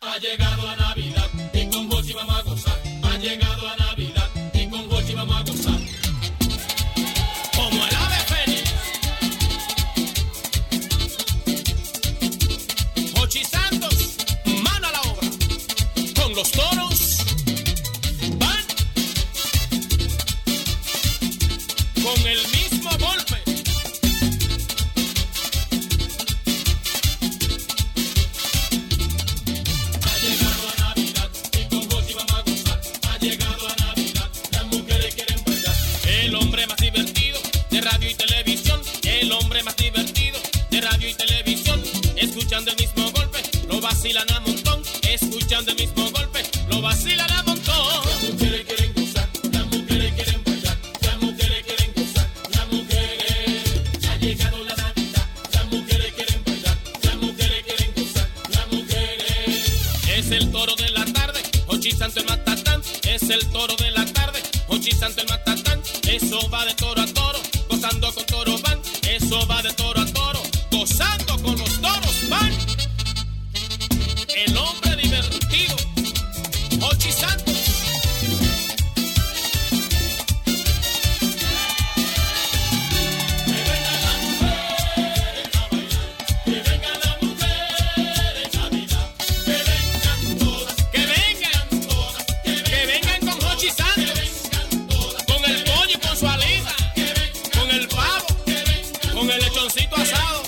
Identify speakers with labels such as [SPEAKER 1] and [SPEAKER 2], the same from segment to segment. [SPEAKER 1] Ha llegado la Navidad y con Hochi vamos a gozar. Ha llegado la Navidad y con Hochi vamos a gozar. Como el ave fénix. Hochi Santos, mano a la obra. Con los toros van con el mismo golpe. Ha llegado la Navidad y con Gochi vamos a gozar. Ha llegado la Navidad, las mujeres quieren bailar. El hombre más divertido de radio y televisión. El hombre más divertido de radio y televisión. Escuchando el mismo golpe, lo vacilan a montón. Escuchando el mismo golpe, lo vacilan a montón. Las mujeres quieren gozar, las mujeres quieren bailar. Las mujeres quieren gozar, las mujeres. Ha llegado la Navidad, las mujeres quieren bailar. Las mujeres quieren gozar, las mujeres. Es el toro de la tarde, Hochi Santo el Matatán. Es el toro de la tarde, Hochi Santo el Matatán. Eso va de toro a toro, gozando con toro van. Eso va de toro a toro, gozando con los toros van. El hombre divertido, Hochi Santos. Que vengan todas, que vengan con Hochi Santos, con el pollo y con su alita, con el pavo, con el lechoncito asado,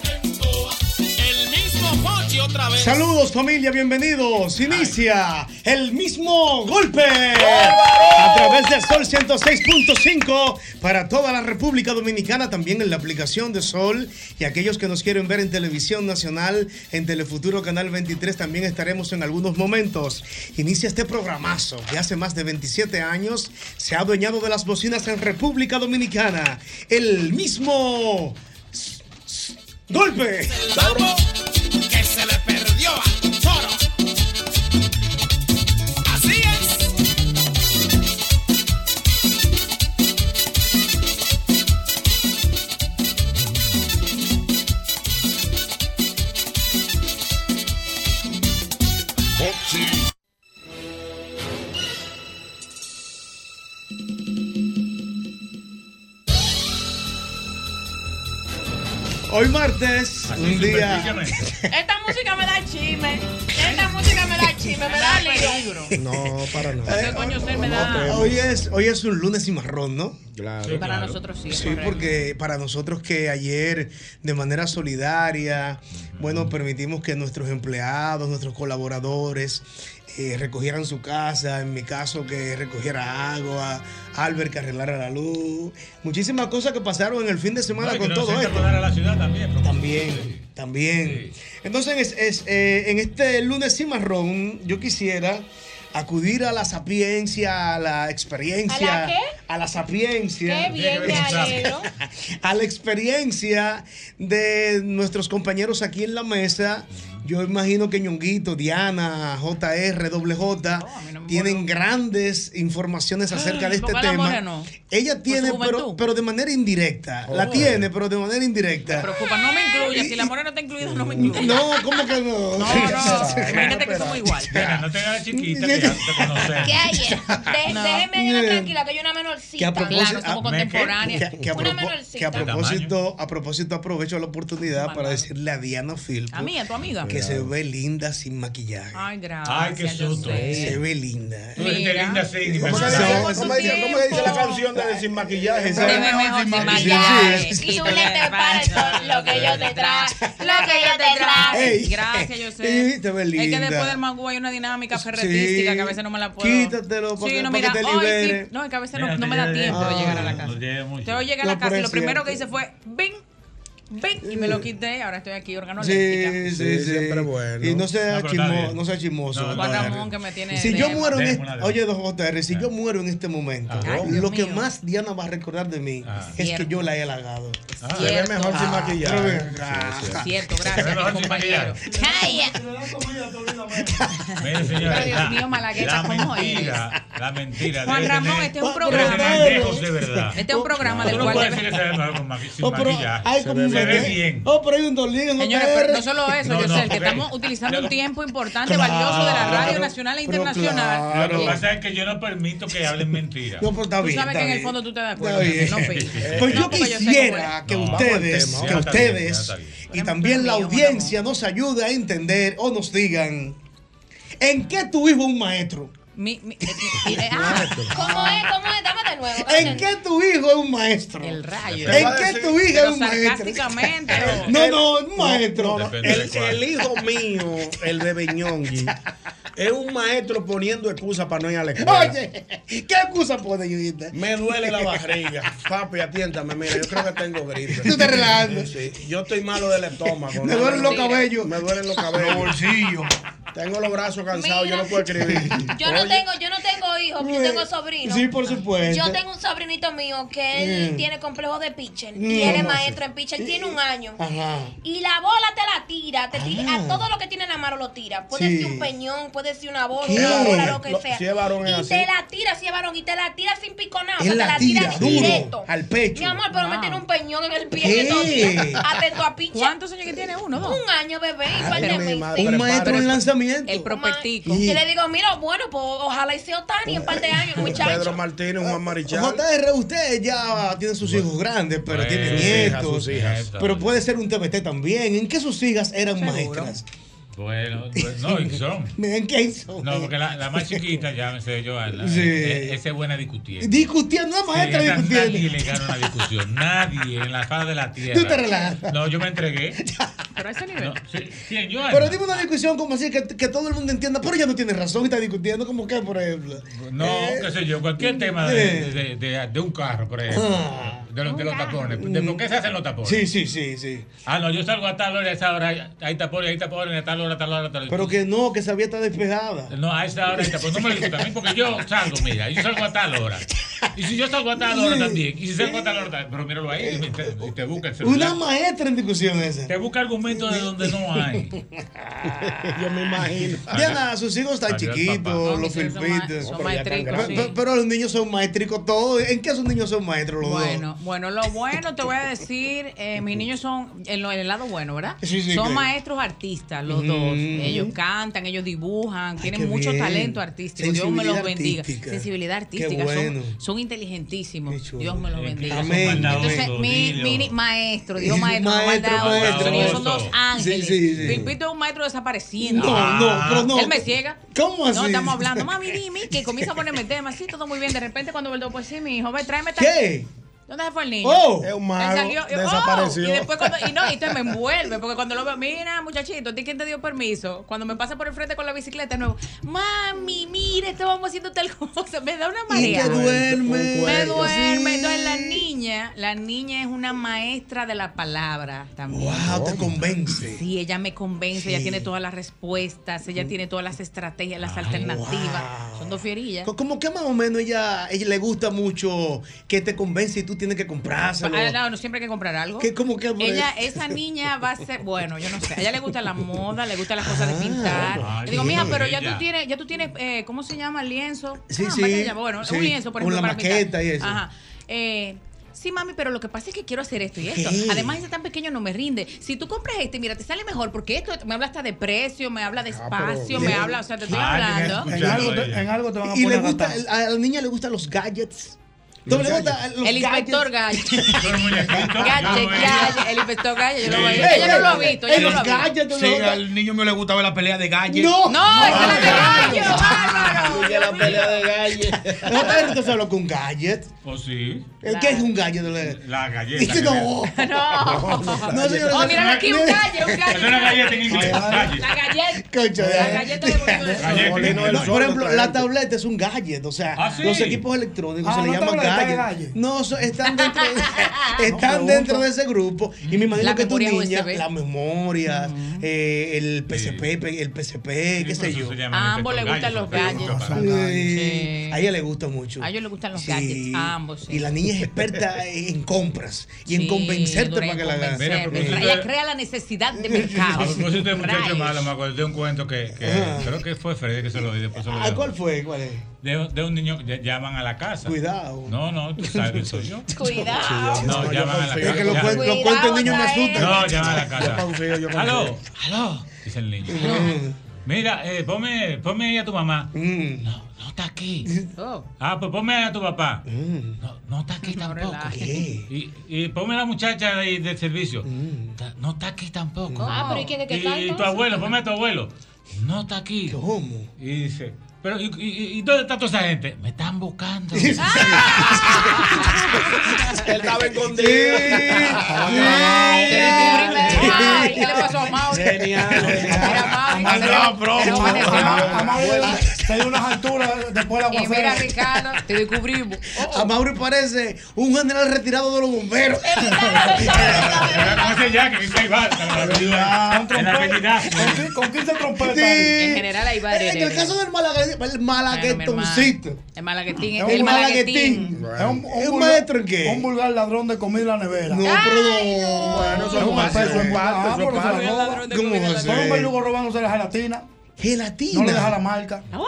[SPEAKER 1] el mismo Hochi otra vez.
[SPEAKER 2] Saludos familia, bienvenidos. Inicia el mismo golpe a través del Sol 106.5 para toda la República Dominicana, también en la aplicación de Sol y aquellos que nos quieren ver en televisión nacional, en Telefuturo Canal 23 también estaremos en algunos momentos. Inicia este programazo que hace más de 27 años se ha adueñado de las bocinas en República Dominicana. El mismo golpe.
[SPEAKER 1] Toro que se le perdió al toro. Así es.
[SPEAKER 2] Hoy martes, un día.
[SPEAKER 3] Esta música me da chisme. Esta música me da chisme, me da peligro.
[SPEAKER 2] No, para
[SPEAKER 3] Porque coño usted me da.
[SPEAKER 2] Hoy es, hoy es un lunes sin marrón, ¿no?
[SPEAKER 3] Para nosotros sí.
[SPEAKER 2] Sí,
[SPEAKER 3] correcto.
[SPEAKER 2] porque para nosotros que ayer de manera solidaria, bueno, permitimos que nuestros empleados, nuestros colaboradores eh, recogieran su casa, en mi caso que recogiera agua, Albert que arreglara la luz, muchísimas cosas que pasaron en el fin de semana con todo esto.
[SPEAKER 4] a la ciudad también.
[SPEAKER 2] También, también. Entonces, es- es, eh, en este lunes cimarrón, yo quisiera acudir a la sapiencia, a la experiencia.
[SPEAKER 3] ¿A la qué?
[SPEAKER 2] a la sapiencia.
[SPEAKER 3] Qué bien,
[SPEAKER 4] Tiene que ver con
[SPEAKER 3] Yayero.
[SPEAKER 2] A la experiencia de nuestros compañeros aquí en la mesa. Yo imagino que Ñonguito, Diana, JR, WJ
[SPEAKER 3] a mí no me
[SPEAKER 2] tienen grandes informaciones acerca de este
[SPEAKER 3] Póngala,
[SPEAKER 2] tema.
[SPEAKER 3] Moreno.
[SPEAKER 2] Ella tiene,
[SPEAKER 3] su
[SPEAKER 2] pero,
[SPEAKER 3] juventud.
[SPEAKER 2] pero de manera indirecta. La tiene, pero de manera indirecta.
[SPEAKER 3] Preocupa, Pues no me incluya. Si la morena está incluida, no me incluya. No,
[SPEAKER 2] No, ¿cómo que no?
[SPEAKER 3] no. Imagínate que somos igual.
[SPEAKER 4] Mira, no te hagas chiquita que ya te
[SPEAKER 5] ¿Qué
[SPEAKER 4] conocemos.
[SPEAKER 5] hay? De-
[SPEAKER 3] No.
[SPEAKER 5] Déjeme ir
[SPEAKER 2] Bien.
[SPEAKER 5] tranquila, que hay una menorcita.
[SPEAKER 2] Que a propósito-
[SPEAKER 3] Claro, somos
[SPEAKER 4] Ah, me-
[SPEAKER 3] contemporáneas.
[SPEAKER 2] Que, que a
[SPEAKER 5] Una
[SPEAKER 2] propo-
[SPEAKER 5] menorcita.
[SPEAKER 2] que a
[SPEAKER 5] De
[SPEAKER 2] propósito, a propósito aprovecho la oportunidad para
[SPEAKER 3] Mandado.
[SPEAKER 2] decirle a Diana Filpo
[SPEAKER 3] A mí, a tu amiga.
[SPEAKER 2] que se ve linda sin maquillaje.
[SPEAKER 3] Ay, gracias.
[SPEAKER 4] Ay, qué
[SPEAKER 3] yo
[SPEAKER 4] susto.
[SPEAKER 3] sé.
[SPEAKER 2] Se ve linda.
[SPEAKER 4] Tú eres de
[SPEAKER 3] Mira.
[SPEAKER 4] linda sin
[SPEAKER 6] ¿Cómo le
[SPEAKER 2] Sí.
[SPEAKER 6] dice,
[SPEAKER 2] Por su
[SPEAKER 6] cómo dice- cómo le dice la
[SPEAKER 3] tiempo.
[SPEAKER 6] canción de Sin Maquillaje?
[SPEAKER 2] Esa-
[SPEAKER 3] Te
[SPEAKER 2] Pero
[SPEAKER 3] ve mejor sin maquillaje.
[SPEAKER 2] sí, sí.
[SPEAKER 5] Y únete para el sol, lo que yo te traje, lo que yo te traje.
[SPEAKER 2] Ey.
[SPEAKER 3] Gracias, yo
[SPEAKER 2] Ey,
[SPEAKER 3] sé.
[SPEAKER 2] te ves
[SPEAKER 3] Es
[SPEAKER 2] linda.
[SPEAKER 3] que después del mango hay una dinámica ferretística
[SPEAKER 2] Sí.
[SPEAKER 3] que a veces no me la puedo.
[SPEAKER 2] Quítatelo para que-
[SPEAKER 3] sí, no,
[SPEAKER 2] para
[SPEAKER 3] mira,
[SPEAKER 2] que te
[SPEAKER 3] hoy
[SPEAKER 2] libere.
[SPEAKER 3] sí. No, es que a veces no, no me da tiempo de llegar a la casa. Entonces hoy llegué a la
[SPEAKER 2] No,
[SPEAKER 3] casa
[SPEAKER 2] pero
[SPEAKER 3] y lo
[SPEAKER 2] es cierto.
[SPEAKER 3] primero que hice fue ¡Bing! ¡Bing! Y me lo quité. Ahora estoy aquí organoléptica.
[SPEAKER 2] Sí, sí,
[SPEAKER 6] Sí,
[SPEAKER 2] sí.
[SPEAKER 6] siempre bueno.
[SPEAKER 2] Y no sea,
[SPEAKER 4] No, pero está
[SPEAKER 2] chismo,
[SPEAKER 4] bien.
[SPEAKER 2] no sea chismoso.
[SPEAKER 4] No,
[SPEAKER 3] Juan
[SPEAKER 4] Vale.
[SPEAKER 3] Ramón que me tiene.
[SPEAKER 2] Si
[SPEAKER 3] de-
[SPEAKER 2] yo muero en
[SPEAKER 4] Demos
[SPEAKER 2] este,
[SPEAKER 4] una de- Ah.
[SPEAKER 2] oye, dos JR, si yo muero en este momento,
[SPEAKER 4] Ajá.
[SPEAKER 3] Ay, Dios
[SPEAKER 2] lo que
[SPEAKER 3] mío.
[SPEAKER 2] más Diana va a recordar de mí
[SPEAKER 4] Ah.
[SPEAKER 2] es que
[SPEAKER 3] Cierto.
[SPEAKER 2] yo la he halagado.
[SPEAKER 5] es
[SPEAKER 6] Ah, se ve
[SPEAKER 5] cierto.
[SPEAKER 6] mejor sin maquillaje.
[SPEAKER 2] Pero bien.
[SPEAKER 6] Sí, sí.
[SPEAKER 5] Cierto, gracias, mi compañero. Chaya.
[SPEAKER 4] Mire, señores,
[SPEAKER 7] Dios
[SPEAKER 4] la-
[SPEAKER 7] mío, Malagueta,
[SPEAKER 4] la
[SPEAKER 7] ¿cómo es?
[SPEAKER 4] mentira, La mentira.
[SPEAKER 7] Juan
[SPEAKER 4] debe
[SPEAKER 7] Ramón,
[SPEAKER 4] tener-
[SPEAKER 7] este es un
[SPEAKER 4] debe tener
[SPEAKER 7] programa.
[SPEAKER 4] Manejos de verdad.
[SPEAKER 7] Este es un programa
[SPEAKER 4] Tú
[SPEAKER 7] del
[SPEAKER 4] no
[SPEAKER 7] cual
[SPEAKER 4] puedes decir
[SPEAKER 7] debe...
[SPEAKER 4] que se ve mal con maqui- sin
[SPEAKER 8] Oh, pero
[SPEAKER 4] maquillaje.
[SPEAKER 8] hay
[SPEAKER 4] Se
[SPEAKER 8] como
[SPEAKER 4] ve
[SPEAKER 8] un
[SPEAKER 4] bien.
[SPEAKER 8] Oh, pero hay un dolido en
[SPEAKER 7] Señores, pero no solo eso,
[SPEAKER 4] No,
[SPEAKER 7] yo
[SPEAKER 4] no,
[SPEAKER 7] sé que
[SPEAKER 4] ok.
[SPEAKER 7] estamos utilizando un tiempo importante,
[SPEAKER 8] Claro,
[SPEAKER 7] valioso de la radio
[SPEAKER 8] pero-
[SPEAKER 7] nacional e
[SPEAKER 8] pero
[SPEAKER 7] internacional. Eh,
[SPEAKER 8] claro.
[SPEAKER 4] Lo que pasa es que yo no permito que hablen mentiras.
[SPEAKER 8] No, pero está
[SPEAKER 7] Tú
[SPEAKER 8] bien.
[SPEAKER 7] sabes
[SPEAKER 8] está
[SPEAKER 7] que en el
[SPEAKER 8] bien.
[SPEAKER 7] fondo tú te das
[SPEAKER 8] Está
[SPEAKER 7] acuerdo.
[SPEAKER 8] bien.
[SPEAKER 7] No, Fede.
[SPEAKER 8] Pues
[SPEAKER 7] No,
[SPEAKER 2] yo
[SPEAKER 7] porque yo sé cómo
[SPEAKER 2] quisiera
[SPEAKER 7] es.
[SPEAKER 2] que
[SPEAKER 4] No, vamos al
[SPEAKER 2] ustedes,
[SPEAKER 4] tema,
[SPEAKER 2] que
[SPEAKER 4] ya está bien, ya
[SPEAKER 2] ustedes
[SPEAKER 4] está bien.
[SPEAKER 2] y
[SPEAKER 7] Pero
[SPEAKER 2] también la
[SPEAKER 7] mío, Juan
[SPEAKER 2] audiencia nos ayude a entender o nos digan en qué tu hijo es un maestro.
[SPEAKER 7] Mi- mi- eh, mi- eh, ah,
[SPEAKER 5] ¿Cómo es? ¿Cómo es? Dame de nuevo.
[SPEAKER 2] ¿En qué tu hijo es un maestro?
[SPEAKER 7] el rayo.
[SPEAKER 2] ¿En
[SPEAKER 6] va a
[SPEAKER 2] qué
[SPEAKER 6] decir-
[SPEAKER 2] tu hija es
[SPEAKER 7] Pero
[SPEAKER 2] un maestro?
[SPEAKER 7] sarcásticamente. o-
[SPEAKER 2] No, no, un maestro.
[SPEAKER 6] No, no,
[SPEAKER 4] Depende de
[SPEAKER 6] el,
[SPEAKER 4] cuál.
[SPEAKER 6] el hijo mío, el de Beñongi, es un maestro poniendo excusas para no ir a la escuela.
[SPEAKER 2] Oye, ¿qué excusa pone, Yudita?
[SPEAKER 6] Me duele la barriga. Papi, atiéntame, mira, yo creo que tengo gripe.
[SPEAKER 2] Tú te relajas.
[SPEAKER 6] Sí, sí. Yo estoy malo del estómago.
[SPEAKER 2] Me
[SPEAKER 6] ¿no?
[SPEAKER 2] duelen los cabellos.
[SPEAKER 6] Me duelen los cabellos.
[SPEAKER 2] bolsillos.
[SPEAKER 6] Tengo los brazos cansados,
[SPEAKER 5] Mira.
[SPEAKER 6] yo no puedo escribir.
[SPEAKER 5] Yo no tengo, yo no tengo hijos, yo tengo sobrinos.
[SPEAKER 2] Sí, por supuesto.
[SPEAKER 5] Yo tengo un sobrinito mío que él
[SPEAKER 2] Mm.
[SPEAKER 5] tiene complejo de pitcher.
[SPEAKER 2] Mm.
[SPEAKER 5] Y él es
[SPEAKER 2] ¿Cómo
[SPEAKER 5] maestro en pitcher, tiene un año.
[SPEAKER 2] Ajá.
[SPEAKER 5] Y la bola te la tira, te tira-
[SPEAKER 2] Ah.
[SPEAKER 5] a todo lo que tiene en la mano lo tira. Puede
[SPEAKER 2] Sí.
[SPEAKER 5] ser un peñón, puede ser una bola,
[SPEAKER 2] ¿Qué?
[SPEAKER 5] una bola, lo que
[SPEAKER 6] Lo-
[SPEAKER 5] sea.
[SPEAKER 6] si es varón es
[SPEAKER 5] y
[SPEAKER 6] así.
[SPEAKER 5] te la tira, si es varón, y te la tira sin piconado, o
[SPEAKER 2] Él
[SPEAKER 5] sea, te
[SPEAKER 2] la
[SPEAKER 5] la tira,
[SPEAKER 2] tira duro,
[SPEAKER 5] directo.
[SPEAKER 2] al pecho.
[SPEAKER 5] Mi amor, pero me
[SPEAKER 7] Wow.
[SPEAKER 5] tiene un peñón en el pie
[SPEAKER 2] ¿Qué?
[SPEAKER 5] en estos días. Atento a pitcher.
[SPEAKER 7] ¿Cuántos años que tiene uno? Dos.
[SPEAKER 5] Un año, bebé,
[SPEAKER 2] Ah,
[SPEAKER 5] y par de
[SPEAKER 6] mi
[SPEAKER 5] meses.
[SPEAKER 6] madre.
[SPEAKER 2] Un
[SPEAKER 6] Prepárate.
[SPEAKER 2] maestro en lanzamiento.
[SPEAKER 7] El prospectico.
[SPEAKER 5] Y le digo, mira, bueno, pues ojalá y sea Otani en par de años, muchacho.
[SPEAKER 6] Pedro Martínez, Juan Marichal.
[SPEAKER 2] JR, usted ya tiene sus hijos grandes, pero
[SPEAKER 4] Bueno,
[SPEAKER 2] tiene
[SPEAKER 4] sus
[SPEAKER 6] hijas,
[SPEAKER 2] nietos.
[SPEAKER 6] sus hijas.
[SPEAKER 2] Pero puede ser un TBT también. ¿En qué sus hijas eran maestras?
[SPEAKER 4] Bueno, pues, no, y son.
[SPEAKER 2] ¿En qué hizo?
[SPEAKER 4] No, porque la, la más chiquita, llámese Joana,
[SPEAKER 2] Sí.
[SPEAKER 4] eh, esa es buena discutiendo.
[SPEAKER 2] Discutiendo, no es
[SPEAKER 4] Sí,
[SPEAKER 2] maestra
[SPEAKER 4] esa- nadie
[SPEAKER 2] discutiendo.
[SPEAKER 4] le gana una discusión, nadie en la faz de la tierra.
[SPEAKER 2] Tú te relajas.
[SPEAKER 4] No, yo me entregué.
[SPEAKER 7] Pero a ese nivel.
[SPEAKER 4] No, sí, sí, Joana.
[SPEAKER 2] Pero dime una discusión como así que, que todo el mundo entienda, pero ella no tiene razón y está discutiendo como que, por ejemplo.
[SPEAKER 4] No,
[SPEAKER 2] eh,
[SPEAKER 4] qué sé yo, cualquier tema de, de, de- de un carro, por ejemplo.
[SPEAKER 2] Ah.
[SPEAKER 4] De los, de los tapones. ¿De por qué se hacen los tapones?
[SPEAKER 2] Sí, sí, sí, sí.
[SPEAKER 4] Ah, no, yo salgo a tal hora, a esa hora, hay tapones, hay tapones, a tal hora, a tal hora, a tal hora.
[SPEAKER 2] Pero que no, que esa vía está despejada.
[SPEAKER 4] No, a esa hora, pues no me lo discutan a mí, porque yo salgo, mira, yo salgo a tal hora. Y si yo salgo a tal hora también, y si salgo a tal hora también, pero míralo ahí, y te, y te busca el celular.
[SPEAKER 2] Una maestra en discusión esa.
[SPEAKER 4] Te busca argumentos de donde no hay.
[SPEAKER 6] Yo me imagino.
[SPEAKER 2] Diana, sus hijos están
[SPEAKER 4] Adiós,
[SPEAKER 7] No,
[SPEAKER 2] chiquitos,
[SPEAKER 7] mis
[SPEAKER 2] los
[SPEAKER 7] hijos son ma-
[SPEAKER 2] filpitos.
[SPEAKER 7] Son
[SPEAKER 6] pero ya están
[SPEAKER 7] maestricos,
[SPEAKER 2] Pe-
[SPEAKER 7] sí.
[SPEAKER 2] pe- Pero los niños son maestricos todos. ¿En qué sus niños son maestros los
[SPEAKER 7] Bueno, bueno, lo bueno te voy a decir, eh, mis niños son, en, lo- en el lado bueno, ¿verdad?
[SPEAKER 2] Sí, sí,
[SPEAKER 7] son
[SPEAKER 2] claro.
[SPEAKER 7] maestros artistas, los dos. Ellos cantan, ellos dibujan,
[SPEAKER 2] qué
[SPEAKER 7] tienen mucho
[SPEAKER 2] bien.
[SPEAKER 7] talento artístico. Dios me los
[SPEAKER 2] Sensibilidad
[SPEAKER 7] bendiga.
[SPEAKER 2] artística.
[SPEAKER 7] Sensibilidad
[SPEAKER 2] Qué
[SPEAKER 7] artística.
[SPEAKER 2] bueno.
[SPEAKER 7] Son, son
[SPEAKER 2] Qué
[SPEAKER 7] inteligentísimos.
[SPEAKER 2] chulo.
[SPEAKER 7] Dios me los bendiga.
[SPEAKER 2] Amén.
[SPEAKER 7] Entonces, mi, mi- maestro, digo maestro,
[SPEAKER 2] Maestro,
[SPEAKER 7] no maldad,
[SPEAKER 2] maestro.
[SPEAKER 7] Los niños son dos
[SPEAKER 4] Sí,
[SPEAKER 7] ángeles.
[SPEAKER 2] sí, sí.
[SPEAKER 7] Filipito es un maestro
[SPEAKER 2] dos?
[SPEAKER 7] desapareciendo.
[SPEAKER 2] No,
[SPEAKER 6] Ah.
[SPEAKER 2] no, pero no.
[SPEAKER 7] Él me ciega.
[SPEAKER 2] ¿Cómo así?
[SPEAKER 7] No, estamos hablando. Mami, dime, que comienza a ponerme temas. Sí, todo muy bien. De repente, cuando vuelvo, pues sí, mi hijo, ve, tráeme tal-
[SPEAKER 2] ¿Qué?
[SPEAKER 7] ¿Dónde se fue el niño?
[SPEAKER 2] Oh.
[SPEAKER 6] Es un
[SPEAKER 7] Él
[SPEAKER 6] mago.
[SPEAKER 7] salió, y- oh,
[SPEAKER 6] desapareció.
[SPEAKER 7] y después cuando, y no, y entonces me envuelve, porque cuando lo veo, mira, muchachito, ¿a ti quién te dio permiso? Cuando me pasa por el frente con la bicicleta, de nuevo, mami, mira, estábamos haciendo tal cosa, me da una
[SPEAKER 2] Y
[SPEAKER 7] marea.
[SPEAKER 2] que duerme.
[SPEAKER 7] Me
[SPEAKER 6] cuento,
[SPEAKER 7] duerme.
[SPEAKER 2] Sí.
[SPEAKER 7] Entonces la niña, la niña es una maestra de la palabra también.
[SPEAKER 2] Wow, te convence.
[SPEAKER 7] Sí, ella me convence,
[SPEAKER 2] Sí. Mm.
[SPEAKER 7] ella tiene todas las respuestas, ella tiene todas las estrategias, las alternativas.
[SPEAKER 2] wow.
[SPEAKER 7] Son dos fierillas.
[SPEAKER 2] Co- Como que más o menos ella, ella le gusta mucho que te convence y tú tienes que comprárselo.
[SPEAKER 7] Ah, no, no, siempre hay que comprar algo.
[SPEAKER 2] Que como que
[SPEAKER 7] Ella, esa niña va a ser, bueno, yo no sé, a ella le gusta la moda, le gusta las cosas
[SPEAKER 2] Ah.
[SPEAKER 7] de pintar.
[SPEAKER 4] ay,
[SPEAKER 7] Le digo, mija,
[SPEAKER 4] qué
[SPEAKER 7] pero ya
[SPEAKER 4] bella.
[SPEAKER 7] tú tienes, ya tú tienes, eh, ¿cómo se llama? Lienzo.
[SPEAKER 2] Sí,
[SPEAKER 7] Ah,
[SPEAKER 2] sí,
[SPEAKER 7] ¿cómo se llama? Bueno,
[SPEAKER 2] sí,
[SPEAKER 7] un lienzo, por
[SPEAKER 2] con
[SPEAKER 7] ejemplo,
[SPEAKER 2] la
[SPEAKER 7] para pintar.
[SPEAKER 2] maqueta y eso.
[SPEAKER 7] Ajá. Eh, Sí, mami, pero lo que pasa es que quiero hacer esto y esto.
[SPEAKER 2] ¿Qué?
[SPEAKER 7] Además, ese tan pequeño no me rinde. Si tú compras este, mira, te sale mejor porque esto me habla hasta de precio, me habla de
[SPEAKER 2] Ah,
[SPEAKER 7] espacio, me
[SPEAKER 2] bien.
[SPEAKER 7] habla, o sea, te estoy
[SPEAKER 4] Ay,
[SPEAKER 7] hablando.
[SPEAKER 4] qué
[SPEAKER 8] En algo, te, en algo te van a
[SPEAKER 2] y
[SPEAKER 8] poner
[SPEAKER 2] le
[SPEAKER 8] a
[SPEAKER 2] gusta,
[SPEAKER 8] gastar.
[SPEAKER 2] a la niña le gustan los gadgets. Entonces, le gusta los
[SPEAKER 7] El inspector
[SPEAKER 2] gadgets.
[SPEAKER 7] Gallo.
[SPEAKER 4] Todo el muñequito,
[SPEAKER 7] Galle,
[SPEAKER 4] yo, eh,
[SPEAKER 7] Galle, el inspector Gallo, yo lo voy a
[SPEAKER 2] Ey,
[SPEAKER 7] Ella no lo ha
[SPEAKER 2] ey,
[SPEAKER 7] visto,
[SPEAKER 2] ey,
[SPEAKER 7] ella no
[SPEAKER 2] Eh, los
[SPEAKER 7] lo ha visto.
[SPEAKER 2] gadgets.
[SPEAKER 8] Sí,
[SPEAKER 2] no lo-
[SPEAKER 8] al niño mío le gustaba la pelea de galles.
[SPEAKER 2] No,
[SPEAKER 7] No, esa es la de gallo,
[SPEAKER 8] Ah,
[SPEAKER 7] bárbaro.
[SPEAKER 6] Y la pelea de galles.
[SPEAKER 2] JR te habló con gadget.
[SPEAKER 4] Pues sí,
[SPEAKER 2] ¿Qué es un gadget? Le-
[SPEAKER 4] la galleta.
[SPEAKER 2] Dice
[SPEAKER 4] que
[SPEAKER 2] no.
[SPEAKER 7] No.
[SPEAKER 2] No, señores.
[SPEAKER 7] Oh, miren aquí un gallo, un
[SPEAKER 4] le- Es una
[SPEAKER 7] gallo.
[SPEAKER 4] galleta en inglés. galle.
[SPEAKER 7] La galleta.
[SPEAKER 2] Concha de-
[SPEAKER 7] La galleta de Bolívar del Sur.
[SPEAKER 4] Galleta en
[SPEAKER 6] Molino del
[SPEAKER 4] inglés.
[SPEAKER 2] No,
[SPEAKER 6] Sol,
[SPEAKER 2] por ejemplo,
[SPEAKER 6] otra
[SPEAKER 2] la
[SPEAKER 6] gente.
[SPEAKER 2] tableta es un gadget, o sea,
[SPEAKER 4] Ah, sí.
[SPEAKER 2] los equipos electrónicos
[SPEAKER 8] Ah,
[SPEAKER 2] se le
[SPEAKER 8] no
[SPEAKER 2] llaman
[SPEAKER 8] tableta de
[SPEAKER 2] gadget.
[SPEAKER 8] gadget.
[SPEAKER 2] No, so- están dentro, de, están
[SPEAKER 8] pregunto.
[SPEAKER 2] dentro de ese grupo y me imagino
[SPEAKER 7] La
[SPEAKER 2] que tu
[SPEAKER 7] memoria
[SPEAKER 2] niña,
[SPEAKER 7] USB.
[SPEAKER 2] la memoria, eh, el PCP, el PCP,
[SPEAKER 4] Sí,
[SPEAKER 2] qué
[SPEAKER 4] por
[SPEAKER 2] sé
[SPEAKER 4] eso
[SPEAKER 2] yo.
[SPEAKER 4] se llama
[SPEAKER 7] A ambos les
[SPEAKER 4] inspector
[SPEAKER 7] gustan los
[SPEAKER 4] gallo,
[SPEAKER 7] gallos.
[SPEAKER 4] pero
[SPEAKER 2] Sí. A ella le gusta mucho.
[SPEAKER 7] A ellos les gustan los
[SPEAKER 2] Sí.
[SPEAKER 7] gadgets, ambos. sí.
[SPEAKER 2] Y la niña es experta en compras y en
[SPEAKER 7] Sí,
[SPEAKER 2] convencerte
[SPEAKER 7] dura en
[SPEAKER 2] para que la hagas.
[SPEAKER 4] Mira,
[SPEAKER 7] convencer.
[SPEAKER 4] pero-
[SPEAKER 7] Ella crea la necesidad de mercado.
[SPEAKER 4] A propósito de muchacho
[SPEAKER 7] Rayos.
[SPEAKER 4] malo, me acordé de un cuento que, que creo que fue Freddy que se lo di, después se lo
[SPEAKER 2] Ah,
[SPEAKER 4] dejo.
[SPEAKER 2] ¿Cuál fue? ¿Cuál es?
[SPEAKER 4] De, de un niño que ll- llaman a la casa.
[SPEAKER 2] Cuidado.
[SPEAKER 4] No, no, tú sabes que soy yo.
[SPEAKER 5] Cuidado.
[SPEAKER 4] No, llaman a la
[SPEAKER 2] Es
[SPEAKER 4] casa.
[SPEAKER 2] que lo, cuen- lo
[SPEAKER 5] Cuidado,
[SPEAKER 2] cuenta el niño y me
[SPEAKER 5] Israel.
[SPEAKER 2] asusta.
[SPEAKER 4] No, llaman a la
[SPEAKER 6] Yo
[SPEAKER 4] casa.
[SPEAKER 6] confío, yo confío.
[SPEAKER 4] Aló, aló, dice el niño. Mira, eh, ponme, ponme ahí a tu mamá.
[SPEAKER 2] Mm.
[SPEAKER 4] No, no está aquí.
[SPEAKER 7] Oh,
[SPEAKER 4] Ah, pues ponme a tu papá.
[SPEAKER 2] Mm.
[SPEAKER 4] No, no está aquí tampoco. eh.
[SPEAKER 7] relaje.
[SPEAKER 2] ¿Qué?
[SPEAKER 4] Y, y ponme a la muchacha de- del servicio.
[SPEAKER 2] Mm.
[SPEAKER 4] Ta- No está aquí tampoco.
[SPEAKER 5] Ah, pero ¿y quién es que
[SPEAKER 4] Y,
[SPEAKER 5] está?
[SPEAKER 4] y tu
[SPEAKER 5] entonces?
[SPEAKER 4] abuelo, ponme a tu abuelo. No está aquí.
[SPEAKER 2] ¿Cómo?
[SPEAKER 4] Y dice, pero ¿y, y- y dónde está toda esa gente? Me están buscando.
[SPEAKER 6] Él estaba
[SPEAKER 2] Sí.
[SPEAKER 6] escondido.
[SPEAKER 2] Ah,
[SPEAKER 7] Descubrimiento. Ay, ¿Qué le pasó a Mauri?
[SPEAKER 6] Genial,
[SPEAKER 7] Mira,
[SPEAKER 6] genial.
[SPEAKER 7] Mauri,
[SPEAKER 8] Amado,
[SPEAKER 7] se le-
[SPEAKER 8] bro.
[SPEAKER 7] se le amaneció.
[SPEAKER 8] Amado, Amado, Se dio unas alturas después de la
[SPEAKER 7] Y mira, Ricardo, te descubrimos.
[SPEAKER 2] A Mauri parece un general retirado de los bomberos.
[SPEAKER 4] ¿Cómo se llama? Que está igual.
[SPEAKER 8] Ah, un
[SPEAKER 4] En la
[SPEAKER 8] trompeta.
[SPEAKER 4] avenida.
[SPEAKER 8] Con qui- Con 15 trompetas.
[SPEAKER 7] En general, ahí va.
[SPEAKER 2] En el caso del malague- el malaguetoncito.
[SPEAKER 7] El malaguetín.
[SPEAKER 8] Es un
[SPEAKER 7] El
[SPEAKER 2] malaguetín.
[SPEAKER 7] malaguetín.
[SPEAKER 8] Es un,
[SPEAKER 2] ¿Es
[SPEAKER 8] vulgar-
[SPEAKER 2] maestro en qué?
[SPEAKER 8] Un vulgar ladrón de comida en la nevera.
[SPEAKER 2] No, pero no.
[SPEAKER 6] Bueno,
[SPEAKER 8] Es
[SPEAKER 6] son
[SPEAKER 8] un
[SPEAKER 6] pasos,
[SPEAKER 8] espeso
[SPEAKER 6] son
[SPEAKER 8] en
[SPEAKER 6] pasos,
[SPEAKER 8] Ah,
[SPEAKER 6] son
[SPEAKER 8] pero se la
[SPEAKER 6] pasos.
[SPEAKER 8] roba.
[SPEAKER 7] Ladrón de
[SPEAKER 2] ¿Cómo
[SPEAKER 7] comida,
[SPEAKER 2] va a
[SPEAKER 7] ladrón.
[SPEAKER 2] ser?
[SPEAKER 8] Son un verdugo robándose la gelatina.
[SPEAKER 2] Gelatina.
[SPEAKER 8] No le deja la marca.
[SPEAKER 7] Ah,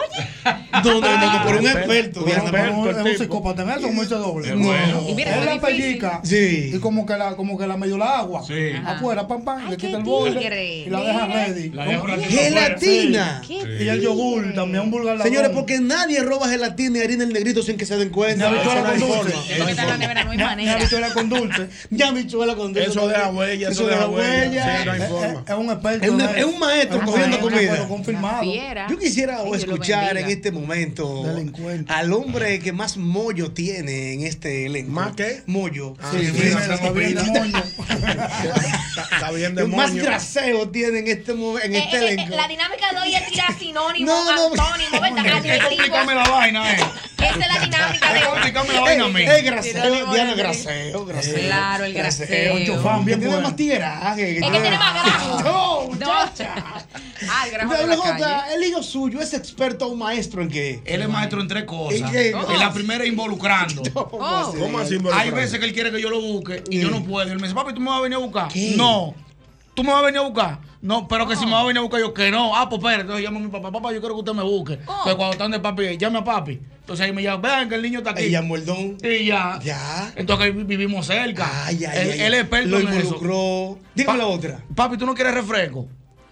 [SPEAKER 2] No, no, no, por un experto.
[SPEAKER 8] Es
[SPEAKER 2] Diana,
[SPEAKER 8] un-
[SPEAKER 2] por-
[SPEAKER 8] es un- es un
[SPEAKER 6] tipo.
[SPEAKER 8] psicópata en eso, como dice doble.
[SPEAKER 4] No.
[SPEAKER 8] No.
[SPEAKER 7] Y mira,
[SPEAKER 8] Él
[SPEAKER 7] fue
[SPEAKER 8] la
[SPEAKER 7] difícil.
[SPEAKER 8] pellica
[SPEAKER 2] Sí.
[SPEAKER 8] y como que la, como que la medio la agua.
[SPEAKER 4] Sí.
[SPEAKER 7] Ajá.
[SPEAKER 8] Afuera, pam, pam,
[SPEAKER 5] Ay,
[SPEAKER 8] le
[SPEAKER 5] qué
[SPEAKER 8] quita el borde.
[SPEAKER 7] tigre.
[SPEAKER 8] Y la deja
[SPEAKER 5] Mira.
[SPEAKER 8] ready.
[SPEAKER 4] La deja un ratito afuera.
[SPEAKER 2] Gelatina.
[SPEAKER 5] ¿Qué?
[SPEAKER 8] Y el yogur, también un vulgar ladrón.
[SPEAKER 2] Señores, porque nadie roba gelatina y harina el negrito sin que se den cuenta.
[SPEAKER 8] Ni
[SPEAKER 2] Eso
[SPEAKER 8] habichuela
[SPEAKER 2] no hay
[SPEAKER 8] con dulce.
[SPEAKER 2] forma.
[SPEAKER 7] Es lo que está en la nevera, no hay
[SPEAKER 8] Ni-
[SPEAKER 7] manera.
[SPEAKER 8] Ni habichuela con dulce.
[SPEAKER 2] Ni habichuela con dulce.
[SPEAKER 6] Eso deja huella, eso deja huella. Sí, no hay
[SPEAKER 8] Es-
[SPEAKER 6] forma.
[SPEAKER 8] es- Es un experto.
[SPEAKER 2] Es un-
[SPEAKER 8] en eso.
[SPEAKER 2] es un maestro
[SPEAKER 8] Es un
[SPEAKER 2] cogiendo
[SPEAKER 8] maestro,
[SPEAKER 2] comida.
[SPEAKER 8] pero Confirmado.
[SPEAKER 7] Fiera.
[SPEAKER 2] Yo quisiera
[SPEAKER 7] Ay, Dios lo
[SPEAKER 2] escuchar en
[SPEAKER 7] bendiga.
[SPEAKER 2] este momento
[SPEAKER 8] Delincuente.
[SPEAKER 2] al hombre que más mollo tiene en este elenco.
[SPEAKER 6] ¿Más qué?
[SPEAKER 2] Mollo.
[SPEAKER 6] Ah,
[SPEAKER 8] Sí,
[SPEAKER 6] sí,
[SPEAKER 8] sí,
[SPEAKER 6] sí,
[SPEAKER 8] está bien de moño.
[SPEAKER 6] Está está bien
[SPEAKER 2] El más
[SPEAKER 6] demonio.
[SPEAKER 2] traseo tiene en este, mo- en
[SPEAKER 5] Eh,
[SPEAKER 2] este
[SPEAKER 5] eh, eh,
[SPEAKER 2] elenco.
[SPEAKER 5] la dinámica de hoy es tirar sinónimos,
[SPEAKER 2] No, no.
[SPEAKER 5] antónimos, ¿verdad?
[SPEAKER 8] Explícame
[SPEAKER 5] Adjetivos.
[SPEAKER 8] la vaina, eh.
[SPEAKER 5] Esa es la dinámica de hoy.
[SPEAKER 8] Explícame la vaina a mí.
[SPEAKER 2] Ey, ey, graseo,
[SPEAKER 7] Sinónimo
[SPEAKER 2] Diana,
[SPEAKER 7] de-
[SPEAKER 2] graseo, graseo.
[SPEAKER 7] Claro, el graseo.
[SPEAKER 2] Un
[SPEAKER 8] chofán bien
[SPEAKER 2] tiene
[SPEAKER 8] bueno.
[SPEAKER 2] más tigueraje.
[SPEAKER 5] Es que tiene más grajo.
[SPEAKER 2] ¡No,
[SPEAKER 7] No.
[SPEAKER 2] muchacha!
[SPEAKER 7] Ah, el grajo de
[SPEAKER 2] Doble
[SPEAKER 7] la
[SPEAKER 2] J,
[SPEAKER 7] calle.
[SPEAKER 2] el hijo suyo es experto o maestro en qué.
[SPEAKER 8] Él es maestro en tres cosas.
[SPEAKER 2] ¿En qué?
[SPEAKER 8] Y la primera es involucrando.
[SPEAKER 7] Oh.
[SPEAKER 6] ¿Cómo así?
[SPEAKER 8] Hay
[SPEAKER 6] involucrado?
[SPEAKER 8] veces que él quiere que yo lo busque y yo no puedo. Él me dice, papi, ¿tú me vas a venir a buscar?
[SPEAKER 2] ¿Qué?
[SPEAKER 8] No. ¿Tú me vas a venir a buscar? No, pero que si me vas a venir a buscar, yo que no. Ah, pues espérate. Entonces llamo a mi papá, papá, yo quiero que usted me busque. Entonces cuando están de papi, llame a papi. Entonces ahí me llama, vean que el niño está aquí.
[SPEAKER 2] Ella muerdón.
[SPEAKER 8] Y ya.
[SPEAKER 2] Ya.
[SPEAKER 8] Entonces ahí vi- vivimos cerca.
[SPEAKER 2] Ay, ay,
[SPEAKER 8] él,
[SPEAKER 2] ay.
[SPEAKER 8] él es experto
[SPEAKER 2] Lo
[SPEAKER 8] en eso.
[SPEAKER 2] involucró. Dígame la otra.
[SPEAKER 8] Papi, ¿tú no quieres refresco?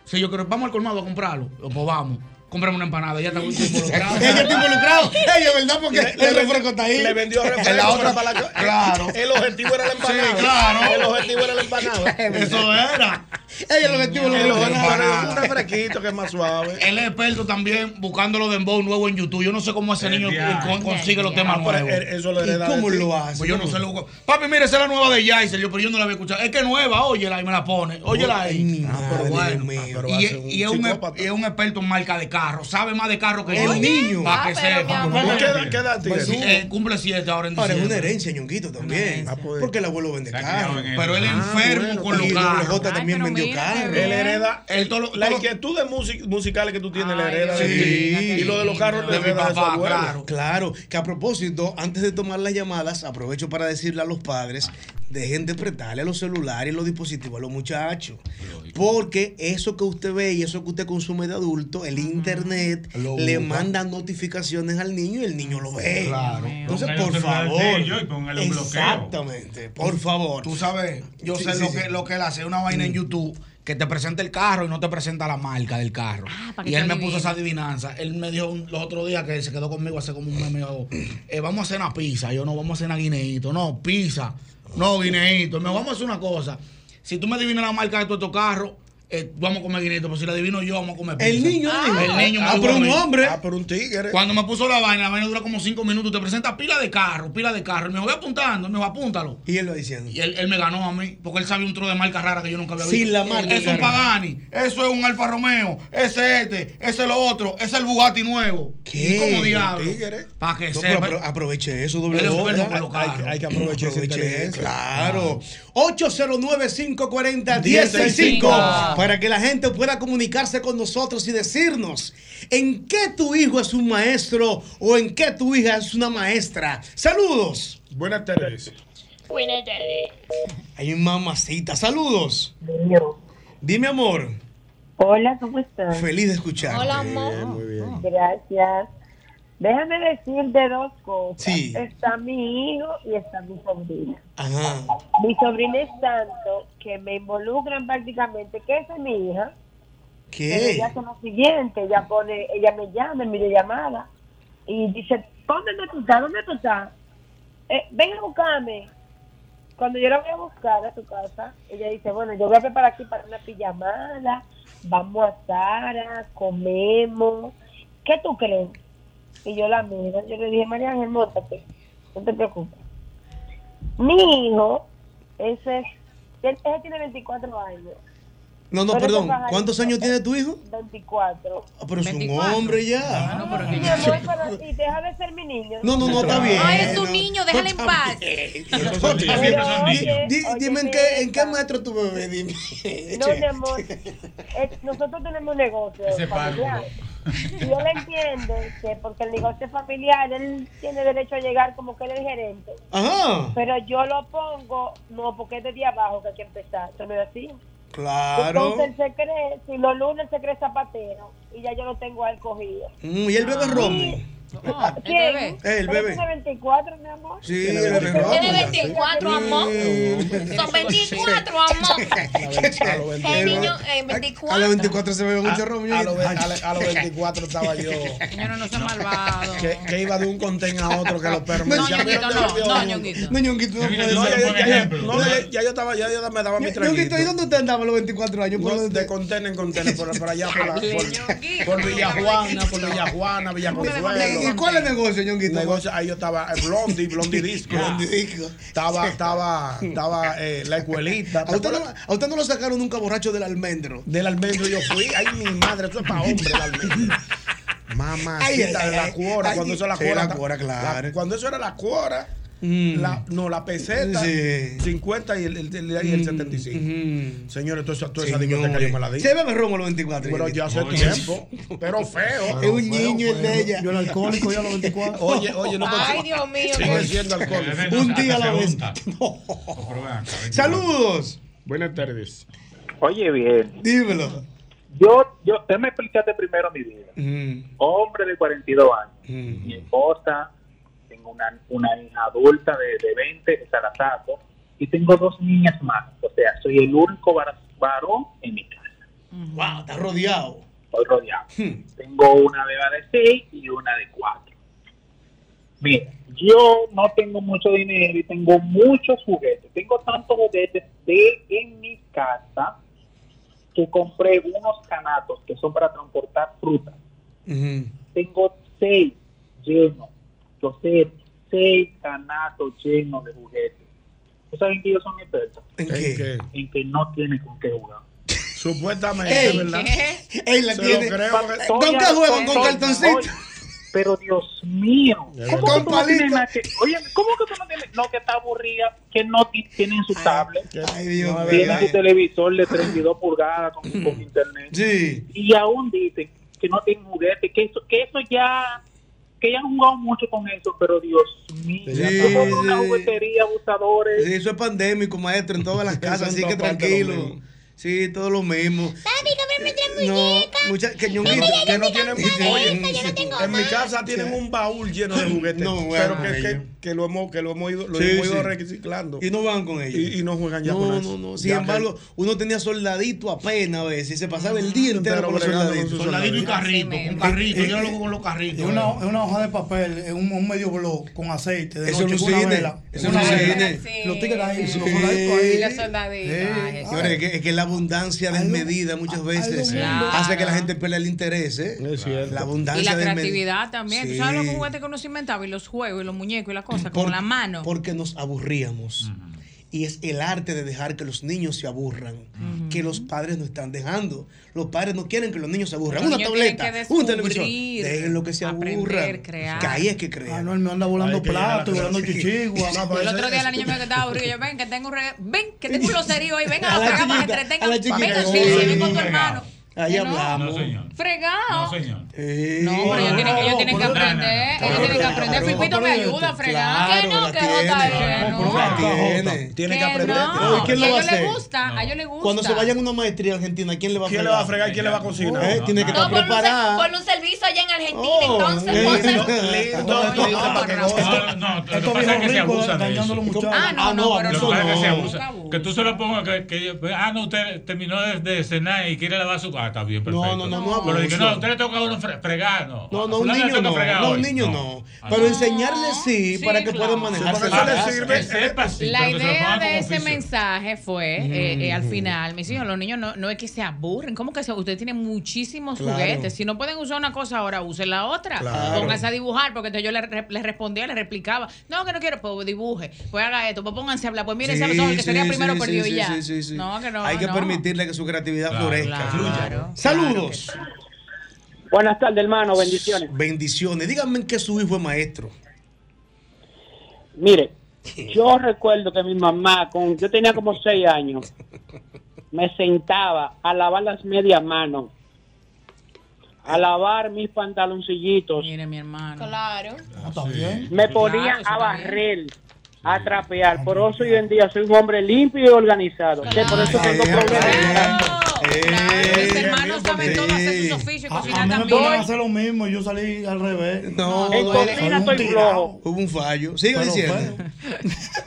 [SPEAKER 8] Si yo quiero, vamos al colmado a comprarlo. Yo, Pues vamos. Comprame una empanada, ya está muy involucrado.
[SPEAKER 2] Ella está involucrado. Ella, ¿verdad? Porque
[SPEAKER 6] Le- le
[SPEAKER 2] el refresco está ahí.
[SPEAKER 6] Le vendió refresco.
[SPEAKER 8] la otra-
[SPEAKER 6] para la-
[SPEAKER 8] claro.
[SPEAKER 6] El objetivo era la empanada.
[SPEAKER 8] Sí, claro.
[SPEAKER 6] El objetivo era la empanada.
[SPEAKER 8] Eso era.
[SPEAKER 2] Ella lo metió en
[SPEAKER 6] El
[SPEAKER 2] los
[SPEAKER 6] objetivo era un
[SPEAKER 2] refrescos.
[SPEAKER 6] refresquito que es más suave.
[SPEAKER 8] Él es experto también buscando los dembow nuevos en YouTube. Yo no sé cómo ese niño
[SPEAKER 4] Ya.
[SPEAKER 8] con- consigue los temas
[SPEAKER 6] Ah, pero
[SPEAKER 8] nuevos.
[SPEAKER 6] e- Eso lo
[SPEAKER 2] ¿Y
[SPEAKER 6] hereda.
[SPEAKER 2] cómo
[SPEAKER 6] de ti.
[SPEAKER 2] lo hace?
[SPEAKER 8] Pues yo no sé lo Papi, mira, esa es la nueva de Yaiser. Yo, pero yo no la había escuchado. Es que es nueva, óyela ahí me la pone. Óyela ahí.
[SPEAKER 2] Ah,
[SPEAKER 6] pero
[SPEAKER 2] Dios
[SPEAKER 6] bueno,
[SPEAKER 2] mío.
[SPEAKER 6] ah, pero va a
[SPEAKER 8] Y,
[SPEAKER 6] ser un
[SPEAKER 8] y es un, e-
[SPEAKER 6] psicópata.
[SPEAKER 8] y es un experto en marca de carro. Sabe más de carro que yo.
[SPEAKER 2] El niño.
[SPEAKER 8] Para
[SPEAKER 7] Ah,
[SPEAKER 8] que
[SPEAKER 7] pero mi
[SPEAKER 8] sepa.
[SPEAKER 7] amor.
[SPEAKER 6] ¿Qué edad- qué edad tiene?
[SPEAKER 8] Sí, eh, cumple siete ahora en
[SPEAKER 2] Ahora es una
[SPEAKER 8] diciembre.
[SPEAKER 2] herencia, ñonguito también.
[SPEAKER 6] herencia. Ah, pues.
[SPEAKER 2] Porque el abuelo vende
[SPEAKER 4] Está criado
[SPEAKER 2] carro.
[SPEAKER 4] en el-
[SPEAKER 8] Pero él es enfermo
[SPEAKER 6] Ah, bueno,
[SPEAKER 8] con los
[SPEAKER 2] Ah, Y Doble
[SPEAKER 8] carros.
[SPEAKER 2] J también
[SPEAKER 7] Ay, Ah, pero
[SPEAKER 2] vendió
[SPEAKER 7] mira, qué
[SPEAKER 2] carro.
[SPEAKER 7] bien.
[SPEAKER 6] Él hereda.
[SPEAKER 8] Él todo lo-
[SPEAKER 6] La
[SPEAKER 8] todo lo-
[SPEAKER 6] inquietud de music- musicales que tú tienes, la
[SPEAKER 7] Ay,
[SPEAKER 6] hereda de
[SPEAKER 7] sí.
[SPEAKER 6] ti. Y lo de los carros
[SPEAKER 8] De
[SPEAKER 6] la
[SPEAKER 8] mi
[SPEAKER 6] hereda de su
[SPEAKER 8] papá,
[SPEAKER 6] abuelo.
[SPEAKER 8] claro.
[SPEAKER 2] Claro, que a propósito, antes de tomar las llamadas, aprovecho para decirle a los padres, dejen de prestarle los celulares y los dispositivos a los muchachos. Porque eso que usted ve y eso que usted consume de adulto, el internet
[SPEAKER 8] Lo
[SPEAKER 2] le
[SPEAKER 8] busca.
[SPEAKER 2] manda notificaciones al niño y el niño lo ve.
[SPEAKER 8] Claro.
[SPEAKER 2] Entonces,
[SPEAKER 4] Póngale un
[SPEAKER 2] por
[SPEAKER 4] celular
[SPEAKER 2] favor.
[SPEAKER 4] de ellos y póngale un bloqueo.
[SPEAKER 2] Exactamente, por favor.
[SPEAKER 8] Tú sabes, yo
[SPEAKER 2] Sí,
[SPEAKER 8] sé
[SPEAKER 2] sí,
[SPEAKER 8] lo,
[SPEAKER 2] sí. Mm.
[SPEAKER 8] Que, lo que él hace, una vaina en YouTube que te presenta el carro y no te presenta la marca del carro.
[SPEAKER 7] Ah, para que
[SPEAKER 8] y
[SPEAKER 7] tú
[SPEAKER 8] él me
[SPEAKER 7] adivines.
[SPEAKER 8] puso esa adivinanza. Él me dijo un- los otros días que se quedó conmigo hace como un mes, me dijo, eh, vamos a hacer una pizza. Yo no, vamos a hacer una guineíto. No, pizza.
[SPEAKER 2] Oh.
[SPEAKER 8] No, guineíto. Me dijo, vamos a hacer una cosa. Si tú me adivinas la marca de tu estos carros, eh, vamos a comer guineíto. Pero si la adivino yo, vamos a comer pizza.
[SPEAKER 7] Ah.
[SPEAKER 2] El niño, dijo.
[SPEAKER 8] El niño me
[SPEAKER 2] ah,
[SPEAKER 8] dijo
[SPEAKER 2] pero
[SPEAKER 8] a
[SPEAKER 2] un
[SPEAKER 8] mí.
[SPEAKER 2] hombre.
[SPEAKER 6] Ah, pero un tigre.
[SPEAKER 8] Cuando me puso la vaina, la vaina dura como cinco minutos. Te presenta pila de carro, pila de carro. Y me dijo, voy apuntando. Y me dijo, apúntalo.
[SPEAKER 2] Y él lo diciendo.
[SPEAKER 8] Y él, él me ganó a mí, porque él sabía un tro de marca rara que yo nunca había
[SPEAKER 2] Sin
[SPEAKER 8] visto.
[SPEAKER 2] la marca,
[SPEAKER 8] Eso es un
[SPEAKER 2] claro.
[SPEAKER 8] Pagani, eso es un Alfa Romeo, ese es este, ese es lo otro, ese es el Bugatti nuevo.
[SPEAKER 2] ¿Qué?
[SPEAKER 8] ¿Y cómo diablo?
[SPEAKER 6] Tigre.
[SPEAKER 8] Para que
[SPEAKER 2] No,
[SPEAKER 8] sepa.
[SPEAKER 2] pero apro- aproveche eso, doble
[SPEAKER 8] Él es
[SPEAKER 2] O.
[SPEAKER 8] experto con los
[SPEAKER 6] Hay,
[SPEAKER 8] carros.
[SPEAKER 6] hay que aprovechar esa
[SPEAKER 2] Aproveche,
[SPEAKER 6] inteligencia.
[SPEAKER 2] claro. 809-540-1065.
[SPEAKER 6] 1065.
[SPEAKER 2] para que la gente pueda comunicarse con nosotros y decirnos en qué tu hijo es un maestro o en qué tu hija es una maestra. Saludos.
[SPEAKER 6] Buenas tardes.
[SPEAKER 5] Buenas tardes.
[SPEAKER 2] Ay, mamacita, saludos.
[SPEAKER 9] Niño. Ah.
[SPEAKER 2] Dime, amor,
[SPEAKER 9] Hola, ¿cómo estás?
[SPEAKER 2] feliz de escucharte.
[SPEAKER 5] Hola, amor.
[SPEAKER 9] Gracias. Déjame decirte dos cosas.
[SPEAKER 2] Sí.
[SPEAKER 9] Está mi hijo y está mi sobrina.
[SPEAKER 2] Ajá.
[SPEAKER 9] Mi sobrina es tanto que me involucran prácticamente, que esa es mi hija. Pero
[SPEAKER 2] ¿Qué?
[SPEAKER 9] ella hace lo siguiente, ella pone, ella me llama en videollamada y dice, ¿dónde tú estás? ¿Dónde tú estás? Eh, ven a buscarme. Cuando yo la voy a buscar a tu casa, ella dice, bueno, yo voy a preparar aquí para una pijamada, vamos a Sara, comemos. ¿Qué tú crees? Y yo la miro, yo le dije, María Ángel, mótate, no te preocupes. Mi hijo, ese, es- él, él tiene 24 años,
[SPEAKER 2] No, no,
[SPEAKER 9] Pero
[SPEAKER 2] perdón.
[SPEAKER 9] eso es
[SPEAKER 2] ¿Cuántos años tiene tu hijo?
[SPEAKER 9] 24.
[SPEAKER 2] Ah, pero es un
[SPEAKER 7] 24.
[SPEAKER 2] hombre ya.
[SPEAKER 7] No, pero
[SPEAKER 9] Mi
[SPEAKER 7] que
[SPEAKER 9] amor, pero- y deja de ser mi niño.
[SPEAKER 2] No, no, no, está bien.
[SPEAKER 7] No, es un
[SPEAKER 2] no,
[SPEAKER 7] niño,
[SPEAKER 2] no
[SPEAKER 7] déjala en
[SPEAKER 2] está
[SPEAKER 7] paz.
[SPEAKER 2] bien.
[SPEAKER 10] Esos son niños, siempre son
[SPEAKER 9] Oye,
[SPEAKER 10] niños.
[SPEAKER 2] Di-
[SPEAKER 9] oye,
[SPEAKER 2] dime en
[SPEAKER 9] mi
[SPEAKER 2] qué, en
[SPEAKER 9] hija.
[SPEAKER 2] qué maestro tu bebé, dime.
[SPEAKER 9] No, mi amor. eh, nosotros tenemos un negocio
[SPEAKER 10] Ese
[SPEAKER 9] familiar.
[SPEAKER 10] párvulo.
[SPEAKER 9] Y yo le entiendo que porque el negocio es familiar, él tiene derecho a llegar como que él es el gerente.
[SPEAKER 2] Ajá.
[SPEAKER 9] Pero yo lo pongo, no, porque es desde abajo que hay que empezar. Eso no es así.
[SPEAKER 2] Claro.
[SPEAKER 9] Entonces él se cree, si los lunes se cree zapatero, y ya yo lo tengo al cogido.
[SPEAKER 2] Mm, ¿Y el bebé Romo?
[SPEAKER 9] ¿Quién?
[SPEAKER 7] bebé.
[SPEAKER 2] El
[SPEAKER 9] Pero
[SPEAKER 2] bebé.
[SPEAKER 9] tiene 24, mi amor.
[SPEAKER 2] Sí, el bebé Romo.
[SPEAKER 5] Tiene 24, amor. Son 24, amor. El niño, eh,
[SPEAKER 2] A los
[SPEAKER 5] 24.
[SPEAKER 2] 24 se bebe
[SPEAKER 6] A,
[SPEAKER 2] mucho Romo.
[SPEAKER 6] a los ve- a la- a los 24 estaba yo
[SPEAKER 7] Señora, no sea malvado.
[SPEAKER 6] que, que iba de un contén a otro que los perros me
[SPEAKER 7] No,
[SPEAKER 6] decían,
[SPEAKER 7] ñonguito,
[SPEAKER 6] "Mira,
[SPEAKER 7] no.
[SPEAKER 6] Dios,
[SPEAKER 7] No,
[SPEAKER 6] Dios".
[SPEAKER 7] ñonguito.
[SPEAKER 2] No, Ñonguito, no
[SPEAKER 10] Yo
[SPEAKER 2] puede
[SPEAKER 10] creo que
[SPEAKER 6] No,
[SPEAKER 10] Ese
[SPEAKER 6] ya,
[SPEAKER 10] es un
[SPEAKER 2] ser.
[SPEAKER 6] ya-
[SPEAKER 10] buen
[SPEAKER 6] ya-
[SPEAKER 10] ejemplo.
[SPEAKER 6] no, ya- ya yo estaba, ya yo me daba mi
[SPEAKER 2] Ñonguito, ¿y
[SPEAKER 6] traguito.
[SPEAKER 2] dónde te andaba a los 24 años? ¿Por
[SPEAKER 6] No,
[SPEAKER 2] dónde
[SPEAKER 6] de
[SPEAKER 2] te-
[SPEAKER 6] contén en contén, por, por allá, por, la, por,
[SPEAKER 7] Ñonguito.
[SPEAKER 6] por Villajuana, por Villajuana, Villaconsuelo.
[SPEAKER 2] ¿Y cuál es el negocio, Ñonguito?
[SPEAKER 6] Negocio, ahí yo estaba eh, Blondie, Blondie Disco.
[SPEAKER 2] Digo,
[SPEAKER 6] Estaba, estaba, estaba eh, la escuelita.
[SPEAKER 2] ¿A usted, no, a usted no lo sacaron nunca borracho del almendro.
[SPEAKER 6] Del almendro yo fui. Ay, mi madre, eso es para hombre el almendro. Mamá,
[SPEAKER 2] Ay, ay,
[SPEAKER 6] de la
[SPEAKER 2] ay,
[SPEAKER 6] cuora,
[SPEAKER 2] ay,
[SPEAKER 6] cuando eso era la
[SPEAKER 2] sí,
[SPEAKER 6] cuora.
[SPEAKER 2] la cuora, claro.
[SPEAKER 6] la- cuando eso era la cuora,
[SPEAKER 2] Mm.
[SPEAKER 6] la- no, la peseta,
[SPEAKER 2] Sí.
[SPEAKER 6] 50 y el, el- el- y el 75.
[SPEAKER 2] Mm.
[SPEAKER 6] Señores, toda esa, toda esa discoteca yo me la
[SPEAKER 2] Señores.
[SPEAKER 6] di.
[SPEAKER 2] Se bebe Romo a los 24.
[SPEAKER 6] Pero
[SPEAKER 2] Ñonguito.
[SPEAKER 6] ya hace
[SPEAKER 10] Oye.
[SPEAKER 6] tiempo, pero feo.
[SPEAKER 2] Es un niño el de ella.
[SPEAKER 8] Yo era alcohólico ya a los 24.
[SPEAKER 6] Oye, oye, no
[SPEAKER 7] Ay,
[SPEAKER 6] te
[SPEAKER 7] Dios mío.
[SPEAKER 6] sigue siendo alcohol.
[SPEAKER 2] Un día a la vez.
[SPEAKER 10] Salud.
[SPEAKER 2] Saludos.
[SPEAKER 6] Buenas tardes.
[SPEAKER 11] Oye, bien.
[SPEAKER 2] Dímelo.
[SPEAKER 11] Yo, yo, déjame explicarte primero mi vida.
[SPEAKER 2] Mm,
[SPEAKER 11] Hombre de 42 años.
[SPEAKER 2] mm.
[SPEAKER 11] Mi esposa, tengo una, una hija adulta de, de 20, que se la saco, y tengo dos niñas más. O sea, soy el único var- varón en mi casa.
[SPEAKER 2] Wow, está rodeado.
[SPEAKER 11] Estoy rodeado.
[SPEAKER 2] Hmm.
[SPEAKER 11] Tengo una beba de 6 y una de 4. Mira, yo no tengo mucho dinero y tengo muchos juguetes. Tengo tantos juguetes de en mi casa que compré unos canatos que son para transportar frutas.
[SPEAKER 2] Mm.
[SPEAKER 11] Tengo seis llenos. Yo sé, seis canatos llenos de juguetes. ¿Ustedes saben que yo soy experto?
[SPEAKER 2] ¿En
[SPEAKER 6] ¿En
[SPEAKER 2] qué?
[SPEAKER 6] qué?
[SPEAKER 11] En que no tiene con qué jugar.
[SPEAKER 6] Supuestamente,
[SPEAKER 2] Ey,
[SPEAKER 6] ¿verdad?
[SPEAKER 2] Él la
[SPEAKER 6] Se
[SPEAKER 2] tiene.
[SPEAKER 6] lo creo. que-
[SPEAKER 11] Soy
[SPEAKER 2] ¿Con qué
[SPEAKER 11] a-
[SPEAKER 2] juegan?
[SPEAKER 11] soy-
[SPEAKER 2] ¿Con
[SPEAKER 11] soy-
[SPEAKER 2] cartoncito?
[SPEAKER 11] soy- Pero Dios mío, ¿cómo que
[SPEAKER 2] Con
[SPEAKER 11] tú no tienes
[SPEAKER 2] palito.
[SPEAKER 11] nada que, oye, ¿cómo que tú no tienes, no que está aburrida, que no ti- tiene en su tablet,
[SPEAKER 2] Ay, Dios
[SPEAKER 6] No,
[SPEAKER 2] mío.
[SPEAKER 11] tiene su televisor de 32 pulgadas con, con internet,
[SPEAKER 2] Sí.
[SPEAKER 11] y aún dicen que no tienen juguete, que eso, que eso ya, que ya han jugado mucho con eso, pero Dios mío,
[SPEAKER 2] Sí,
[SPEAKER 11] ¿cómo que una
[SPEAKER 2] sí.
[SPEAKER 11] juguetería, abusadores,
[SPEAKER 2] Sí, eso es pandémico, maestro, en todas las casas,
[SPEAKER 6] en
[SPEAKER 2] así
[SPEAKER 6] todas
[SPEAKER 2] que
[SPEAKER 6] partes lo
[SPEAKER 2] tranquilo.
[SPEAKER 6] mismo.
[SPEAKER 2] Sí, todo lo mismo.
[SPEAKER 5] Papi, cómprame tres
[SPEAKER 2] No,
[SPEAKER 5] muñecas.
[SPEAKER 2] mucha, que
[SPEAKER 6] Que
[SPEAKER 2] ñonguito.
[SPEAKER 6] no, que no tienen
[SPEAKER 2] Sí, sí.
[SPEAKER 6] Oye,
[SPEAKER 5] Yo no tengo
[SPEAKER 6] en mi
[SPEAKER 5] más.
[SPEAKER 6] casa tienen un baúl lleno de juguetes,
[SPEAKER 2] No, bueno,
[SPEAKER 6] pero que, que,
[SPEAKER 2] bello.
[SPEAKER 6] que lo hemos que lo hemos ido, lo
[SPEAKER 2] Sí,
[SPEAKER 6] hemos ido
[SPEAKER 2] sí.
[SPEAKER 6] reciclando.
[SPEAKER 2] Y no van con ellos.
[SPEAKER 6] Y- y no juegan ya
[SPEAKER 2] no,
[SPEAKER 6] con
[SPEAKER 2] No,
[SPEAKER 6] eso.
[SPEAKER 2] no, Sin
[SPEAKER 6] Ya que-
[SPEAKER 2] embargo, uno tenía soldadito apenas a veces y se pasaba el día entero
[SPEAKER 6] Pero
[SPEAKER 2] con los
[SPEAKER 6] bregando con
[SPEAKER 2] soldaditos.
[SPEAKER 6] sus
[SPEAKER 8] Soldadito y carrito,
[SPEAKER 7] Así
[SPEAKER 2] Eh,
[SPEAKER 8] con
[SPEAKER 7] mismo.
[SPEAKER 8] carrito, yo lo con los carritos.
[SPEAKER 12] Es una, es una hoja de papel, es un, un medio blog con aceite de
[SPEAKER 2] Eso
[SPEAKER 12] noche,
[SPEAKER 2] no
[SPEAKER 12] con una
[SPEAKER 2] sirve.
[SPEAKER 12] vela.
[SPEAKER 2] Eso
[SPEAKER 12] una
[SPEAKER 2] no
[SPEAKER 12] vela.
[SPEAKER 2] sirve.
[SPEAKER 7] Sí.
[SPEAKER 12] Los tigres ahí,
[SPEAKER 7] Sí.
[SPEAKER 12] los soldaditos ahí.
[SPEAKER 7] Los soldaditos, ay, Jesús.
[SPEAKER 2] eh, Señores, es que, es que la abundancia desmedida muchas veces
[SPEAKER 7] mundo.
[SPEAKER 2] hace que la gente pierda el interés. ¿eh?
[SPEAKER 6] Es cierto.
[SPEAKER 2] La abundancia
[SPEAKER 7] Y la
[SPEAKER 2] desmedida.
[SPEAKER 7] creatividad también. ¿Tú sabes los
[SPEAKER 2] Sí.
[SPEAKER 7] juguetes que uno se inventaba? Y los juegos, y los muñecos, y las cosas,
[SPEAKER 2] Por-
[SPEAKER 7] con la mano.
[SPEAKER 2] Porque nos aburríamos. Y es el arte de dejar que los niños se aburran. que los padres no están dejando. Los padres no quieren que los niños se aburran.
[SPEAKER 7] Los
[SPEAKER 2] Una
[SPEAKER 7] niños tienen
[SPEAKER 2] tableta,
[SPEAKER 7] que
[SPEAKER 2] un televisor.
[SPEAKER 7] descubrir,
[SPEAKER 2] Déjenlo que se aburran.
[SPEAKER 7] crear.
[SPEAKER 2] Que ahí es que crean.
[SPEAKER 12] Ah, no, él me anda volando platos, volando chichigua.
[SPEAKER 7] El otro día la niña me quedaba aburrida. Yo, ven, que tengo un regalo. Ven, que tengo un loserío ahí. Venga, lo fregamos, que entretengan. Venga, sí, sí, ven con tu hermano.
[SPEAKER 2] Ahí hablamos.
[SPEAKER 7] Fregado.
[SPEAKER 4] señor.
[SPEAKER 2] No,
[SPEAKER 7] pero ellos tienen, ellos tienen que
[SPEAKER 2] No, no, no.
[SPEAKER 7] aprender. Ellos tienen que aprender. Pipito me ayuda a fregar. Que no, que Jota, que no.
[SPEAKER 2] tiene. Tiene que aprender.
[SPEAKER 7] No,
[SPEAKER 2] ¿Quién lo va a
[SPEAKER 7] ellos
[SPEAKER 2] hacer?
[SPEAKER 7] les gusta, a ellos les gusta.
[SPEAKER 2] Cuando se vayan a una maestría argentina, ¿quién le va a fregar? ¿Quién le va a fregar? ¿Quién le va a cocinar? Tiene que estar
[SPEAKER 5] No, ponle un, ser-
[SPEAKER 2] preparada.
[SPEAKER 5] ponle un servicio allá en Argentina,
[SPEAKER 2] eh,
[SPEAKER 5] entonces. ponse-
[SPEAKER 2] no,
[SPEAKER 4] No, no, lo que pasa es que se abusan de eso.
[SPEAKER 5] Ah, no, no, pero
[SPEAKER 4] Lo que
[SPEAKER 5] eso
[SPEAKER 4] pasa es que se
[SPEAKER 5] no.
[SPEAKER 4] abusan. Que tú se lo pongas que, que yo- ah, no, usted terminó de, de cenar y quiere lavar su. Ah, está bien, perfecto.
[SPEAKER 2] no, no, no
[SPEAKER 4] Pero dije,
[SPEAKER 2] abuso.
[SPEAKER 4] no, a usted le toca a uno fre- fregar, no.
[SPEAKER 2] No,
[SPEAKER 4] A
[SPEAKER 2] no, un
[SPEAKER 4] fulano le
[SPEAKER 2] niño
[SPEAKER 4] toca
[SPEAKER 2] no.
[SPEAKER 4] fregar
[SPEAKER 2] No,
[SPEAKER 4] hoy.
[SPEAKER 2] un niño no.
[SPEAKER 4] Ah,
[SPEAKER 2] Pero enseñarle sí, para que puedan manejarse.
[SPEAKER 4] Porque eso
[SPEAKER 2] la
[SPEAKER 4] le
[SPEAKER 2] casa.
[SPEAKER 4] sirve, Que sepa, sí,
[SPEAKER 7] La
[SPEAKER 4] pero que se lo
[SPEAKER 7] idea
[SPEAKER 4] pongan
[SPEAKER 7] de
[SPEAKER 4] como
[SPEAKER 7] ese
[SPEAKER 4] oficio.
[SPEAKER 7] mensaje fue, eh, eh, al
[SPEAKER 4] Mm.
[SPEAKER 7] final, mis hijos, los niños no, no es que se aburren, como que se, ustedes tienen muchísimos
[SPEAKER 4] Claro.
[SPEAKER 7] juguetes. Si no pueden usar una cosa ahora, usen la otra.
[SPEAKER 4] Claro.
[SPEAKER 7] Pónganse a dibujar, porque entonces yo les, re- les respondía, les replicaba, no, que no quiero, pues dibuje, pues haga esto, pues pónganse a hablar, pues miren,
[SPEAKER 2] Sí,
[SPEAKER 7] ¿sabes? el que
[SPEAKER 2] sí,
[SPEAKER 7] sería
[SPEAKER 2] sí,
[SPEAKER 7] primero
[SPEAKER 2] sí,
[SPEAKER 7] perdió
[SPEAKER 2] sí,
[SPEAKER 7] y ya.
[SPEAKER 2] sí, sí, sí.
[SPEAKER 7] No, que no,
[SPEAKER 2] Hay que
[SPEAKER 7] no.
[SPEAKER 2] permitirle que su creatividad
[SPEAKER 7] Claro,
[SPEAKER 2] florezca,
[SPEAKER 7] claro,
[SPEAKER 2] fluya.
[SPEAKER 7] claro
[SPEAKER 2] Saludos.
[SPEAKER 13] Buenas tardes, hermano. Bendiciones.
[SPEAKER 2] Bendiciones. Díganme en qué su hijo es maestro.
[SPEAKER 13] Mire, yo recuerdo que mi mamá, con, yo tenía como seis años, me sentaba a lavar las medias manos, a lavar mis pantaloncillitos.
[SPEAKER 7] Mire, mi hermano.
[SPEAKER 5] Claro.
[SPEAKER 10] Ah,
[SPEAKER 13] Me ponía
[SPEAKER 5] Claro, eso
[SPEAKER 13] a
[SPEAKER 5] también.
[SPEAKER 13] barrer, a trapear. Por eso hoy en día soy un hombre limpio y organizado. Que por eso tengo problemas.
[SPEAKER 7] Mis hermanos saben todo, hacer sus oficios,
[SPEAKER 12] Ah, A
[SPEAKER 7] cocinar
[SPEAKER 12] mí me tocaban
[SPEAKER 7] también.
[SPEAKER 12] hacer lo mismo, yo salí al revés.
[SPEAKER 2] No,
[SPEAKER 12] En cocina estoy flojo.
[SPEAKER 2] Hubo un fallo. Siga
[SPEAKER 12] Pero
[SPEAKER 2] diciendo.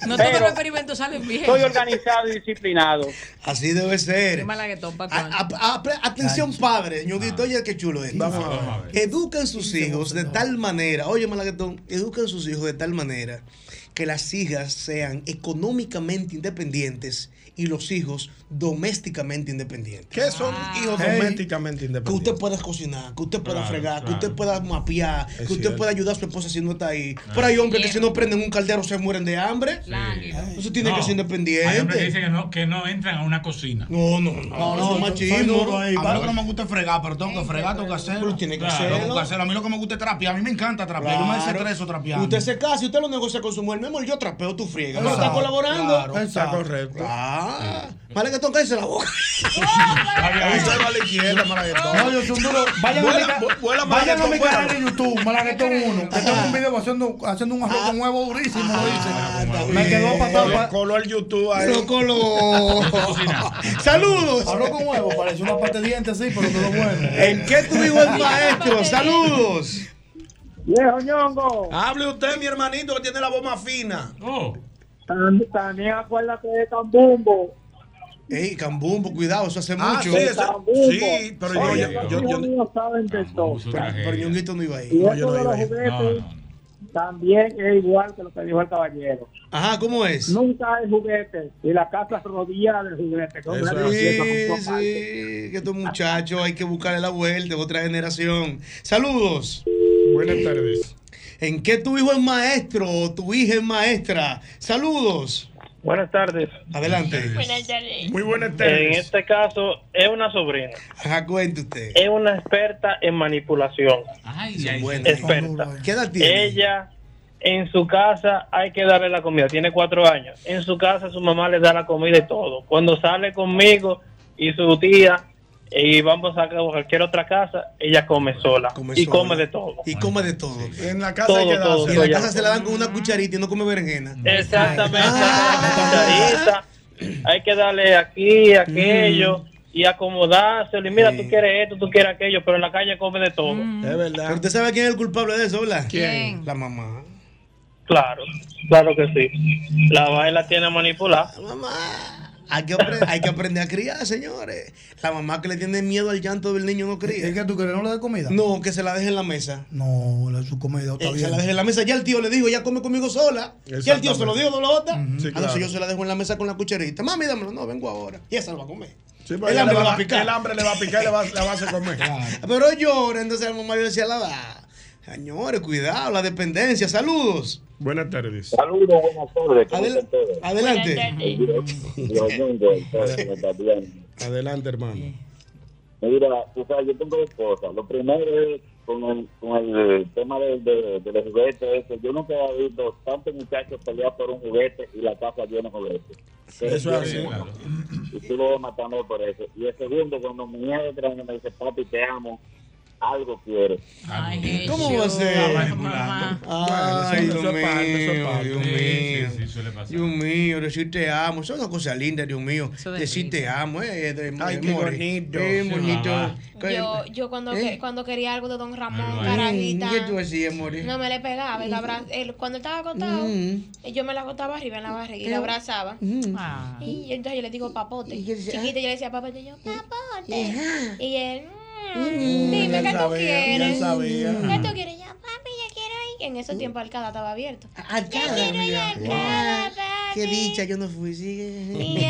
[SPEAKER 7] No todos los experimentos salen bien.
[SPEAKER 13] Soy organizado y disciplinado.
[SPEAKER 2] Así debe ser.
[SPEAKER 7] Qué mala que topa,
[SPEAKER 2] A- a- a- pre- atención, padre, ñonguito, oye qué chulo es.
[SPEAKER 6] Ah. Vamos a ver. Vamos a
[SPEAKER 2] Eduquen sus hijos de tal manera, oye, Malaguetón, eduquen sus hijos de tal manera que las hijas sean económicamente independientes y los hijos domésticamente independientes.
[SPEAKER 6] ¿Qué son hijos
[SPEAKER 2] Hey.
[SPEAKER 6] domésticamente
[SPEAKER 2] Que
[SPEAKER 6] independientes?
[SPEAKER 2] usted pueda cocinar, que usted pueda
[SPEAKER 6] Ah. Claro,
[SPEAKER 2] fregar,
[SPEAKER 6] claro.
[SPEAKER 2] que usted pueda mapear, que usted
[SPEAKER 6] cierto. Ah.
[SPEAKER 2] pueda ayudar a su esposa si no está ahí. Pero hay hombres que si no prenden un caldero se mueren de hambre. Entonces tiene
[SPEAKER 4] No.
[SPEAKER 2] que ser
[SPEAKER 4] Hay hombres que
[SPEAKER 2] independiente.
[SPEAKER 4] dicen que no, que no entran a una cocina.
[SPEAKER 2] No, no, no.
[SPEAKER 8] No, no,
[SPEAKER 2] machismo.
[SPEAKER 8] soy duro ahí. A mí
[SPEAKER 4] Ah,
[SPEAKER 8] lo que no me gusta es fregar, pero tengo que fregar, tengo que hacerlo. Pero
[SPEAKER 2] tiene que
[SPEAKER 8] hacer.
[SPEAKER 2] hacerlo.
[SPEAKER 8] Tengo que hacerlo. A mí lo que me gusta es trapear. A mí me encanta trapear. Ah, Yo me
[SPEAKER 2] Claro.
[SPEAKER 8] desestreso trapeando.
[SPEAKER 2] Usted se casa y usted lo negocia con su mujer. Mi amor, yo trapeo tu friega. Pero
[SPEAKER 8] Exacto,
[SPEAKER 2] está colaborando.
[SPEAKER 8] claro, está
[SPEAKER 2] correcto. Ah, vale que toquense la boca.
[SPEAKER 6] Cero a la izquierda, Malaguetón.
[SPEAKER 12] No, yo soy un duro. Vayan
[SPEAKER 6] Vuela-
[SPEAKER 12] a mi, ca-
[SPEAKER 6] vu- vuela,
[SPEAKER 12] vayan a mi
[SPEAKER 6] Malaguetón,
[SPEAKER 12] canal
[SPEAKER 6] vuela.
[SPEAKER 12] de YouTube, Malaguetón 1, que tengo un video haciendo, haciendo un arroz
[SPEAKER 6] Ah.
[SPEAKER 12] con huevo durísimo. lo hice. me quedó pasado. pa-
[SPEAKER 6] Coló el YouTube ahí.
[SPEAKER 12] Lo coló.
[SPEAKER 2] Saludos.
[SPEAKER 12] Arroz con huevo, parece una parte de diente así, pero quedó bueno.
[SPEAKER 2] ¿En qué tu hijo es maestro? Saludos.
[SPEAKER 11] Viejo ñongo.
[SPEAKER 6] Hable usted, mi hermanito, que tiene la voz más fina.
[SPEAKER 11] Tam- También acuérdate de Cambumbo.
[SPEAKER 2] Ey, Cambumbo, cuidado, eso hace
[SPEAKER 6] Ah,
[SPEAKER 2] mucho.
[SPEAKER 6] sí, eso- sí, pero yo-
[SPEAKER 11] Oye,
[SPEAKER 6] yo-
[SPEAKER 11] los
[SPEAKER 6] yo-
[SPEAKER 11] hijos
[SPEAKER 6] yo-
[SPEAKER 11] míos saben de todo.
[SPEAKER 2] Pero pero Ñonguito no iba ahí.
[SPEAKER 11] Y eso de los juguetes también es igual que lo que dijo el caballero.
[SPEAKER 2] Ajá, ¿cómo es?
[SPEAKER 11] Nunca hay juguetes y la casa rodilla de juguetes.
[SPEAKER 2] Sí, sí, que estos muchachos hay que buscarle la vuelta, otra generación. Saludos.
[SPEAKER 6] Buenas tardes.
[SPEAKER 2] ¿En qué tu hijo es maestro o tu hija es maestra? Saludos.
[SPEAKER 14] Buenas tardes.
[SPEAKER 2] Adelante.
[SPEAKER 5] Buenas tardes.
[SPEAKER 2] Muy buenas
[SPEAKER 14] En este caso, es una sobrina.
[SPEAKER 2] Ajá, cuente usted.
[SPEAKER 14] Es una experta en manipulación.
[SPEAKER 2] Son buenas.
[SPEAKER 14] Experta.
[SPEAKER 2] ¿Qué edad tiene?
[SPEAKER 14] Ella, en su casa, hay que darle la comida. Tiene cuatro años. En su casa, su mamá le da la comida y todo. Cuando sale conmigo y su tía y vamos a cualquier otra casa, ella come sola. y
[SPEAKER 2] sola.
[SPEAKER 14] come de todo.
[SPEAKER 2] Y come de todo. En la
[SPEAKER 14] casa hay que Todo, todo,
[SPEAKER 2] Y en la
[SPEAKER 14] todo,
[SPEAKER 2] casa
[SPEAKER 14] ya.
[SPEAKER 2] se la dan con una cucharita y no come berenjena.
[SPEAKER 14] Exactamente.
[SPEAKER 2] Ah.
[SPEAKER 14] Sarita, hay que darle aquí, aquello y acomodárselo. Y mira, tú quieres esto, tú quieres aquello, pero en la calle come de todo.
[SPEAKER 2] Es verdad. Pero usted sabe quién es el culpable de eso, ¿verdad?
[SPEAKER 14] ¿Quién?
[SPEAKER 2] La mamá.
[SPEAKER 14] Claro, claro que sí. La baila tiene manipulada.
[SPEAKER 2] Hay que, apre- hay que aprender a criar, señores. La mamá que le tiene miedo al llanto del niño no cría. ¿Es
[SPEAKER 12] que tú quieres no le dé comida?
[SPEAKER 2] No, que se la deje en la mesa.
[SPEAKER 12] No, la su comida está
[SPEAKER 2] Eh, se
[SPEAKER 12] bien.
[SPEAKER 2] la deje en la mesa. Ya el tío le dijo, ya come conmigo sola. Ya el tío se lo dijo, no lo otra.
[SPEAKER 6] Sí,
[SPEAKER 2] Ah, no,
[SPEAKER 6] claro.
[SPEAKER 2] si yo se la dejo en la mesa con la cucharita. Mami, dámelo. No, vengo ahora. Y esa lo va a comer.
[SPEAKER 6] Sí, pero
[SPEAKER 2] el
[SPEAKER 6] ella
[SPEAKER 2] hambre
[SPEAKER 6] le
[SPEAKER 2] le
[SPEAKER 6] va-
[SPEAKER 2] va a picar.
[SPEAKER 6] El hambre le va a picar y le va, la va a hacer comer.
[SPEAKER 2] Pero llora, entonces la mamá yo decía, la da. Señores, cuidado, la dependencia. Saludos.
[SPEAKER 6] Buenas tardes.
[SPEAKER 15] Saludos, buenas tardes. ¿cómo
[SPEAKER 2] Adel-
[SPEAKER 15] están todos?
[SPEAKER 2] adelante.
[SPEAKER 15] Los Ñongos, el Tony, el Fabián,
[SPEAKER 6] Adelante, hermano.
[SPEAKER 15] Mira, o sea, yo tengo dos cosas. Lo primero es con el, con el tema de, de, de los juguetes. ese. Yo nunca he visto tantos muchachos pelear por un juguete y la casa llena de juguetes.
[SPEAKER 6] Eso es así.
[SPEAKER 15] Y tú lo vas matando por eso. Y el segundo, cuando mi niña grande me dice, papi, te amo, algo quiero.
[SPEAKER 2] ¿Cómo va a
[SPEAKER 4] Ah,
[SPEAKER 2] ser? Ay,
[SPEAKER 15] Bueno, eso-
[SPEAKER 2] Dios
[SPEAKER 15] eso es parte, eso es
[SPEAKER 2] mío,
[SPEAKER 15] parte.
[SPEAKER 2] Dios mío. Dios mío, decir te amo. Eso es una cosa linda, Dios mío. Decir te amo. Eh, de-
[SPEAKER 6] Ay,
[SPEAKER 2] de-
[SPEAKER 6] qué
[SPEAKER 2] more.
[SPEAKER 6] bonito.
[SPEAKER 2] Qué
[SPEAKER 6] Sí,
[SPEAKER 2] bonito.
[SPEAKER 6] mamá.
[SPEAKER 2] Qué-
[SPEAKER 5] Yo, yo cuando,
[SPEAKER 2] ¿Eh?
[SPEAKER 5] que- cuando quería algo de Don Ramón,
[SPEAKER 2] Mm,
[SPEAKER 5] carajita.
[SPEAKER 2] ¿Qué tú hacías, More?
[SPEAKER 5] No me le pegaba. y lo abra- él- cuando estaba acostado, eh, yo me la acostaba arriba en la barriga y
[SPEAKER 2] Eh.
[SPEAKER 5] la abrazaba.
[SPEAKER 7] Mm.
[SPEAKER 2] Ah.
[SPEAKER 5] Y entonces yo le digo papote. Chiquita, yo le decía papote, yo papote.
[SPEAKER 10] Ajá.
[SPEAKER 5] Y él, mm,
[SPEAKER 10] Mm,
[SPEAKER 5] dime
[SPEAKER 10] ya
[SPEAKER 5] qué tú
[SPEAKER 10] sabía,
[SPEAKER 5] quieres.
[SPEAKER 10] ya sabía.
[SPEAKER 5] ¿Qué tú quieres? Yo, papi, yo quiero ir. En ese tiempo Alcada estaba abierto. Yo quiero ir a Alcada, papi.
[SPEAKER 2] Qué dicha, yo no fui. sigue.
[SPEAKER 5] Y él,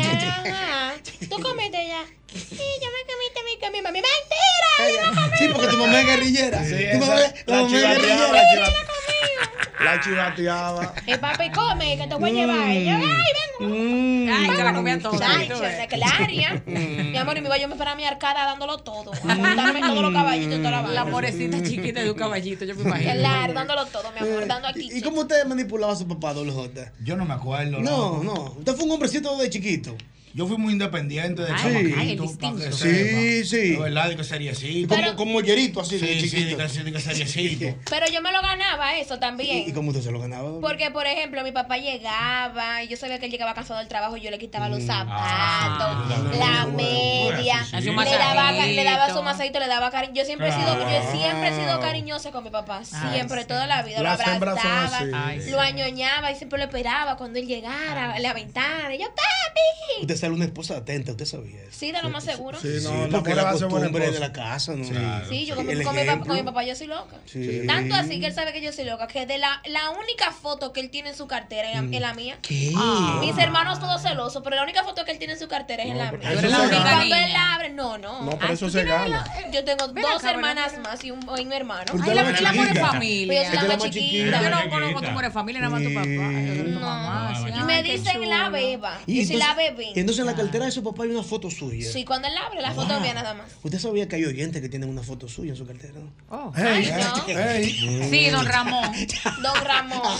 [SPEAKER 5] ajá. Tú comiste ya. Sí, yo me comiste mi comida. Mami, mentira. yo no comí.
[SPEAKER 2] Sí, porque tu mamá es guerrillera.
[SPEAKER 6] Sí,
[SPEAKER 2] tu mamá,
[SPEAKER 6] esa-
[SPEAKER 2] tu
[SPEAKER 6] la
[SPEAKER 2] mamá es
[SPEAKER 6] chivateaba,
[SPEAKER 2] guerrillera.
[SPEAKER 6] la chivateaba. La chivateaba.
[SPEAKER 5] Y papi come, que te voy a llevar. Y yo,
[SPEAKER 2] Mm.
[SPEAKER 5] ay, vengo.
[SPEAKER 7] Ay, que la comía
[SPEAKER 5] comida
[SPEAKER 7] toda.
[SPEAKER 5] Ay, chata, que la área.
[SPEAKER 2] Mm.
[SPEAKER 5] Mi amor, y me iba yo para mi arcada dándolo todo. A montarme en todos los caballitos, toda la vaina.
[SPEAKER 7] La morecita
[SPEAKER 5] Mm.
[SPEAKER 2] Mm.
[SPEAKER 7] chiquita de un caballito, yo me imagino.
[SPEAKER 5] Claro, dándolo todo, mi amor, dando aquí.
[SPEAKER 2] Eh, ¿Y cómo usted manipulaba a su papá, Don J?
[SPEAKER 8] Yo no me acuerdo.
[SPEAKER 2] No, no. Usted fue un hombrecito de chiquito.
[SPEAKER 8] Yo fui muy independiente de
[SPEAKER 2] Ay,
[SPEAKER 8] chamaquito,
[SPEAKER 2] ay, el
[SPEAKER 8] pa'
[SPEAKER 2] distinto.
[SPEAKER 8] que
[SPEAKER 2] Sí,
[SPEAKER 8] sepa.
[SPEAKER 2] sí.
[SPEAKER 8] De verdad, de que seriecito.
[SPEAKER 2] Como- como mollerito, así,
[SPEAKER 8] sí,
[SPEAKER 2] de
[SPEAKER 8] Sí, de
[SPEAKER 2] chiquito.
[SPEAKER 8] que, sí, de que seriecito.
[SPEAKER 5] Pero yo me lo ganaba eso también.
[SPEAKER 2] ¿Y cómo usted se lo ganaba?
[SPEAKER 5] Porque, por ejemplo, mi papá llegaba y yo sabía que él llegaba cansado del trabajo y yo le quitaba
[SPEAKER 2] Mm.
[SPEAKER 5] los
[SPEAKER 2] Ah.
[SPEAKER 5] zapatos, la media,
[SPEAKER 7] Hacía un
[SPEAKER 5] le, daba, ca-
[SPEAKER 7] masajito.
[SPEAKER 5] le daba su masajito, le daba cariño. Yo siempre, he sido,
[SPEAKER 7] Claro.
[SPEAKER 5] yo siempre he sido cariñosa con mi papá, siempre, toda la vida.
[SPEAKER 7] Las
[SPEAKER 5] lo
[SPEAKER 7] hembras son
[SPEAKER 5] abrazaba,
[SPEAKER 7] así. Ah, Ay, sí. Ah.
[SPEAKER 5] lo añoñaba y siempre lo esperaba cuando él llegara, le aventara. Y yo, papi.
[SPEAKER 2] Usted sale una esposa atenta, usted sabía eso.
[SPEAKER 5] Sí, de lo más seguro.
[SPEAKER 2] Sí,
[SPEAKER 6] no, la
[SPEAKER 2] porque
[SPEAKER 6] mujer
[SPEAKER 2] la
[SPEAKER 6] va a ser buena
[SPEAKER 2] costumbre de
[SPEAKER 6] esposa.
[SPEAKER 2] la casa, ¿no?
[SPEAKER 5] Sí, yo con,
[SPEAKER 2] El
[SPEAKER 5] mi, con mi papá,
[SPEAKER 2] ejemplo.
[SPEAKER 5] con mi papá yo soy loca.
[SPEAKER 2] Sí.
[SPEAKER 5] Tanto así que él sabe que yo soy loca, que de la, la única foto que él tiene en su cartera es la- es la mía.
[SPEAKER 2] ¿Qué?
[SPEAKER 5] Mis hermanos todos celosos, pero la única foto que él tiene en su cartera Ah, es en la mía.
[SPEAKER 6] eso se
[SPEAKER 5] Y
[SPEAKER 6] gana.
[SPEAKER 5] cuando él la abre, no, no.
[SPEAKER 6] No, pero
[SPEAKER 5] Ah,
[SPEAKER 6] eso
[SPEAKER 5] ¿tú
[SPEAKER 6] se
[SPEAKER 5] tienes
[SPEAKER 6] gana.
[SPEAKER 5] la- Yo tengo dos hermanas más y un, y un hermano.
[SPEAKER 2] Usted Ay, es la la- más el amor es chiquita. familia.
[SPEAKER 5] Pero Yo soy
[SPEAKER 2] Usted
[SPEAKER 5] la
[SPEAKER 2] es la
[SPEAKER 5] más
[SPEAKER 2] más
[SPEAKER 5] chiquita. Mm.
[SPEAKER 2] chiquita.
[SPEAKER 7] Yo no conozco tu amor de familia, nada más tu papá. Yo creo que tu
[SPEAKER 2] Ah,
[SPEAKER 7] mamá. sí.
[SPEAKER 5] Y me
[SPEAKER 7] Ay, qué
[SPEAKER 5] dicen la beba.
[SPEAKER 2] Y
[SPEAKER 5] Y si la
[SPEAKER 2] entonces-
[SPEAKER 5] bebé.
[SPEAKER 2] y Entonces en la cartera de su papá hay una foto suya.
[SPEAKER 5] Sí, cuando él la abre, la foto
[SPEAKER 2] Wow.
[SPEAKER 5] es mía nada más.
[SPEAKER 2] ¿Usted sabía que hay oyentes que tienen una foto suya en su cartera?
[SPEAKER 7] Oh.
[SPEAKER 5] Ay, no.
[SPEAKER 7] Sí, don Ramón.
[SPEAKER 5] Don Ramón.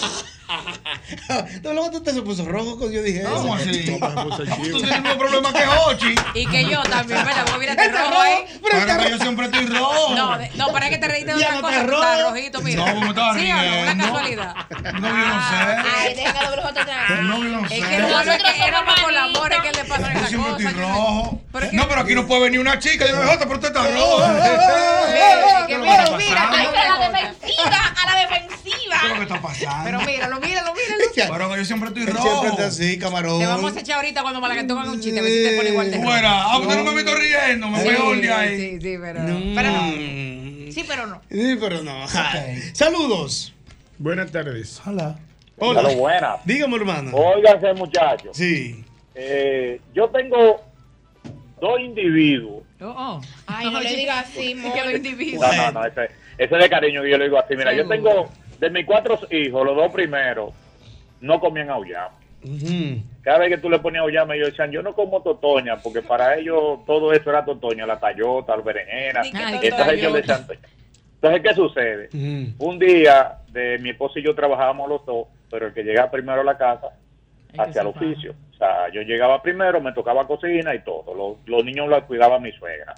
[SPEAKER 2] No, luego usted se puso rojo cuando yo dije
[SPEAKER 8] ¿Cómo
[SPEAKER 2] eso.
[SPEAKER 8] así?
[SPEAKER 2] Tú
[SPEAKER 8] tienes el mismo problema que Hochi.
[SPEAKER 7] Y que yo también, ¿verdad? Porque mira, te
[SPEAKER 8] Este
[SPEAKER 7] rojo
[SPEAKER 8] rojo,
[SPEAKER 7] ahí.
[SPEAKER 8] pero Pero este- que yo siempre estoy rojo.
[SPEAKER 7] No, de- no, para que te reíste de
[SPEAKER 8] Ya
[SPEAKER 7] otra
[SPEAKER 8] no
[SPEAKER 7] cosa.
[SPEAKER 8] te
[SPEAKER 7] tú estás
[SPEAKER 8] rojo.
[SPEAKER 7] rojito, mira.
[SPEAKER 8] No, me estaba
[SPEAKER 7] Sí o no, una
[SPEAKER 8] riendo.
[SPEAKER 7] casualidad.
[SPEAKER 8] No, yo no sé.
[SPEAKER 5] Ay, déjalo, doble J otra vez.
[SPEAKER 8] No, yo no sé.
[SPEAKER 7] Es que no, no, es que era más por el amor, es que le pasó
[SPEAKER 8] Yo
[SPEAKER 7] esa
[SPEAKER 8] siempre
[SPEAKER 7] cosa.
[SPEAKER 8] estoy rojo. No, pero aquí no puede venir una chica. Yo me digo, pero usted está rojo.
[SPEAKER 7] Mira,
[SPEAKER 8] ¿Qué
[SPEAKER 7] que
[SPEAKER 8] es lo que
[SPEAKER 7] mira, mira,
[SPEAKER 8] está
[SPEAKER 7] ay,
[SPEAKER 8] pasando?
[SPEAKER 7] que la
[SPEAKER 5] defensiva, a la defensiva.
[SPEAKER 8] ¿Qué es lo que está pasando?
[SPEAKER 7] Pero míralo, míralo, míralo.
[SPEAKER 8] Pero que yo siempre estoy rojo.
[SPEAKER 2] Siempre está así, camarón.
[SPEAKER 7] Te vamos a echar ahorita cuando malacantó con un chiste, a ver si te pone igual de rojo.
[SPEAKER 8] Fuera. Ah, usted no me visto riendo. Me peor de ahí.
[SPEAKER 7] Sí, sí, pero no. Pero no. Sí, pero no.
[SPEAKER 2] Mm. Sí, pero no. Saludos.
[SPEAKER 6] Buenas tardes.
[SPEAKER 2] Hola.
[SPEAKER 15] Hola, buenas.
[SPEAKER 2] Dígame, hermano.
[SPEAKER 15] Óigase, muchachos.
[SPEAKER 2] Sí.
[SPEAKER 15] Eh, yo tengo dos individuos.
[SPEAKER 7] Oh, oh.
[SPEAKER 5] Ay, no le digas así,
[SPEAKER 7] Que lo individuo.
[SPEAKER 15] No, no, no, ese, ese de cariño que yo le digo así. Mira, yo tengo de mis cuatro hijos, los dos primeros, no comían aullama. Cada vez que tú le ponías aullama, ellos decían, yo no como totoña, porque para ellos todo eso era totoña, la tallota, la berenjena.
[SPEAKER 16] Ni que Ay,
[SPEAKER 15] Entonces ellos le decían, entonces, ¿qué sucede? Un día, de mi esposo y yo trabajábamos los dos, pero el que llegaba primero a la casa, hacia el oficio. O sea, yo llegaba primero, me tocaba cocina y todo. Los, los niños los cuidaba mi suegra.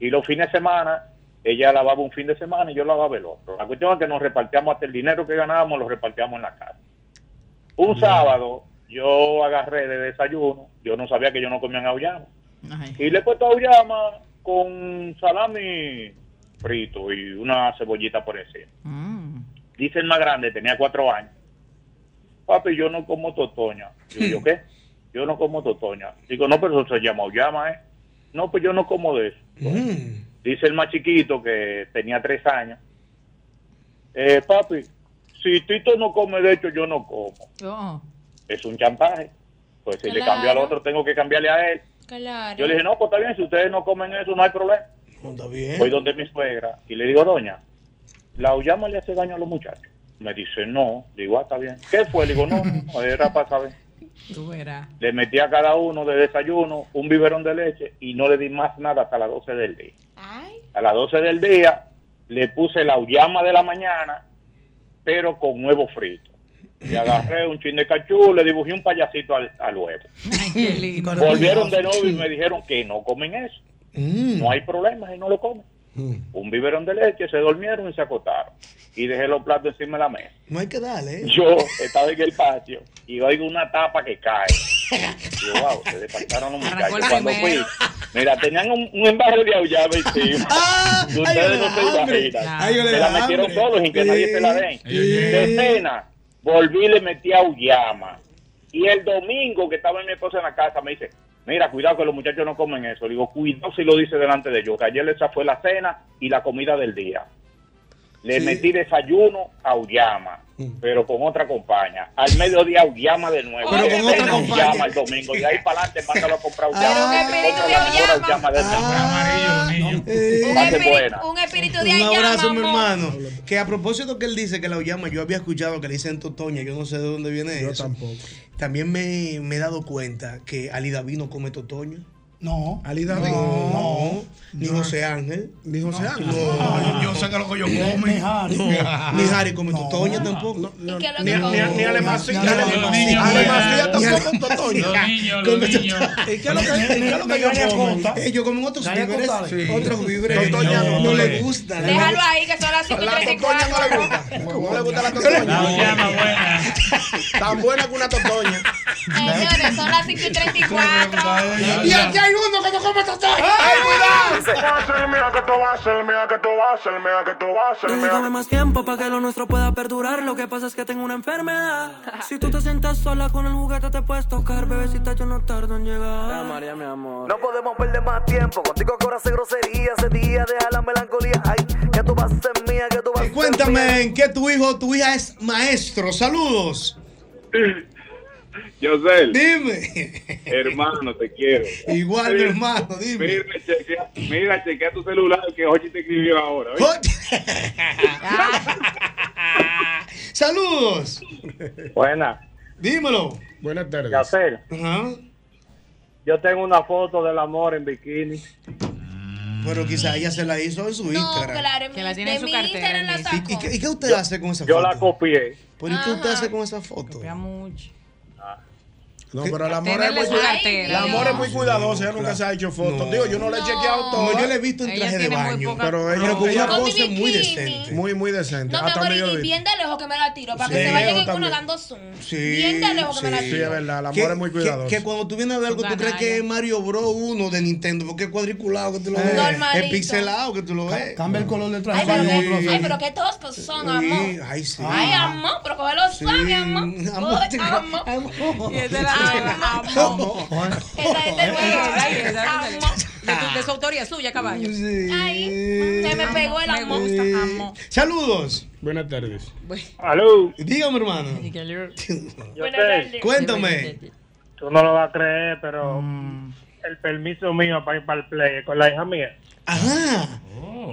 [SPEAKER 15] Y los fines de semana, ella lavaba un fin de semana y yo lavaba el otro. La cuestión es que nos repartíamos hasta el dinero que ganábamos, lo repartíamos en la casa. Un sábado, yo agarré de desayuno, yo no sabía que yo no comían auyama. Y le he puesto auyama con salami frito y una cebollita por encima. Dice el más grande, tenía cuatro años. Papi, yo no como totoña. Digo, ¿yo qué? Yo no como totoña. Digo, no, pero eso se llama llama, ¿eh? No, pues yo no como de eso.
[SPEAKER 10] Mm.
[SPEAKER 15] Dice el más chiquito que tenía tres años. Eh, papi, si Tito no come de hecho, yo no como.
[SPEAKER 7] Oh,
[SPEAKER 15] Es un chantaje. Pues si le
[SPEAKER 5] Claro.
[SPEAKER 15] cambio al otro, tengo que cambiarle a él.
[SPEAKER 5] Claro.
[SPEAKER 15] Yo le dije, no, pues está bien, si ustedes no comen eso, no hay problema. Voy donde mi suegra y le digo, doña, ¿la Ullama le hace daño a los muchachos? Me dice, no. Digo, ah, está bien. ¿Qué fue? Le digo, no, no, no, era para saber.
[SPEAKER 7] Tú verás.
[SPEAKER 15] Le metí a cada uno de desayuno un biberón de leche y no le di más nada hasta las 12 del día. A las 12 del día le puse la uyama de la mañana, pero con huevo frito. Y agarré un chin de cachú, le dibujé un payasito al, al huevo. Volvieron de novio y me dijeron que no comen eso.
[SPEAKER 4] Mm.
[SPEAKER 15] No hay problema y no lo comen. Un biberón de leche, se durmieron y se acotaron. Y dejé los platos encima de la mesa.
[SPEAKER 2] No hay que darle. ¿eh?
[SPEAKER 15] Yo estaba en el patio y oigo una tapa que cae. Y yo, wow, se despertaron los
[SPEAKER 4] Arrancó
[SPEAKER 15] muchachos.
[SPEAKER 4] el
[SPEAKER 15] Cuando fui,
[SPEAKER 4] primero.
[SPEAKER 15] mira, tenían un, un embarro de aullaba encima.
[SPEAKER 4] Ah,
[SPEAKER 15] Y ustedes no se imaginan.
[SPEAKER 4] Ay, yo le
[SPEAKER 15] Se
[SPEAKER 4] da
[SPEAKER 15] la metieron
[SPEAKER 4] hambre.
[SPEAKER 15] todos sin que nadie se la den. De cena, volví y le metí aullama. Y el domingo que estaba en mi esposa en la casa, me dice, mira, cuidado que los muchachos no comen eso. Le digo, cuidado si lo dice delante de ellos, que ayer esa fue la cena y la comida del día. Le metí desayuno a Ullama, pero con otra compaña. Al mediodía Ullama de nuevo.
[SPEAKER 4] Pero con
[SPEAKER 15] Le
[SPEAKER 4] otra
[SPEAKER 15] venden
[SPEAKER 4] compaña.
[SPEAKER 15] Ullama el domingo. Y ahí para adelante mándalo a comprar Ullama.
[SPEAKER 5] Pero qué peligro de
[SPEAKER 15] Ullama de nuevo.
[SPEAKER 5] Un,
[SPEAKER 15] Pase
[SPEAKER 5] espíritu-
[SPEAKER 15] buena.
[SPEAKER 5] un espíritu de
[SPEAKER 2] Un
[SPEAKER 5] allá.
[SPEAKER 2] abrazo, mi
[SPEAKER 5] mamón.
[SPEAKER 2] hermano. Que a propósito que él dice que la llama, yo había escuchado que le dicen totoña, yo no sé de dónde viene eso. Yo tampoco. También me, me he dado cuenta que Ali David no come totoña.
[SPEAKER 12] No.
[SPEAKER 2] Ali David. No. Ni José Ángel. Ni José Ángel.
[SPEAKER 17] No, yo sé que lo que yo como. Ni Harry.
[SPEAKER 2] Ni Harry come totoña tampoco.
[SPEAKER 17] Ni- ni- come? ni Ale Macías.
[SPEAKER 2] Ni Ale
[SPEAKER 17] Los
[SPEAKER 2] Macías.
[SPEAKER 17] niños,
[SPEAKER 2] Ale
[SPEAKER 17] eh.
[SPEAKER 2] Macías
[SPEAKER 17] Los
[SPEAKER 2] tampoco
[SPEAKER 17] niños,
[SPEAKER 2] totoña.
[SPEAKER 17] los niños,
[SPEAKER 2] Come
[SPEAKER 17] los niños.
[SPEAKER 2] totoña.
[SPEAKER 17] ¿Y qué es lo que-
[SPEAKER 2] Ni-
[SPEAKER 17] qué es
[SPEAKER 2] ni-
[SPEAKER 17] lo que
[SPEAKER 2] ni
[SPEAKER 17] yo
[SPEAKER 2] Galia
[SPEAKER 17] como?
[SPEAKER 2] Costa. Ellos comen otros
[SPEAKER 17] Galia
[SPEAKER 2] víveres.
[SPEAKER 17] Costa,
[SPEAKER 2] Sí.
[SPEAKER 17] ¿eh?
[SPEAKER 2] Otros víveres.
[SPEAKER 17] Totoña
[SPEAKER 2] no,
[SPEAKER 17] no.
[SPEAKER 2] no le gusta.
[SPEAKER 5] Déjalo ahí, que son las 5
[SPEAKER 18] La totoña no le gusta. No le gusta la totoña. Tan buena que una totoña.
[SPEAKER 5] Señores, son las 5 y 34.
[SPEAKER 18] Y aquí
[SPEAKER 5] hay uno que no come totoña.
[SPEAKER 19] Tú dame más tiempo para que lo nuestro pueda perdurar. Lo que pasa es que tengo una enfermedad. Si tú te sientas sola con el juguete te puedes tocar, bebecita, yo no tardo en llegar. María, mi amor.
[SPEAKER 13] No podemos perder más tiempo. Contigo que ahora hace grosería, ese día deja la melancolía. Ay, que tú vas a ser mía, que tú vas a ser mía.
[SPEAKER 2] Cuéntame en qué tu hijo, tu hija es maestro. Saludos.
[SPEAKER 20] Yo sé.
[SPEAKER 2] Dime.
[SPEAKER 20] Hermano, te quiero.
[SPEAKER 2] Igual, mi hermano, dime.
[SPEAKER 20] Mira, chequea, mira, chequea tu celular que Hochi te escribió ahora. ¿oíste?
[SPEAKER 2] Saludos.
[SPEAKER 6] Buena.
[SPEAKER 2] Dímelo.
[SPEAKER 6] Buenas tardes. Yo tengo una foto del amor en bikini.
[SPEAKER 2] Pero quizás ella se la hizo en su Instagram.
[SPEAKER 5] Claro, que la tiene en su cartera. La sacó.
[SPEAKER 2] ¿Y, qué, y qué usted hace con esa
[SPEAKER 6] Yo
[SPEAKER 2] foto?
[SPEAKER 6] la copié.
[SPEAKER 2] ¿Pero y qué usted hace con esa foto?
[SPEAKER 7] mucho.
[SPEAKER 6] Ah. No, pero el
[SPEAKER 2] amor es muy-
[SPEAKER 6] su
[SPEAKER 2] cartera.
[SPEAKER 6] El amor es muy
[SPEAKER 2] Sí,
[SPEAKER 6] cuidadoso. Ella
[SPEAKER 2] claro.
[SPEAKER 6] nunca se ha hecho fotos.
[SPEAKER 2] No.
[SPEAKER 6] Digo, yo no le he chequeado todo.
[SPEAKER 2] No, yo la he visto en Ella traje de tiene muy baño. poca-
[SPEAKER 6] Pero ella
[SPEAKER 2] Pero con una
[SPEAKER 6] ella-
[SPEAKER 2] pose muy
[SPEAKER 6] decente. Muy, muy decente.
[SPEAKER 15] Ah,
[SPEAKER 5] No, mi
[SPEAKER 6] Hasta
[SPEAKER 5] amor,
[SPEAKER 6] donde yo
[SPEAKER 5] y- y
[SPEAKER 6] vi.
[SPEAKER 5] bien de lejos que me la tiro, para que
[SPEAKER 6] Sí,
[SPEAKER 5] se vayan
[SPEAKER 6] lejos
[SPEAKER 5] en uno
[SPEAKER 6] también.
[SPEAKER 5] dando zoom.
[SPEAKER 2] Sí,
[SPEAKER 5] Bien de lejos que me la
[SPEAKER 2] sí.
[SPEAKER 5] tiro.
[SPEAKER 6] es verdad, el amor
[SPEAKER 2] Que-
[SPEAKER 6] es muy
[SPEAKER 2] que-
[SPEAKER 6] cuidadoso.
[SPEAKER 2] Que, cuando tú vienes a ver algo, tú crees que es Mario Bros 1 de Nintendo, porque es cuadriculado que tú lo
[SPEAKER 12] Eh,
[SPEAKER 2] ves.
[SPEAKER 12] normalito.
[SPEAKER 2] Es pixelado que tú lo ves.
[SPEAKER 12] Cambia el color del
[SPEAKER 5] Ay,
[SPEAKER 12] traje.
[SPEAKER 5] pero,
[SPEAKER 12] para
[SPEAKER 5] qué-
[SPEAKER 12] otro
[SPEAKER 5] ay,
[SPEAKER 12] azul.
[SPEAKER 5] pero qué toscos son,
[SPEAKER 2] Sí,
[SPEAKER 5] amor.
[SPEAKER 2] ay, sí.
[SPEAKER 5] Ay,
[SPEAKER 6] Ah.
[SPEAKER 5] amor, pero cógelo
[SPEAKER 2] Sí,
[SPEAKER 5] suave, amor.
[SPEAKER 2] amor,
[SPEAKER 5] Ay, amor.
[SPEAKER 7] Y esa es la amor.
[SPEAKER 5] Esa es del
[SPEAKER 7] Ay,
[SPEAKER 5] juego.
[SPEAKER 7] ay, esa es de, tu- de su autoría suya, caballo.
[SPEAKER 5] Ay, se me
[SPEAKER 7] Amo,
[SPEAKER 5] pegó el
[SPEAKER 7] me
[SPEAKER 5] amor.
[SPEAKER 7] gusta, amo.
[SPEAKER 2] Saludos.
[SPEAKER 6] Buenas tardes.
[SPEAKER 2] Aló. Dígame, hermano.
[SPEAKER 19] Cuéntame.
[SPEAKER 10] Tú no lo vas a creer, pero
[SPEAKER 2] Mm.
[SPEAKER 10] el permiso mío para ir para el play con la hija mía.
[SPEAKER 2] Ajá.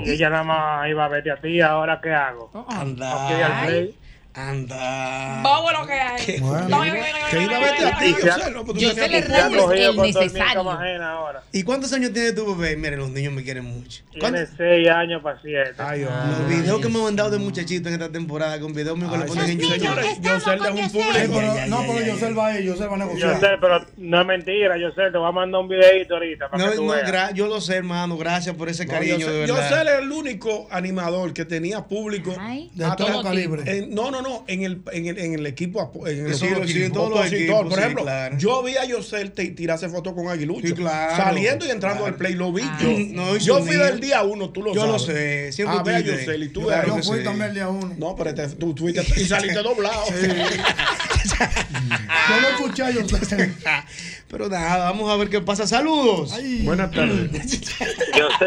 [SPEAKER 10] Y ella nada más iba a verte a ti, ¿ahora qué hago?
[SPEAKER 2] Anda.
[SPEAKER 10] Ok, al play.
[SPEAKER 2] Anda.
[SPEAKER 10] Bobo lo que hay.
[SPEAKER 2] Que iba a verte a ti, o sea, no, pues tú
[SPEAKER 7] Yo
[SPEAKER 2] te
[SPEAKER 7] sé
[SPEAKER 2] quedas
[SPEAKER 7] el
[SPEAKER 2] con
[SPEAKER 7] rango
[SPEAKER 2] todo.
[SPEAKER 7] es el necesario.
[SPEAKER 2] ¿Y cuántos años tiene tu bebé? Miren, los niños me quieren mucho.
[SPEAKER 10] Tiene 6 años para 7.
[SPEAKER 2] Los videos que me han mandado de muchachitos en esta temporada, con videos míos Ah, que le ponen en YouTube.
[SPEAKER 12] No, pero Yosel va ahí, Yosel va
[SPEAKER 10] Yo
[SPEAKER 12] a negociar.
[SPEAKER 10] sé, pero no es mentira, yo sé, te voy a mandar un videito ahorita para
[SPEAKER 2] No,
[SPEAKER 10] que tú
[SPEAKER 2] no,
[SPEAKER 10] veas.
[SPEAKER 2] gra- yo lo sé, hermano. Gracias por ese cariño,
[SPEAKER 6] yo,
[SPEAKER 2] de
[SPEAKER 6] sé, yo
[SPEAKER 2] verdad.
[SPEAKER 6] sé, era el único animador que tenía público
[SPEAKER 2] De
[SPEAKER 6] hasta-
[SPEAKER 2] todo calibre.
[SPEAKER 6] en- no, no, no, en el, en el, en el equipo, apo- en el
[SPEAKER 2] Sí,
[SPEAKER 6] equipo
[SPEAKER 2] sí, en todos los
[SPEAKER 6] opositor.
[SPEAKER 2] equipos,
[SPEAKER 6] Por
[SPEAKER 2] sí,
[SPEAKER 6] ejemplo,
[SPEAKER 2] claro.
[SPEAKER 6] yo vi a Yosel te- tirarse fotos con Aguilucho,
[SPEAKER 2] claro,
[SPEAKER 6] saliendo y entrando al play, lo vi yo.
[SPEAKER 2] No, y
[SPEAKER 6] yo
[SPEAKER 2] su
[SPEAKER 6] fui
[SPEAKER 2] niño.
[SPEAKER 6] del día uno, tú lo
[SPEAKER 2] Yo lo
[SPEAKER 6] sabes.
[SPEAKER 2] sé, siempre
[SPEAKER 6] a ver a
[SPEAKER 2] tú dices.
[SPEAKER 6] Yosel y tú
[SPEAKER 2] Yo
[SPEAKER 6] eras-
[SPEAKER 2] creo que Yo fui sí. también
[SPEAKER 12] el día uno.
[SPEAKER 6] No, pero te- tú fuiste y saliste doblado.
[SPEAKER 12] Yo lo escuché a Yosel.
[SPEAKER 2] Pero nada, vamos a ver qué pasa. Saludos.
[SPEAKER 6] Buenas
[SPEAKER 2] tardes.
[SPEAKER 11] Yo sé.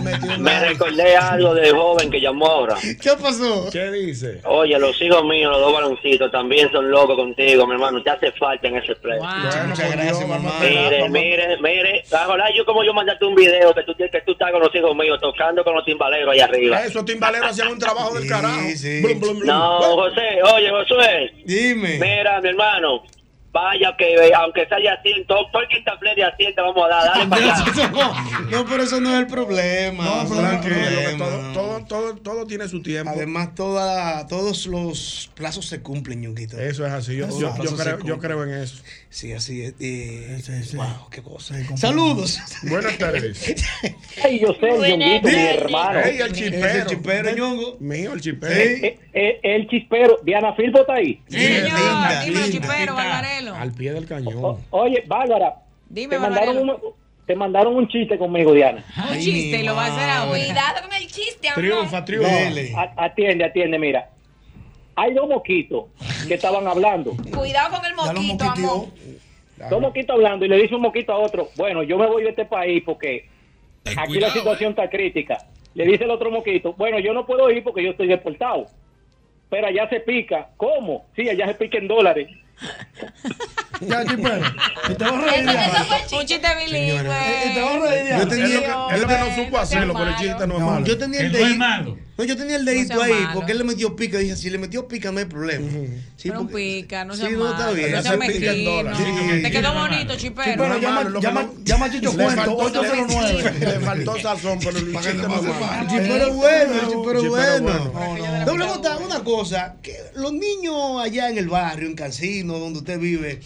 [SPEAKER 11] Me, me recordé algo del joven que llamó ahora.
[SPEAKER 2] ¿Qué pasó?
[SPEAKER 6] ¿Qué dice?
[SPEAKER 11] Oye, los hijos míos, los dos baloncitos, también son locos contigo, mi hermano. Te hace falta en ese play.
[SPEAKER 2] Muchas gracias, mamá.
[SPEAKER 11] Mire, mire, mire. Ojalá yo como yo mandarte un video que tú, tienes- que tú estás con los hijos míos tocando con los timbaleros allá arriba.
[SPEAKER 6] Esos timbaleros hacían un trabajo del carajo.
[SPEAKER 11] No, José, oye, Josué,
[SPEAKER 21] José. Dime. Mira, mi hermano. Vaya que eh, aunque sea de asiento, porque esta play de asiento vamos a dar, dale para allá.
[SPEAKER 2] No, pero eso no es el problema.
[SPEAKER 22] No, tranquilo, que todo, todo, todo, todo tiene su tiempo.
[SPEAKER 2] Además, toda, todos los plazos se cumplen, ñuquito.
[SPEAKER 22] Eso es así. Yo,
[SPEAKER 2] Todos
[SPEAKER 22] yo-
[SPEAKER 2] los
[SPEAKER 22] yo
[SPEAKER 2] plazos se
[SPEAKER 22] creo, yo
[SPEAKER 2] cumplen.
[SPEAKER 22] creo en eso.
[SPEAKER 2] Sí, así es. eh, Wow, qué cosa. Saludos.
[SPEAKER 22] Buenas tardes.
[SPEAKER 21] Ay, yo sé,
[SPEAKER 2] Buenas
[SPEAKER 21] Ñonguito, mi
[SPEAKER 2] tardes.
[SPEAKER 21] hermano.
[SPEAKER 2] Ey, el chispero. Ese chispero,
[SPEAKER 22] Mío, el chispero.
[SPEAKER 21] Eh, eh, el chispero. Diana Filpo está ahí.
[SPEAKER 7] Señor, dime, chipero, Alvarelo.
[SPEAKER 22] Al pie del cañón.
[SPEAKER 21] Oye, Bárbara,
[SPEAKER 7] Dime,
[SPEAKER 21] te mandaron,
[SPEAKER 7] Alvarelo.
[SPEAKER 21] un, te mandaron un chiste conmigo, Diana.
[SPEAKER 7] Un chiste y lo va a hacer ahora.
[SPEAKER 5] Cuidado con el chiste, amor.
[SPEAKER 21] No, a- atiende, atiende, mira. Hay dos moquitos que estaban hablando.
[SPEAKER 5] Cuidado con el moquito, amor.
[SPEAKER 21] Dos moquitos hablando y le dice un moquito a otro, bueno, yo me voy de este país porque aquí la
[SPEAKER 14] cuidado,
[SPEAKER 21] situación está crítica. Le dice el otro moquito, bueno, yo no puedo ir porque yo estoy deportado. Pero allá se pica. ¿Cómo? Sí, allá se pica en dólares.
[SPEAKER 12] Ya, chipero. Y te vas a reír. de algo.
[SPEAKER 7] Un chiste bilingüe.
[SPEAKER 12] Y te vas a reír. de
[SPEAKER 2] Yo
[SPEAKER 12] algo.
[SPEAKER 2] tenía
[SPEAKER 7] Dios,
[SPEAKER 2] que-
[SPEAKER 7] es lo que no
[SPEAKER 2] hombre,
[SPEAKER 7] supo hacerlo, pero el chiste no es malo.
[SPEAKER 2] Yo tenía el
[SPEAKER 4] Que no es
[SPEAKER 2] dedito.
[SPEAKER 4] malo.
[SPEAKER 2] No, yo tenía el
[SPEAKER 7] No
[SPEAKER 2] dedito
[SPEAKER 7] sea
[SPEAKER 2] ahí
[SPEAKER 7] malo.
[SPEAKER 2] porque él le metió pica. Dije, si le metió pica, no hay problema. Sí,
[SPEAKER 7] Pero un
[SPEAKER 2] porque-
[SPEAKER 7] pica, no
[SPEAKER 2] Sí,
[SPEAKER 7] sea
[SPEAKER 2] no,
[SPEAKER 7] malo,
[SPEAKER 2] está bien.
[SPEAKER 7] no
[SPEAKER 2] Se
[SPEAKER 7] sea
[SPEAKER 2] pica en
[SPEAKER 7] mezquino.
[SPEAKER 2] dólares. Sí.
[SPEAKER 7] Te quedó bonito, chipero.
[SPEAKER 12] Chipero, llama, llama, llama a Chicho
[SPEAKER 22] Le
[SPEAKER 12] Cuento,
[SPEAKER 22] faltó-
[SPEAKER 12] 809.
[SPEAKER 22] Le faltó sazón, pero el chiste no es malo.
[SPEAKER 2] El chipero es bueno, el chipero es
[SPEAKER 22] Chipero
[SPEAKER 2] bueno.
[SPEAKER 22] bueno.
[SPEAKER 2] Doble J, una cosa, que los niños allá en el barrio, en Cancino, donde usted vive,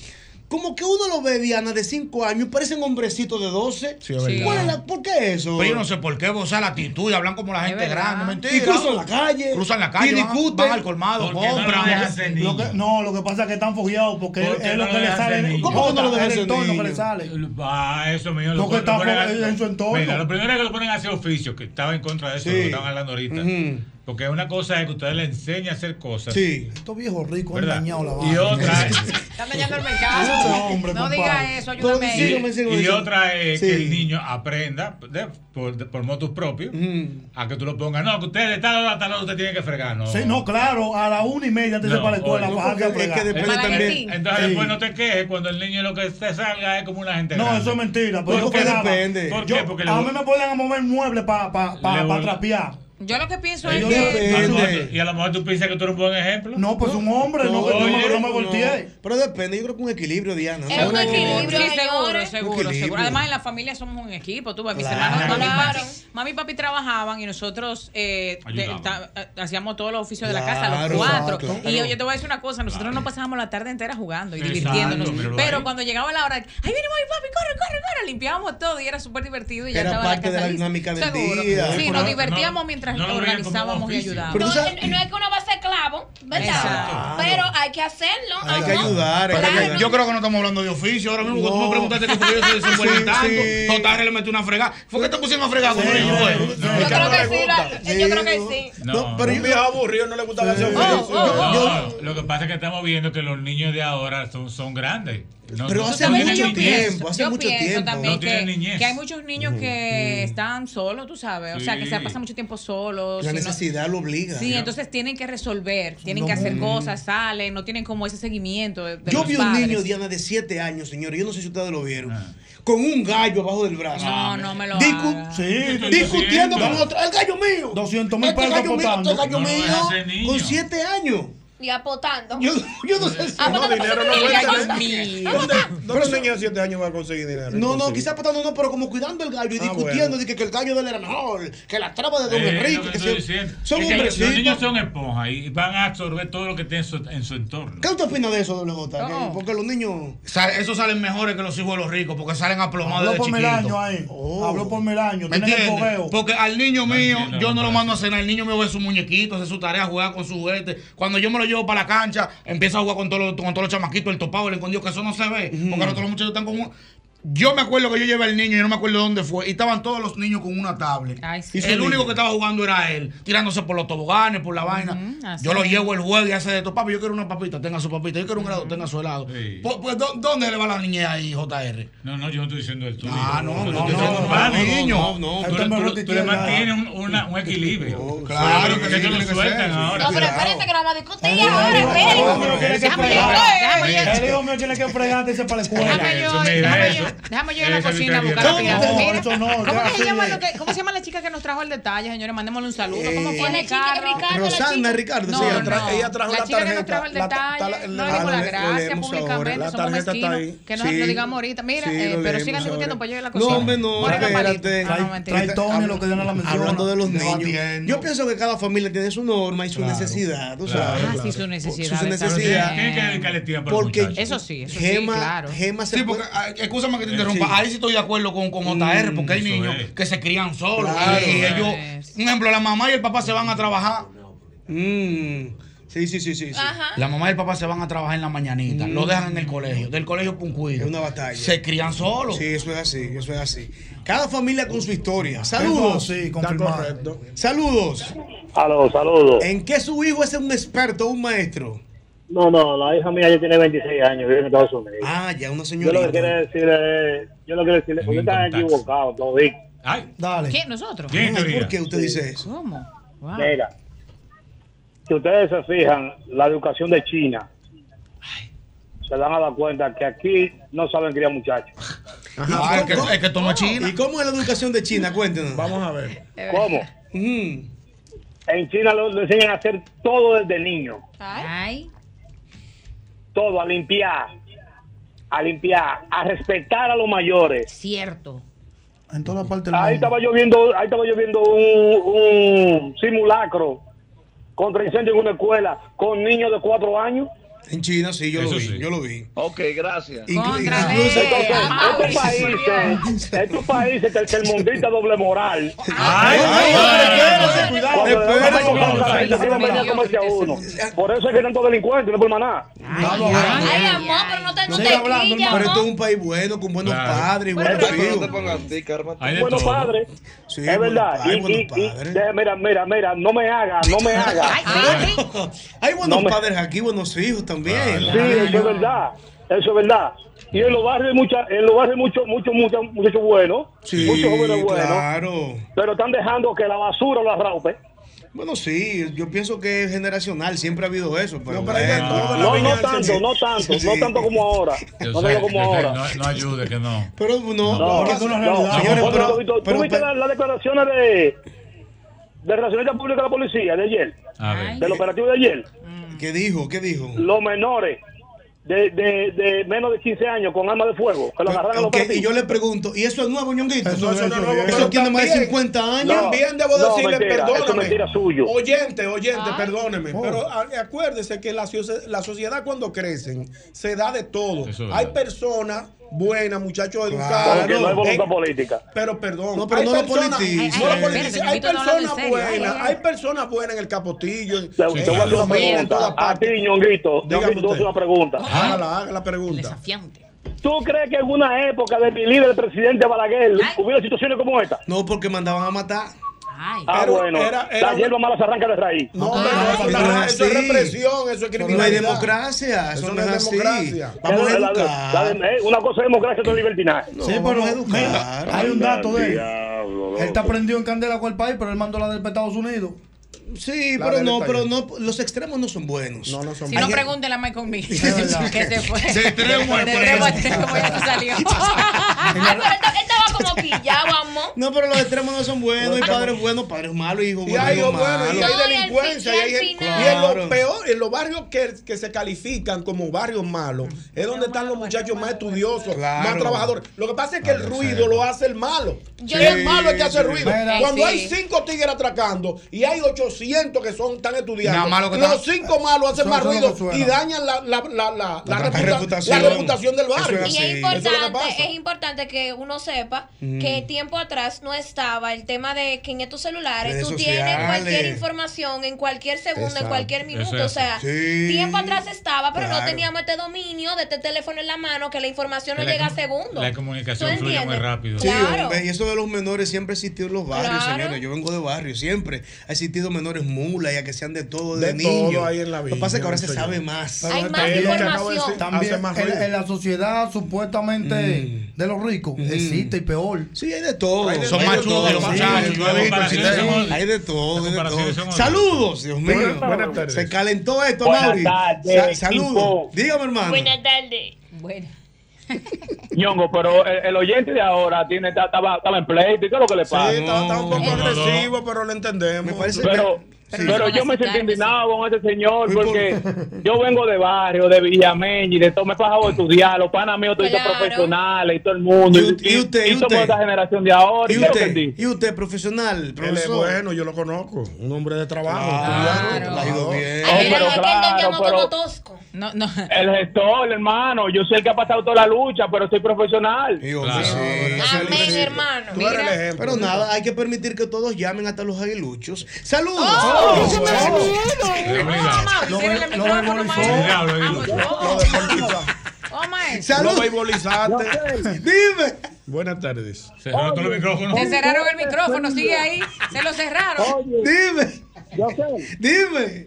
[SPEAKER 2] como que uno lo ve, Diana, de 5 años, y parecen hombrecitos de 12.
[SPEAKER 8] Sí, es verdad.
[SPEAKER 2] ¿Cuál es la- ¿Por qué eso?
[SPEAKER 8] Pero yo no sé por qué, o sea, la actitud, y hablan como la gente
[SPEAKER 2] verdad.
[SPEAKER 8] grande, mentira.
[SPEAKER 2] Y cruzan la calle.
[SPEAKER 8] Cruzan la calle,
[SPEAKER 2] Y
[SPEAKER 8] van-
[SPEAKER 2] discuten.
[SPEAKER 8] van al colmado,
[SPEAKER 4] Porque no lo dejan
[SPEAKER 8] compran.
[SPEAKER 4] ser
[SPEAKER 12] Lo que- no, lo que pasa es que están fogueados porque es- es lo que le sale.
[SPEAKER 4] dejan
[SPEAKER 12] el entorno que le sale?
[SPEAKER 4] Ah, eso mío.
[SPEAKER 12] Porque está fo- en su entorno.
[SPEAKER 4] Mira, lo primero es que lo ponen a hacer oficio, que estaba en contra de eso,
[SPEAKER 12] Sí.
[SPEAKER 4] lo que estaban hablando ahorita.
[SPEAKER 12] Ujú.
[SPEAKER 4] Porque una cosa es que usted le enseña a hacer cosas.
[SPEAKER 12] Sí. Estos viejos ricos han
[SPEAKER 4] ¿Verdad?
[SPEAKER 12] dañado la
[SPEAKER 4] Y
[SPEAKER 12] vaina.
[SPEAKER 4] otra es.
[SPEAKER 7] Están dañando el
[SPEAKER 12] Ese
[SPEAKER 7] mercado.
[SPEAKER 12] hombre,
[SPEAKER 7] No
[SPEAKER 12] compadre.
[SPEAKER 7] diga eso,
[SPEAKER 12] Pero
[SPEAKER 7] ayúdame.
[SPEAKER 12] sí,
[SPEAKER 7] ahí.
[SPEAKER 12] yo me-
[SPEAKER 4] Y,
[SPEAKER 12] eso.
[SPEAKER 4] otra es
[SPEAKER 12] Sí.
[SPEAKER 4] que el niño aprenda de- por, de- por motus propios a que tú lo pongas. No, que usted de tal hora a tal hora usted tiene que fregar. No,
[SPEAKER 12] Sí, no, claro, a la una y media antes de
[SPEAKER 4] No,
[SPEAKER 12] para la escuela,
[SPEAKER 4] oye,
[SPEAKER 12] bajar a
[SPEAKER 4] porque es
[SPEAKER 12] fregar.
[SPEAKER 4] que depende
[SPEAKER 12] Sí.
[SPEAKER 4] también. Entonces después no te quejes cuando el niño lo que te salga es como una gente
[SPEAKER 12] No,
[SPEAKER 4] grande.
[SPEAKER 12] eso es mentira. Porque
[SPEAKER 4] ¿Por
[SPEAKER 12] yo
[SPEAKER 4] qué?
[SPEAKER 12] quedaba-
[SPEAKER 4] Depende. ¿Por
[SPEAKER 12] yo-
[SPEAKER 4] qué? Porque le-
[SPEAKER 12] a mí me podían mover muebles para pa, pa, pa
[SPEAKER 4] Le vol-
[SPEAKER 12] trapear.
[SPEAKER 7] Yo lo que pienso
[SPEAKER 4] Y
[SPEAKER 7] es
[SPEAKER 4] a lo
[SPEAKER 7] que.
[SPEAKER 4] mejor- Y a lo mejor tú piensas que tú eres un buen ejemplo.
[SPEAKER 12] No, pues un hombre, no, que no, me- no me volteé.
[SPEAKER 2] Pero depende, yo creo que un equilibrio, Diana.
[SPEAKER 7] Es un equilibrio, sí, seguro,
[SPEAKER 2] señores. Un
[SPEAKER 7] seguro,
[SPEAKER 2] equilibrio.
[SPEAKER 7] seguro. Además, en la familia somos un equipo. Tú, ves, mis
[SPEAKER 2] Claro.
[SPEAKER 7] hermanos, mami,
[SPEAKER 2] Claro.
[SPEAKER 7] papi, mami y papi trabajaban y nosotros eh, de-
[SPEAKER 2] Ayudaban.
[SPEAKER 7] ta- eh, hacíamos todos los oficios de la
[SPEAKER 2] Claro,
[SPEAKER 7] casa, los cuatro.
[SPEAKER 2] exacto.
[SPEAKER 7] Y yo, yo te voy a decir una cosa: nosotros no pasábamos la tarde entera jugando y
[SPEAKER 2] Exacto,
[SPEAKER 7] divirtiéndonos.
[SPEAKER 2] míralo
[SPEAKER 7] Pero
[SPEAKER 2] ahí.
[SPEAKER 7] cuando llegaba la hora, ahí viene mami, papi, corre, corre, corre. Limpiábamos todo y era súper divertido. Y ya
[SPEAKER 2] Era
[SPEAKER 7] estaba
[SPEAKER 2] parte de la
[SPEAKER 7] casa lista.
[SPEAKER 2] dinámica del
[SPEAKER 7] Seguro.
[SPEAKER 2] día.
[SPEAKER 7] Sí,
[SPEAKER 2] Pero
[SPEAKER 7] nos
[SPEAKER 2] no-
[SPEAKER 7] divertíamos mientras
[SPEAKER 2] no lo veían como un
[SPEAKER 7] organizábamos y
[SPEAKER 2] oficio.
[SPEAKER 7] ayudábamos.
[SPEAKER 2] Pero tú
[SPEAKER 5] No,
[SPEAKER 2] sabes-
[SPEAKER 5] no es que uno va a ser clavo, ¿verdad?
[SPEAKER 8] Exacto.
[SPEAKER 5] Pero hay que hacerlo.
[SPEAKER 8] Hay
[SPEAKER 5] amor.
[SPEAKER 8] que ayudar, hay que
[SPEAKER 5] Claro.
[SPEAKER 8] ayudar. Yo creo que no estamos hablando de oficio ahora mismo. porque Tú
[SPEAKER 2] No.
[SPEAKER 8] me preguntaste que por qué yo soy desenvuelto
[SPEAKER 2] Sí,
[SPEAKER 8] tanto.
[SPEAKER 2] sí.
[SPEAKER 8] Total, le metí una fregada. ¿Por qué te pusieron a fregar con
[SPEAKER 2] Sí,
[SPEAKER 8] ellos?
[SPEAKER 2] no,
[SPEAKER 8] pues?
[SPEAKER 2] no,
[SPEAKER 8] Es que
[SPEAKER 2] no.
[SPEAKER 8] no le
[SPEAKER 2] Sí,
[SPEAKER 8] gusta.
[SPEAKER 5] Yo creo que sí.
[SPEAKER 4] No,
[SPEAKER 22] Pero un viejo aburrido no le gusta
[SPEAKER 6] Oh,
[SPEAKER 22] la
[SPEAKER 4] No, lo que pasa es que estamos viendo que los niños de ahora son, son grandes. No-
[SPEAKER 2] Pero
[SPEAKER 4] no
[SPEAKER 2] hace
[SPEAKER 4] tienen
[SPEAKER 2] mucho
[SPEAKER 4] niñez.
[SPEAKER 2] tiempo, hace
[SPEAKER 7] yo
[SPEAKER 2] mucho
[SPEAKER 7] pienso
[SPEAKER 2] tiempo.
[SPEAKER 7] también
[SPEAKER 4] No tienen
[SPEAKER 7] que,
[SPEAKER 4] niñez.
[SPEAKER 7] que hay muchos niños que están solos, tú sabes, o sea, que se
[SPEAKER 2] Sí.
[SPEAKER 7] pasan mucho tiempo solos.
[SPEAKER 2] La
[SPEAKER 7] si no-
[SPEAKER 2] necesidad lo obliga.
[SPEAKER 7] Sí, entonces tienen que resolver, tienen
[SPEAKER 2] los
[SPEAKER 7] que hacer
[SPEAKER 2] hombres.
[SPEAKER 7] cosas, salen, no tienen como ese seguimiento de, de
[SPEAKER 2] Yo
[SPEAKER 7] los
[SPEAKER 2] vi un
[SPEAKER 7] padres.
[SPEAKER 2] niño, Diana, de 7 años, señores. Yo no sé si ustedes lo vieron.
[SPEAKER 4] Ah.
[SPEAKER 2] Con un gallo abajo del brazo.
[SPEAKER 7] No, no me lo
[SPEAKER 2] Discu-
[SPEAKER 7] hagas.
[SPEAKER 12] Sí,
[SPEAKER 2] discutiendo con otro. El gallo mío.
[SPEAKER 12] 200 mil
[SPEAKER 2] Este
[SPEAKER 12] pesos
[SPEAKER 2] gallo mío, este
[SPEAKER 12] apostando. Ah,
[SPEAKER 2] gallo
[SPEAKER 12] No lo
[SPEAKER 2] mío.
[SPEAKER 12] dejas ser
[SPEAKER 2] Con 7 años.
[SPEAKER 5] Y apotando.
[SPEAKER 2] Yo, yo no sé si.
[SPEAKER 5] Ah, porque
[SPEAKER 22] dinero
[SPEAKER 5] nosotros
[SPEAKER 22] no
[SPEAKER 5] tenemos
[SPEAKER 22] cuenta,
[SPEAKER 5] que-
[SPEAKER 22] ¿eh? ¿Dónde, dónde un niño de 7 años va a conseguir dinero?
[SPEAKER 2] No, no, quizás apostando no, pero como cuidando el gallo y
[SPEAKER 22] Ah,
[SPEAKER 2] discutiendo
[SPEAKER 22] bueno.
[SPEAKER 2] de que, que el gallo de él era mejor, que la traba de Don
[SPEAKER 4] Eh, lo
[SPEAKER 2] Enrique.
[SPEAKER 4] que
[SPEAKER 2] Que
[SPEAKER 4] estoy
[SPEAKER 2] se-
[SPEAKER 4] diciendo.
[SPEAKER 2] son
[SPEAKER 4] Es que los
[SPEAKER 2] hombrecitos.
[SPEAKER 4] niños son esponjas y van a absorber todo lo que tienen en su, en su entorno.
[SPEAKER 2] ¿Qué usted opina de eso, doble J? Que-
[SPEAKER 8] No.
[SPEAKER 2] Porque los niños.
[SPEAKER 8] Sal- Esos salen mejores que los hijos de los ricos porque salen aplomados
[SPEAKER 12] Habló
[SPEAKER 8] de
[SPEAKER 12] por
[SPEAKER 8] chiquito.
[SPEAKER 12] Melaño ahí. Habló por Melaño.
[SPEAKER 8] ¿Me
[SPEAKER 12] Tienen el
[SPEAKER 8] entiendes?
[SPEAKER 12] fogueo.
[SPEAKER 8] Porque al niño mío, yo no lo mando a cenar. El niño mío ve sus muñequitos, hace su tarea, juega con su juguete. Cuando yo me lo llevo para la cancha, empieza a jugar con todos los, con todos los chamaquitos, el topado, el escondido, que eso no se ve. Porque ahora todos los muchachos están con un. Yo me acuerdo que yo llevé al niño y no me acuerdo dónde fue. Y estaban todos los niños con una tablet.
[SPEAKER 7] sí.
[SPEAKER 8] El único que estaba jugando era él, tirándose por los toboganes, por la vaina.
[SPEAKER 7] así
[SPEAKER 8] Yo lo
[SPEAKER 7] es.
[SPEAKER 8] llevo el juego y hace de todo. Papi, yo quiero una papita, tenga su papita. Yo quiero un helado, tenga su helado. Po- pues, ¿dó- ¿Dónde le va la niñez ahí, JR?
[SPEAKER 4] No, no, yo no estoy diciendo el tuyo.
[SPEAKER 8] Ah, no,
[SPEAKER 4] Yo
[SPEAKER 8] no,
[SPEAKER 4] estoy
[SPEAKER 8] no,
[SPEAKER 4] diciendo
[SPEAKER 8] no,
[SPEAKER 4] más
[SPEAKER 8] no,
[SPEAKER 4] niños.
[SPEAKER 8] no, no.
[SPEAKER 4] Tú,
[SPEAKER 8] Ahí está
[SPEAKER 4] tú-
[SPEAKER 8] Manolo
[SPEAKER 4] tú
[SPEAKER 8] Titier,
[SPEAKER 4] le
[SPEAKER 8] nada.
[SPEAKER 4] mantienes un, una- un equilibrio.
[SPEAKER 8] claro,
[SPEAKER 4] Porque
[SPEAKER 8] que
[SPEAKER 4] es que
[SPEAKER 8] tiene
[SPEAKER 4] lo
[SPEAKER 8] que
[SPEAKER 4] sueltan
[SPEAKER 8] ser.
[SPEAKER 4] ahora.
[SPEAKER 5] No, pero espérate que no vamos a discutir ahora,
[SPEAKER 12] El hijo
[SPEAKER 5] espérate.
[SPEAKER 12] mío tiene que
[SPEAKER 5] Déjame
[SPEAKER 12] fregar.
[SPEAKER 5] llegar, déjame
[SPEAKER 12] El hijo mío tiene que fregar antes de irse para la escuela.
[SPEAKER 4] Eso, mira, eso.
[SPEAKER 7] Déjame yo ir a la
[SPEAKER 4] Esa
[SPEAKER 7] cocina a buscar la
[SPEAKER 4] vitaminas.
[SPEAKER 7] pirata.
[SPEAKER 4] No,
[SPEAKER 7] Mira,
[SPEAKER 4] esto no,
[SPEAKER 7] ¿cómo,
[SPEAKER 4] ya,
[SPEAKER 7] que se
[SPEAKER 4] sí.
[SPEAKER 7] llama lo que- cómo se llama la chica que nos trajo el detalle, señores? Mandémosle un saludo. ¿Cómo
[SPEAKER 6] Eh,
[SPEAKER 7] fue
[SPEAKER 6] la chica- Ricardo, la Rosana, chica. Ricardo,
[SPEAKER 7] No,
[SPEAKER 6] sí, ella
[SPEAKER 7] no.
[SPEAKER 6] tra- ella trajo la
[SPEAKER 7] chica que nos
[SPEAKER 6] tarjeta.
[SPEAKER 7] trajo el
[SPEAKER 6] La ta-
[SPEAKER 7] detalle.
[SPEAKER 6] ta- la-
[SPEAKER 7] no le dimos
[SPEAKER 6] la-
[SPEAKER 7] las
[SPEAKER 6] le- le
[SPEAKER 7] gracias
[SPEAKER 6] leemos ahora.
[SPEAKER 7] públicamente.
[SPEAKER 6] La
[SPEAKER 7] somos
[SPEAKER 6] tarjeta está
[SPEAKER 7] mezquinos.
[SPEAKER 6] ahí.
[SPEAKER 7] Que nos
[SPEAKER 6] Sí.
[SPEAKER 7] lo digamos ahorita. Mira,
[SPEAKER 6] Sí,
[SPEAKER 7] eh,
[SPEAKER 6] lo
[SPEAKER 7] pero
[SPEAKER 6] leemos
[SPEAKER 7] sigan discutiendo
[SPEAKER 6] ahora.
[SPEAKER 7] para yo ir a la cocina.
[SPEAKER 2] No, hombre, no,
[SPEAKER 7] Morena Palito.
[SPEAKER 2] espérate.
[SPEAKER 7] Ah, no, mentira.
[SPEAKER 2] lo que la Hablando de los niños. Yo pienso que cada familia tiene su norma y su necesidad, tú sabes.
[SPEAKER 7] Ah, sí, su necesidad.
[SPEAKER 2] Su
[SPEAKER 7] está
[SPEAKER 2] necesidad.
[SPEAKER 7] bien.
[SPEAKER 2] Porque
[SPEAKER 7] Eso sí, eso
[SPEAKER 2] Gema-
[SPEAKER 7] sí, claro.
[SPEAKER 2] Gema se
[SPEAKER 8] Sí,
[SPEAKER 2] puede-
[SPEAKER 8] porque, ah, excúsame que te interrumpa.
[SPEAKER 2] Sí. Mm,
[SPEAKER 8] Ahí sí estoy de acuerdo con, con JR, porque hay niños que se crían solos.
[SPEAKER 2] Claro.
[SPEAKER 8] y ellos, un ejemplo, la mamá y el papá se van a trabajar.
[SPEAKER 7] Eh.
[SPEAKER 2] Mm. Sí, sí, sí, sí. sí.
[SPEAKER 7] Ah.
[SPEAKER 8] La mamá y el papá se van a trabajar en la mañanita.
[SPEAKER 2] Mm.
[SPEAKER 8] Lo dejan en el colegio. Del colegio para un cuido.
[SPEAKER 2] Es una batalla.
[SPEAKER 8] Se crían solos.
[SPEAKER 2] Sí, eso es así, eso es así. Cada familia con su historia. Saludos.
[SPEAKER 12] Eso sí, confirmado.
[SPEAKER 2] Está correcto. Saludos.
[SPEAKER 11] Saludos, saludos.
[SPEAKER 2] ¿En qué su hijo es un experto o un maestro?
[SPEAKER 11] No, no, la hija mía ya tiene 26 años, vive en Estados Unidos.
[SPEAKER 2] Ah, ya, una
[SPEAKER 11] Yo lo que quiero
[SPEAKER 2] señorita.
[SPEAKER 11] decirle es, yo lo que quiero decirle, ustedes están equivocados, lo digo.
[SPEAKER 2] Dale.
[SPEAKER 7] ¿Quién? ¿Nosotros?
[SPEAKER 2] ¿Por qué usted dice eso?
[SPEAKER 7] ¿Cómo?
[SPEAKER 2] Ah.
[SPEAKER 7] Wow.
[SPEAKER 11] Mira, si ustedes se fijan, la educación de China, se van a dar cuenta que aquí no saben criar muchachos.
[SPEAKER 2] Ah, es que, esto no es China. ¿Y cómo es la educación de China? Cuéntenos. Mm, Vamos a ver.
[SPEAKER 11] ¿Cómo? En China lo, lo enseñan a hacer todo desde niño.
[SPEAKER 7] Ay.
[SPEAKER 11] Todo, a limpiar, a limpiar, a respetar a los mayores.
[SPEAKER 7] Cierto.
[SPEAKER 12] En todas partes
[SPEAKER 11] Ahí estaba yo viendo, ahí estaba yo viendo un, un simulacro contra incendio en una escuela con niños de cuatro años.
[SPEAKER 2] En China, sí, yo lo vi. Yo lo vi.
[SPEAKER 11] Ok, gracias. Este
[SPEAKER 2] Incluso-
[SPEAKER 11] Entonces, estos países, estos países tercermundistas doble moral. Cuando le dan una comida a un carajito, tienen miedo de comerse a uno. eh, Por eso es que tantos delincuentes, no por maná.
[SPEAKER 5] Ay, amor, pero no te, no
[SPEAKER 2] Sigue
[SPEAKER 5] te
[SPEAKER 2] hablando,
[SPEAKER 5] quilla,
[SPEAKER 2] Pero esto es
[SPEAKER 5] amor.
[SPEAKER 2] un país bueno, con buenos padres y buenos
[SPEAKER 11] Bueno,
[SPEAKER 2] hijos.
[SPEAKER 11] Hay Buenos padres. es verdad.
[SPEAKER 2] padres,
[SPEAKER 11] Y-
[SPEAKER 2] buenos
[SPEAKER 11] y- y- de- mira, mira, mira, no me haga, no me haga.
[SPEAKER 2] Hay buenos
[SPEAKER 11] No me-
[SPEAKER 2] padres aquí, buenos hijos también.
[SPEAKER 11] Sí, eso es verdad. Eso es verdad. Y en los barrios hay mucha, en los barrios hay mucho, mucho, mucho, muchachos buenos,
[SPEAKER 2] Sí,
[SPEAKER 11] muchos jóvenes buenos,
[SPEAKER 2] claro.
[SPEAKER 11] pero están dejando que la basura la raupe.
[SPEAKER 2] Bueno, sí, yo pienso que es generacional, siempre ha habido eso. Pero
[SPEAKER 11] pero hay de
[SPEAKER 2] bueno.
[SPEAKER 11] todo en la No, no viña del tanto, Señor. no tanto, no tanto como ahora.
[SPEAKER 4] Yo
[SPEAKER 11] No tanto
[SPEAKER 4] sé,
[SPEAKER 11] como
[SPEAKER 4] yo sé,
[SPEAKER 11] ahora.
[SPEAKER 4] No, no ayude, que no.
[SPEAKER 2] Pero no,
[SPEAKER 11] No,
[SPEAKER 2] ahora-
[SPEAKER 11] no,
[SPEAKER 2] no,
[SPEAKER 11] no.
[SPEAKER 2] señores,
[SPEAKER 11] Oye,
[SPEAKER 2] pero-
[SPEAKER 11] Tobito, ¿tú
[SPEAKER 2] pero-
[SPEAKER 11] viste la- las declaraciones de, de Relacionista Pública de la Policía de ayer?
[SPEAKER 4] A
[SPEAKER 2] ver.
[SPEAKER 11] Del operativo de ayer.
[SPEAKER 2] Mm. ¿Qué dijo? ¿Qué dijo?
[SPEAKER 11] Los menores de, de, de menos de 15 años con armas de fuego, que lo agarraron en los
[SPEAKER 2] Ok, y yo le pregunto, ¿y eso es nuevo, ñonguito? Eso,
[SPEAKER 11] es nuevo,
[SPEAKER 2] Eso
[SPEAKER 11] pero
[SPEAKER 2] tiene más de
[SPEAKER 11] también-
[SPEAKER 2] 50 años.
[SPEAKER 6] También debo
[SPEAKER 11] no,
[SPEAKER 6] decirle,
[SPEAKER 11] mentira, eso es
[SPEAKER 6] perdóname.
[SPEAKER 11] mentira suyo.
[SPEAKER 6] Oyente, oyente,
[SPEAKER 11] Ah.
[SPEAKER 6] perdóneme.
[SPEAKER 11] Oh.
[SPEAKER 6] Pero a- acuérdese que la, socie- la sociedad cuando crecen se da de todo.
[SPEAKER 11] Eso es
[SPEAKER 6] Hay
[SPEAKER 11] verdad.
[SPEAKER 6] personas buenas, muchachos educados.
[SPEAKER 11] Porque no hay voluntad
[SPEAKER 6] Eh,
[SPEAKER 11] política.
[SPEAKER 6] Pero perdón,
[SPEAKER 11] No, pero
[SPEAKER 6] hay
[SPEAKER 11] no lo
[SPEAKER 6] personas-
[SPEAKER 11] politice.
[SPEAKER 6] no lo
[SPEAKER 11] Ay, ay,
[SPEAKER 6] politice.
[SPEAKER 11] espérate,
[SPEAKER 6] Hay
[SPEAKER 11] Ñonguito está hablando
[SPEAKER 6] personas
[SPEAKER 11] en serio. Ay,
[SPEAKER 6] buenas,
[SPEAKER 11] ay,
[SPEAKER 6] hay personas buenas en el capotillo, en,
[SPEAKER 11] Te, te voy a hacer una
[SPEAKER 6] Mira, en todas
[SPEAKER 11] pregunta. A ti,
[SPEAKER 6] partes.
[SPEAKER 11] ñonguito. Ñonguito, te voy a
[SPEAKER 6] usted.
[SPEAKER 11] hacer una pregunta.
[SPEAKER 6] Hágala, haga Ah, la pregunta.
[SPEAKER 11] Ah. ¿Tú crees que en una época de mi líder, el presidente Balaguer, hubiera situaciones como esta?
[SPEAKER 2] No, porque mandaban a matar.
[SPEAKER 11] Ah,
[SPEAKER 2] Pero
[SPEAKER 11] bueno.
[SPEAKER 2] era- era
[SPEAKER 11] la
[SPEAKER 2] un-
[SPEAKER 11] hierba mala se arranca de raíz.
[SPEAKER 6] No, Ah, no, no, eso,
[SPEAKER 2] no
[SPEAKER 6] es
[SPEAKER 2] es
[SPEAKER 6] eso es
[SPEAKER 2] así.
[SPEAKER 6] represión, eso es
[SPEAKER 2] No hay
[SPEAKER 6] criminalidad.
[SPEAKER 2] democracia, eso, no es así. Vamos a
[SPEAKER 11] La- la- la-
[SPEAKER 2] educar.
[SPEAKER 11] la- eh, una cosa es democracia, otra es libertinaje.
[SPEAKER 12] Sí, pero mira, hay un dato de él.
[SPEAKER 2] Diablo,
[SPEAKER 12] Él está prendido en candela con el país, pero él mandó la de Estados Unidos.
[SPEAKER 2] Sí, pero no, pero no, los extremos no son buenos. No, no son
[SPEAKER 7] Si no, pregúntele a Michael Mix. Que se fue.
[SPEAKER 2] De extremo a
[SPEAKER 7] De extremo a
[SPEAKER 2] extremo.
[SPEAKER 7] extremo, ya se salió. Ah,
[SPEAKER 5] Ay, pero él, él estaba como quillado, amor.
[SPEAKER 2] No, pero los extremos no son buenos. Hay padres buenos, padres malos, hijos
[SPEAKER 6] Y
[SPEAKER 2] buenos.
[SPEAKER 6] hay
[SPEAKER 2] hijos
[SPEAKER 6] lo bueno, y
[SPEAKER 2] malos.
[SPEAKER 6] hay delincuencia, y, hay- y en
[SPEAKER 2] Claro.
[SPEAKER 6] lo peor, en los barrios que, que se califican como barrios malos, pues. es donde están los muchachos más estudiosos, más
[SPEAKER 2] Claro.
[SPEAKER 6] trabajadores. Lo que pasa es que el ruido lo hace el malo.
[SPEAKER 2] Yo-
[SPEAKER 6] el malo es que hace
[SPEAKER 2] Sí.
[SPEAKER 6] ruido.
[SPEAKER 2] Mira,
[SPEAKER 6] Cuando
[SPEAKER 2] sí.
[SPEAKER 6] hay cinco tigres atracando y hay 800 que son tan estudiados,
[SPEAKER 8] Nada más lo que
[SPEAKER 6] los
[SPEAKER 8] está-
[SPEAKER 6] cinco malos hacen
[SPEAKER 8] Eso-
[SPEAKER 6] más
[SPEAKER 8] eso es lo que
[SPEAKER 6] ruido
[SPEAKER 8] suena.
[SPEAKER 6] y dañan la, la, la, la, la reputa- la reputación. del barrio.
[SPEAKER 5] Y es
[SPEAKER 6] Eso es lo que
[SPEAKER 5] importante,
[SPEAKER 6] pasa.
[SPEAKER 5] es importante que uno sepa
[SPEAKER 6] Mm.
[SPEAKER 5] que tiempo atrás no estaba el tema de que en tus celulares
[SPEAKER 2] Redes
[SPEAKER 5] tú tienes cualquier
[SPEAKER 2] sociales.
[SPEAKER 5] información en cualquier segundo, en
[SPEAKER 2] Exacto.
[SPEAKER 5] cualquier minuto. O
[SPEAKER 2] Exacto.
[SPEAKER 5] sea,
[SPEAKER 2] Sí.
[SPEAKER 5] tiempo atrás estaba, pero no
[SPEAKER 4] Claro.
[SPEAKER 5] teníamos este dominio de este teléfono en la mano que la información no
[SPEAKER 4] Que la
[SPEAKER 5] llega a
[SPEAKER 4] com-
[SPEAKER 5] segundo.
[SPEAKER 4] la comunicación
[SPEAKER 5] ¿Tú
[SPEAKER 4] fluye muy
[SPEAKER 5] entiendes?
[SPEAKER 4] rápido.
[SPEAKER 2] Sí,
[SPEAKER 5] Claro.
[SPEAKER 2] hombre, y eso de los menores siempre ha existido en los barrios,
[SPEAKER 5] Claro.
[SPEAKER 2] señores. Yo vengo de barrio, siempre ha existido menores mulas y a que sean de todo, de,
[SPEAKER 6] De todo
[SPEAKER 2] niños.
[SPEAKER 6] ahí en la
[SPEAKER 2] Lo que pasa es que ahora se
[SPEAKER 6] viña,
[SPEAKER 2] sabe más.
[SPEAKER 12] Pero este es
[SPEAKER 2] Es
[SPEAKER 12] lo que acabo de
[SPEAKER 2] acabo
[SPEAKER 12] decir. También en, en la sociedad supuestamente de los ricos existe y peor.
[SPEAKER 2] Sí, hay de todo.
[SPEAKER 12] Mm. Hay de
[SPEAKER 8] Son
[SPEAKER 12] todo.
[SPEAKER 8] más chulos
[SPEAKER 12] Sí,
[SPEAKER 8] los
[SPEAKER 12] sí,
[SPEAKER 8] muchachos.
[SPEAKER 12] sí,
[SPEAKER 8] Yo he
[SPEAKER 12] sí,
[SPEAKER 8] visto el
[SPEAKER 12] sí,
[SPEAKER 8] sistema.
[SPEAKER 12] sí.
[SPEAKER 2] Hay de todo, hay de
[SPEAKER 8] comparaciones son
[SPEAKER 2] todo.
[SPEAKER 8] otras.
[SPEAKER 2] Saludos, Dios mío.
[SPEAKER 8] Buenas tardes. Buenas tardes.
[SPEAKER 2] Se calentó esto,
[SPEAKER 8] Buenas
[SPEAKER 2] Mauri.
[SPEAKER 8] tardes,
[SPEAKER 2] Sa- Saludos.
[SPEAKER 8] equipo.
[SPEAKER 2] Dígame, hermano.
[SPEAKER 5] Buenas tardes. Bueno.
[SPEAKER 11] Ñongo, pero el, el oyente de ahora tiene ta- estaba, estaba en pleito. ¿y ¿Qué es lo que le pasa?
[SPEAKER 22] Sí, estaba, estaba un poco agresivo, pero lo entendemos.
[SPEAKER 11] Eh, pero, pero yo me sentí indignado con ese señor porque yo vengo de barrio, de Villameña y de todo. Me he pasado a estudiar, los panas míos, todos estos profesionales y todo el mundo. Y, y- y somos esta generación de ahora.
[SPEAKER 2] ¿Y
[SPEAKER 11] ¿qué es lo que
[SPEAKER 2] usted?
[SPEAKER 11] sí?
[SPEAKER 2] ¿Y usted, profesional?
[SPEAKER 22] Él es
[SPEAKER 2] profesor?
[SPEAKER 22] bueno, yo lo conozco. Un hombre de trabajo.
[SPEAKER 2] Claro.
[SPEAKER 22] Ha ido bien.
[SPEAKER 11] Oh, pero claro, pero
[SPEAKER 5] tosco.
[SPEAKER 7] No, no.
[SPEAKER 11] el gestor, hermano, yo soy el que ha pasado toda la lucha, pero soy profesional.
[SPEAKER 5] Amén, hermano.
[SPEAKER 2] Pero nada, hay que permitir que todos llamen hasta los aguiluchos. ¡Saludos!
[SPEAKER 5] ¡Oh! ¡Eso me da
[SPEAKER 2] oh, Lo- lo- lo-
[SPEAKER 7] micrófono,
[SPEAKER 2] Oh,
[SPEAKER 5] eh.
[SPEAKER 7] maestro.
[SPEAKER 2] Salud.
[SPEAKER 22] Lo beibolizaste.
[SPEAKER 2] Dime.
[SPEAKER 22] Buenas tardes.
[SPEAKER 4] Cerraron todos los micrófonos.
[SPEAKER 7] Te cerraron el micrófono, sigue ahí. Se lo cerraron.
[SPEAKER 2] Dime.
[SPEAKER 23] Yo sé.
[SPEAKER 2] Dime.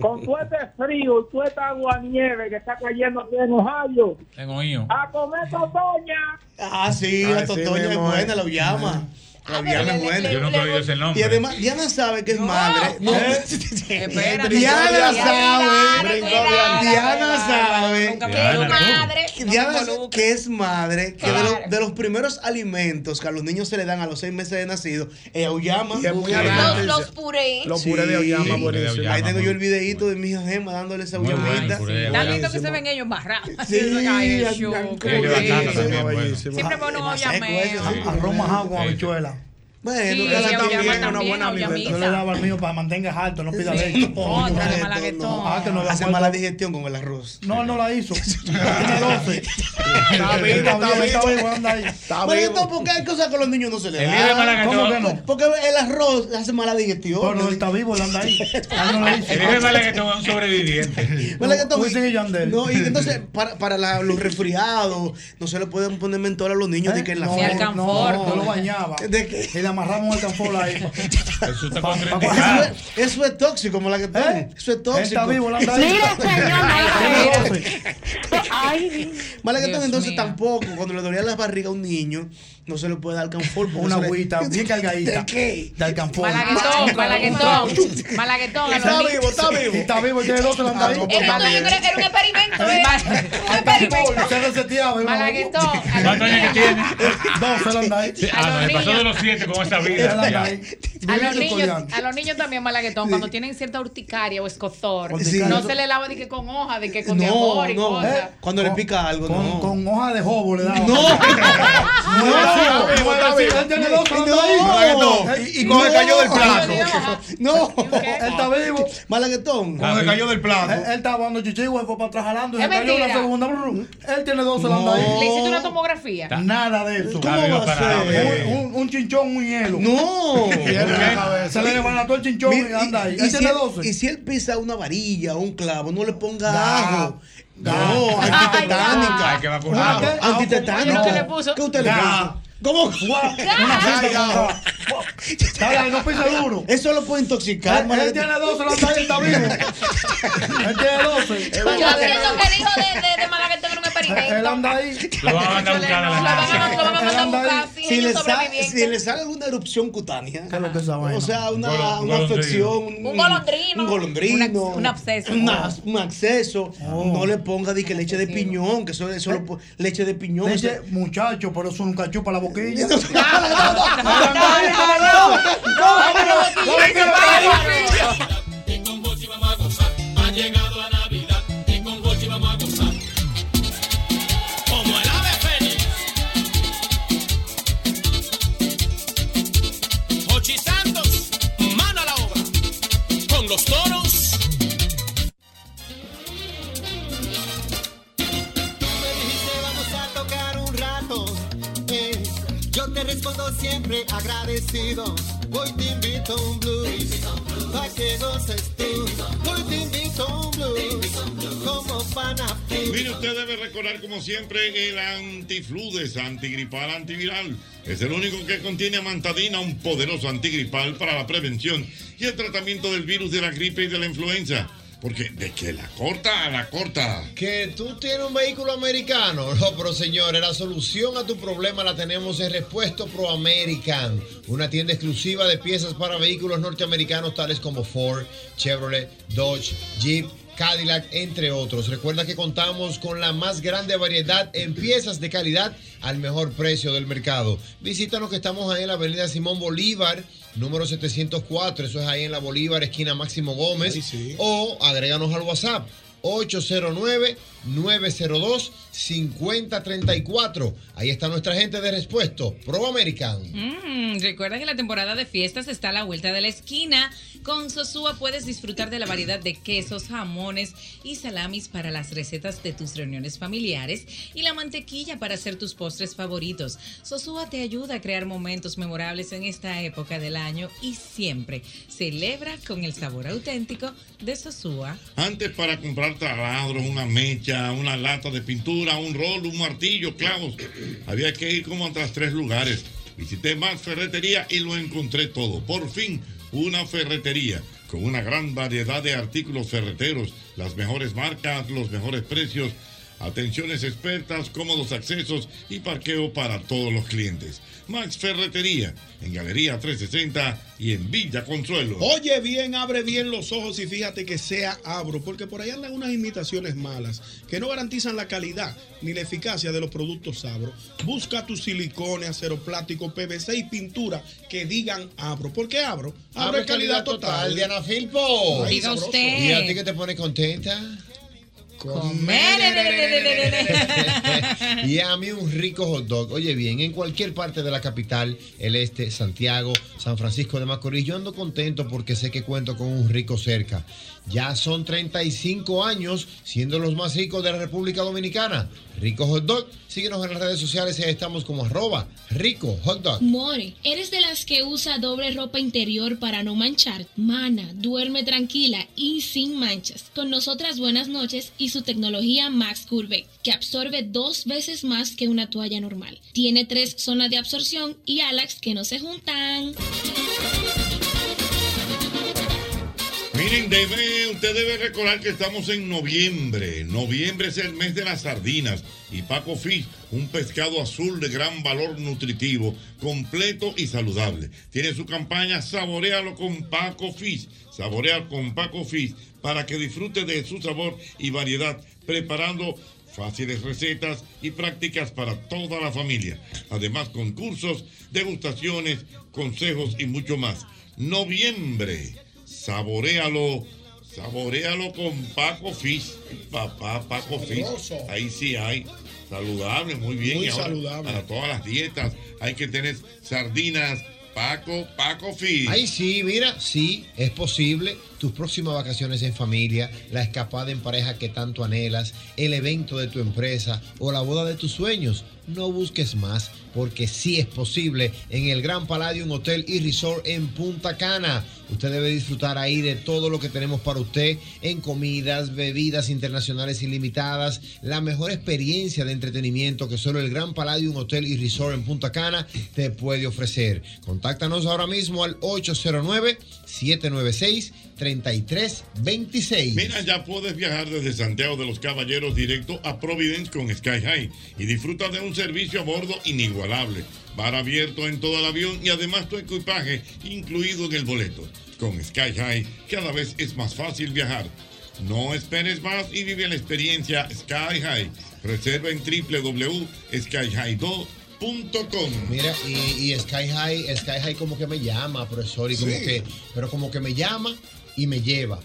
[SPEAKER 23] Con todo este frío y toda esta agua nieve que está cayendo aquí en Ohio.
[SPEAKER 4] En oído.
[SPEAKER 23] ¡A comer totoña!
[SPEAKER 2] Ah, sí,
[SPEAKER 4] Ah,
[SPEAKER 2] la
[SPEAKER 4] sí,
[SPEAKER 2] Totoña
[SPEAKER 4] mi
[SPEAKER 2] es
[SPEAKER 4] amor. Ah,
[SPEAKER 2] buena, la llama. La
[SPEAKER 4] pero
[SPEAKER 2] llama es
[SPEAKER 4] le-
[SPEAKER 2] buena.
[SPEAKER 4] le- Yo nunca he oído ese nombre.
[SPEAKER 2] Y además, Diana sabe que es madre. No.
[SPEAKER 7] Eh,
[SPEAKER 2] Diana,
[SPEAKER 7] Espérate, cuidado,
[SPEAKER 2] sabe.
[SPEAKER 7] cuidado, cuidado,
[SPEAKER 2] Diana sabe.
[SPEAKER 7] Nunca me Diana, dijo tú. madre, no me
[SPEAKER 2] Diana sabe
[SPEAKER 7] involucres.
[SPEAKER 2] que es madre. Que de, lo- de los primeros alimentos que a los niños se le dan a los seis meses de nacido, es auyama.
[SPEAKER 22] Y es muy
[SPEAKER 5] Los, los puré.
[SPEAKER 2] Los
[SPEAKER 22] puré de auyama,
[SPEAKER 2] auyama,
[SPEAKER 22] buenísimo.
[SPEAKER 2] Ahí tengo yo el videíto de mi hija Gema dándole esa auyamita.
[SPEAKER 7] Tan lindo que se ven ellos barrados.
[SPEAKER 2] Sí,
[SPEAKER 7] Ay,
[SPEAKER 2] la-
[SPEAKER 7] yo-
[SPEAKER 2] la-
[SPEAKER 7] Siempre pone un
[SPEAKER 2] Sí.
[SPEAKER 7] oyameo.
[SPEAKER 12] Arroz majado con habichuela.
[SPEAKER 2] Bueno,
[SPEAKER 12] Sí,
[SPEAKER 2] cada quien
[SPEAKER 12] y auyama
[SPEAKER 2] tiene una
[SPEAKER 12] también,
[SPEAKER 2] buena
[SPEAKER 12] auyamita.
[SPEAKER 2] alimentación.
[SPEAKER 12] Yo le daba al mío para que mantengas alto, no pida
[SPEAKER 2] Sí.
[SPEAKER 12] leche.
[SPEAKER 2] No,
[SPEAKER 12] Otra
[SPEAKER 2] no,
[SPEAKER 12] vez,
[SPEAKER 2] malaguetón.
[SPEAKER 12] no. Ah, que no
[SPEAKER 2] Hace
[SPEAKER 12] acuerdo.
[SPEAKER 2] mala digestión con el arroz.
[SPEAKER 12] No, él no la hizo. Tiene 12.
[SPEAKER 2] Está
[SPEAKER 12] vivo, está vivo, está vivo,
[SPEAKER 2] anda ahí. Está
[SPEAKER 12] vivo.
[SPEAKER 2] porque hay cosas que a los niños no se les
[SPEAKER 7] Eh,
[SPEAKER 12] El líder de
[SPEAKER 2] dan.
[SPEAKER 12] Malaguetón.
[SPEAKER 2] ¿Cómo que no? Porque el arroz hace mala digestión. Bueno, está vivo, él anda ahí.
[SPEAKER 4] El hijo de Malaguetón es un sobreviviente.
[SPEAKER 2] No, y entonces para, para la- los resfriados no se le pueden poner mentol a los niños de que en la
[SPEAKER 12] ¿Eh? No,
[SPEAKER 2] forma.
[SPEAKER 12] no, yo lo bañaba. Y le amarramos el canfor ahí.
[SPEAKER 4] Eso está con
[SPEAKER 2] Eso es- Eso es tóxico, como la que está. Eso es tóxico.
[SPEAKER 12] ¿Eh? Está vivo, la anda ahí.
[SPEAKER 2] Mira,
[SPEAKER 12] señor,
[SPEAKER 2] Ay, Mala que
[SPEAKER 12] Dios
[SPEAKER 2] entonces tampoco, cuando le dolía la barriga a un niño, no se le puede dar canfor. porque
[SPEAKER 12] Una
[SPEAKER 2] se le-
[SPEAKER 12] agüita bien cargadita.
[SPEAKER 2] ¿De qué?
[SPEAKER 12] Del canfor.
[SPEAKER 7] Malaguetón, malaguetón. Malaguetón. a los
[SPEAKER 12] Está
[SPEAKER 7] niños.
[SPEAKER 12] vivo, está vivo. Ah, pues, Está vivo, tiene 12 la anda ahí.
[SPEAKER 5] Entonces yo creo que era un experimento. ¿eh?
[SPEAKER 12] Al canfor, se reseteaba. y
[SPEAKER 5] Malaguetón. a los-
[SPEAKER 4] ¿Cuántos años que tiene?
[SPEAKER 12] 12 la anda ahí.
[SPEAKER 4] Ah, no, me pasó de los siete con esta vida. ya.
[SPEAKER 7] A
[SPEAKER 12] Vive
[SPEAKER 7] los, niños,
[SPEAKER 12] estudiante.
[SPEAKER 7] a los niños también malaguetón, cuando tienen cierta urticaria o escozor,
[SPEAKER 2] Urticaria.
[SPEAKER 7] no se le lava de que con hoja, de que con
[SPEAKER 2] No,
[SPEAKER 7] amor y
[SPEAKER 2] no.
[SPEAKER 7] cosas.
[SPEAKER 2] Cuando le pica algo, no.
[SPEAKER 12] Eh, Con hoja de jobo le daba.
[SPEAKER 2] No.
[SPEAKER 12] No,
[SPEAKER 2] No.
[SPEAKER 12] está vivo, está vivo. Él tiene 12 la anda ahí.
[SPEAKER 2] No.
[SPEAKER 12] Y- y coge, cayó del plato.
[SPEAKER 2] No.
[SPEAKER 12] Él está vivo.
[SPEAKER 2] Malaguetón.
[SPEAKER 12] Cuando se cayó
[SPEAKER 22] del plato.
[SPEAKER 12] Él, él estaba dando chichigo, él fue para atrás jalando y
[SPEAKER 7] Es
[SPEAKER 12] se cayó la
[SPEAKER 7] mentira.
[SPEAKER 12] segunda. brum. Él tiene 12 la anda
[SPEAKER 7] Le hiciste
[SPEAKER 12] ahí.
[SPEAKER 7] una tomografía.
[SPEAKER 12] Nada de eso.
[SPEAKER 7] ¿Cómo
[SPEAKER 4] va a
[SPEAKER 12] Un, un- un chinchón, un hielo.
[SPEAKER 2] No.
[SPEAKER 12] Hielo en la cabeza. Se le levantó el chinchón
[SPEAKER 2] Mira,
[SPEAKER 12] y anda ahí.
[SPEAKER 2] y
[SPEAKER 12] Él
[SPEAKER 2] si
[SPEAKER 12] tiene
[SPEAKER 2] él-
[SPEAKER 12] 12.
[SPEAKER 2] y si él pisa una varilla o un clavo, no le ponga
[SPEAKER 12] Da.
[SPEAKER 2] ajo. No,
[SPEAKER 12] Ay,
[SPEAKER 2] antitetánica.
[SPEAKER 12] Ay, que va a
[SPEAKER 2] No,
[SPEAKER 12] curar.
[SPEAKER 2] ante- antitetánica.
[SPEAKER 12] Oye, lo que le
[SPEAKER 2] ¿Qué usted le
[SPEAKER 12] Da.
[SPEAKER 2] puso? ¿Cómo?
[SPEAKER 12] Una fruta. Dale, no pise duro.
[SPEAKER 2] Eso lo puede intoxicar.
[SPEAKER 12] Él-
[SPEAKER 2] madre.
[SPEAKER 12] él tiene 12, la anda ahí, está vivo. Él tiene 12.
[SPEAKER 5] Yo siento que el hijo de, de, de Malaguetón era un experimento.
[SPEAKER 12] Él anda ahí.
[SPEAKER 4] Lo van a mandar a buscar a la
[SPEAKER 5] Lo van a- lo van a mandar a buscar, sí,
[SPEAKER 2] Si
[SPEAKER 5] ellos
[SPEAKER 2] le, sale,
[SPEAKER 5] sobrevivientes.
[SPEAKER 2] si le sale alguna erupción cutánea, o sea, una,
[SPEAKER 12] Golon-
[SPEAKER 2] una
[SPEAKER 12] golondrino.
[SPEAKER 2] afección,
[SPEAKER 5] Un golondrino.
[SPEAKER 2] un golondrino,
[SPEAKER 7] Un ax- un absceso.
[SPEAKER 2] una- un acceso,
[SPEAKER 12] Oh.
[SPEAKER 2] no le ponga di que leche de piñón, que eso, eso lo po- leche de piñón,
[SPEAKER 12] Leche, muchacho, pero eso nunca chupa la boquilla.
[SPEAKER 1] Y con Bochi vamos a gozar. Ha llegado la Navidad. Y con Bochi vamos a gozar. Como el ave fénix. Jochi Santos, mano a la obra. Con los toros.
[SPEAKER 3] me dijiste vamos a tocar un rato. eh. Yo te respondo siempre agradecido. Hoy te invito un blues. Pa' que goces tú. Hoy te invito un blues. Como pana.
[SPEAKER 19] Mire, usted debe recordar como siempre el antifludes, antigripal, antiviral. Es el único que contiene amantadina, un poderoso antigripal para la prevención y el tratamiento del virus de la gripe y de la influenza. Porque de que la corta a la corta.
[SPEAKER 24] Que tú tienes un vehículo americano. No, pero señores, la solución a tu problema la tenemos en Repuesto Pro American, una tienda exclusiva de piezas para vehículos norteamericanos tales como Ford, Chevrolet, Dodge, Jeep. Cadillac, entre otros. Recuerda que contamos con la más grande variedad en piezas de calidad al mejor precio del mercado. Visítanos que estamos ahí en la avenida Simón Bolívar, número 704. Eso es ahí en la Bolívar, esquina Máximo Gómez. O agréganos al WhatsApp 809-902-5034. Ahí está nuestra gente de respuesto, Pro American.
[SPEAKER 13] Mm, recuerda que la temporada de fiestas está a la vuelta de la esquina. Con Sosúa puedes disfrutar de la variedad de quesos, jamones y salamis para las recetas de tus reuniones familiares y la mantequilla para hacer tus postres favoritos. Sosúa te ayuda a crear momentos memorables en esta época del año y siempre celebra con el sabor auténtico de Sosúa.
[SPEAKER 19] Antes para comprar taladros, una mecha, una lata de pintura, un rol, un martillo, clavos, había que ir como hasta tres lugares. Visité más ferretería y lo encontré todo. Por fin, una ferretería con una gran variedad de artículos ferreteros, las mejores marcas, los mejores precios, atenciones expertas, cómodos accesos y parqueo para todos los clientes. Max Ferretería en Galería 360 y en Villa Consuelo.
[SPEAKER 6] Oye bien, abre bien los ojos y fíjate que sea abro, porque por ahí andan unas imitaciones malas que no garantizan la calidad ni la eficacia de los productos abro. Busca tu silicone, acero plástico, PVC y pintura que digan abro. porque abro? Abro es calidad total.
[SPEAKER 24] Diana Filpo.
[SPEAKER 6] Ay, sabroso.
[SPEAKER 24] ¿Y a ti que te pone contenta? y a mí un rico hot dog. Oye bien, en cualquier parte de la capital, el este, Santiago, San Francisco de Macorís, yo ando contento porque sé que cuento con un rico cerca. Ya son 35 años siendo los más ricos de la República Dominicana. Rico hot dog, síguenos en las redes sociales y ahí estamos como arroba rico hot dog.
[SPEAKER 25] More, ¿eres de las que usa doble ropa interior para no manchar? Mana, duerme tranquila y sin manchas. Con nosotras buenas noches y su tecnología Max Curve, que absorbe dos veces más que una toalla normal. Tiene tres zonas de absorción y alax que no se juntan.
[SPEAKER 19] Miren, debe- usted debe recordar que estamos en noviembre. Noviembre es el mes de las sardinas. Y Paco Fish, un pescado azul de gran valor nutritivo, completo y saludable. Tiene su campaña Saborealo con Paco Fish. Saborear con Paco Fish para que disfrute de su sabor y variedad, preparando fáciles recetas y prácticas para toda la familia. Además, concursos, degustaciones, consejos y mucho más. Noviembre. Saborealo. Saborealo con Paco Fish. Papá Paco Fish.
[SPEAKER 6] Sabroso.
[SPEAKER 19] Ahí sí hay. Saludable, muy bien.
[SPEAKER 6] Muy
[SPEAKER 19] Y ahora,
[SPEAKER 6] saludable.
[SPEAKER 19] Para todas las dietas hay que tener sardinas. Paco, Paco Fish.
[SPEAKER 24] Ahí sí, mira, sí, es posible. Tus próximas vacaciones en familia, la escapada en pareja que tanto anhelas, el evento de tu empresa o la boda de tus sueños. No busques más, porque sí es posible en el Gran Palladium Hotel y Resort en Punta Cana. Usted debe disfrutar ahí de todo lo que tenemos para usted en comidas, bebidas internacionales ilimitadas, la mejor experiencia de entretenimiento que solo el Gran Palladium Hotel y Resort en Punta Cana te puede ofrecer. Contáctanos ahora mismo al 809-796-3326.
[SPEAKER 19] Mira, ya puedes viajar desde Santiago de los Caballeros directo a Providence con Sky High y disfruta de un servicio a bordo inigualable. Bar abierto en todo el avión y además tu equipaje incluido en el boleto. Con Sky High cada vez es más fácil viajar. No esperes más y vive la experiencia Sky High. Reserva en www.skyhigh2.com.
[SPEAKER 24] Mira, y, y Sky High, Sky High como que me llama, profesor, y como
[SPEAKER 19] Sí.
[SPEAKER 24] que, pero como que me llama y me lleva.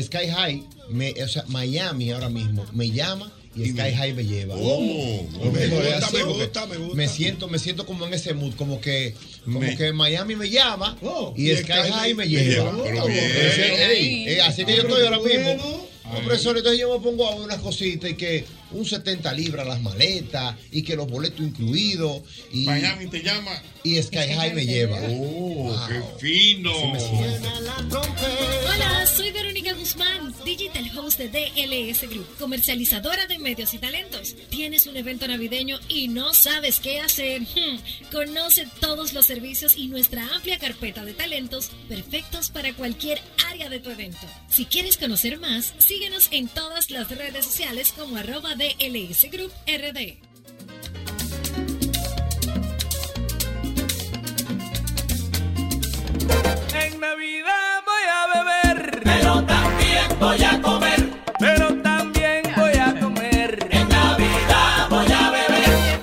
[SPEAKER 24] Sky High, me, o sea, Miami ahora mismo, me llama y Sky High me lleva.
[SPEAKER 19] Oh,
[SPEAKER 24] Lo
[SPEAKER 6] me
[SPEAKER 24] mismo es
[SPEAKER 6] gusta,
[SPEAKER 24] así,
[SPEAKER 6] me
[SPEAKER 24] porque
[SPEAKER 6] gusta, me gusta.
[SPEAKER 24] Me siento, me siento como en ese mood, como que, como
[SPEAKER 6] Me- Oh,
[SPEAKER 24] que Miami me llama y,
[SPEAKER 6] y
[SPEAKER 24] Sky,
[SPEAKER 6] Sky
[SPEAKER 24] High me
[SPEAKER 6] me
[SPEAKER 24] lleva.
[SPEAKER 6] lleva. Pero
[SPEAKER 24] Oh,
[SPEAKER 6] bien.
[SPEAKER 24] entonces, ey, eh, así que yo
[SPEAKER 6] Pero
[SPEAKER 24] estoy ahora
[SPEAKER 6] bueno.
[SPEAKER 24] mismo. No, profesor, entonces yo me pongo a ver unas cositas y que un 70 libras las maletas y que los boletos incluidos. Y,
[SPEAKER 19] Miami te llama.
[SPEAKER 24] Y Sky High me lleva.
[SPEAKER 19] Oh, qué fino.
[SPEAKER 24] Así me siento.
[SPEAKER 25] Hola, soy Verónica Guzmán. Digital Host de DLS Group, comercializadora de medios y talentos. Tienes un evento navideño y no sabes qué hacer. Hmm. Conoce todos los servicios y nuestra amplia carpeta de talentos perfectos para cualquier área de tu evento. Si quieres conocer más, síguenos en todas las redes sociales como arroba DLS Group RD.
[SPEAKER 11] En Navidad voy a beber, pero también voy a comer, pero también voy a comer. En Navidad voy a beber.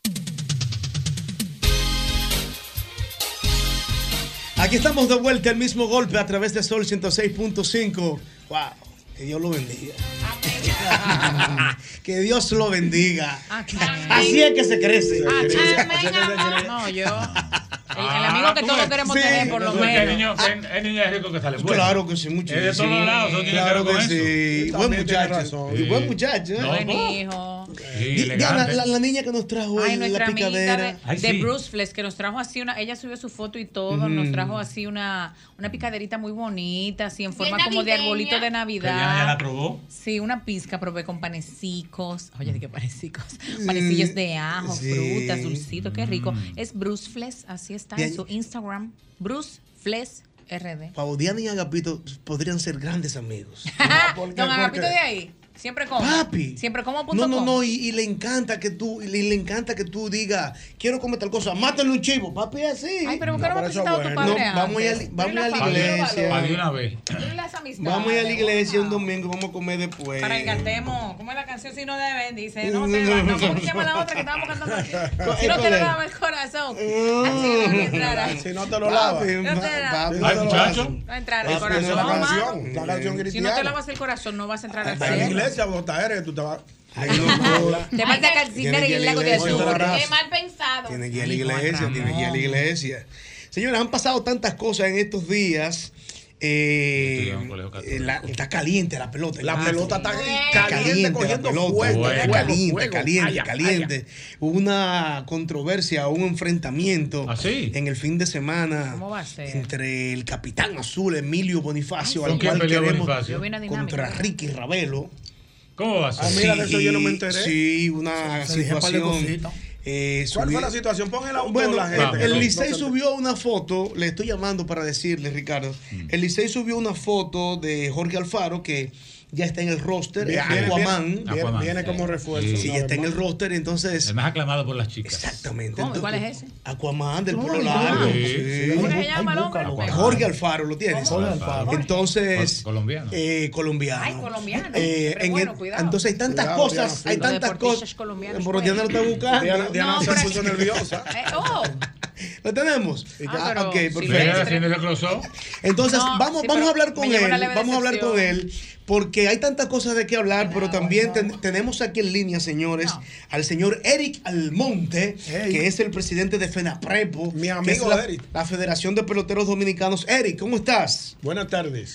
[SPEAKER 2] Aquí estamos de vuelta, el mismo golpe a través de Sol 106.5. ¡Wow! Que Dios lo bendiga. que Dios lo bendiga.
[SPEAKER 7] Ah,
[SPEAKER 2] Así es que se crece.
[SPEAKER 7] No, yo. El,
[SPEAKER 4] Ah,
[SPEAKER 7] el amigo
[SPEAKER 11] Ah,
[SPEAKER 7] que todos queremos tener, por lo
[SPEAKER 4] El
[SPEAKER 7] menos.
[SPEAKER 4] niño, el, el niño es rico que sale. bueno.
[SPEAKER 2] Claro que sí, muchachos.
[SPEAKER 4] Es de todos lados, eso tiene
[SPEAKER 2] Claro
[SPEAKER 4] que ver
[SPEAKER 2] que
[SPEAKER 4] con
[SPEAKER 2] sí.
[SPEAKER 4] eso.
[SPEAKER 2] Buen
[SPEAKER 4] También tiene
[SPEAKER 2] muchacho.
[SPEAKER 4] razón.
[SPEAKER 2] Y buen muchacho. ¿eh?
[SPEAKER 7] Buen hijo.
[SPEAKER 4] Sí,
[SPEAKER 2] Diana,
[SPEAKER 4] elegante.
[SPEAKER 2] la, la niña que nos trajo
[SPEAKER 7] Ay,
[SPEAKER 2] en
[SPEAKER 7] nuestra
[SPEAKER 2] la
[SPEAKER 7] amiguita de,
[SPEAKER 2] picadera.
[SPEAKER 7] de Bruce Flex, que nos trajo así una, ella subió su foto y todo,
[SPEAKER 2] Ujú.
[SPEAKER 7] nos trajo así una, una picaderita muy bonita, así en forma como de
[SPEAKER 5] navideña.
[SPEAKER 7] arbolito
[SPEAKER 4] Que
[SPEAKER 7] de
[SPEAKER 4] Diana ya la
[SPEAKER 7] Navidad.
[SPEAKER 4] probó.
[SPEAKER 7] Sí, una pizca probé con panecicos, oye, de qué panecicos,
[SPEAKER 2] Mm,
[SPEAKER 7] panecillos de ajo,
[SPEAKER 4] Sí.
[SPEAKER 7] frutas, dulcito, qué rico.
[SPEAKER 4] Mm.
[SPEAKER 7] Es Bruce Flex, así está
[SPEAKER 2] Bien.
[SPEAKER 7] en su Instagram, Bruce Flex RD.
[SPEAKER 2] Pavo Diana y Agapito podrían ser grandes amigos.
[SPEAKER 7] Ah, Don Agapito
[SPEAKER 2] Ah, por qué?
[SPEAKER 7] de ahí, siempre como.
[SPEAKER 2] Papi.
[SPEAKER 7] Siempre como punto
[SPEAKER 2] No, no,
[SPEAKER 7] com.
[SPEAKER 2] no, y, y le encanta que tú, y le, le encanta que tú digas, quiero comer tal cosa, mátale un chivo, papi, es así.
[SPEAKER 7] Ay, pero ¿por qué no
[SPEAKER 2] No,
[SPEAKER 7] me has presentado a tu padre antes?
[SPEAKER 2] vamos a ir a li- vamos a ir a la iglesia.
[SPEAKER 4] Pa' de una vez.
[SPEAKER 7] Dile las amistades.
[SPEAKER 2] Vamos a ir a la iglesia un domingo, vamos a comer después.
[SPEAKER 7] Para que cantemos. ¿Cómo es la canción si no deben? Dice, no te va, no, ¿cómo se llama la otra que estábamos cantando aquí? Si no te lo lava el corazón.
[SPEAKER 2] Mm.
[SPEAKER 7] Así no entrará.
[SPEAKER 6] Si no te lo lavas.
[SPEAKER 7] No te la-
[SPEAKER 6] Si
[SPEAKER 7] Ay,
[SPEAKER 6] te lo
[SPEAKER 7] muchacho.
[SPEAKER 6] lavas.
[SPEAKER 7] No entrará el
[SPEAKER 6] Vas a poner
[SPEAKER 7] corazón.
[SPEAKER 6] La
[SPEAKER 7] Vamos,
[SPEAKER 6] canción, la canción
[SPEAKER 7] Si no te
[SPEAKER 6] cristiana.
[SPEAKER 7] lavas el corazón, no vas a entrar al
[SPEAKER 6] Está en la
[SPEAKER 7] cielo.
[SPEAKER 6] iglesia, bota eres, tú te vas.
[SPEAKER 7] Te vas a calcinar en el lago de azul.
[SPEAKER 5] Qué mal pensado.
[SPEAKER 2] Tiene que ir a la iglesia, tiene que ir a la iglesia. Señores, han pasado tantas cosas en estos días. Eh, eh, la- está caliente la pelota.
[SPEAKER 6] La pelota está caliente, cogiendo
[SPEAKER 2] la pelota,
[SPEAKER 6] fuego,
[SPEAKER 2] está
[SPEAKER 6] fuego,
[SPEAKER 2] caliente,
[SPEAKER 6] fuego.
[SPEAKER 2] caliente,
[SPEAKER 6] Ay, ay,
[SPEAKER 2] caliente. Hubo una controversia, un enfrentamiento
[SPEAKER 4] ¿Ah,
[SPEAKER 2] en el fin de semana
[SPEAKER 7] ¿Cómo va a ser?
[SPEAKER 2] entre el capitán azul Emilio Bonifacio,
[SPEAKER 7] Ay,
[SPEAKER 2] al
[SPEAKER 7] sí.
[SPEAKER 2] cual
[SPEAKER 7] ¿Con quién peleó
[SPEAKER 2] queremos
[SPEAKER 7] Bonifacio? Yo vi una dinámica.
[SPEAKER 2] contra Ricky Ravelo.
[SPEAKER 4] ¿Cómo va a ser?
[SPEAKER 6] Ah, mira, de eso yo no me enteré.
[SPEAKER 2] Sí, una
[SPEAKER 6] Se- se dije un par de
[SPEAKER 2] Ah, situación.
[SPEAKER 6] cositas.
[SPEAKER 2] eh,
[SPEAKER 6] ¿Cuál
[SPEAKER 2] subi-
[SPEAKER 6] fue la situación? Pon el autor
[SPEAKER 2] bueno,
[SPEAKER 6] la gente.
[SPEAKER 2] el
[SPEAKER 6] No,
[SPEAKER 2] Licey
[SPEAKER 6] no se-
[SPEAKER 2] subió una foto, le estoy llamando para decirle, Ricardo.
[SPEAKER 4] Mm.
[SPEAKER 2] El Licey subió una foto de Jorge Alfaro que ya está en el roster,
[SPEAKER 6] Viene,
[SPEAKER 2] es
[SPEAKER 6] viene,
[SPEAKER 2] Aquaman.
[SPEAKER 6] viene, viene Aquaman, como sí. refuerzo,
[SPEAKER 2] Sí,
[SPEAKER 6] una
[SPEAKER 2] ya
[SPEAKER 6] vez
[SPEAKER 2] está en
[SPEAKER 6] más.
[SPEAKER 2] el roster, entonces.
[SPEAKER 4] Es más aclamado por las chicas. Exactamente.
[SPEAKER 7] ¿Cómo? ¿Cuál es ese?
[SPEAKER 2] Aquaman del
[SPEAKER 7] ¿Cómo
[SPEAKER 2] pelo
[SPEAKER 7] lo
[SPEAKER 2] largo.
[SPEAKER 4] llaman?
[SPEAKER 2] Sí.
[SPEAKER 4] Sí. ¿Cómo se llama el hombre?
[SPEAKER 2] Aquaman. Jorge Alfaro, ¿lo tienes?
[SPEAKER 4] Jorge Alfaro.
[SPEAKER 2] Entonces.
[SPEAKER 4] Col- colombiano.
[SPEAKER 2] eh, colombiano.
[SPEAKER 7] Ay, colombiano.
[SPEAKER 2] Eh,
[SPEAKER 7] Pero
[SPEAKER 2] en
[SPEAKER 7] bueno,
[SPEAKER 2] el-
[SPEAKER 7] cuidado.
[SPEAKER 2] entonces hay tantas
[SPEAKER 7] Cuidado,
[SPEAKER 2] cosas,
[SPEAKER 7] Diana,
[SPEAKER 2] hay
[SPEAKER 7] sí.
[SPEAKER 2] tantas
[SPEAKER 7] Los deportistas
[SPEAKER 2] cosas.
[SPEAKER 7] colombianos
[SPEAKER 2] Pero Diana lo está
[SPEAKER 7] pueden.
[SPEAKER 2] buscando.
[SPEAKER 7] Diana- Diana No, se pero- puso
[SPEAKER 6] nerviosa.
[SPEAKER 7] Eh, oh.
[SPEAKER 2] ¿Lo tenemos?
[SPEAKER 7] Ah, pero
[SPEAKER 2] ok,
[SPEAKER 7] sí,
[SPEAKER 4] Mira,
[SPEAKER 2] perfecto.
[SPEAKER 4] haciendo el crossover.
[SPEAKER 2] Entonces,
[SPEAKER 7] No,
[SPEAKER 2] vamos, vamos
[SPEAKER 7] sí, pero
[SPEAKER 2] a hablar
[SPEAKER 7] me
[SPEAKER 2] con
[SPEAKER 7] llegó
[SPEAKER 2] él.
[SPEAKER 7] una leve
[SPEAKER 2] Vamos a hablar con él. Porque hay tantas cosas de qué hablar,
[SPEAKER 7] Ah,
[SPEAKER 2] pero también ten- tenemos aquí en línea, señores, al señor Eric Almonte, que es el presidente de FENAPREPO. Mi
[SPEAKER 6] amigo
[SPEAKER 2] la,
[SPEAKER 6] Eric.
[SPEAKER 2] La Federación de Peloteros Dominicanos. Eric, ¿cómo estás?
[SPEAKER 6] Buenas tardes.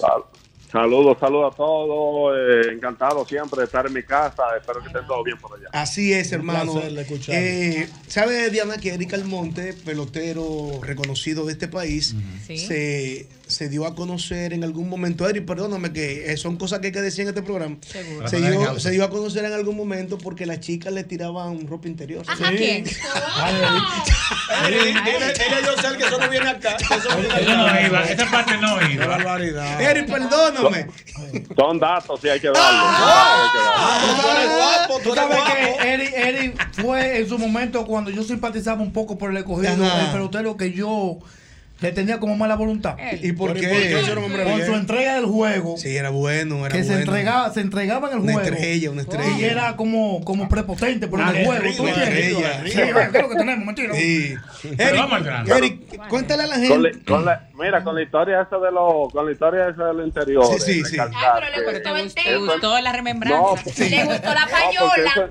[SPEAKER 14] Saludos, saludos a todos. eh, encantado siempre de estar en mi casa. Espero que estén todos bien por allá.
[SPEAKER 2] Así es, hermano.
[SPEAKER 14] placer de escucharlo.
[SPEAKER 2] Eh, ¿Sabe, Diana, que Eric Almonte, pelotero reconocido de este país,
[SPEAKER 7] Sí.
[SPEAKER 2] se, se dio a conocer en algún momento? Eric, perdóname, que eh, son cosas que hay que decir en este programa.
[SPEAKER 7] Seguro.
[SPEAKER 2] Se
[SPEAKER 7] Para
[SPEAKER 2] dio,
[SPEAKER 7] darle
[SPEAKER 2] se dio a conocer en algún momento porque las chicas le tiraban ropa interior.
[SPEAKER 7] ¿A quién?
[SPEAKER 6] Dile dile a Yosel que eso no viene acá. que Eso no viene acá. Eh,
[SPEAKER 4] Eso no iba, esa parte no iba.
[SPEAKER 2] Eric, perdóname.
[SPEAKER 14] Son datos y hay que darlos. Hay que darlos.
[SPEAKER 12] Tú sabes que Eric, Eric fue en su momento cuando yo simpatizaba un poco por el escogido, eh,
[SPEAKER 2] Ajá.
[SPEAKER 12] el pelotero que yo le tenía como mala voluntad.
[SPEAKER 2] ¿Y ¿Y por por qué? qué? Eso era un hombre
[SPEAKER 12] Con
[SPEAKER 2] bien.
[SPEAKER 12] su entrega del juego.
[SPEAKER 2] Sí, era bueno, era
[SPEAKER 12] que
[SPEAKER 2] bueno.
[SPEAKER 12] se entregaba, se entregaba en el
[SPEAKER 2] Una
[SPEAKER 12] juego.
[SPEAKER 2] estrella, una estrella.
[SPEAKER 12] Y era como, como prepotente por
[SPEAKER 2] Una
[SPEAKER 12] el juego.
[SPEAKER 2] estrella,
[SPEAKER 12] ¿tú
[SPEAKER 2] una
[SPEAKER 12] entiendes?
[SPEAKER 2] estrella.
[SPEAKER 12] Sí, bueno, ¿qué es lo que tenemos, mentira.
[SPEAKER 2] Sí.
[SPEAKER 14] Pero
[SPEAKER 2] Eric,
[SPEAKER 14] vamos al grano.
[SPEAKER 2] Eric, cuéntale a la
[SPEAKER 14] Con
[SPEAKER 2] gente.
[SPEAKER 14] la- con la- mira, con la historia esa de los, con la historia esa del
[SPEAKER 2] Sí,
[SPEAKER 14] interior.
[SPEAKER 2] sí, sí.
[SPEAKER 14] recalcar
[SPEAKER 7] Ay, pero le
[SPEAKER 14] que-
[SPEAKER 7] gustó el
[SPEAKER 14] eso-
[SPEAKER 7] tema, le gustó la
[SPEAKER 14] No,
[SPEAKER 7] remembranza,
[SPEAKER 14] pues-
[SPEAKER 7] le gustó la
[SPEAKER 14] no, porque
[SPEAKER 7] payola.
[SPEAKER 14] eso-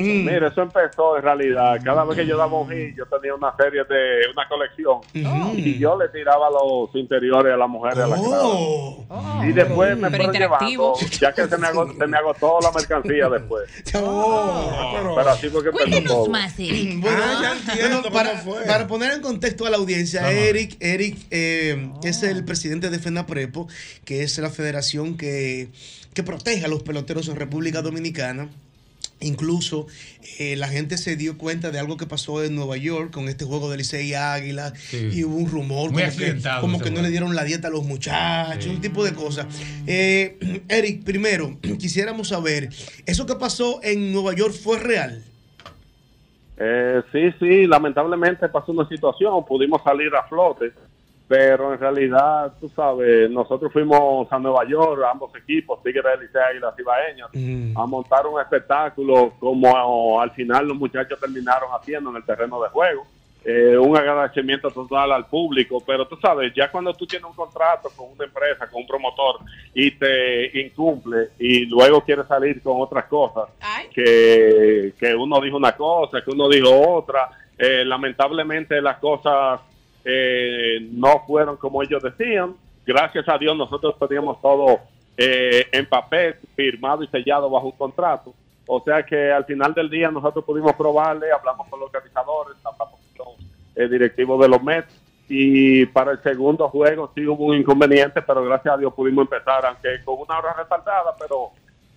[SPEAKER 21] Mm.
[SPEAKER 14] Mira, eso empezó en realidad. Cada vez que yo daba un hit, yo tenía una serie de una colección y yo le tiraba los interiores a las mujeres. a la que daba. y después me
[SPEAKER 21] Oh. pero
[SPEAKER 14] fueron
[SPEAKER 21] interactivo.
[SPEAKER 14] llevando, ya que se me, agotó, se me agotó la mercancía después.
[SPEAKER 21] Oh.
[SPEAKER 14] pero, así fue que empezó todo.
[SPEAKER 2] Bueno, bueno, Ah, para, para poner en contexto a la audiencia, Eric, Eric eh, es el presidente de FENAPREPO, que es la federación que, que protege a los peloteros en República Dominicana. Incluso eh, la gente se dio cuenta de algo que pasó en Nueva York con este juego de Licey y Águila
[SPEAKER 11] Sí.
[SPEAKER 2] y hubo un rumor
[SPEAKER 11] Muy
[SPEAKER 2] como que,
[SPEAKER 11] accidentado
[SPEAKER 2] como
[SPEAKER 11] ese
[SPEAKER 2] que no
[SPEAKER 11] juego.
[SPEAKER 2] le dieron la dieta a los muchachos,
[SPEAKER 11] Sí.
[SPEAKER 2] un tipo de cosas. Eh, Eric, primero, quisiéramos saber, ¿eso que pasó en Nueva York fue real?
[SPEAKER 14] Eh, sí, sí, lamentablemente pasó una situación, pudimos salir a flote, pero en realidad, tú sabes, nosotros fuimos a Nueva York, ambos equipos, Tigres del Licea y las Ibaeñas,
[SPEAKER 2] Mm.
[SPEAKER 14] a montar un espectáculo como al final los muchachos terminaron haciendo en el terreno de juego. Eh, un agradecimiento total al público, pero tú sabes, ya cuando tú tienes un contrato con una empresa, con un promotor y te incumple y luego quieres salir con otras cosas, que, que uno dijo una cosa, que uno dijo otra, eh, lamentablemente las cosas eh, no fueron como ellos decían, gracias a Dios nosotros teníamos todo eh, en papel, firmado y sellado bajo un contrato. O sea que al final del día nosotros pudimos probarle, hablamos con los organizadores, hablamos con los eh, directivos de los Mets y para el segundo juego sí hubo un inconveniente, pero gracias a Dios pudimos empezar, aunque con una hora retardada, pero,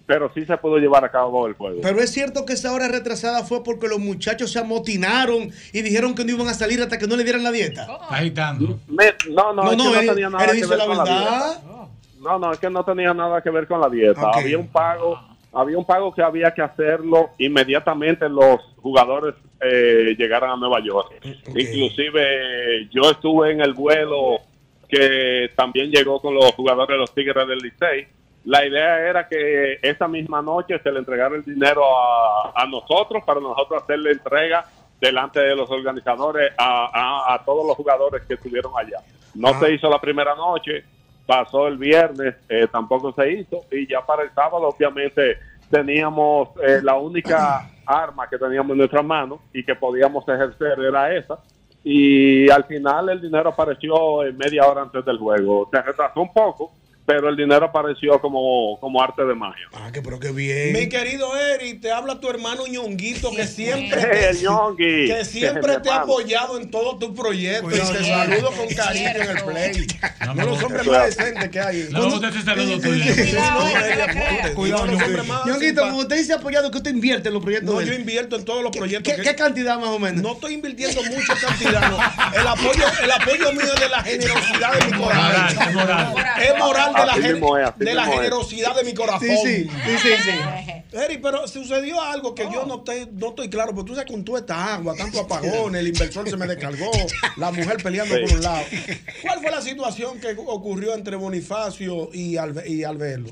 [SPEAKER 14] pero sí se pudo llevar a cabo el juego.
[SPEAKER 2] Pero es cierto que esa hora retrasada fue porque los muchachos se amotinaron y dijeron que no iban a salir hasta que no le dieran la dieta.
[SPEAKER 11] agitando.
[SPEAKER 14] no, no,
[SPEAKER 2] No,
[SPEAKER 14] es
[SPEAKER 2] no,
[SPEAKER 14] que
[SPEAKER 2] él-
[SPEAKER 14] no tenía nada
[SPEAKER 2] él
[SPEAKER 14] que
[SPEAKER 2] hizo
[SPEAKER 14] ver
[SPEAKER 2] la
[SPEAKER 14] con la
[SPEAKER 2] verdad.
[SPEAKER 14] dieta. No, no, es que no tenía nada que ver con la dieta. Ok. Había un pago, había un pago que había que hacerlo inmediatamente los jugadores eh, llegaran a Nueva York. Inclusive eh, yo estuve en el vuelo que también llegó con los jugadores de los Tigres del Licey. La idea era que esa misma noche se le entregara el dinero a, a nosotros para nosotros hacerle entrega delante de los organizadores a, a- a todos los jugadores que estuvieron allá. No se hizo la primera noche, pasó el viernes, eh, tampoco se hizo y ya para el sábado obviamente teníamos eh, la única arma que teníamos en nuestras manos y que podíamos ejercer era esa y al final el dinero apareció en media hora antes del juego. Se retrasó un poco, pero el dinero apareció como, como arte de magia.
[SPEAKER 2] Ah, que pero qué bien.
[SPEAKER 6] Mi querido Eric, te habla tu hermano ñonguito que siempre
[SPEAKER 14] Eh,
[SPEAKER 6] te,
[SPEAKER 14] el Ñongui.
[SPEAKER 6] que siempre
[SPEAKER 14] Mi
[SPEAKER 6] te ha
[SPEAKER 14] hermano.
[SPEAKER 6] apoyado en todos tus proyectos. Y te saludo con cariño en el play. No,
[SPEAKER 14] me
[SPEAKER 6] los
[SPEAKER 14] gusta.
[SPEAKER 6] hombres más decentes que hay.
[SPEAKER 11] No me gusta ese
[SPEAKER 2] eh,
[SPEAKER 11] saludo tuyo.
[SPEAKER 6] eh, Cuidado, Ñonguito.
[SPEAKER 2] Ñonguito, como usted dice apoyado, que usted invierte en los proyectos.
[SPEAKER 6] No,
[SPEAKER 2] de él.
[SPEAKER 6] yo invierto en todos los proyectos.
[SPEAKER 2] qué-
[SPEAKER 6] que-
[SPEAKER 2] qué cantidad más o menos?
[SPEAKER 6] No estoy invirtiendo mucha cantidad. no. El, apoyo, el apoyo mío es de la generosidad de mi corazón.
[SPEAKER 11] Moral, es moral.
[SPEAKER 6] Es moral de la,
[SPEAKER 11] Así
[SPEAKER 6] gen-
[SPEAKER 11] mismo es, así
[SPEAKER 6] de la
[SPEAKER 11] mismo es.
[SPEAKER 6] generosidad de mi corazón.
[SPEAKER 11] Sí, sí, sí, sí,
[SPEAKER 6] Eric, pero sucedió algo que yo no estoy, no estoy claro, porque tú sabes con toda esta agua, tanto apagón, el inversor se me descargó, la mujer peleando
[SPEAKER 14] Sí.
[SPEAKER 6] por un lado. ¿Cuál fue la situación que ocurrió entre Bonifacio y, Albe- y Albelo?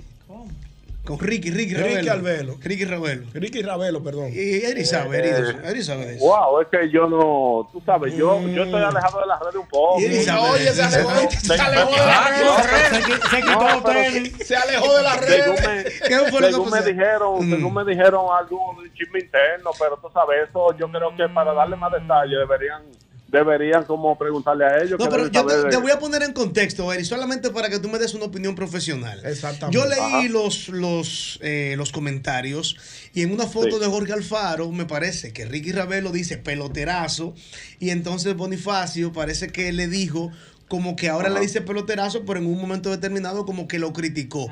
[SPEAKER 2] Con Ricky, Ricky,
[SPEAKER 6] Ricky
[SPEAKER 2] Ravelo.
[SPEAKER 6] Albelo.
[SPEAKER 2] Ricky Ravelo.
[SPEAKER 6] Ricky Ravelo, perdón.
[SPEAKER 2] Y Eric sabe, Eric de eso, Eric sabe de eso. Mm.
[SPEAKER 14] Wow, es que yo no, tú sabes, yo, yo estoy alejado de las redes un poco.
[SPEAKER 2] Eric sabe de Ah, eso.
[SPEAKER 14] No, pero
[SPEAKER 6] Se alejó de las
[SPEAKER 14] según
[SPEAKER 6] redes.
[SPEAKER 14] me, según me dijeron,
[SPEAKER 2] Mm.
[SPEAKER 14] según me dijeron algo de un chisme interno, pero tú sabes eso, yo creo que para darle más detalle deberían, deberían como preguntarle a ellos.
[SPEAKER 2] No,
[SPEAKER 14] que
[SPEAKER 2] pero
[SPEAKER 14] deben
[SPEAKER 2] yo te,
[SPEAKER 14] saber
[SPEAKER 2] te
[SPEAKER 14] de-
[SPEAKER 2] voy a poner en contexto, Eric, solamente para que tú me des una opinión profesional.
[SPEAKER 6] Exactamente.
[SPEAKER 2] Yo leí
[SPEAKER 14] Ajá.
[SPEAKER 2] los los eh, los comentarios y en una foto
[SPEAKER 14] Sí.
[SPEAKER 2] de Jorge Alfaro me parece que Ricky Ravelo dice peloterazo y entonces Bonifacio parece que le dijo como que ahora le dice peloterazo, pero en un momento determinado como que lo criticó.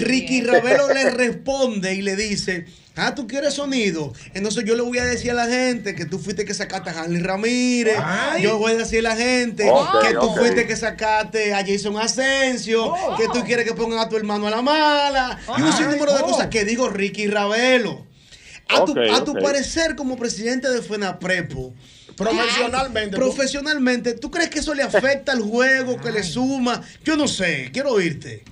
[SPEAKER 2] Ricky Ravelo le responde y le dice, ah, tú quieres sonido. Entonces yo le voy a decir a la gente que tú fuiste que sacaste a Hanley Ramírez.
[SPEAKER 6] Ay.
[SPEAKER 2] Yo voy a decir a la gente
[SPEAKER 14] Ok,
[SPEAKER 2] que tú
[SPEAKER 14] ok. Oh.
[SPEAKER 2] fuiste que sacaste a Jason Asensio, que tú quieres que pongan a tu hermano a la mala. Y un
[SPEAKER 14] Ay,
[SPEAKER 2] sinnúmero de
[SPEAKER 14] oh.
[SPEAKER 2] cosas que digo Ricky Ravelo. A tu,
[SPEAKER 14] Ok,
[SPEAKER 2] a tu
[SPEAKER 14] ok.
[SPEAKER 2] parecer como presidente de FENAPREPO,
[SPEAKER 6] Profesionalmente, ¿no?
[SPEAKER 2] profesionalmente, ¿tú crees que eso le afecta al juego, que le suma? Yo no sé, quiero oírte.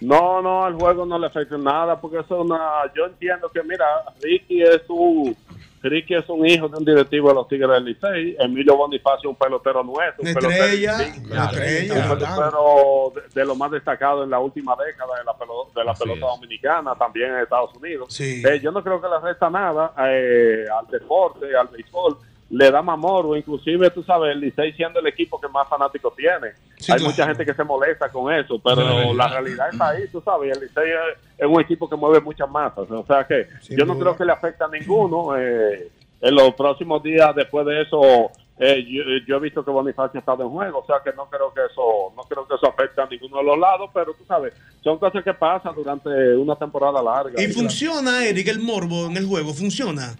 [SPEAKER 14] No, no, al juego no le afecta en nada, porque eso es una. Yo entiendo que, mira, Ricky es su, Ricky es un hijo de un directivo de los Tigres del Licey. Emilio Bonifacio es un pelotero nuestro. Un
[SPEAKER 2] Una
[SPEAKER 14] pelotero
[SPEAKER 2] estrella,
[SPEAKER 14] insignia,
[SPEAKER 2] una estrella,
[SPEAKER 14] Un pelotero de, de lo más destacado en la última década de la, pelo- de la
[SPEAKER 2] Así
[SPEAKER 14] pelota
[SPEAKER 2] es.
[SPEAKER 14] dominicana, también en Estados Unidos.
[SPEAKER 2] Sí.
[SPEAKER 14] Eh, yo no creo que le resta nada eh, al deporte, al béisbol. Le da más moro, inclusive, tú sabes, el Licey siendo el equipo que más fanáticos tiene. Hay mucha gente que se molesta con eso, pero
[SPEAKER 1] Eso es verdad.
[SPEAKER 14] la realidad está ahí, tú sabes. y El Licey es- es un equipo que mueve muchas masas. O sea que yo no creo que le afecta a ninguno. eh, en los próximos días, después de eso, eh, yo, yo he visto que Bonifacio ha estado en juego. O sea que no creo que eso no creo que eso afecte a ninguno de los lados, pero tú sabes, son cosas que pasan durante una temporada larga.
[SPEAKER 2] ¿Y funciona, Eric, el morbo en el juego? ¿Funciona?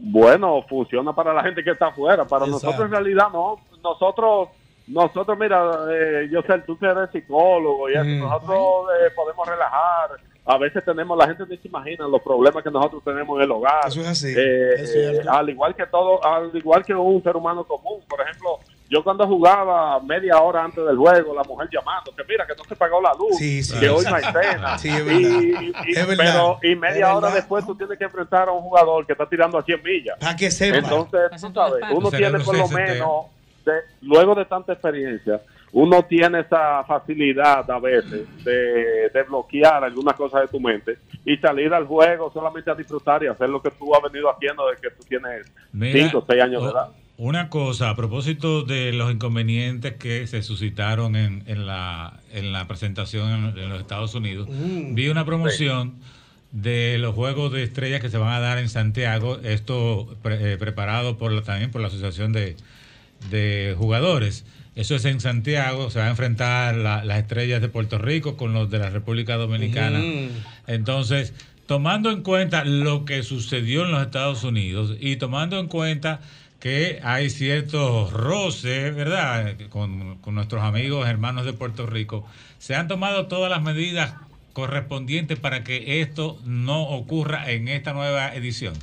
[SPEAKER 14] Bueno, funciona para la gente que está afuera. Para
[SPEAKER 2] Exacto.
[SPEAKER 14] nosotros, en realidad, no. Nosotros, nosotros mira, eh, yo sé, tú que eres psicólogo y eso,
[SPEAKER 1] Mm.
[SPEAKER 14] nosotros eh, podemos relajar. A veces tenemos, la gente no se imagina los problemas que nosotros tenemos en el hogar.
[SPEAKER 2] Eso es así.
[SPEAKER 14] Eh,
[SPEAKER 2] Es cierto.
[SPEAKER 14] al igual que todo, al igual que un ser humano común. Por ejemplo, yo cuando jugaba media hora antes del juego, la mujer llamando, que mira, que no se pagó la luz,
[SPEAKER 2] Sí, sí.
[SPEAKER 14] que hoy no hay cena.
[SPEAKER 2] Sí, es
[SPEAKER 14] Y-
[SPEAKER 2] verdad.
[SPEAKER 14] y-
[SPEAKER 2] Es verdad.
[SPEAKER 14] pero, y media
[SPEAKER 2] Es
[SPEAKER 14] hora
[SPEAKER 2] verdad.
[SPEAKER 14] después tú tienes que enfrentar a un jugador que está tirando a 100 millas.
[SPEAKER 2] Para que sepa.
[SPEAKER 14] Entonces, tú sabes,
[SPEAKER 2] pasos.
[SPEAKER 14] uno
[SPEAKER 2] Tu
[SPEAKER 14] tiene
[SPEAKER 2] cerebro
[SPEAKER 14] por
[SPEAKER 2] se
[SPEAKER 14] lo
[SPEAKER 2] desentea.
[SPEAKER 14] menos, de- luego de tanta experiencia, uno tiene esa facilidad a veces de, de bloquear algunas cosas de tu mente y salir al juego solamente a disfrutar y hacer lo que tú has venido haciendo desde que tú tienes
[SPEAKER 4] Mira,
[SPEAKER 14] 5 o 6 años de
[SPEAKER 4] o-
[SPEAKER 14] edad.
[SPEAKER 4] Una cosa, a propósito de los inconvenientes que se suscitaron en, en la, en la presentación en, en los Estados Unidos,
[SPEAKER 1] Mm.
[SPEAKER 4] vi una promoción de los Juegos de Estrellas que se van a dar en Santiago, esto pre- eh, preparado por la, también por la Asociación de, de Jugadores. Eso es en Santiago, se va a enfrentar la- las estrellas de Puerto Rico con los de la República Dominicana. Entonces, tomando en cuenta lo que sucedió en los Estados Unidos y tomando en cuenta que hay ciertos roces, ¿verdad?, con, con nuestros amigos, hermanos de Puerto Rico, se han tomado todas las medidas correspondientes para que esto no ocurra en esta nueva edición.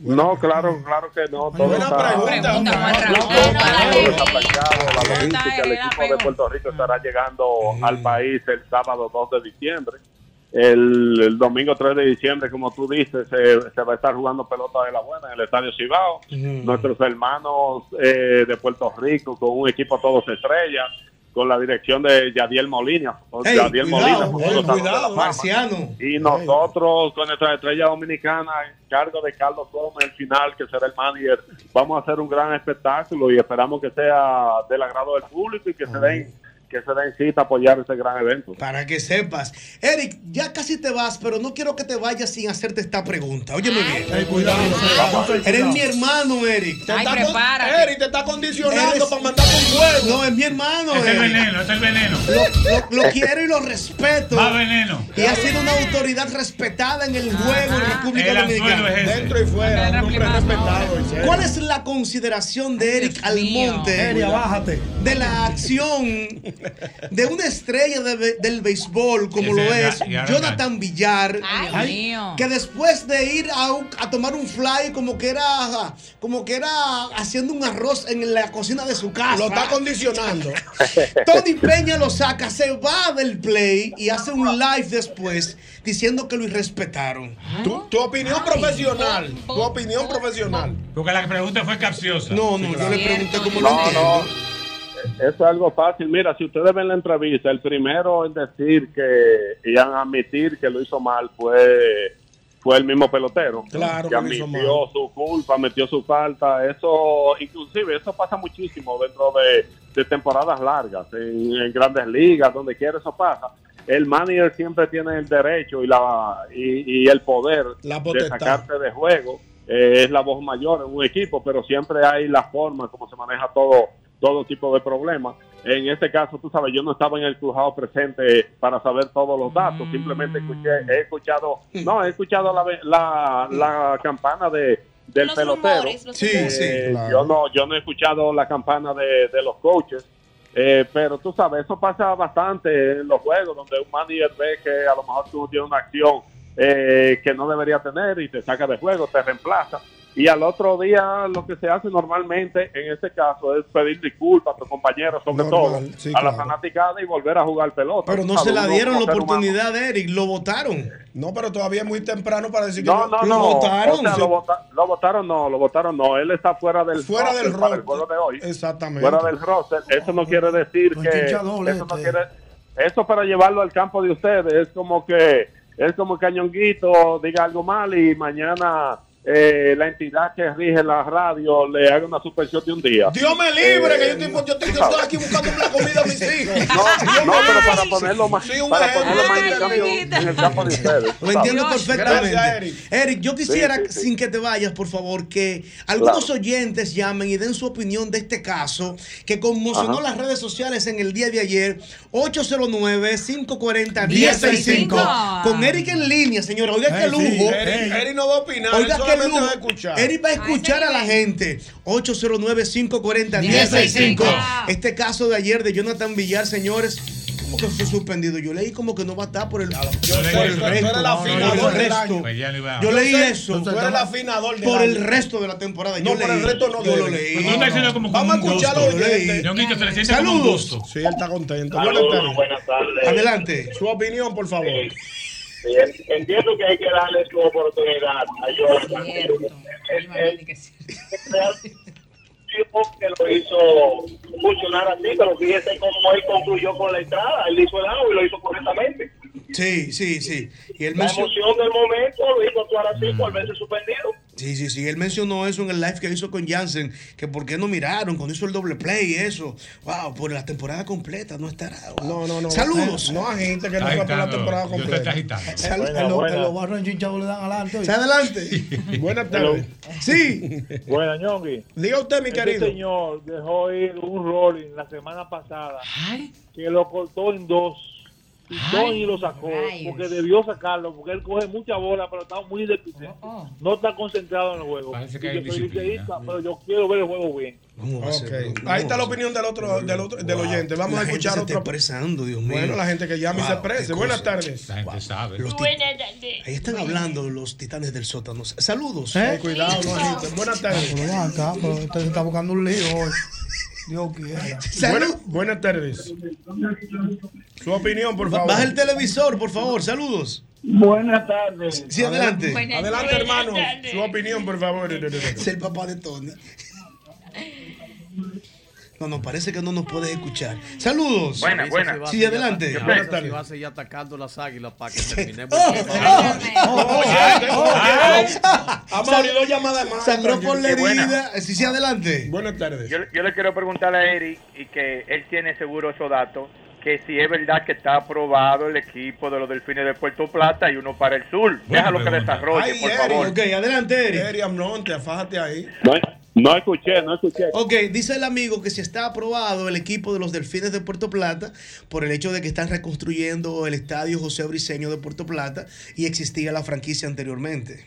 [SPEAKER 14] No, claro, claro que no. Todo está- No, todo está aplicado, la logística, el equipo de Puerto Rico estará llegando al país el sábado 2 de diciembre. El, el domingo 3 de diciembre, como tú dices, se, se va a estar jugando pelota de la buena en el Estadio Cibao. Nuestros hermanos eh, de Puerto Rico con un equipo todos estrellas, con la dirección de Yadiel Molina. o
[SPEAKER 2] Ey,
[SPEAKER 14] Yadiel
[SPEAKER 2] cuidado,
[SPEAKER 14] Molina,
[SPEAKER 2] ey,
[SPEAKER 14] Salón de la
[SPEAKER 2] cuidado,
[SPEAKER 14] Fama.
[SPEAKER 2] Marciano.
[SPEAKER 14] Y nosotros, con nuestra estrella dominicana, en cargo de Carlos Gómez, el final, que será el manager, vamos a hacer un gran espectáculo y esperamos que sea del agrado del público y que se den que se den cita a apoyar ese gran evento.
[SPEAKER 2] Para que sepas. Eric, ya casi te vas, pero no quiero que te vayas sin hacerte esta pregunta. Óyeme bien. Eres mi hermano, Eric.
[SPEAKER 6] Te está con- Eric te está condicionando para mandar con fuego.
[SPEAKER 2] No, es mi hermano,
[SPEAKER 4] Es el
[SPEAKER 2] Eric.
[SPEAKER 4] veneno, es el veneno.
[SPEAKER 2] Lo, lo- lo quiero y lo respeto.
[SPEAKER 4] Más veneno.
[SPEAKER 2] Y ha sido una autoridad respetada en el juego en República
[SPEAKER 4] El anzuelo
[SPEAKER 2] Dominicana.
[SPEAKER 4] es ese. Dentro y
[SPEAKER 6] fuera, un hombre respetado.
[SPEAKER 2] ¿Cuál es la consideración de Eric Almonte?
[SPEAKER 12] Eria, bájate.
[SPEAKER 2] De la acción de una estrella de be- del béisbol como lo
[SPEAKER 12] Ese era-
[SPEAKER 2] es
[SPEAKER 12] y ahora
[SPEAKER 2] Jonathan Villar,
[SPEAKER 12] Ay,
[SPEAKER 2] ay,
[SPEAKER 12] Dios mío.
[SPEAKER 2] que después de ir a, un- a tomar un fly como que era como que era haciendo un arroz en la cocina de su casa,
[SPEAKER 6] Lo está condicionando.
[SPEAKER 2] Tony Peña lo saca, se va del play y hace un live después diciendo que lo irrespetaron.
[SPEAKER 6] Tu, tu opinión profesional. Tu opinión profesional.
[SPEAKER 4] Porque la pregunta fue capciosa.
[SPEAKER 2] No, no, yo le pregunté cómo lo entiendo.
[SPEAKER 14] Eso es algo fácil. Mira, si ustedes ven la entrevista, el primero en decir que y en admitir que lo hizo mal fue fue el mismo pelotero.
[SPEAKER 6] Claro
[SPEAKER 14] que
[SPEAKER 6] que lo hizo
[SPEAKER 14] admitió su culpa, metió su falta. Eso, inclusive, eso pasa muchísimo dentro de, de temporadas largas, en, en grandes ligas, donde quiera eso pasa. El manager siempre tiene el derecho y la y, y el poder de
[SPEAKER 6] potestad.
[SPEAKER 14] sacarte de juego. Eh, es la voz mayor en un equipo, pero siempre hay la forma como se maneja todo todo tipo de problemas. En este caso, tú sabes, yo no estaba en el crujado presente para saber todos los datos, simplemente escuché, he escuchado, no, he escuchado la, ve- la, la campana de del
[SPEAKER 11] Los
[SPEAKER 14] pelotero.
[SPEAKER 11] rumores, los Sí, rumores. sí,
[SPEAKER 14] Eh,
[SPEAKER 11] claro.
[SPEAKER 14] Yo no, yo no he escuchado la campana de, de los coaches. eh, pero tú sabes, eso pasa bastante en los juegos, donde un manager ve que a lo mejor tú tienes una acción eh, que no debería tener y te saca de juego, te reemplaza. Y al otro día lo que se hace normalmente en este caso es pedir disculpas a tus compañeros, sobre
[SPEAKER 6] Normal,
[SPEAKER 14] todo
[SPEAKER 6] sí,
[SPEAKER 14] a la
[SPEAKER 6] claro.
[SPEAKER 14] fanaticada y volver a jugar pelota.
[SPEAKER 6] Pero no
[SPEAKER 14] ¿sabes?
[SPEAKER 6] se la
[SPEAKER 14] Uno
[SPEAKER 6] dieron
[SPEAKER 14] como
[SPEAKER 6] la
[SPEAKER 14] ser humano.
[SPEAKER 6] oportunidad, Eric, lo votaron. No, pero todavía es muy temprano para decir
[SPEAKER 14] No,
[SPEAKER 6] que
[SPEAKER 14] no,
[SPEAKER 6] lo
[SPEAKER 14] no.
[SPEAKER 6] votaron.
[SPEAKER 14] O sea,
[SPEAKER 6] sí.
[SPEAKER 14] lo, vota- lo votaron, no, lo votaron, no. Él está fuera del
[SPEAKER 6] Fuera
[SPEAKER 14] roster
[SPEAKER 6] del
[SPEAKER 14] para
[SPEAKER 6] roster.
[SPEAKER 14] el juego de hoy.
[SPEAKER 6] Exactamente.
[SPEAKER 14] Fuera del roster. Eso no quiere decir que.
[SPEAKER 6] chicha doble
[SPEAKER 14] Eso, no
[SPEAKER 6] este.
[SPEAKER 14] quiere, eso para llevarlo al campo de ustedes es como que. Es como que Añonguito diga algo mal y mañana eh, la entidad que rige la radio le haga una suspensión de un día.
[SPEAKER 6] Dios me libre, que yo estoy, yo estoy- yo estoy aquí buscando la comida a mis hijos.
[SPEAKER 14] Eh, No, pero para ponerlo más,
[SPEAKER 6] eh.
[SPEAKER 14] para ponerlo más en, el campo, en el campo de ustedes.
[SPEAKER 2] Lo entiendo
[SPEAKER 14] ¿sabes?
[SPEAKER 2] perfectamente.
[SPEAKER 14] Gracias,
[SPEAKER 2] Eric. yo quisiera,
[SPEAKER 14] Sí, sí, sí.
[SPEAKER 2] sin que te vayas, por favor, que algunos
[SPEAKER 14] Claro.
[SPEAKER 2] oyentes llamen y den su opinión de este caso que conmocionó
[SPEAKER 14] Ajá.
[SPEAKER 2] las redes sociales en el día de ayer. 809-540-1065.
[SPEAKER 6] 1065.
[SPEAKER 2] Con Eric en línea, señora. Oiga, qué
[SPEAKER 6] Ey,
[SPEAKER 2] lujo.
[SPEAKER 6] Eh, sí, Eric- Eric no va a opinar,
[SPEAKER 2] Oiga,
[SPEAKER 6] él
[SPEAKER 2] qué
[SPEAKER 6] solamente
[SPEAKER 2] lujo.
[SPEAKER 6] va a escuchar.
[SPEAKER 2] Eric va a escuchar a la gente. 809-540-1065. Este caso de ayer de Jonathan Villar, señores. ¿Cómo que fue suspendido? Yo leí como que no va a estar por el, por el
[SPEAKER 6] tú eres
[SPEAKER 2] resto.
[SPEAKER 6] la
[SPEAKER 2] por
[SPEAKER 6] final
[SPEAKER 2] el
[SPEAKER 6] del
[SPEAKER 2] resto.
[SPEAKER 6] año.
[SPEAKER 4] Pues ya le iba-
[SPEAKER 2] Yo leí
[SPEAKER 6] sé,
[SPEAKER 2] eso.
[SPEAKER 6] Tú eres el afinador del
[SPEAKER 2] Por el
[SPEAKER 6] año.
[SPEAKER 2] resto de la temporada.
[SPEAKER 6] No,
[SPEAKER 2] Yo
[SPEAKER 6] por
[SPEAKER 2] leí.
[SPEAKER 6] el resto no
[SPEAKER 2] Yo lo
[SPEAKER 6] debe.
[SPEAKER 2] leí.
[SPEAKER 6] No, no, no. Vamos a escuchar a los oyentes. Sí, él está contento. Yo le
[SPEAKER 11] Saludos,
[SPEAKER 6] espero.
[SPEAKER 11] buenas tardes.
[SPEAKER 6] Adelante. Su opinión, por favor.
[SPEAKER 11] Sí, en- Entiendo que hay que darle su oportunidad a Jordan. Él- él- tipo que lo hizo funcionar así, pero fíjese cómo él concluyó con la entrada. Él hizo el agua y lo hizo correctamente.
[SPEAKER 2] Sí, sí, sí. Y él
[SPEAKER 11] La
[SPEAKER 2] mencionó,
[SPEAKER 11] emoción del momento lo hizo actuar así, por verse suspendido.
[SPEAKER 2] sí, sí, sí. Él mencionó eso en el live que hizo con Jansen. Que por qué no miraron cuando hizo el doble play y eso. Wow, por la temporada completa no estará. No, no, no. Saludos.
[SPEAKER 6] No, hay gente que
[SPEAKER 2] Está
[SPEAKER 6] no está por la
[SPEAKER 2] agitando.
[SPEAKER 6] temporada
[SPEAKER 2] Yo te
[SPEAKER 6] completa.
[SPEAKER 2] está agitando.
[SPEAKER 6] Sal-
[SPEAKER 2] Buena,
[SPEAKER 6] en lo-
[SPEAKER 2] buena.
[SPEAKER 6] en lo-
[SPEAKER 12] barros enchinchados le dan adelante.
[SPEAKER 6] Se adelante. Buenas tardes.
[SPEAKER 2] Sí.
[SPEAKER 6] Buenas,
[SPEAKER 11] Ñongui.
[SPEAKER 6] Diga usted, mi
[SPEAKER 11] Este
[SPEAKER 6] querido.
[SPEAKER 11] señor dejó ir un rolling la semana pasada que lo cortó en dos. Y Tony lo sacó porque debió sacarlo, porque él coge mucha bola, pero está muy despistado. No está concentrado en el juego.
[SPEAKER 6] Parece que
[SPEAKER 11] Y
[SPEAKER 6] hay
[SPEAKER 11] yo soy
[SPEAKER 6] disciplina.
[SPEAKER 11] liceísta, pero yo quiero ver el juego bien.
[SPEAKER 6] Ok. Ahí está la opinión del otro, del otro, del oyente. Vamos
[SPEAKER 2] La
[SPEAKER 6] a
[SPEAKER 2] gente
[SPEAKER 6] escuchar
[SPEAKER 2] se
[SPEAKER 6] otro.
[SPEAKER 2] está expresando, Dios mío.
[SPEAKER 6] Bueno, la gente que llama y se
[SPEAKER 2] Wow, qué
[SPEAKER 6] exprese.
[SPEAKER 2] cosa.
[SPEAKER 6] Buenas tardes.
[SPEAKER 4] La gente sabe.
[SPEAKER 2] Los ti- Ahí están hablando los titanes del sótano. Saludos.
[SPEAKER 12] ¿Eh? Ah,
[SPEAKER 2] Ay,
[SPEAKER 6] Cuidado, no agiten. Buenas tardes.
[SPEAKER 12] Pero ven acá, pero usted se está buscando un lío hoy. Dios quiera.
[SPEAKER 6] Buena- buenas tardes. Su opinión, por favor.
[SPEAKER 2] Baja el televisor, por favor. Saludos.
[SPEAKER 11] Buenas tardes.
[SPEAKER 2] Sí, adelante.
[SPEAKER 6] Buenas- Adelante, buenas hermano. tardes. Su opinión, por favor. Es
[SPEAKER 2] el papá de Tony. No, no, parece que no nos puedes escuchar. Saludos.
[SPEAKER 15] Buena, buena.
[SPEAKER 2] Sí, adelante.
[SPEAKER 15] Buenas tardes. va a seguir atacando las águilas para que terminemos.
[SPEAKER 2] Oh,
[SPEAKER 15] el tema.
[SPEAKER 2] oh, oh,
[SPEAKER 15] Ay,
[SPEAKER 2] oh,
[SPEAKER 15] ay.
[SPEAKER 6] Ha morido llamada más.
[SPEAKER 2] Sangró por la
[SPEAKER 15] Qué buena.
[SPEAKER 2] herida. Sí, sí, adelante.
[SPEAKER 6] Buenas tardes.
[SPEAKER 15] Yo, yo le quiero preguntar a Eric y que él tiene seguro esos datos que si es verdad que está aprobado el equipo de los delfines de Puerto Plata y uno para el sur. Déjalo que desarrolle, por favor.
[SPEAKER 2] adelante, Eri.
[SPEAKER 6] Eri Amnonte, afájate ahí.
[SPEAKER 14] No escuché, no escuché.
[SPEAKER 2] Ok, dice el amigo que si está aprobado el equipo de los Delfines de Puerto Plata por el hecho de que están reconstruyendo el estadio José Briceño de Puerto Plata y existía la franquicia anteriormente.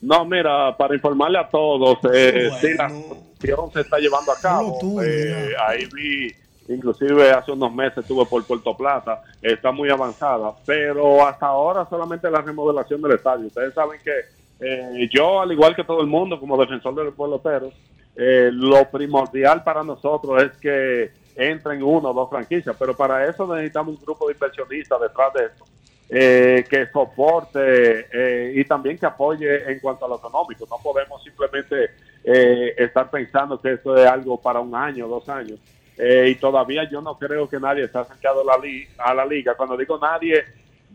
[SPEAKER 14] No, mira, para informarle a todos, eh,
[SPEAKER 2] Bueno.
[SPEAKER 14] sí, la construcción se está llevando a cabo. Eh, ahí vi, inclusive hace unos meses estuve por Puerto Plata, está muy avanzada, pero hasta ahora solamente la remodelación del estadio. Ustedes saben que eh, yo, al igual que todo el mundo, como defensor del pueblo pero eh, lo primordial para nosotros es que entren una o dos franquicias, pero para eso necesitamos un grupo de inversionistas detrás de esto eh, que soporte eh, y también que apoye en cuanto a lo económico. No podemos simplemente eh, estar pensando que esto es algo para un año, dos años. Eh, y todavía yo no creo que nadie se ha acercado a la, li- a la liga. Cuando digo nadie,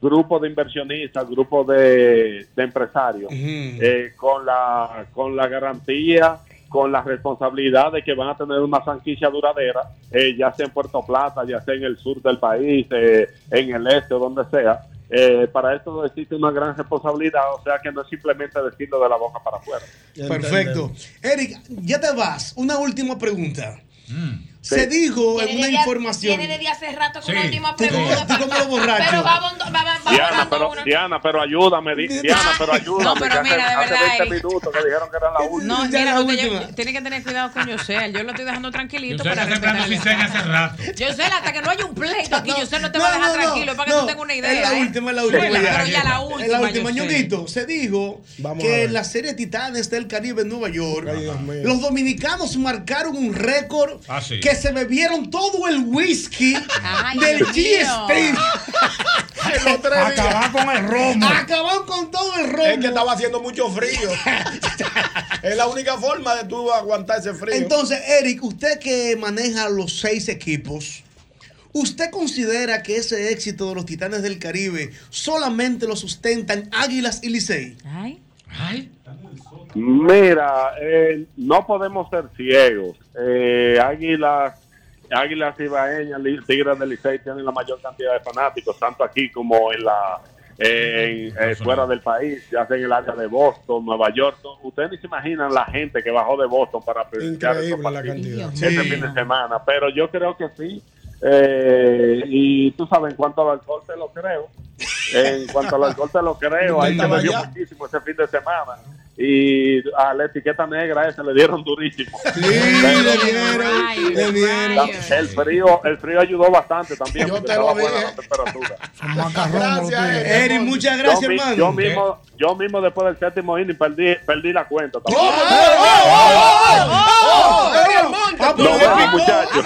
[SPEAKER 14] grupo de inversionistas, grupo de, de empresarios, eh, con, la, con la garantía, con la responsabilidad de que van a tener una franquicia duradera, eh, ya sea en Puerto Plata, ya sea en el sur del país, eh, en el este o donde sea. Eh, para esto existe una gran responsabilidad, o sea que no es simplemente decirlo de la boca para afuera.
[SPEAKER 2] Perfecto. Eric, ya te vas. Una última pregunta. Se dijo en
[SPEAKER 5] Viene
[SPEAKER 2] una
[SPEAKER 5] desde-
[SPEAKER 2] información.
[SPEAKER 5] Viene desde hace rato con
[SPEAKER 14] Sí.
[SPEAKER 5] la última
[SPEAKER 14] Tú como-
[SPEAKER 5] pregunta.
[SPEAKER 14] tú como
[SPEAKER 5] papá.
[SPEAKER 14] borracho.
[SPEAKER 5] Pero va bondo- va- va- va
[SPEAKER 14] Diana,
[SPEAKER 5] volando
[SPEAKER 14] pero,
[SPEAKER 5] una.
[SPEAKER 14] Diana, pero ayúdame, di- Diana, pero ayúdame.
[SPEAKER 7] pero
[SPEAKER 14] que
[SPEAKER 7] mira, de
[SPEAKER 14] hace, hace
[SPEAKER 7] verdad,
[SPEAKER 14] 20
[SPEAKER 7] Eric.
[SPEAKER 14] minutos que dijeron que era la última.
[SPEAKER 7] No, mira, usted ya- tiene que tener cuidado con Yosel. Yo lo estoy dejando tranquilito para respetar.
[SPEAKER 11] hace rato.
[SPEAKER 7] Yosel, hasta que no haya un pleito aquí, Yosel no te
[SPEAKER 2] No,
[SPEAKER 7] va a dejar
[SPEAKER 2] no, no,
[SPEAKER 7] tranquilo. Es para que
[SPEAKER 2] no,
[SPEAKER 7] tú tengas una idea.
[SPEAKER 2] Es la
[SPEAKER 7] ¿eh?
[SPEAKER 2] última, es la última.
[SPEAKER 7] Pero ya la
[SPEAKER 2] Es la
[SPEAKER 7] última.
[SPEAKER 2] última,
[SPEAKER 7] Yosel.
[SPEAKER 2] Ñonguito. Se dijo
[SPEAKER 6] a
[SPEAKER 2] que
[SPEAKER 6] ver.
[SPEAKER 2] en la serie Titanes del Caribe en Nueva York, los dominicanos marcaron un récord
[SPEAKER 6] Ah, sí.
[SPEAKER 2] que se bebieron todo el whisky
[SPEAKER 6] Ay,
[SPEAKER 2] del
[SPEAKER 6] Dios mío.
[SPEAKER 2] G-Stream.
[SPEAKER 6] Acabar con el romo.
[SPEAKER 2] Acabaron con todo el romo.
[SPEAKER 6] Es que estaba haciendo mucho frío. es la única forma de tú aguantar ese frío.
[SPEAKER 2] Entonces, Eric, usted que maneja los seis equipos, ¿usted considera que ese éxito de los Titanes del Caribe solamente lo sustentan Águilas y Licey?
[SPEAKER 7] Ay.
[SPEAKER 14] Mira, eh, no podemos ser ciegos. Eh, Águilas, Águilas Ibaeñas, Li- Tigres del Licey tienen la mayor cantidad de fanáticos, tanto aquí como en la eh, en- eh, fuera del país, ya sea en el área de Boston, Nueva York. No, Ustedes ni se imaginan la gente que bajó de Boston para presenciar esos partidos este fin de semana. Pero yo creo que sí. Eh, y tú sabes, en cuanto al alcohol te lo creo. En cuanto al alcohol te lo creo. Ahí se
[SPEAKER 6] Estaba
[SPEAKER 14] bebió
[SPEAKER 6] allá.
[SPEAKER 14] muchísimo ese fin de semana. Y a la etiqueta negra esa le dieron durísimo. Pero- el frío, el frío ayudó bastante también. porque estaba buena la temperatura.
[SPEAKER 2] Eric. Eric, muchas gracias,
[SPEAKER 14] yo, mi-
[SPEAKER 2] hermano.
[SPEAKER 14] Yo mismo, yo mismo después del séptimo inning perdí, perdí la cuenta. también. No, bueno, muchachos.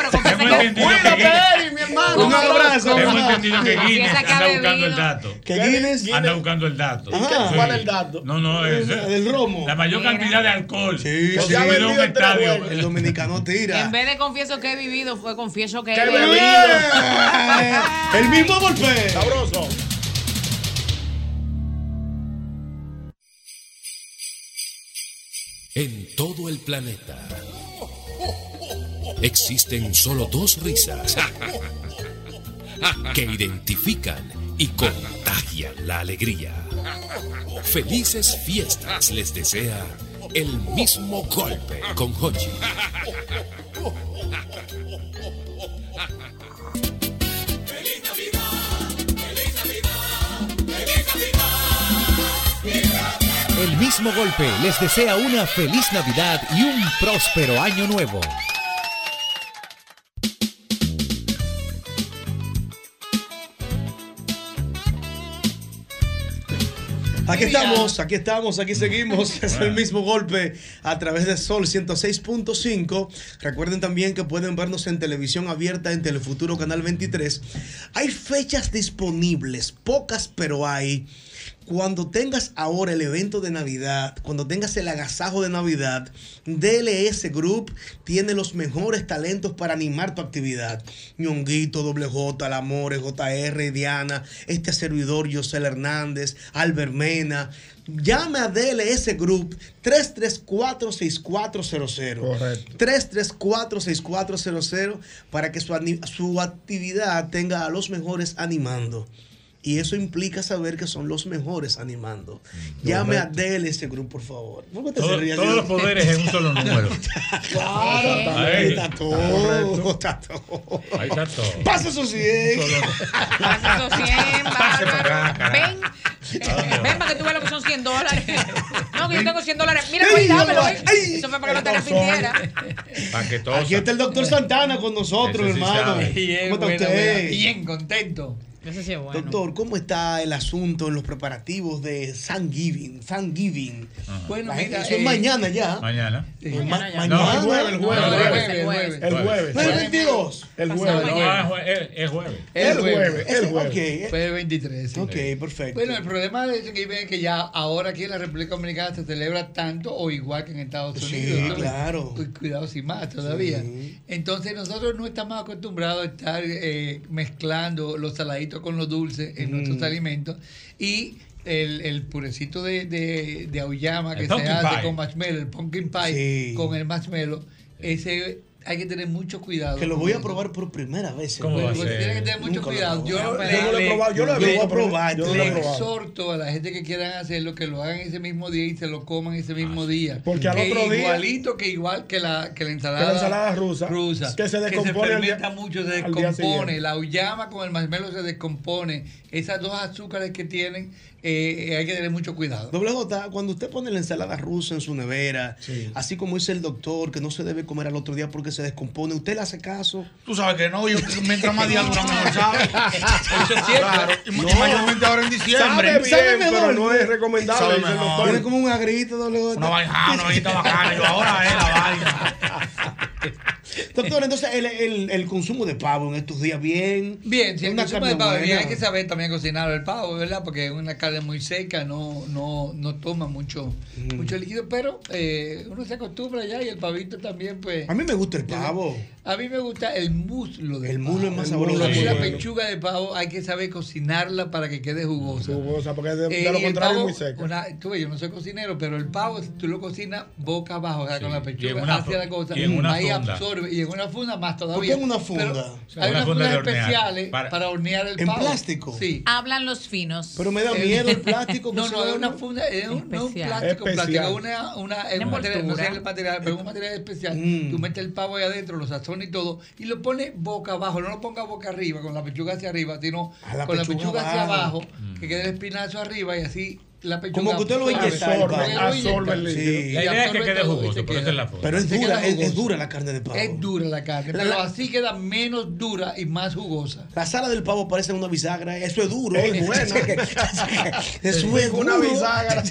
[SPEAKER 2] Un abrazo.
[SPEAKER 11] Hemos entendido que
[SPEAKER 2] Así
[SPEAKER 11] Guinness
[SPEAKER 2] es, acá
[SPEAKER 11] anda buscando
[SPEAKER 2] bebido.
[SPEAKER 11] el dato.
[SPEAKER 2] ¿Que Guinness?
[SPEAKER 11] Anda buscando el dato.
[SPEAKER 2] ¿Y qué- cuál es el
[SPEAKER 11] dato? No, no,
[SPEAKER 4] eh,
[SPEAKER 11] es.
[SPEAKER 2] Del romo.
[SPEAKER 11] La mayor cantidad de alcohol.
[SPEAKER 2] Sí,
[SPEAKER 11] que
[SPEAKER 2] sí.
[SPEAKER 11] se bebió en un estadio.
[SPEAKER 2] El dominicano
[SPEAKER 7] En
[SPEAKER 2] tira.
[SPEAKER 7] vez de confieso que he vivido, fue confieso que he
[SPEAKER 2] ¡Qué
[SPEAKER 7] bebido.
[SPEAKER 2] bebido! El mismo golpe.
[SPEAKER 6] Sabroso.
[SPEAKER 13] En todo el planeta existen solo dos risas
[SPEAKER 14] Ah,
[SPEAKER 13] que identifican y contagian la alegría. Felices fiestas les desea el mismo golpe con Hochi.
[SPEAKER 19] El mismo golpe les desea una feliz Navidad y un próspero año nuevo.
[SPEAKER 2] Aquí estamos, aquí estamos, aquí seguimos. Es el mismo golpe a través de Sol 106.5. Recuerden también que pueden vernos en televisión abierta en Telefuturo Canal 23. Hay fechas disponibles, pocas pero hay. Cuando tengas ahora el evento de Navidad, cuando tengas el agasajo de Navidad, DLS Group tiene los mejores talentos para animar tu actividad. Ñonguito, Doble J, Lamores, JR, Diana, este servidor, Yosel Hernández, Albert Mena. Llame a DLS Group 334-6400.
[SPEAKER 6] Correcto.
[SPEAKER 2] 334-6400 para que su, ani- su actividad tenga a los mejores animando. Y eso implica saber que son los mejores animando. Llame a DLS Group, por favor. ¿Por qué te
[SPEAKER 11] Todo-
[SPEAKER 2] se ríe,
[SPEAKER 11] todos
[SPEAKER 2] Dios?
[SPEAKER 11] los poderes en un solo número.
[SPEAKER 2] Claro,
[SPEAKER 11] Ahí.
[SPEAKER 2] está todo, está todo.
[SPEAKER 11] Ahí está todo.
[SPEAKER 2] Pasa eso sí, eh.
[SPEAKER 7] Ven, ven para que tú veas lo que son 100 dólares. No, que yo tengo 100 dólares. Mira,
[SPEAKER 2] Ey,
[SPEAKER 7] pues dámelo.
[SPEAKER 2] ay,
[SPEAKER 7] ¿eh? Eso fue para que no te
[SPEAKER 2] el tazón.
[SPEAKER 7] arrepintieras.
[SPEAKER 2] Aquí está el doctor Santana con nosotros,
[SPEAKER 26] Ese sí
[SPEAKER 2] hermano.
[SPEAKER 26] sabe.
[SPEAKER 2] ¿Cómo está
[SPEAKER 26] Bueno,
[SPEAKER 2] usted?
[SPEAKER 26] bueno, Bien contento.
[SPEAKER 2] Doctor, ¿cómo está el asunto en los preparativos de Thanksgiving? Thanksgiving.
[SPEAKER 26] Bueno,
[SPEAKER 2] La gente-
[SPEAKER 26] mira,
[SPEAKER 2] eso es
[SPEAKER 26] eh,
[SPEAKER 2] mañana ya. Eh,
[SPEAKER 11] Mañana.
[SPEAKER 2] Ma- mañana.
[SPEAKER 11] No, el
[SPEAKER 26] jueves, el jueves, el jueves, el jueves.
[SPEAKER 11] El jueves.
[SPEAKER 2] No, el 22.
[SPEAKER 26] El
[SPEAKER 11] No,
[SPEAKER 26] jueves.
[SPEAKER 11] es jue- es- es jueves.
[SPEAKER 26] El jueves,
[SPEAKER 2] Ese-
[SPEAKER 26] el jueves.
[SPEAKER 2] ok.
[SPEAKER 26] Fue el 23. sí.
[SPEAKER 2] Ok, perfecto.
[SPEAKER 26] Bueno, el problema de eso que vive es que ya ahora aquí en la República Dominicana se celebra tanto o igual que en Estados
[SPEAKER 2] Sí,
[SPEAKER 26] Unidos. ¿no?
[SPEAKER 2] claro.
[SPEAKER 26] Cu- Cuidado sin más todavía. Entonces nosotros no estamos acostumbrados a estar eh, mezclando los saladitos con los dulces en
[SPEAKER 2] Mm.
[SPEAKER 26] nuestros alimentos y el, el purecito de, de, de auyama
[SPEAKER 11] El
[SPEAKER 26] que se
[SPEAKER 11] pumpkin
[SPEAKER 26] hace
[SPEAKER 11] pie.
[SPEAKER 26] con marshmallow, el pumpkin pie con el marshmallow, ese hay que tener mucho cuidado.
[SPEAKER 2] Que lo voy a probar por primera vez.
[SPEAKER 26] ¿Cómo
[SPEAKER 2] señor.
[SPEAKER 26] va a ser? pues, Tiene que tener mucho
[SPEAKER 2] Nunca lo
[SPEAKER 26] cuidado.
[SPEAKER 2] probé.
[SPEAKER 26] Yo-
[SPEAKER 2] Yo no lo he probado, yo lo he
[SPEAKER 26] le-
[SPEAKER 2] probado, pero yo no lo he
[SPEAKER 26] le
[SPEAKER 2] probado.
[SPEAKER 26] exhorto a la gente que quieran hacerlo que lo hagan ese mismo día y se lo coman ese mismo día.
[SPEAKER 12] Porque al
[SPEAKER 26] Que
[SPEAKER 12] otro día-
[SPEAKER 26] Igualito que igual que la, que la ensalada,
[SPEAKER 12] Que la ensalada rusa, que se descompone al día-
[SPEAKER 26] fermenta mucho, se
[SPEAKER 12] al día
[SPEAKER 26] descompone.
[SPEAKER 12] siguiente.
[SPEAKER 26] La uyama con el marshmallow se descompone. Esas dos azúcares que tienen, eh, hay que tener mucho cuidado.
[SPEAKER 2] Doble J, cuando usted pone la ensalada rusa en su nevera, así como dice el doctor que no se debe comer al otro día porque se descompone, ¿usted le hace caso?
[SPEAKER 12] Tú sabes que no, yo mientras más días dura mejor, ¿sabes? Eso es cierto. Claro. Y, mu- y
[SPEAKER 2] No.
[SPEAKER 12] mayormente ahora en diciembre.
[SPEAKER 2] Sabe bien, pero no es
[SPEAKER 12] recomendable.
[SPEAKER 2] Sabe
[SPEAKER 12] dice el
[SPEAKER 2] mejor.
[SPEAKER 12] doctor.
[SPEAKER 2] Tiene como un agrito, doble J.
[SPEAKER 12] Una vaina, una vainita bacana. Yo
[SPEAKER 8] eh,
[SPEAKER 12] ahora es la vaina.
[SPEAKER 2] Doctor, entonces el, el- el consumo de pavo en estos días bien.
[SPEAKER 26] Bien, si el
[SPEAKER 2] Una
[SPEAKER 26] consumo
[SPEAKER 2] carne
[SPEAKER 26] de pavo es bien, hay
[SPEAKER 2] buena.
[SPEAKER 26] que saber también cocinar el pavo, ¿verdad? Porque es una carne muy seca, no, no, no toma mucho,
[SPEAKER 2] Mm.
[SPEAKER 26] mucho líquido, pero eh, uno se acostumbra ya y el pavito también, pues.
[SPEAKER 2] A mí me gusta el pavo.
[SPEAKER 26] A mí me gusta el muslo de
[SPEAKER 2] El muslo es más
[SPEAKER 26] pavo.
[SPEAKER 2] sabroso.
[SPEAKER 26] La
[SPEAKER 2] Sí.
[SPEAKER 26] pechuga de pavo hay que saber cocinarla para que quede jugosa. Eh, Jugosa,
[SPEAKER 12] porque de- de lo contrario es muy seca.
[SPEAKER 26] tú ves, yo no soy cocinero, pero el pavo, si tú lo cocinas boca abajo, o sea, con
[SPEAKER 4] y
[SPEAKER 26] la
[SPEAKER 4] en
[SPEAKER 26] pechuga
[SPEAKER 4] una
[SPEAKER 26] hacia
[SPEAKER 4] fu-
[SPEAKER 26] la cosa,
[SPEAKER 4] y en una
[SPEAKER 26] ahí
[SPEAKER 4] funda.
[SPEAKER 26] absorbe. Y en una funda más todavía.
[SPEAKER 2] qué en una funda?
[SPEAKER 26] Pero
[SPEAKER 2] O sea,
[SPEAKER 26] hay
[SPEAKER 2] una funda
[SPEAKER 26] unas fundas
[SPEAKER 2] de hornear.
[SPEAKER 26] especiales
[SPEAKER 2] Para-
[SPEAKER 26] para, hornear el
[SPEAKER 2] ¿En
[SPEAKER 26] pavo.
[SPEAKER 2] plástico?
[SPEAKER 26] Sí.
[SPEAKER 7] Hablan los finos.
[SPEAKER 2] Pero me da miedo el plástico.
[SPEAKER 26] No, no, es una funda, es un, no un
[SPEAKER 7] Especial.
[SPEAKER 26] plástico,
[SPEAKER 7] Especial.
[SPEAKER 26] plástico, una, una, es un material, no sé el material, pero es un material especial.
[SPEAKER 2] Mm.
[SPEAKER 26] Tú metes el pavo ahí adentro, lo sazonas y todo, y lo pones boca abajo, no lo pongas boca arriba, con la pechuga hacia arriba, sino
[SPEAKER 2] la
[SPEAKER 26] con la
[SPEAKER 2] pechuga
[SPEAKER 26] pechuga hacia
[SPEAKER 2] abajo.
[SPEAKER 26] abajo,
[SPEAKER 12] Mm.
[SPEAKER 26] que quede el espinazo arriba y así la pechuga.
[SPEAKER 2] Como que usted lo inyecta el
[SPEAKER 26] Absorbe,
[SPEAKER 2] pavo.
[SPEAKER 26] usted lo inyecta.
[SPEAKER 2] Sí.
[SPEAKER 26] Y absorbe todo y se queda.
[SPEAKER 2] Pero es
[SPEAKER 26] Se queda
[SPEAKER 2] dura, es, es
[SPEAKER 26] jugoso.
[SPEAKER 2] dura la carne de pavo.
[SPEAKER 26] Es dura la carne,
[SPEAKER 2] La-
[SPEAKER 26] pero
[SPEAKER 2] la-
[SPEAKER 26] así queda menos dura y más jugosa.
[SPEAKER 2] La sala del pavo parece una bisagra. Eso es duro.
[SPEAKER 26] Es bueno.
[SPEAKER 2] Eso es
[SPEAKER 12] Una
[SPEAKER 2] duro.
[SPEAKER 12] bisagra.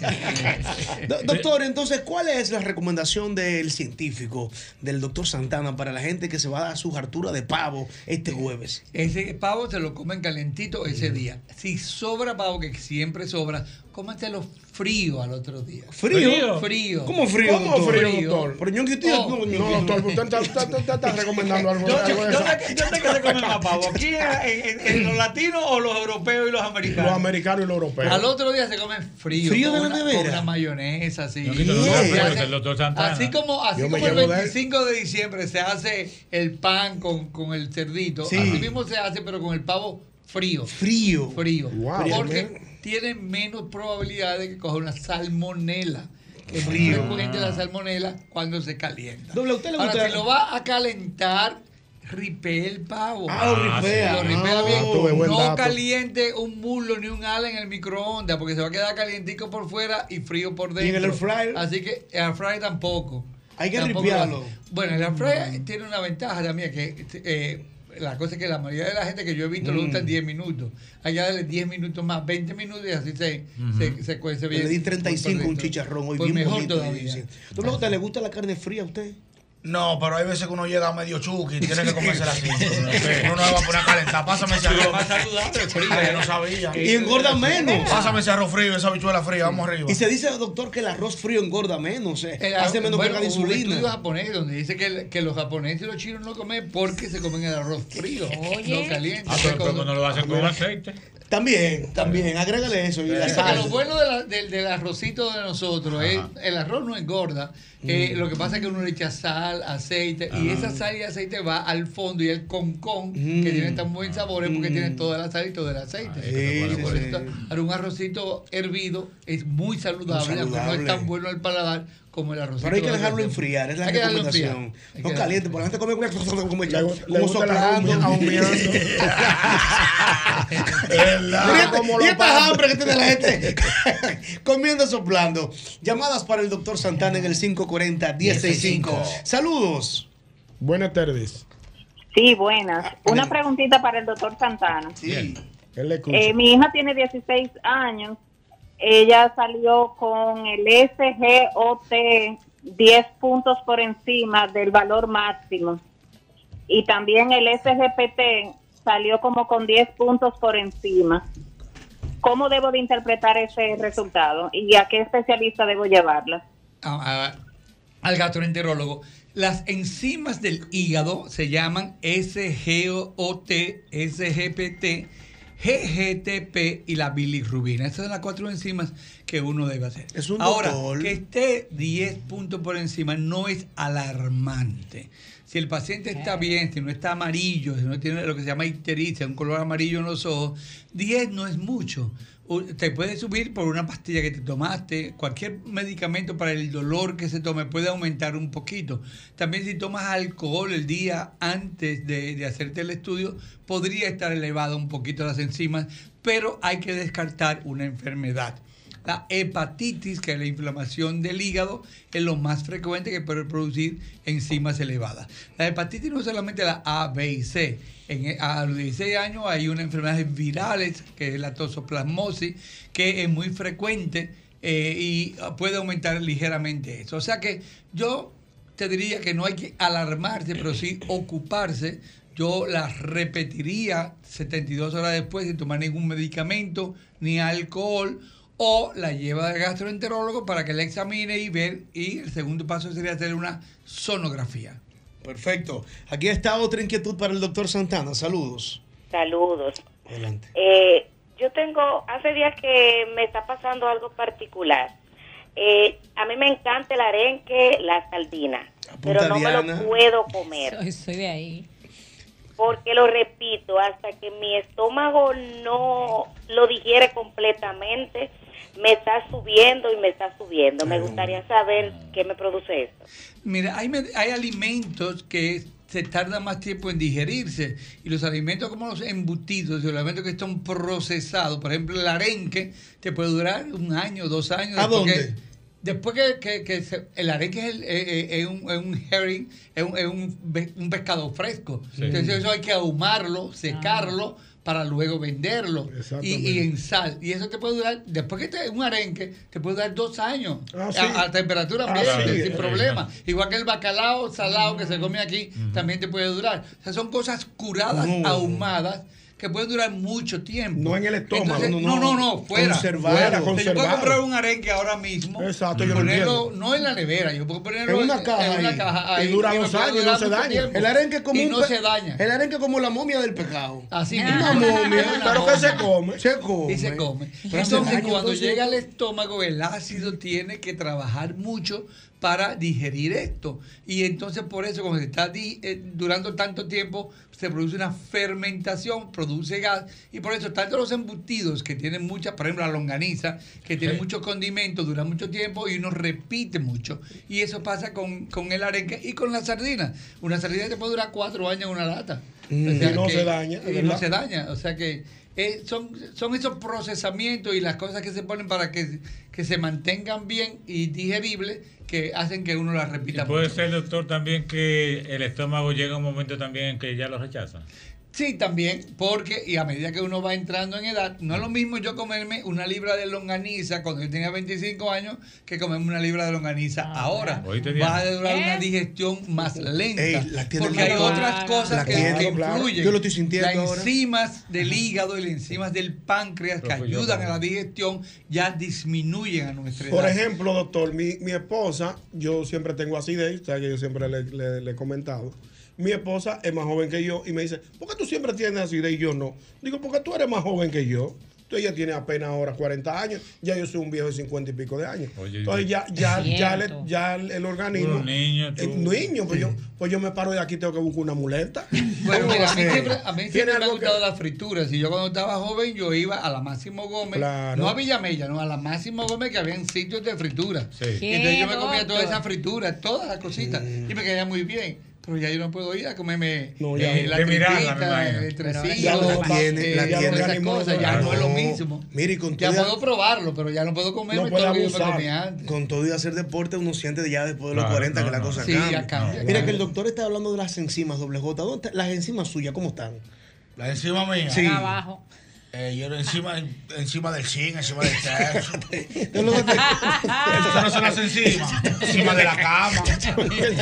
[SPEAKER 2] Do- Doctor, entonces, ¿cuál es la recomendación del científico, del doctor Santana, para la gente que se va a dar su hartura de pavo este jueves?
[SPEAKER 26] Ese pavo se lo comen calentito
[SPEAKER 2] Mm.
[SPEAKER 26] ese día. Si sobra pavo, que siempre sobra, cómatelo frío al otro día.
[SPEAKER 2] ¿Frío?
[SPEAKER 26] Frío. Oh.
[SPEAKER 2] ¿Cómo frío,
[SPEAKER 12] ¿Cómo
[SPEAKER 2] doctor?
[SPEAKER 12] frío, doctor?
[SPEAKER 2] Pero yo que usted-
[SPEAKER 12] no, no, doctor, usted está, usted está- usted está recomendando algo.
[SPEAKER 26] ¿Dónde-
[SPEAKER 12] algo de eso.
[SPEAKER 26] dónde- dónde que se comen más pavo? ¿Aquí en, en- en los latinos o los europeos y los americanos?
[SPEAKER 12] Los americanos y los europeos.
[SPEAKER 26] Al otro día se comen frío.
[SPEAKER 12] ¿Frío de
[SPEAKER 26] con
[SPEAKER 12] la
[SPEAKER 26] una-
[SPEAKER 12] nevera?
[SPEAKER 26] Con una mayonesa, así.
[SPEAKER 4] No, quítalo,
[SPEAKER 26] Sí.
[SPEAKER 4] no,
[SPEAKER 26] Se
[SPEAKER 4] pero
[SPEAKER 26] hace-
[SPEAKER 4] el doctor Santana.
[SPEAKER 26] Así como, así
[SPEAKER 4] Yo me
[SPEAKER 26] como el
[SPEAKER 4] llevo de él.
[SPEAKER 26] 25 de diciembre se hace el pan con, con el cerdito,
[SPEAKER 2] Sí.
[SPEAKER 26] así mismo se hace, pero con el pavo frío.
[SPEAKER 2] Frío.
[SPEAKER 26] Frío.
[SPEAKER 2] Frío.
[SPEAKER 26] Porque tiene menos probabilidad de que coja una salmonela. Que es muy
[SPEAKER 2] Frío.
[SPEAKER 26] frecuente la salmonela cuando se calienta.
[SPEAKER 2] Doble, ¿a usted le
[SPEAKER 26] Ahora,
[SPEAKER 2] gusta-
[SPEAKER 26] si lo va a calentar, ripee el pavo.
[SPEAKER 2] Ah, lo
[SPEAKER 26] Ah,
[SPEAKER 2] ripea.
[SPEAKER 26] sí, Lo ripea
[SPEAKER 2] Ah,
[SPEAKER 26] bien.
[SPEAKER 2] tuve buen
[SPEAKER 26] no
[SPEAKER 2] dato.
[SPEAKER 26] caliente un mulo ni un ala en el microondas porque se va a quedar calientico por fuera y frío por dentro.
[SPEAKER 2] ¿Y en el air fryer?
[SPEAKER 26] Así que el air fryer tampoco.
[SPEAKER 2] Hay que
[SPEAKER 26] Tampoco
[SPEAKER 2] ripearlo.
[SPEAKER 26] lo hace. Bueno, el air fryer tiene una ventaja también que eh, la cosa es que la mayoría de la gente que yo he visto le
[SPEAKER 2] Mm.
[SPEAKER 26] gustan 10 minutos. Hay que darle 10 minutos más, 20 minutos y así se,
[SPEAKER 2] Ujú.
[SPEAKER 26] se, se cuece bien.
[SPEAKER 2] Le di
[SPEAKER 26] Por
[SPEAKER 2] 35 un
[SPEAKER 26] dentro.
[SPEAKER 2] chicharrón hoy
[SPEAKER 26] Pues
[SPEAKER 2] bien
[SPEAKER 26] mejor
[SPEAKER 2] bonito.
[SPEAKER 26] todavía.
[SPEAKER 2] Doble J, ¿le gusta la carne fría a usted?
[SPEAKER 12] No, pero hay veces que uno llega medio chuki y tiene que comérsela así. Uno no se va a poner a calentar. Pásame ese arroz. Ah, yo no sabía.
[SPEAKER 2] Y engorda menos.
[SPEAKER 12] Pásame ese arroz frío, esa habichuela fría. Vamos arriba.
[SPEAKER 2] Y se dice, doctor, que el arroz frío engorda menos, eh.
[SPEAKER 26] El-
[SPEAKER 2] hace menos
[SPEAKER 26] bueno,
[SPEAKER 2] carga de
[SPEAKER 26] hubo un estudio
[SPEAKER 2] insulina.
[SPEAKER 26] japonés donde dice que, el- que los japoneses y los chinos no comen porque se comen el arroz frío, lo caliente.
[SPEAKER 4] Ah, pero, pero cuando lo hacen con aceite.
[SPEAKER 2] También, también, agrégale eso y la
[SPEAKER 26] Sí,
[SPEAKER 2] sal.
[SPEAKER 26] porque Lo bueno de la- del- del arrocito de nosotros es el arroz no engorda. eh,
[SPEAKER 2] Mm.
[SPEAKER 26] Lo que pasa es que uno le echa sal, aceite, y
[SPEAKER 2] Ajá. Mm.
[SPEAKER 26] esa sal y aceite va al fondo y el concón, que tiene tan buen sabor, es porque tiene toda la sal y todo el aceite. Entonces, está- ahora, un arrocito hervido es muy saludable,
[SPEAKER 2] Muy
[SPEAKER 26] aunque
[SPEAKER 2] saludable.
[SPEAKER 26] no es tan bueno al paladar como el arrocito.
[SPEAKER 2] Pero hay que
[SPEAKER 26] de
[SPEAKER 2] dejarlo
[SPEAKER 26] nosotros.
[SPEAKER 2] enfriar, es la
[SPEAKER 26] Hay que dejarlo
[SPEAKER 2] recomendación.
[SPEAKER 26] enfriar, hay que
[SPEAKER 2] No
[SPEAKER 26] dejarlo
[SPEAKER 2] caliente, porque la gente come una cosa como, como, como
[SPEAKER 12] gusta la
[SPEAKER 2] soplando.
[SPEAKER 12] rumba, ahumeando. ¿Verdad?
[SPEAKER 2] Mira,
[SPEAKER 12] Como
[SPEAKER 2] y
[SPEAKER 12] los
[SPEAKER 2] esta
[SPEAKER 12] pan.
[SPEAKER 2] hambre que tiene la gente comiendo soplando. Llamadas para el doctor Santana en el 540-1065. Saludos.
[SPEAKER 12] Buenas tardes.
[SPEAKER 8] Sí, buenas. Una preguntita para el doctor Santana.
[SPEAKER 12] Él le escucha.
[SPEAKER 8] Eh, mi hija tiene 16 años. Ella salió con el SGOT 10 puntos por encima del valor máximo. Y también el SGPT salió como con 10 puntos por encima. ¿Cómo debo de interpretar ese resultado? ¿Y a qué especialista debo llevarla?
[SPEAKER 26] a- a- al gastroenterólogo. Las enzimas del hígado se llaman SGOT, SGPT GGTP y la bilirrubina. Estas son las cuatro enzimas que uno debe hacer.
[SPEAKER 6] Es un
[SPEAKER 26] Ahora,
[SPEAKER 6] doctor.
[SPEAKER 26] que esté 10 puntos por encima no es alarmante. Si el paciente está bien, si no está amarillo, si no tiene lo que se llama ictericia, un color amarillo en los ojos, 10 no es mucho. U- Te puede subir por una pastilla que te tomaste, cualquier medicamento para el dolor que se tome puede aumentar un poquito. También si tomas alcohol el día antes de, de hacerte el estudio, podría estar elevada un poquito las enzimas, pero hay que descartar una enfermedad. La hepatitis, que es la inflamación del hígado, es lo más frecuente que puede producir enzimas elevadas. La hepatitis no es solamente la A, B y C. En, a los 16 años hay unas enfermedades virales, que es la tosoplasmosis, que es muy frecuente eh, y puede aumentar ligeramente eso. O sea que yo te diría que no hay que alarmarse, pero sí ocuparse. Yo la repetiría 72 horas después sin tomar ningún medicamento ni alcohol o la lleva al gastroenterólogo para que la examine y ver y el segundo paso sería hacer una sonografía.
[SPEAKER 2] Perfecto. Aquí está otra inquietud para el doctor Santana. Saludos.
[SPEAKER 1] Saludos.
[SPEAKER 2] Adelante.
[SPEAKER 1] Eh, yo tengo, hace días que me está pasando algo particular. Eh, a mí me encanta el arenque, la sardina, pero no me
[SPEAKER 2] Diana.
[SPEAKER 1] lo puedo comer.
[SPEAKER 13] Soy, soy de ahí.
[SPEAKER 1] Porque lo repito, hasta que mi estómago no lo digiere completamente, me está subiendo y me está subiendo. Me gustaría saber qué me produce esto.
[SPEAKER 26] Mira, hay, med- hay alimentos que se tardan más tiempo en digerirse y los alimentos como los embutidos, los alimentos que están procesados, por ejemplo el arenque, te puede durar un año, dos años.
[SPEAKER 6] ¿A
[SPEAKER 26] después
[SPEAKER 6] dónde?
[SPEAKER 26] que- después que, que- que se- el arenque es, el- eh, eh, es un, es un herring, es un, es un ve- un pescado fresco.
[SPEAKER 6] Sí. Ah.
[SPEAKER 26] Entonces eso hay que ahumarlo, secarlo para luego venderlo y, y en sal. Y eso te puede durar, después que te un arenque, te puede durar dos años
[SPEAKER 6] Ah, sí.
[SPEAKER 26] a, a temperatura
[SPEAKER 6] Ah,
[SPEAKER 26] ambiente,
[SPEAKER 6] sí.
[SPEAKER 26] sin
[SPEAKER 6] Sí,
[SPEAKER 26] problema. Igual que el bacalao salado que se come aquí, también te puede durar. O sea, son cosas curadas,
[SPEAKER 6] No.
[SPEAKER 26] ahumadas, que pueden durar mucho tiempo. No en el
[SPEAKER 6] estómago,
[SPEAKER 26] no,
[SPEAKER 6] no,
[SPEAKER 26] no,
[SPEAKER 6] no,
[SPEAKER 26] no, fuera.
[SPEAKER 6] conservado,
[SPEAKER 26] fuera.
[SPEAKER 6] conservado.
[SPEAKER 26] O sea, Yo puedo comprar un arenque ahora mismo.
[SPEAKER 6] Exacto, yo lo
[SPEAKER 26] ponerlo,
[SPEAKER 6] entiendo.
[SPEAKER 26] no en la nevera, yo puedo ponerlo
[SPEAKER 6] En una caja
[SPEAKER 26] en una
[SPEAKER 6] ahí.
[SPEAKER 26] caja
[SPEAKER 6] Y
[SPEAKER 26] ahí,
[SPEAKER 6] dura
[SPEAKER 26] me
[SPEAKER 6] dos
[SPEAKER 26] puede
[SPEAKER 6] años y no
[SPEAKER 26] durar
[SPEAKER 6] se
[SPEAKER 26] mucho
[SPEAKER 6] daña.
[SPEAKER 26] tiempo.
[SPEAKER 6] El arenque es como
[SPEAKER 26] Y
[SPEAKER 6] un
[SPEAKER 26] no
[SPEAKER 6] pe-
[SPEAKER 26] se daña.
[SPEAKER 2] El arenque es como la momia del pecado.
[SPEAKER 26] Así
[SPEAKER 2] Una momia.
[SPEAKER 26] Una momia.
[SPEAKER 2] Se come.
[SPEAKER 26] Y se come.
[SPEAKER 2] Pero hace
[SPEAKER 26] entonces,
[SPEAKER 2] daño,
[SPEAKER 26] cuando
[SPEAKER 2] entonces.
[SPEAKER 26] llega al estómago, el ácido tiene que trabajar mucho para digerir esto. Y entonces, por eso, cuando se está di- eh, durando tanto tiempo, se produce una fermentación, produce gas. Y por eso, tanto los embutidos que tienen muchas, por ejemplo, la longaniza, que tiene muchos condimentos, dura mucho tiempo y uno repite mucho. Y eso pasa con, con el arenque y con la sardina. Una sardina te puede durar cuatro años en una lata.
[SPEAKER 6] Mm. Y no se daña,
[SPEAKER 26] Y
[SPEAKER 6] ¿verdad?
[SPEAKER 26] no se daña. O sea que eh, son, son esos procesamientos y las cosas que se ponen para que, que se mantengan bien y digeribles que hacen que uno las repita.
[SPEAKER 4] Puede
[SPEAKER 26] mucho.
[SPEAKER 4] ser, doctor, también que el estómago llega un momento también en que ya lo rechaza.
[SPEAKER 26] Sí, también, porque y a medida que uno va entrando en edad, no es lo mismo yo comerme una libra de longaniza cuando yo tenía 25 años que comerme una libra de longaniza
[SPEAKER 6] Ah,
[SPEAKER 26] ahora.
[SPEAKER 4] Oíste,
[SPEAKER 26] Va
[SPEAKER 4] Diana.
[SPEAKER 26] a durar
[SPEAKER 4] ¿Eh?
[SPEAKER 26] una digestión más lenta.
[SPEAKER 2] Ey, la tiene
[SPEAKER 26] porque
[SPEAKER 2] más
[SPEAKER 26] hay
[SPEAKER 2] clara.
[SPEAKER 26] otras cosas
[SPEAKER 2] La
[SPEAKER 26] que,
[SPEAKER 2] tiene,
[SPEAKER 26] que
[SPEAKER 2] claro.
[SPEAKER 26] influyen.
[SPEAKER 2] Yo lo estoy sintiendo
[SPEAKER 26] Las
[SPEAKER 2] ahora.
[SPEAKER 26] enzimas del hígado y las enzimas del páncreas que
[SPEAKER 6] Profe, yo
[SPEAKER 26] ayudan a
[SPEAKER 6] también.
[SPEAKER 26] la digestión ya disminuyen a nuestra edad.
[SPEAKER 6] Por ejemplo, doctor, mi, mi esposa, yo siempre tengo acidez, o sea que yo siempre le, le- le he comentado. Mi esposa es más joven que yo y me dice, ¿por qué tú siempre tienes acidez y yo no? Digo, porque tú eres más joven que yo. Entonces ella tiene apenas ahora 40 años, ya yo soy un viejo de 50 y pico de años.
[SPEAKER 4] Oye,
[SPEAKER 6] Entonces ya, ya,
[SPEAKER 4] Cierto.
[SPEAKER 6] ya, le- ya el el organismo...
[SPEAKER 4] Puro niño, tú.
[SPEAKER 6] Eh, niño, pues, yo, pues yo me paro de aquí, tengo que buscar una muleta.
[SPEAKER 26] Bueno,
[SPEAKER 6] ¿Cómo
[SPEAKER 26] mira,
[SPEAKER 6] va
[SPEAKER 26] a mí
[SPEAKER 6] ser?
[SPEAKER 26] siempre, a mí
[SPEAKER 6] Tiene
[SPEAKER 26] siempre me ha
[SPEAKER 6] algo que-
[SPEAKER 26] gustado las frituras. Y yo cuando estaba joven, yo iba a la Máximo Gómez.
[SPEAKER 6] Claro.
[SPEAKER 26] No a Villamella, no, a la Máximo Gómez que habían sitios de fritura.
[SPEAKER 6] ¿Qué,
[SPEAKER 26] Y entonces yo me comía
[SPEAKER 6] doctor?
[SPEAKER 26] todas esas frituras, todas las cositas. Y me quedaba muy bien. Pero ya yo no puedo ir a comerme
[SPEAKER 6] No, ya
[SPEAKER 26] eh,
[SPEAKER 6] no.
[SPEAKER 26] la
[SPEAKER 6] De mirarla,
[SPEAKER 26] tripita,
[SPEAKER 6] me imagino.
[SPEAKER 26] el tresillo,
[SPEAKER 6] Ya lo
[SPEAKER 26] la
[SPEAKER 6] tiene, la
[SPEAKER 26] eh,
[SPEAKER 6] tiene
[SPEAKER 26] todas esas
[SPEAKER 6] animado.
[SPEAKER 26] cosas. Ya no es lo
[SPEAKER 2] No,
[SPEAKER 26] mismo.
[SPEAKER 2] Mire, y con
[SPEAKER 26] Ya
[SPEAKER 2] toda-
[SPEAKER 26] puedo probarlo, pero ya no puedo comerme
[SPEAKER 2] no puede
[SPEAKER 26] todo lo que yo me
[SPEAKER 2] abusar.
[SPEAKER 26] comía antes.
[SPEAKER 2] Con todo y hacer deporte, uno siente ya después de los
[SPEAKER 26] Claro,
[SPEAKER 2] 40
[SPEAKER 26] no,
[SPEAKER 2] que la
[SPEAKER 26] no.
[SPEAKER 2] cosa
[SPEAKER 26] Sí,
[SPEAKER 2] cambia.
[SPEAKER 26] ya cambia,
[SPEAKER 2] Mira
[SPEAKER 26] claro.
[SPEAKER 2] que el doctor está hablando de las enzimas, doble J. ¿Dónde están las enzimas suyas? ¿Cómo están?
[SPEAKER 12] Las enzimas mías.
[SPEAKER 2] Sí.
[SPEAKER 12] Abajo. Eh, yo era encima, encima del zinc, encima del sexo. Esas no son las enzimas. Encima de la cama.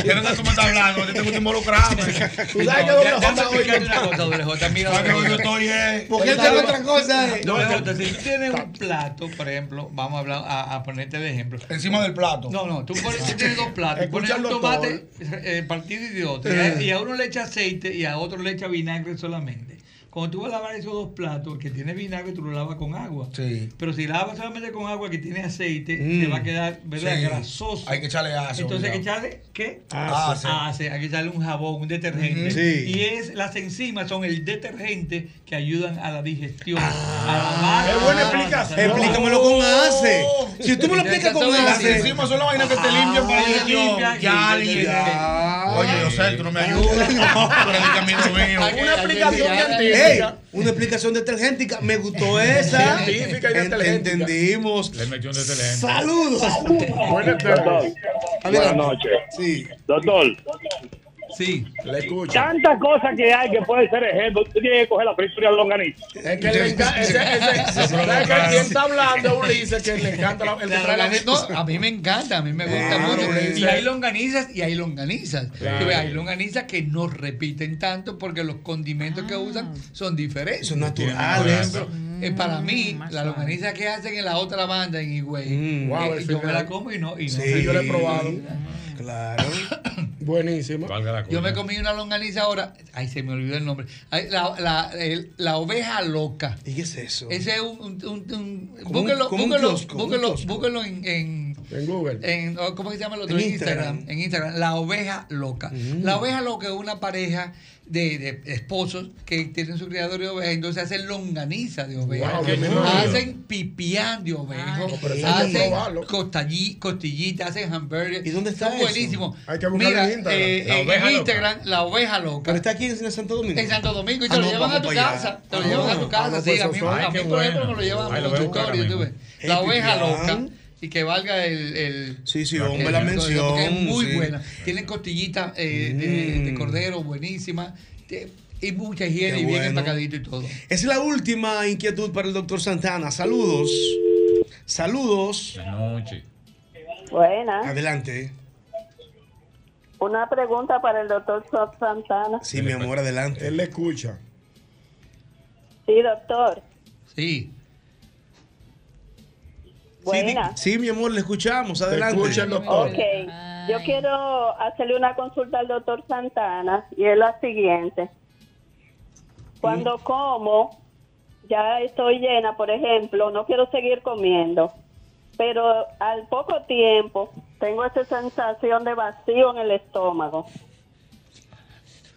[SPEAKER 12] Yo no sé cómo está hablando, yo tengo que involucrarme.
[SPEAKER 26] Tú sabes que doble J hoy-
[SPEAKER 12] ¿Sabes que hoy yo estoy, eh?
[SPEAKER 26] Porque él
[SPEAKER 12] sabe
[SPEAKER 26] sabe
[SPEAKER 12] otra
[SPEAKER 26] cosa, eh. Doble J, si tú tienes un plato, por ejemplo, vamos a hablar a, a ponerte de ejemplo.
[SPEAKER 12] Encima del plato.
[SPEAKER 26] No, no, tú, pones, tú tienes dos platos, pones
[SPEAKER 12] Escucha
[SPEAKER 26] un
[SPEAKER 12] al
[SPEAKER 26] tomate eh, partido y de otro. Y a, y a uno le echa aceite y a otro le echa vinagre solamente. Cuando tú vas a lavar esos dos platos, el que tiene vinagre, tú lo lavas con agua.
[SPEAKER 12] Sí. Mm.
[SPEAKER 26] Pero si lavas solamente con agua que tiene aceite, te va a quedar, ¿verdad?
[SPEAKER 12] Sí.
[SPEAKER 26] Grasoso.
[SPEAKER 12] Hay que echarle ace,
[SPEAKER 26] Entonces hay que
[SPEAKER 12] obligado.
[SPEAKER 26] echarle, ¿qué?
[SPEAKER 10] Ah,
[SPEAKER 12] Ace.
[SPEAKER 26] Ace. Hay que echarle un jabón, un detergente.
[SPEAKER 12] Ah, Ujú. Sí.
[SPEAKER 26] Y es, las enzimas son el detergente que ayudan a la digestión. a
[SPEAKER 12] Ah. Es buena explicación.
[SPEAKER 2] Ah, Explícamelo con ACE. Si tú me lo explicas con
[SPEAKER 12] Las
[SPEAKER 2] ACE. Ah,
[SPEAKER 12] enzimas son las vainas que te limpian para la digestión.
[SPEAKER 2] limpia,
[SPEAKER 12] Ya,
[SPEAKER 2] que-
[SPEAKER 12] Lidia.
[SPEAKER 2] Ya.
[SPEAKER 12] Oye, yo sé, tú no me ayudas. Tú eres mi camino mío.
[SPEAKER 2] Ey, Una explicación detergéntica. Me gustó esa.
[SPEAKER 12] Científica y
[SPEAKER 2] Ent-
[SPEAKER 12] detergéntica.
[SPEAKER 2] Entendimos.
[SPEAKER 4] Le metió un detergente.
[SPEAKER 2] Saludos.
[SPEAKER 23] Buenas tardes. Buenas noches.
[SPEAKER 2] Sí.
[SPEAKER 23] Doctor.
[SPEAKER 26] Sí.
[SPEAKER 12] Le escucho.
[SPEAKER 23] Tantas cosas que hay que puede ser ejemplo. Usted tiene que coger la fritura de longaniza.
[SPEAKER 12] Es que le encanta. Ese, ese,
[SPEAKER 26] Sí, sí.
[SPEAKER 12] ¿Sabes que quién está hablando? Ulises, que le encanta la, el que trae la
[SPEAKER 26] No, a mí me encanta, a mí me gusta
[SPEAKER 12] Claro,
[SPEAKER 26] mucho.
[SPEAKER 12] Ulises.
[SPEAKER 26] Y hay longanizas y hay longanizas.
[SPEAKER 12] Ah, Claro.
[SPEAKER 26] Tú ves, hay longanizas que no repiten tanto porque los condimentos que usan son diferentes.
[SPEAKER 2] Son naturales.
[SPEAKER 26] Por ejemplo, eh, para mí, la longaniza que hacen en la otra banda, en Higüey, eh,
[SPEAKER 12] Wow, el
[SPEAKER 26] yo me
[SPEAKER 12] final.
[SPEAKER 26] la como y no. Y no
[SPEAKER 12] Mm. Sí, yo la he probado.
[SPEAKER 2] Claro.
[SPEAKER 12] Buenísimo.
[SPEAKER 26] Yo me comí una longaniza ahora. Ay, se me olvidó el nombre. Ay, la, la- el- la oveja loca.
[SPEAKER 2] ¿Y qué es eso?
[SPEAKER 26] Ese es un. un, un- un-
[SPEAKER 2] Como un-
[SPEAKER 26] búsquenlo,
[SPEAKER 2] como un
[SPEAKER 26] búsquenlo,
[SPEAKER 2] kiosco, un
[SPEAKER 26] búsquenlo-
[SPEAKER 2] kiosco.
[SPEAKER 26] búsquenlo en. en
[SPEAKER 12] en Google.
[SPEAKER 26] ¿Cómo que se llama el otro?
[SPEAKER 2] En Mm.
[SPEAKER 26] En Instagram. En Instagram. La oveja loca. La oveja loca es una pareja de, de esposos que tienen su criador de ovejas. Entonces hacen longaniza de oveja.
[SPEAKER 12] Wow, qué chulo.
[SPEAKER 26] hacen pipián de
[SPEAKER 2] Ah,
[SPEAKER 26] oveja.
[SPEAKER 12] pero eso hay que
[SPEAKER 26] hacen
[SPEAKER 12] probarlo.
[SPEAKER 26] costalli- costillitas, hacen hamburguesas. ¿Y dónde
[SPEAKER 2] está eso?
[SPEAKER 26] buenísimo.
[SPEAKER 12] Hay que
[SPEAKER 2] buscarlo
[SPEAKER 26] Mira,
[SPEAKER 2] en Instagram.
[SPEAKER 26] eh,
[SPEAKER 2] La
[SPEAKER 26] en
[SPEAKER 2] oveja loca.
[SPEAKER 26] Instagram, la oveja loca.
[SPEAKER 2] Pero está aquí en Santo Domingo.
[SPEAKER 26] En Santo Domingo y te
[SPEAKER 2] Ah,
[SPEAKER 26] lo
[SPEAKER 2] no,
[SPEAKER 26] llevan a
[SPEAKER 2] vamos
[SPEAKER 26] tu
[SPEAKER 2] para allá.
[SPEAKER 26] casa. Te lo
[SPEAKER 2] Ah,
[SPEAKER 26] llevan a tu casa.
[SPEAKER 2] ah,
[SPEAKER 26] Sí,
[SPEAKER 2] pues
[SPEAKER 26] a
[SPEAKER 2] eso
[SPEAKER 26] mí,
[SPEAKER 2] son-
[SPEAKER 26] a
[SPEAKER 2] Ay,
[SPEAKER 26] mí,
[SPEAKER 2] qué
[SPEAKER 26] por ejemplo,
[SPEAKER 2] bueno.
[SPEAKER 26] me lo llevan
[SPEAKER 2] Ahí
[SPEAKER 26] a
[SPEAKER 2] lo
[SPEAKER 26] un
[SPEAKER 2] voy a buscar
[SPEAKER 26] tutorio,
[SPEAKER 2] ahora
[SPEAKER 26] tú ves.
[SPEAKER 2] mismo.
[SPEAKER 26] La
[SPEAKER 2] Hey,
[SPEAKER 26] oveja
[SPEAKER 2] Pipián.
[SPEAKER 26] loca. Y que valga el. el
[SPEAKER 2] Sí, sí,
[SPEAKER 26] el-
[SPEAKER 2] hombre,
[SPEAKER 26] el-
[SPEAKER 2] la
[SPEAKER 26] el-
[SPEAKER 2] mención,
[SPEAKER 26] porque Es muy
[SPEAKER 2] sí. Mm.
[SPEAKER 26] buena. Tienen costillitas eh, de, de cordero buenísimas. Te- Y mucha higiene
[SPEAKER 2] Qué
[SPEAKER 26] y bien
[SPEAKER 2] bueno.
[SPEAKER 26] empacadito y todo.
[SPEAKER 2] Es la última inquietud para el doctor Santana. Saludos. Saludos.
[SPEAKER 8] Buenas.
[SPEAKER 2] Adelante.
[SPEAKER 8] Una pregunta para el doctor Sof Santana.
[SPEAKER 2] Sí, mi amor, adelante.
[SPEAKER 12] Él le escucha.
[SPEAKER 8] Sí, doctor.
[SPEAKER 26] Sí.
[SPEAKER 8] Buenas.
[SPEAKER 2] Sí, mi amor, le escuchamos. Adelante.
[SPEAKER 12] escucha el doctor.
[SPEAKER 8] Ok, yo quiero hacerle una consulta al doctor Santana y es la siguiente. Cuando como, ya estoy llena, por ejemplo, no quiero seguir comiendo, pero al poco tiempo tengo esa sensación de vacío en el estómago.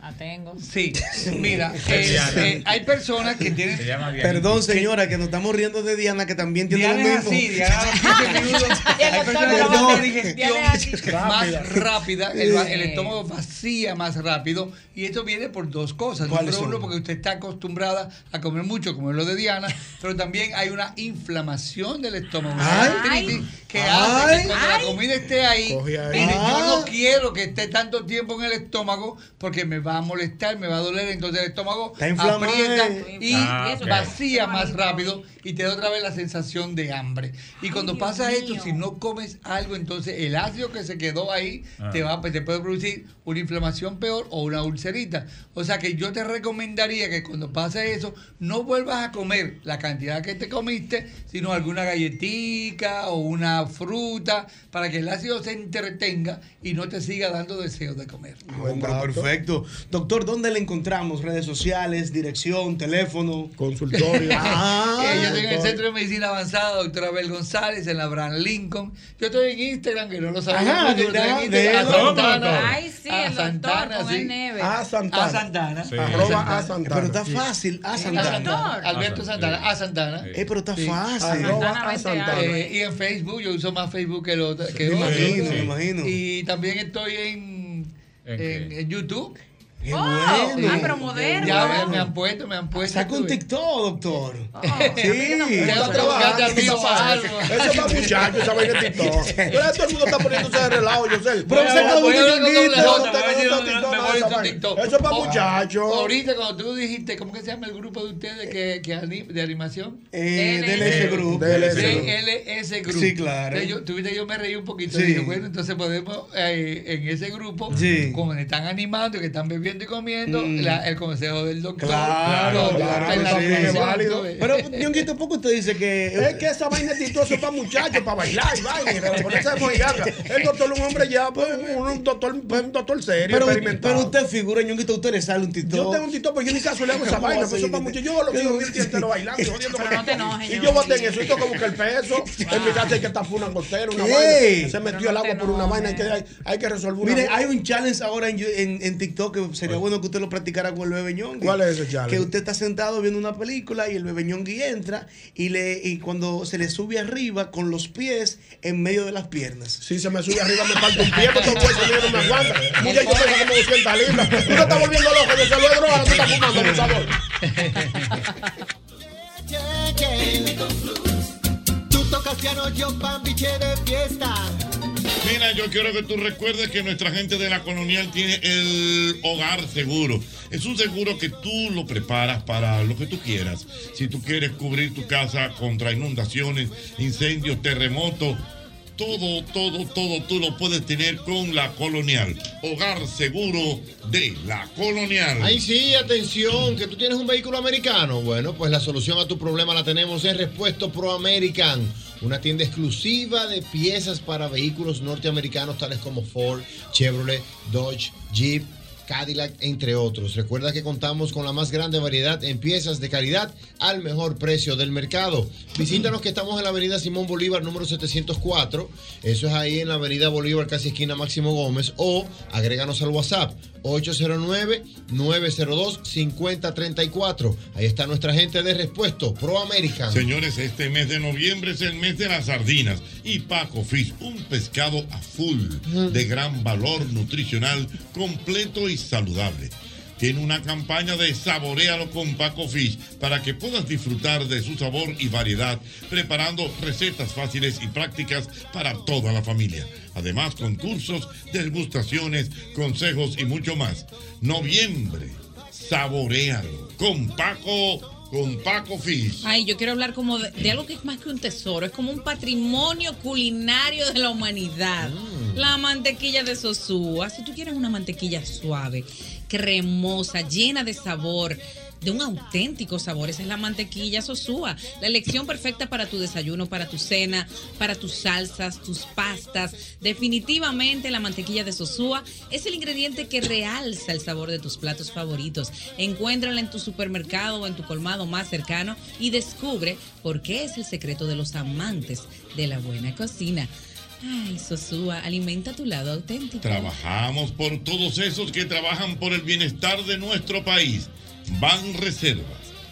[SPEAKER 7] La tengo.
[SPEAKER 26] Sí, mira, eh,
[SPEAKER 2] Diana.
[SPEAKER 26] eh, hay personas que tienen.
[SPEAKER 2] Perdón, señora, que nos estamos riendo de Diana, que también tiene
[SPEAKER 26] Diana
[SPEAKER 2] lo
[SPEAKER 26] es
[SPEAKER 2] mismo.
[SPEAKER 26] así, Diana tiene minutos.
[SPEAKER 2] Y el
[SPEAKER 26] Hay
[SPEAKER 2] doctor
[SPEAKER 26] personas
[SPEAKER 2] no
[SPEAKER 26] que
[SPEAKER 2] lo va a
[SPEAKER 26] tienen
[SPEAKER 2] hacer.
[SPEAKER 26] digestión
[SPEAKER 2] Diana es así.
[SPEAKER 26] más rápida, el, va- el
[SPEAKER 2] Sí.
[SPEAKER 26] estómago vacía más rápido y esto viene por dos cosas.
[SPEAKER 2] ¿Cuáles
[SPEAKER 26] Número
[SPEAKER 2] son?
[SPEAKER 26] uno, porque usted está acostumbrada a comer mucho, como es lo de Diana, pero también hay una inflamación del estómago, una
[SPEAKER 2] Ay.
[SPEAKER 26] gastritis, que
[SPEAKER 2] Ay.
[SPEAKER 26] hace que cuando la comida esté ahí,
[SPEAKER 12] Coge ahí.
[SPEAKER 26] mire, yo
[SPEAKER 2] Ah.
[SPEAKER 26] no quiero que esté tanto tiempo en el estómago porque me va a molestar, me va a doler, entonces el estómago
[SPEAKER 2] Está inflamado.
[SPEAKER 26] aprieta y
[SPEAKER 2] Ah, ok.
[SPEAKER 26] vacía más rápido y te da otra vez la sensación de hambre. Y cuando pasa esto, si no comes algo, entonces el ácido que se quedó ahí
[SPEAKER 12] Ah.
[SPEAKER 26] te va pues, te puede producir una inflamación peor o una ulcerita. O sea que yo te recomendaría que cuando pase eso, no vuelvas a comer la cantidad que te comiste, sino alguna galletica o una fruta para que el ácido se entretenga y no te siga dando deseo de comer.
[SPEAKER 2] Ah, hombre, perfecto. Doctor, ¿dónde le encontramos? Redes sociales, dirección, teléfono.
[SPEAKER 12] Consultorio.
[SPEAKER 2] Ah,
[SPEAKER 26] Eh, yo estoy en el Centro de Medicina Avanzada, doctora Abel González, en la Bran Lincoln. Yo estoy en Instagram, que no lo sabía.
[SPEAKER 2] Ajá,
[SPEAKER 26] mucho, pero
[SPEAKER 2] ¿verdad?
[SPEAKER 26] estoy en Instagram.
[SPEAKER 2] ¿De dónde,
[SPEAKER 26] a
[SPEAKER 2] doctor?
[SPEAKER 26] Santana.
[SPEAKER 7] Ay, sí,
[SPEAKER 26] A
[SPEAKER 7] el doctor
[SPEAKER 26] Santana,
[SPEAKER 7] con
[SPEAKER 26] sí.
[SPEAKER 7] el neve.
[SPEAKER 12] A Santana.
[SPEAKER 26] A Santana.
[SPEAKER 12] Sí. Arroba a Santana.
[SPEAKER 2] Pero está
[SPEAKER 12] Sí.
[SPEAKER 2] fácil, a
[SPEAKER 26] A
[SPEAKER 2] Santana.
[SPEAKER 26] Santana. Alberto Santana, a Santana.
[SPEAKER 2] Eh, pero está fácil.
[SPEAKER 12] Arroba a Santana.
[SPEAKER 26] Eh, y en Facebook, yo uso más Facebook que, lo, que
[SPEAKER 2] Me
[SPEAKER 26] otro.
[SPEAKER 2] imagino,
[SPEAKER 26] Sí.
[SPEAKER 2] me imagino.
[SPEAKER 26] Y también estoy en, en, en YouTube.
[SPEAKER 2] Qué bueno.
[SPEAKER 7] ah, pero moderno.
[SPEAKER 26] Ya me- me han puesto, me han puesto.
[SPEAKER 2] Saca un TikTok, doctor.
[SPEAKER 7] Oh.
[SPEAKER 2] Sí.
[SPEAKER 12] Está
[SPEAKER 26] Ya está buscando
[SPEAKER 12] trabajando,
[SPEAKER 26] al mío
[SPEAKER 12] esa
[SPEAKER 26] para
[SPEAKER 12] vaina.
[SPEAKER 26] algo.
[SPEAKER 12] Eso está muchacho, esa vaina de TikTok. Pero ahí todo el mundo está poniéndose de relajo, yo sé.
[SPEAKER 2] Pero este saca un ñonguito.
[SPEAKER 12] Eso es
[SPEAKER 2] Oh,
[SPEAKER 12] para muchachos.
[SPEAKER 26] Ahorita cuando tú dijiste, ¿cómo que se llama el grupo de ustedes que, que ani- de animación?
[SPEAKER 2] Eh,
[SPEAKER 26] DLS
[SPEAKER 2] DLS Group.
[SPEAKER 26] DLS Group.
[SPEAKER 2] Sí, claro.
[SPEAKER 26] Entonces Yo, tú viste, yo me reí un poquito.
[SPEAKER 2] Sí.
[SPEAKER 26] Dije, bueno, entonces podemos eh, en ese grupo,
[SPEAKER 2] Sí. Mm.
[SPEAKER 26] como están animando, que están bebiendo, siento y comiendo la- el consejo del doctor.
[SPEAKER 2] Claro,
[SPEAKER 26] La
[SPEAKER 2] claro,
[SPEAKER 26] alternativa
[SPEAKER 2] sí.
[SPEAKER 26] es
[SPEAKER 2] válido. Pero,
[SPEAKER 26] Ñonguito,
[SPEAKER 2] ¿por qué usted dice que... eh,
[SPEAKER 6] Es que esa vaina es titosa para muchachos, para bailar y vaina. Por eso es mojiganga. El doctor es un hombre ya, pues, un, un doctor, un doctor serio,
[SPEAKER 2] Pero,
[SPEAKER 6] experimentado.
[SPEAKER 2] pero usted figura, ñonguito, usted le sale un tito.
[SPEAKER 6] Yo tengo un tito, pero pues yo ni caso le hago esa
[SPEAKER 2] ¿Cómo
[SPEAKER 6] vaina,
[SPEAKER 2] así?
[SPEAKER 6] pues eso para mucho. Yo lo digo el día entero bailando, y jodiendo con Y yo boté en eso, y tengo que buscar el peso. En mi casa hay que tapar una gotera, una
[SPEAKER 2] ¿Qué?
[SPEAKER 6] vaina. Se metió
[SPEAKER 2] Pero
[SPEAKER 6] el
[SPEAKER 2] no
[SPEAKER 6] agua
[SPEAKER 2] te
[SPEAKER 6] por una
[SPEAKER 2] enojes.
[SPEAKER 6] vaina, hay que, hay, hay que resolver una
[SPEAKER 2] Mire, hay un challenge ahora en, en- en TikTok que sería bueno que usted lo practicara con el bebeñón.
[SPEAKER 6] ¿Cuál es ese challenge?
[SPEAKER 2] Que usted está sentado viendo una película y el bebeñón entra y le y cuando se le sube arriba con los pies en medio de las piernas.
[SPEAKER 6] Si se me sube arriba me falta un pie, porque el hueso mío no me aguanta. Muchacho pesa como 200 libras. Tú te estás volviendo loco, yo se lo he drogado, tú estás fumando, por favor.
[SPEAKER 27] Tú tocas piano, yo pambiche de fiesta.
[SPEAKER 19] Mira, yo quiero que tú recuerdes que nuestra gente de la colonial tiene el hogar seguro. Es un seguro que tú lo preparas para lo que tú quieras. Si tú quieres cubrir tu casa contra inundaciones, incendios, terremotos, todo, todo, todo tú lo puedes tener con la colonial. Hogar seguro de la colonial.
[SPEAKER 24] Ahí sí, atención, que tú tienes un vehículo americano. Bueno, pues la solución a tu problema la tenemos en Respuesto Pro American, una tienda exclusiva de piezas para vehículos norteamericanos tales como Ford, Chevrolet, Dodge, Jeep. Cadillac, entre otros. Recuerda que contamos con la más grande variedad en piezas de calidad al mejor precio del mercado. Visítanos que estamos en la avenida Simón Bolívar número 704. Eso es ahí en la avenida Bolívar, casi esquina Máximo Gómez. O agréganos al WhatsApp 809-902-5034. Ahí está nuestra gente de respuesto, Pro American.
[SPEAKER 19] Señores, este mes de noviembre es el mes de las sardinas y Paco Fish, un pescado a full de gran valor nutricional, completo y saludable. Tiene una campaña de Saborealo con Paco Fish para que puedas disfrutar de su sabor y variedad, preparando recetas fáciles y prácticas para toda la familia. Además, concursos, degustaciones, consejos y mucho más. Noviembre, Saborealo con Paco, con Paco Fish.
[SPEAKER 7] Ay, yo quiero hablar como de, de algo que es más que un tesoro, es como un patrimonio culinario de la humanidad. La mantequilla de Sosúa. Si tú quieres una mantequilla suave, cremosa, llena de sabor, de un auténtico sabor, esa es la mantequilla Sosúa. La elección perfecta para tu desayuno, para tu cena, para tus salsas, tus pastas. Definitivamente la mantequilla de Sosúa es el ingrediente que realza el sabor de tus platos favoritos. Encuéntrala en tu supermercado o en tu colmado más cercano y descubre por qué es el secreto de los amantes de la buena cocina. Ay, Sosúa, alimenta tu lado auténtico.
[SPEAKER 19] Trabajamos por todos esos que trabajan por el bienestar de nuestro país. Ban Reservas,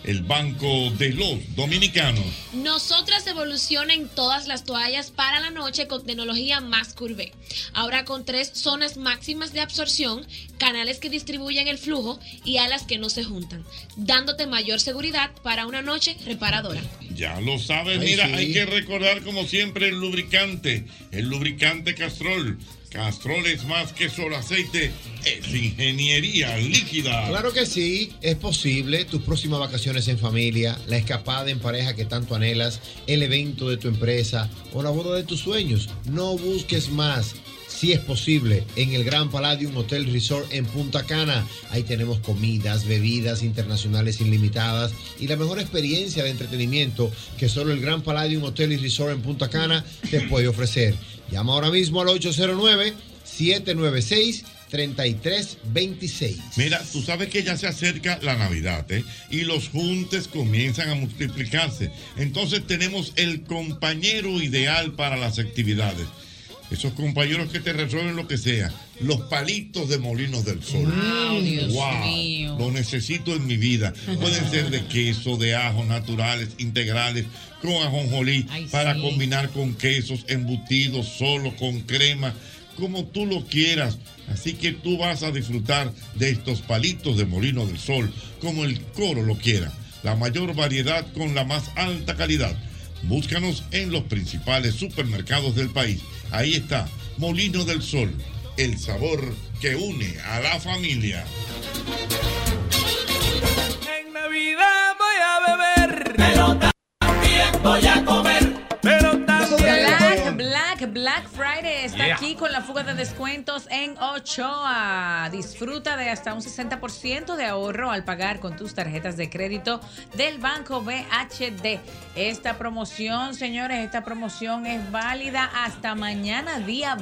[SPEAKER 19] el banco de los dominicanos.
[SPEAKER 5] Nosotras evolucionan todas las toallas para la noche con tecnología más curve. Ahora con tres zonas máximas de absorción, canales que distribuyen el flujo y alas que no se juntan, dándote mayor seguridad para una noche reparadora.
[SPEAKER 19] Ya lo sabes,
[SPEAKER 5] Ay,
[SPEAKER 19] mira,
[SPEAKER 5] sí.
[SPEAKER 19] hay que recordar como siempre el lubricante, el lubricante Castrol. Castrol es más que solo aceite, es ingeniería líquida.
[SPEAKER 24] Claro que sí, es posible. Tus próximas vacaciones en familia, la escapada en pareja que tanto anhelas, el evento de tu empresa o la boda de tus sueños. No busques más. Si es posible, en el Gran Palladium Hotel Resort en Punta Cana. Ahí tenemos comidas, bebidas internacionales ilimitadas y la mejor experiencia de entretenimiento que solo el Gran Palladium Hotel y Resort en Punta Cana te puede ofrecer. Llama ahora mismo al 809-796-3326.
[SPEAKER 19] Mira, tú sabes que ya se acerca la Navidad, ¿eh? Y los juntes comienzan a multiplicarse. Entonces tenemos el compañero ideal para las actividades. Esos compañeros que te resuelven lo que sea. Los palitos de molinos del sol.
[SPEAKER 28] Wow, Ah, oh, Dios mío.
[SPEAKER 19] Lo necesito en mi vida. Pueden ser de queso, de ajo, naturales, integrales, con ajonjolí,
[SPEAKER 28] Ay,
[SPEAKER 19] para
[SPEAKER 28] sí.
[SPEAKER 19] combinar con quesos, embutidos, solo, con crema, como tú lo quieras. Así que tú vas a disfrutar de estos palitos de molino del sol, como el coro lo quiera. La mayor variedad con la más alta calidad. Búscanos en los principales supermercados del país. Ahí está, Molino del Sol, el sabor que une a la familia.
[SPEAKER 11] En Navidad voy a beber. Pero también voy a comer. Pero también.
[SPEAKER 1] Black, Black
[SPEAKER 7] Black, Black Friday está
[SPEAKER 11] Yeah.
[SPEAKER 7] aquí con la fuga de descuentos en Ochoa. Disfruta de hasta un 60% de ahorro al pagar con tus tarjetas de crédito del Banco BHD. Esta promoción, señores, esta promoción es válida hasta mañana día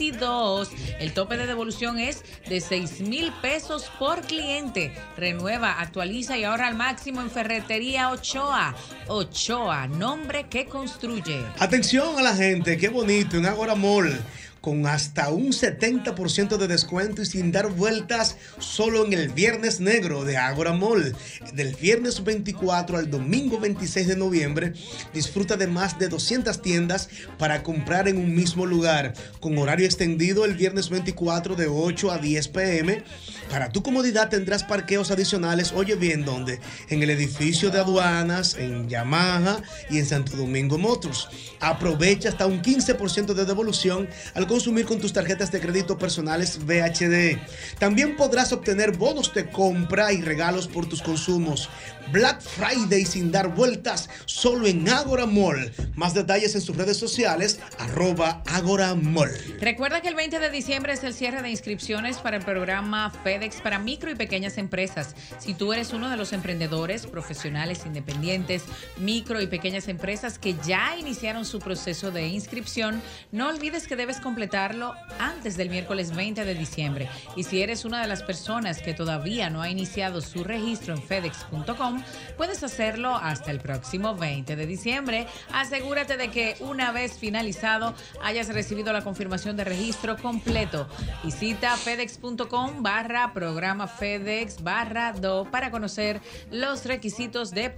[SPEAKER 7] 22. El tope de devolución es de 6 mil pesos por cliente. Renueva, actualiza y ahorra al máximo en Ferretería Ochoa. Ochoa, nombre que construye.
[SPEAKER 2] Atención a la gente, qué bonito, en Agora Mall, con hasta un 70% de descuento y sin dar vueltas, solo en el Viernes Negro de Agora Mall. Del viernes 24 al domingo 26 de noviembre, disfruta de más de 200 tiendas para comprar en un mismo lugar, con horario extendido el viernes 24 de 8 a 10 pm. Para tu comodidad tendrás parqueos adicionales, oye bien, ¿dónde? En el edificio de aduanas, en Yamaha y en Santo Domingo Motors. Aprovecha hasta un 15% de devolución al consumir con tus tarjetas de crédito personales VHD. También podrás obtener bonos de compra y regalos por tus consumos. Black Friday sin dar vueltas, solo en Agora Mall. Más detalles en sus redes sociales, arroba Agora Mall.
[SPEAKER 7] Recuerda que el 20 de diciembre es el cierre de inscripciones para el programa FedEx para micro y pequeñas empresas. Si tú eres uno de los emprendedores, profesionales independientes, micro y pequeñas empresas que ya iniciaron su proceso de inscripción, no olvides que debes completarlo antes del miércoles 20 de diciembre. Y si eres una de las personas que todavía no ha iniciado su registro en fedex.com, puedes hacerlo hasta el próximo 20 de diciembre. Asegúrate de que una vez finalizado hayas recibido la confirmación de registro completo. Visita fedex.com barra programa fedex barra do para conocer los requisitos de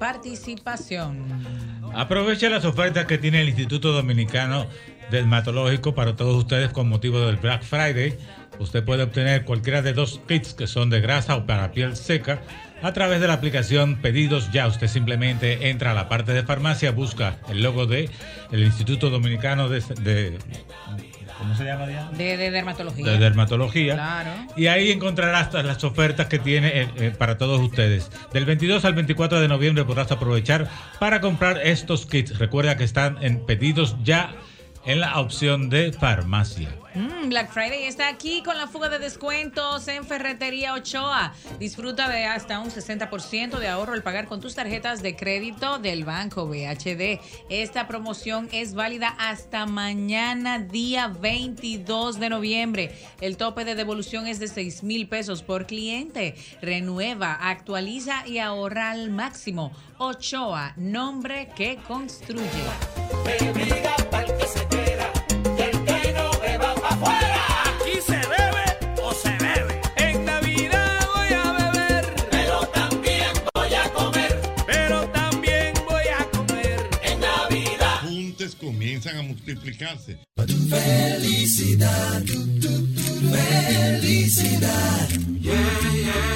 [SPEAKER 7] participación.
[SPEAKER 4] Aprovecha las ofertas que tiene el Instituto Dominicano Dermatológico para todos ustedes con motivo del Black Friday. Usted puede obtener cualquiera de dos kits que son de grasa o para piel seca a través de la aplicación Pedidos Ya. Usted simplemente entra a la parte de farmacia, busca el logo de el Instituto Dominicano de, de- ¿cómo se llama, Diana?
[SPEAKER 7] De, de dermatología.
[SPEAKER 4] de dermatología.
[SPEAKER 7] Claro.
[SPEAKER 4] Y ahí encontrarás todas las ofertas que tiene eh, eh, para todos ustedes. Del 22 al 24 de noviembre podrás aprovechar para comprar estos kits. Recuerda que están en pedidos ya en la opción de farmacia.
[SPEAKER 7] Mm, Black Friday está aquí con la fuga de descuentos en Ferretería Ochoa. Disfruta de hasta un 60% de ahorro al pagar con tus tarjetas de crédito del Banco BHD. Esta promoción es válida hasta mañana, día 22 de noviembre. El tope de devolución es de 6 mil pesos por cliente. Renueva, actualiza y ahorra al máximo. Ochoa, nombre que construye.
[SPEAKER 16] Aquí se bebe o se bebe. En Navidad voy a beber. Pero también voy a comer. Pero también voy a comer. En Navidad.
[SPEAKER 19] Juntes comienzan a multiplicarse.
[SPEAKER 16] Felicidad. Felicidad.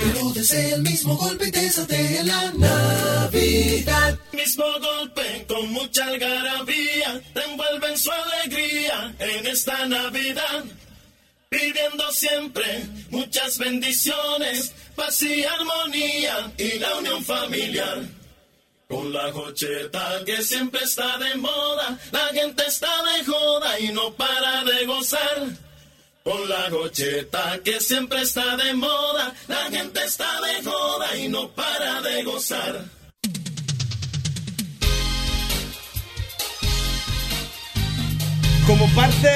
[SPEAKER 16] Pero desde el mismo golpe te satea la Navidad. Mismo golpe con mucha algarabía. Te envuelven su alegría en esta Navidad. Pidiendo siempre muchas bendiciones, paz y armonía y la unión familiar. Con la gocheta que siempre está de moda, la gente está de joda y no para de gozar. Con la gocheta que siempre está de moda, la gente está de joda y no para de gozar.
[SPEAKER 2] Como parte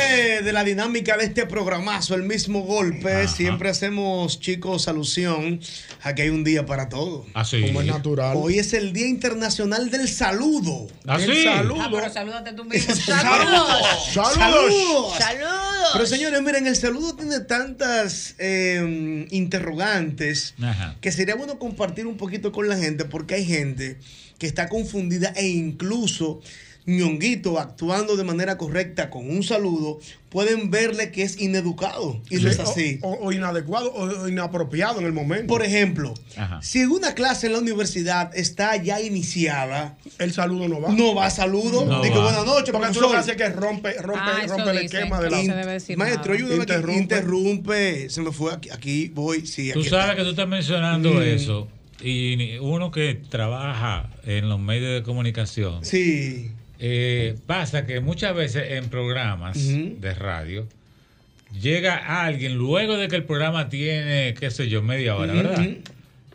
[SPEAKER 2] de la dinámica de este programazo, el mismo golpe, siempre hacemos, chicos, alusión a que hay un día para todo.
[SPEAKER 4] Así.
[SPEAKER 6] Como es natural.
[SPEAKER 2] Hoy es el Día Internacional del Saludo.
[SPEAKER 6] Así.
[SPEAKER 2] El saludo.
[SPEAKER 7] Ah, pero salúdate tú mismo.
[SPEAKER 2] Saludos.
[SPEAKER 7] Saludos.
[SPEAKER 2] Saludos. Pero señores, miren, el saludo tiene tantas eh, interrogantes que sería bueno compartir un poquito con la gente porque hay gente que está confundida e incluso ñonguito actuando de manera correcta con un saludo pueden verle que es ineducado y no es
[SPEAKER 6] Sí,
[SPEAKER 2] así.
[SPEAKER 6] O, o inadecuado o, o inapropiado en el momento.
[SPEAKER 2] Por ejemplo,
[SPEAKER 6] Ah.
[SPEAKER 2] si en una clase en la universidad está ya iniciada,
[SPEAKER 6] el saludo no va.
[SPEAKER 2] No va saludo.
[SPEAKER 6] No
[SPEAKER 2] Digo,
[SPEAKER 6] va.
[SPEAKER 2] buenas noches,
[SPEAKER 6] Porque tú
[SPEAKER 2] profesor.
[SPEAKER 6] lo que haces es que rompe,
[SPEAKER 2] Ah,
[SPEAKER 6] rompe,
[SPEAKER 7] Ah,
[SPEAKER 6] rompe el esquema de la.
[SPEAKER 2] In- Maestro, ayúdame. aquí. Interrumpe. Se me fue aquí. aquí voy. Sí,
[SPEAKER 4] Tú
[SPEAKER 2] aquí
[SPEAKER 4] sabes
[SPEAKER 2] está.
[SPEAKER 4] que tú estás mencionando
[SPEAKER 2] Mm.
[SPEAKER 4] eso y ni- uno que trabaja en los medios de comunicación.
[SPEAKER 2] Sí.
[SPEAKER 4] Eh, pasa que muchas veces en programas de radio llega alguien luego de que el programa tiene, qué sé yo, media hora,
[SPEAKER 7] Ujú.
[SPEAKER 4] ¿verdad?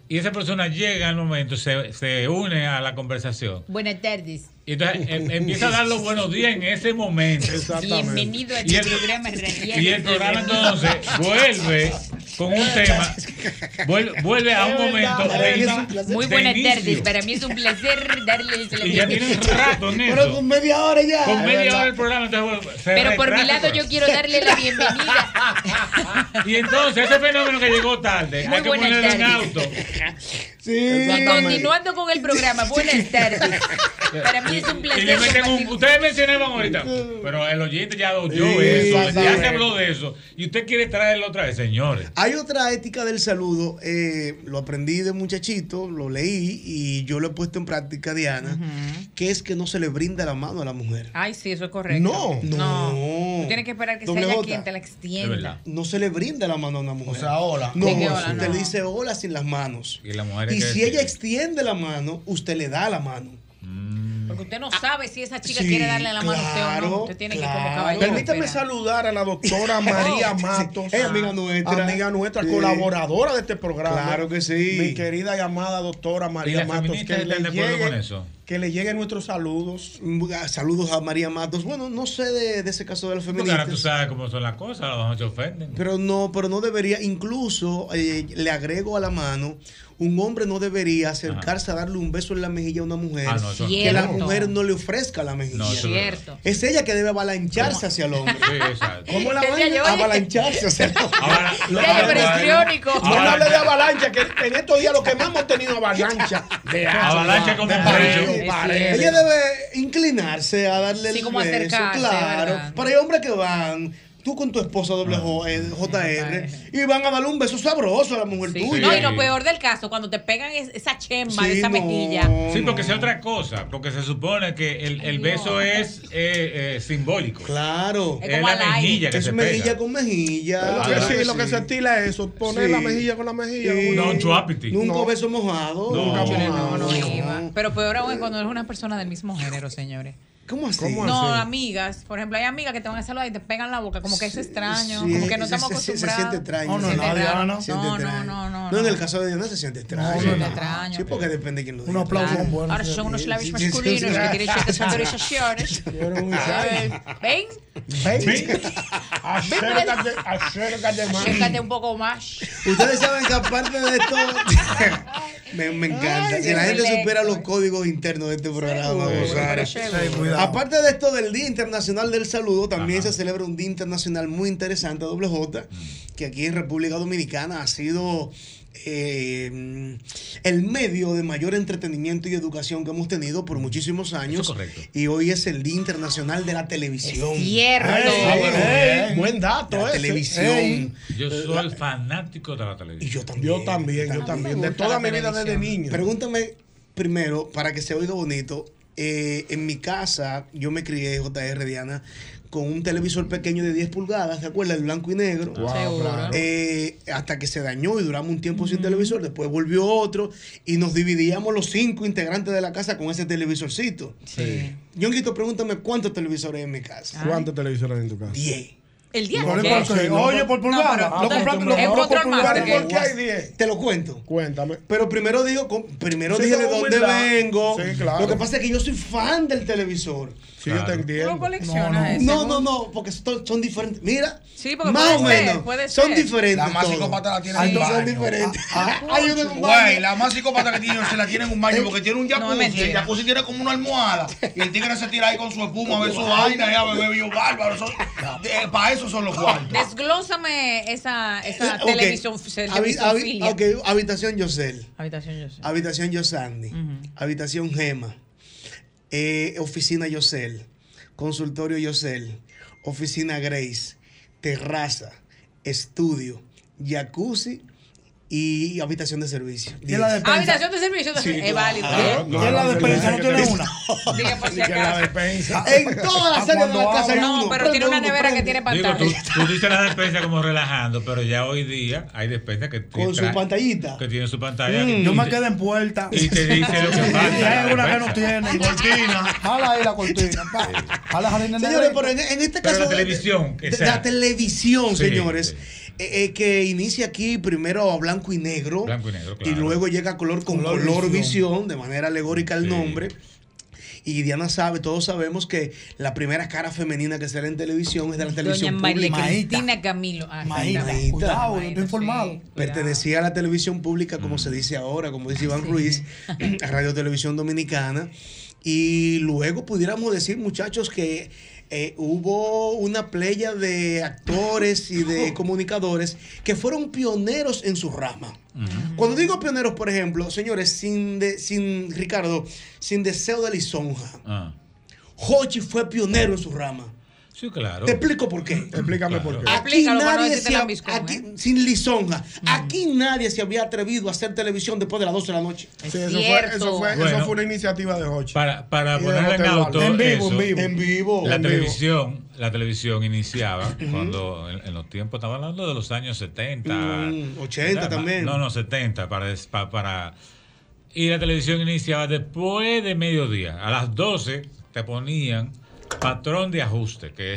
[SPEAKER 4] Y esa persona llega al momento, se, se une a la conversación.
[SPEAKER 7] Buenas tardes.
[SPEAKER 4] Y entonces em- empieza a dar los buenos días en ese momento.
[SPEAKER 7] Bienvenido a
[SPEAKER 4] Y
[SPEAKER 7] este
[SPEAKER 4] el,
[SPEAKER 7] programa radial.
[SPEAKER 4] y el programa entonces vuelve con un tema, vuelve, vuelve a un
[SPEAKER 7] Es verdad,
[SPEAKER 4] momento
[SPEAKER 7] es
[SPEAKER 4] de-
[SPEAKER 7] verdad.
[SPEAKER 4] de
[SPEAKER 7] Muy buenas
[SPEAKER 4] inicio.
[SPEAKER 7] tardes. Para mí es un placer darles la
[SPEAKER 4] Y ya tiene un rato en
[SPEAKER 7] Pero
[SPEAKER 4] eso.
[SPEAKER 7] con media hora ya.
[SPEAKER 4] Con
[SPEAKER 7] Es
[SPEAKER 4] media
[SPEAKER 7] verdad.
[SPEAKER 4] hora el programa. entonces vuelve- se
[SPEAKER 7] Pero por mi
[SPEAKER 4] retrasa. pues.
[SPEAKER 7] lado yo quiero darle la bienvenida.
[SPEAKER 4] Y entonces ese fenómeno que llegó tarde,
[SPEAKER 7] Muy
[SPEAKER 4] hay que
[SPEAKER 7] buenas
[SPEAKER 4] ponerlo en
[SPEAKER 7] tardes.
[SPEAKER 4] auto.
[SPEAKER 7] Y continuando con el programa, buenas tardes. Para mí es un
[SPEAKER 4] Y le
[SPEAKER 7] placer.
[SPEAKER 4] meten un- ustedes mencionaban ahorita, pero el oyente ya oyó
[SPEAKER 2] Sí,
[SPEAKER 4] eso, ya se
[SPEAKER 2] exactamente.
[SPEAKER 4] habló de eso. Y usted quiere traerlo otra vez, señores.
[SPEAKER 2] Hay otra ética del saludo, eh, lo aprendí de muchachito, lo leí y yo lo he puesto en práctica, Diana, que es que no se le brinda la mano a la mujer.
[SPEAKER 7] Ay, sí, eso es correcto.
[SPEAKER 2] No,
[SPEAKER 7] no.
[SPEAKER 2] no.
[SPEAKER 7] Tú tienes que esperar que se
[SPEAKER 2] Doble
[SPEAKER 7] haya
[SPEAKER 2] J.
[SPEAKER 7] quien te la extienda.
[SPEAKER 2] No se le brinda la mano a una mujer. O
[SPEAKER 12] sea, hola.
[SPEAKER 2] No,
[SPEAKER 7] Sí, que hola,
[SPEAKER 2] usted
[SPEAKER 7] no.
[SPEAKER 2] le dice hola sin las manos.
[SPEAKER 4] Y la mujer
[SPEAKER 2] Y
[SPEAKER 4] es que-
[SPEAKER 2] si ella extiende la mano, usted le da la mano.
[SPEAKER 7] Porque usted no sabe si esa chica
[SPEAKER 2] Sí,
[SPEAKER 7] quiere darle la mano a usted o no.
[SPEAKER 2] claro,
[SPEAKER 7] Usted tiene que como
[SPEAKER 2] claro.
[SPEAKER 7] caballero.
[SPEAKER 12] Permíteme saludar a la doctora María
[SPEAKER 2] Oh, Sí,
[SPEAKER 12] Matos.
[SPEAKER 2] es amiga nuestra.
[SPEAKER 12] Amiga nuestra,
[SPEAKER 2] Sí.
[SPEAKER 12] colaboradora de este programa.
[SPEAKER 2] Claro que sí.
[SPEAKER 12] Mi querida llamada doctora
[SPEAKER 2] ¿Y
[SPEAKER 12] María
[SPEAKER 2] las
[SPEAKER 12] Matos.
[SPEAKER 2] feministas
[SPEAKER 12] Que le,
[SPEAKER 2] están de acuerdo
[SPEAKER 12] llegue-
[SPEAKER 2] con eso? Mm,
[SPEAKER 12] que le lleguen nuestros saludos.
[SPEAKER 2] Saludos a María Matos. Bueno, no sé de, de ese caso de la
[SPEAKER 4] Porque
[SPEAKER 2] feminista.
[SPEAKER 4] ahora tú sabes cómo son las cosas, a lo mejor se ofenden.
[SPEAKER 2] Pero no, pero no debería, incluso eh, le agrego a la mano, un hombre no debería acercarse a darle un beso en la mejilla a una mujer
[SPEAKER 4] Ah, no, eso no.
[SPEAKER 2] que la
[SPEAKER 4] Cierto.
[SPEAKER 2] mujer no le ofrezca la mejilla.
[SPEAKER 4] No, eso es Cierto.
[SPEAKER 2] Es ella que debe avalancharse hacia el hombre.
[SPEAKER 4] Sí, exacto.
[SPEAKER 2] ¿Cómo la
[SPEAKER 12] Ella
[SPEAKER 2] vaina?
[SPEAKER 12] lleva-
[SPEAKER 2] Avalancharse hacia el hombre.
[SPEAKER 12] No me hable de avalancha, que en estos días lo que más hemos tenido avalancha. De
[SPEAKER 4] Ah, Avalancha como
[SPEAKER 12] de
[SPEAKER 4] pareo.
[SPEAKER 12] pareo,
[SPEAKER 4] Es
[SPEAKER 12] pareo.
[SPEAKER 2] Ella debe inclinarse a darle
[SPEAKER 12] Sí,
[SPEAKER 2] el
[SPEAKER 12] como
[SPEAKER 2] beso,
[SPEAKER 12] acercarse,
[SPEAKER 2] claro.
[SPEAKER 12] ¿verdad?
[SPEAKER 2] Pero hay hombres que van, tú con tu esposa doble J- eh,
[SPEAKER 4] Ah,
[SPEAKER 2] JR, y van a darle un beso sabroso a la mujer tuya.
[SPEAKER 7] No, y lo peor del caso, cuando te pegan es- esa chemba de
[SPEAKER 2] Sí,
[SPEAKER 7] esa
[SPEAKER 2] no.
[SPEAKER 7] mejilla.
[SPEAKER 4] Sí, porque es otra cosa, porque se supone que el, el beso es eh, eh, simbólico.
[SPEAKER 2] Claro.
[SPEAKER 4] Es la mejilla que
[SPEAKER 2] es
[SPEAKER 4] se
[SPEAKER 2] mejilla
[SPEAKER 4] pega.
[SPEAKER 2] con mejilla.
[SPEAKER 4] Lo que sí, lo que
[SPEAKER 12] se estila es eso, poner
[SPEAKER 2] Sí.
[SPEAKER 12] la mejilla con la mejilla.
[SPEAKER 4] No, chuapiti.
[SPEAKER 2] Nunca beso mojado.
[SPEAKER 4] No.
[SPEAKER 2] nunca
[SPEAKER 4] Hombre,
[SPEAKER 2] mojado.
[SPEAKER 7] Pero peor aún es cuando es una persona del mismo género, señores.
[SPEAKER 2] ¿Cómo así?
[SPEAKER 7] No, amigas. Por ejemplo, hay amigas que te van a saludar y te pegan la boca, como que es extraño,
[SPEAKER 2] Sí,
[SPEAKER 7] como que no
[SPEAKER 2] se-
[SPEAKER 7] estamos
[SPEAKER 2] se- se-
[SPEAKER 7] acostumbrados.
[SPEAKER 2] Se siente extraño.
[SPEAKER 7] Se siente raro.
[SPEAKER 2] Se siente extraño.
[SPEAKER 7] no, no,
[SPEAKER 2] No, en el caso de Diana se siente extraño.
[SPEAKER 7] se siente extraño.
[SPEAKER 2] Sí, porque depende de quién lo diga.
[SPEAKER 12] Un aplauso, Claro. un buen-
[SPEAKER 7] Ahora son unos labios
[SPEAKER 2] eh, Sí, sí, sí,
[SPEAKER 7] masculinos
[SPEAKER 2] sí.
[SPEAKER 7] que tienen ciertas autorizaciones. Ay, Ven,
[SPEAKER 12] Acércate, acércate más.
[SPEAKER 7] acércate un poco más.
[SPEAKER 2] Ustedes saben que aparte de esto. me, me encanta.
[SPEAKER 7] Ay,
[SPEAKER 2] que la
[SPEAKER 7] qué
[SPEAKER 2] gente
[SPEAKER 7] selecto.
[SPEAKER 2] supera los códigos internos de este programa.
[SPEAKER 12] Seguro,
[SPEAKER 2] Rosara.
[SPEAKER 12] seguro. Sí, cuidado.
[SPEAKER 2] aparte de esto del Día Internacional del Saludo, también se celebra un Día Internacional muy interesante, doble J,
[SPEAKER 12] Mm.
[SPEAKER 2] que aquí en República Dominicana ha sido. eh, el medio de mayor entretenimiento y educación que hemos tenido por muchísimos años. Y hoy es el Día Internacional de la Televisión.
[SPEAKER 7] cierto.
[SPEAKER 12] Ah, bueno,
[SPEAKER 2] Ey,
[SPEAKER 12] bien. buen dato
[SPEAKER 2] La
[SPEAKER 12] ese.
[SPEAKER 2] televisión.
[SPEAKER 12] Ey.
[SPEAKER 4] Yo soy fanático de la televisión.
[SPEAKER 2] Eh, yo también. Yo
[SPEAKER 12] también, yo también. De toda mi vida desde niño.
[SPEAKER 2] Pregúntame primero, para que se oiga bonito, eh, en mi casa yo me crié, JR Diana, con un televisor pequeño de 10 pulgadas, ¿te acuerdas? El blanco y negro.
[SPEAKER 12] Wow, Seguro. claro.
[SPEAKER 2] Eh, hasta que se dañó y duramos un tiempo sin televisor, después volvió otro y nos dividíamos los cinco integrantes de la casa con ese televisorcito.
[SPEAKER 12] Sí.
[SPEAKER 2] Yonguito, pregúntame cuántos televisores hay en mi casa.
[SPEAKER 12] ¿Cuántos televisores hay en tu casa?
[SPEAKER 2] Diez.
[SPEAKER 7] El
[SPEAKER 12] día No, de no, ayer. por qué, oye, por pulgada. Lo compraste, lo compró por pulgada. ¿Por qué hay 10?
[SPEAKER 2] Te lo cuento.
[SPEAKER 12] Cuéntame.
[SPEAKER 2] Pero primero digo, con- primero
[SPEAKER 12] Sí,
[SPEAKER 2] dije
[SPEAKER 12] con
[SPEAKER 2] de dónde
[SPEAKER 12] humildad.
[SPEAKER 2] vengo.
[SPEAKER 12] Sí, claro.
[SPEAKER 2] Lo que pasa es que yo soy fan del televisor.
[SPEAKER 12] Sí, yo te entiendo.
[SPEAKER 7] Tú lo coleccionas ese,
[SPEAKER 2] no, no, no, porque son, son diferentes. Mira,
[SPEAKER 7] Sí, porque
[SPEAKER 2] más o
[SPEAKER 7] puede ser,
[SPEAKER 2] menos.
[SPEAKER 7] puede
[SPEAKER 2] son
[SPEAKER 7] ser.
[SPEAKER 2] diferentes.
[SPEAKER 12] La más
[SPEAKER 2] todos.
[SPEAKER 12] psicópata la tiene
[SPEAKER 2] Ah,
[SPEAKER 12] en un
[SPEAKER 2] entonces son
[SPEAKER 12] baño.
[SPEAKER 2] diferentes.
[SPEAKER 12] Ah,
[SPEAKER 2] Ah, hay uno en un
[SPEAKER 12] Güey,
[SPEAKER 2] baño. Eh,
[SPEAKER 12] la más psicópata que tiene se la tiene en un baño porque tiene un jacuzzi. el
[SPEAKER 2] mentira.
[SPEAKER 12] jacuzzi tiene como una almohada. Y el tigre se tira ahí con su espuma, a ver su vaina, y a beber vino bárbaro. Son- eh, para eso son los cuartos.
[SPEAKER 7] Desglósame esa, esa
[SPEAKER 2] Ok.
[SPEAKER 7] televisión.
[SPEAKER 2] Habi-
[SPEAKER 7] televisión
[SPEAKER 2] habi-
[SPEAKER 7] filia.
[SPEAKER 2] ok, habitación Yosel.
[SPEAKER 7] Habitación Yosel. Mm.
[SPEAKER 2] Habitación Yosandi. Habitación Gema. Eh, oficina Yosel. Consultorio Yosel. Oficina Grace. Terraza. Estudio. Jacuzzi. y habitación de servicio.
[SPEAKER 7] ¿Y en la despensa? Ah, Habitación de servicio también. Es válido, ¿eh?
[SPEAKER 2] ¿Y en la despensa no tiene una?
[SPEAKER 7] Diga por si
[SPEAKER 2] que la
[SPEAKER 7] acaso.
[SPEAKER 2] despensa. En todas las áreas de la casa hay
[SPEAKER 7] No,
[SPEAKER 2] uno.
[SPEAKER 7] pero tiene
[SPEAKER 2] Prende
[SPEAKER 7] una
[SPEAKER 2] uno,
[SPEAKER 7] nevera que
[SPEAKER 2] prende.
[SPEAKER 7] tiene
[SPEAKER 4] Digo, tú,
[SPEAKER 7] pantalla.
[SPEAKER 4] tú dices la despensa como relajando, pero ya hoy día hay despensas que
[SPEAKER 2] Con su pantallita.
[SPEAKER 4] Que tiene su pantalla.
[SPEAKER 2] Mm.
[SPEAKER 4] Y
[SPEAKER 2] Yo me
[SPEAKER 4] te-
[SPEAKER 2] quedé
[SPEAKER 11] en puerta.
[SPEAKER 4] Y te dice lo que pasa.
[SPEAKER 11] Y hay una que no
[SPEAKER 4] Perfecto.
[SPEAKER 11] tiene. Cortina. Jala ahí la cortina. pa. Jala jardín de
[SPEAKER 2] Señores, pero en, en este
[SPEAKER 4] Pero
[SPEAKER 2] caso.
[SPEAKER 4] la televisión, que
[SPEAKER 2] de-
[SPEAKER 4] sea.
[SPEAKER 2] La televisión,
[SPEAKER 4] Sí,
[SPEAKER 2] señores. eh, eh, que inicia aquí primero a blanco y negro.
[SPEAKER 4] Blanco y negro,
[SPEAKER 2] Y
[SPEAKER 4] claro.
[SPEAKER 2] luego llega a color con
[SPEAKER 4] Color
[SPEAKER 2] color,
[SPEAKER 4] visión.
[SPEAKER 2] visión. de manera alegórica el nombre. Y Diana sabe, todos sabemos que la primera cara femenina que sale en televisión es de la televisión
[SPEAKER 7] Doña María
[SPEAKER 2] pública.
[SPEAKER 7] Cristina Camilo. Ah,
[SPEAKER 2] Maíta.
[SPEAKER 7] Maíta.
[SPEAKER 2] Cuidado, eh.
[SPEAKER 7] Maíta,
[SPEAKER 2] estoy
[SPEAKER 7] sí.
[SPEAKER 2] Pertenecía a la televisión pública, como
[SPEAKER 4] Mm.
[SPEAKER 2] se dice ahora, como dice Iván Ruiz, a Radio Televisión Dominicana. Y luego pudiéramos decir, muchachos, que eh, hubo una playa de actores y de comunicadores que fueron pioneros en su rama. Cuando digo pioneros, por ejemplo, señores, sin, de- sin Ricardo, sin deseo de lisonja,
[SPEAKER 4] Ah,
[SPEAKER 2] Hochi fue pionero en su rama.
[SPEAKER 4] sí, claro.
[SPEAKER 2] Te explico por qué. Explícame por
[SPEAKER 4] qué.
[SPEAKER 2] Aquí
[SPEAKER 7] Explícalo para no
[SPEAKER 2] nadie
[SPEAKER 7] decirte
[SPEAKER 2] se ha-
[SPEAKER 7] lambiscón,
[SPEAKER 2] aquí- sin lisonja. Aquí nadie se había atrevido a hacer televisión después de las 12 de la noche.
[SPEAKER 11] Sí, eso, fue, eso, fue,
[SPEAKER 4] Bueno.
[SPEAKER 11] eso fue una iniciativa de Hochi.
[SPEAKER 4] Para, para
[SPEAKER 11] Y de
[SPEAKER 4] ponerle en
[SPEAKER 11] Hotel
[SPEAKER 4] auto.
[SPEAKER 11] Valle. En vivo,
[SPEAKER 4] eso,
[SPEAKER 11] en vivo. En vivo.
[SPEAKER 4] La
[SPEAKER 11] En vivo.
[SPEAKER 4] televisión, la televisión iniciaba cuando en, en los tiempos, estaba hablando de los años 70.
[SPEAKER 2] Mm, 80
[SPEAKER 4] ¿verdad?
[SPEAKER 2] también.
[SPEAKER 4] No, no, 70 para, des- pa- para y la televisión iniciaba después de mediodía. A las 12 te ponían patrón de ajuste que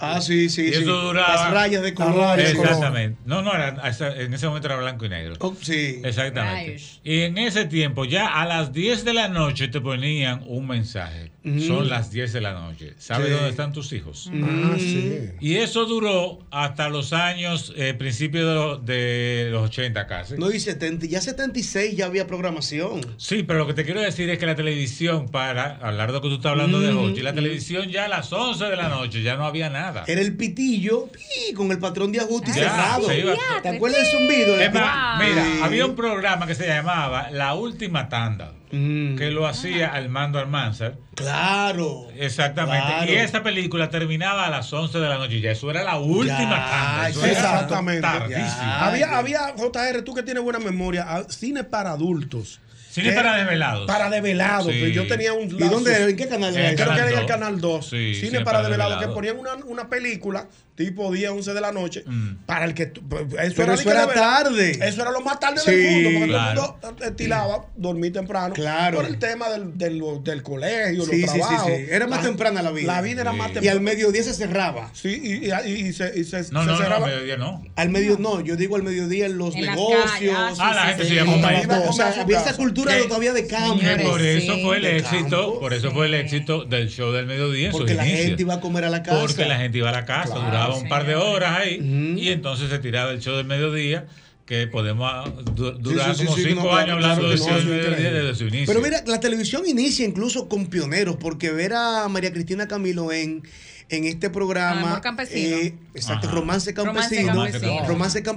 [SPEAKER 2] Ah, sí, sí,
[SPEAKER 4] y
[SPEAKER 2] sí.
[SPEAKER 4] eso duraba
[SPEAKER 2] Las rayas de color.
[SPEAKER 4] exactamente no no era, en ese momento era blanco y negro
[SPEAKER 2] Oh, sí
[SPEAKER 4] exactamente
[SPEAKER 2] Rayos.
[SPEAKER 4] y en ese tiempo, ya a las 10 de la noche te ponían un mensaje.
[SPEAKER 2] Mm.
[SPEAKER 4] Son las 10 de la noche. ¿Sabes
[SPEAKER 2] Sí.
[SPEAKER 4] dónde están tus hijos?
[SPEAKER 2] Ah, sí.
[SPEAKER 4] Y eso duró hasta los años, eh, principios de los, de los 80 casi.
[SPEAKER 2] No, y 70, ya 76 ya había programación.
[SPEAKER 4] Sí, pero lo que te quiero decir es que la televisión, para hablar de lo que tú estás hablando de
[SPEAKER 2] Mm,
[SPEAKER 4] Hochi, la televisión ya a las 11 de la noche ya no había nada.
[SPEAKER 2] Era el pitillo pi, con el patrón de ajuste y
[SPEAKER 4] Ya,
[SPEAKER 2] cerrado.
[SPEAKER 4] se iba-
[SPEAKER 2] ¿Te acuerdas del zumbido?
[SPEAKER 4] Es más, mira,
[SPEAKER 2] Sí.
[SPEAKER 4] había un programa que se llamaba La Última Tanda, que lo hacía Armando Almanzar.
[SPEAKER 2] Mm. Claro.
[SPEAKER 4] Exactamente.
[SPEAKER 2] claro.
[SPEAKER 4] Y esa película terminaba a las 11 de la noche. Ya eso era la última
[SPEAKER 2] Ya,
[SPEAKER 4] tanda. Eso era
[SPEAKER 11] Exactamente.
[SPEAKER 4] tardísimo.
[SPEAKER 11] Había, había, JR, tú que tienes buena memoria, ah, cine para adultos.
[SPEAKER 4] Cine
[SPEAKER 11] Que-
[SPEAKER 4] para desvelados.
[SPEAKER 11] Para desvelados.
[SPEAKER 4] Sí.
[SPEAKER 11] pero yo tenía un.
[SPEAKER 4] ¿Y
[SPEAKER 11] lazo.
[SPEAKER 4] dónde era? ¿En qué canal era
[SPEAKER 11] Creo
[SPEAKER 4] eso?
[SPEAKER 11] que era en
[SPEAKER 4] Canal
[SPEAKER 11] el canal 2.
[SPEAKER 4] Sí,
[SPEAKER 11] cine, para, desvelados. Que
[SPEAKER 4] desvelados.
[SPEAKER 11] ponían una, una película tipo 10, 11 de la noche. Para el que. tú- pues, Eso
[SPEAKER 2] Pero
[SPEAKER 11] de
[SPEAKER 2] eso
[SPEAKER 11] que
[SPEAKER 2] era
[SPEAKER 11] desvelado.
[SPEAKER 2] tarde.
[SPEAKER 11] Eso era lo más tarde
[SPEAKER 2] Sí,
[SPEAKER 11] del mundo. Porque
[SPEAKER 2] claro.
[SPEAKER 11] todo el mundo estilaba, dormir temprano.
[SPEAKER 2] Claro.
[SPEAKER 11] Por el tema del, del, del colegio,
[SPEAKER 2] Sí, sí,
[SPEAKER 11] los
[SPEAKER 2] sí,
[SPEAKER 11] trabajos.
[SPEAKER 2] sí. Era más temprana la vida.
[SPEAKER 11] La vida era
[SPEAKER 2] Sí.
[SPEAKER 11] más
[SPEAKER 2] Y
[SPEAKER 11] temprana.
[SPEAKER 2] al mediodía se cerraba.
[SPEAKER 11] Sí, y, y- y se, y se-
[SPEAKER 4] No,
[SPEAKER 11] se
[SPEAKER 4] no, no,
[SPEAKER 11] cerraba.
[SPEAKER 4] mediodía no.
[SPEAKER 2] Al medio, no, yo digo al mediodía en los
[SPEAKER 11] En las
[SPEAKER 2] negocios.
[SPEAKER 11] calles, ah, sí,
[SPEAKER 4] Ah, la
[SPEAKER 11] sí,
[SPEAKER 4] gente
[SPEAKER 11] sí.
[SPEAKER 4] se iba a
[SPEAKER 11] Iba a
[SPEAKER 4] comer.
[SPEAKER 11] comer
[SPEAKER 2] O sea, había esa cultura
[SPEAKER 4] Que-
[SPEAKER 2] todavía de cambio.
[SPEAKER 4] que por eso fue el
[SPEAKER 2] De
[SPEAKER 4] éxito,
[SPEAKER 2] campo.
[SPEAKER 4] por eso fue el éxito del show del mediodía. en sus
[SPEAKER 2] Porque la
[SPEAKER 4] inicios.
[SPEAKER 2] gente iba a comer a la casa.
[SPEAKER 4] Porque la gente iba a la casa,
[SPEAKER 2] Claro,
[SPEAKER 4] duraba un par de horas ahí y entonces se tiraba el show del mediodía que podemos ah, du- durar
[SPEAKER 2] Sí, sí,
[SPEAKER 4] como
[SPEAKER 2] sí, sí,
[SPEAKER 4] cinco
[SPEAKER 2] no, claro,
[SPEAKER 4] años hablando
[SPEAKER 2] claro
[SPEAKER 4] del
[SPEAKER 2] que
[SPEAKER 4] show
[SPEAKER 2] no,
[SPEAKER 4] del
[SPEAKER 2] es
[SPEAKER 4] mediodía
[SPEAKER 2] increíble.
[SPEAKER 4] desde su inicio.
[SPEAKER 2] Pero mira, la televisión inicia incluso con pioneros, porque ver a María Cristina Camilo en, en este programa. eh,
[SPEAKER 7] Amor Campesino.
[SPEAKER 2] exacto,
[SPEAKER 7] Ajá.
[SPEAKER 2] Romance
[SPEAKER 7] Romance
[SPEAKER 2] Campesino. Romance
[SPEAKER 7] Campesino.
[SPEAKER 2] Campesino.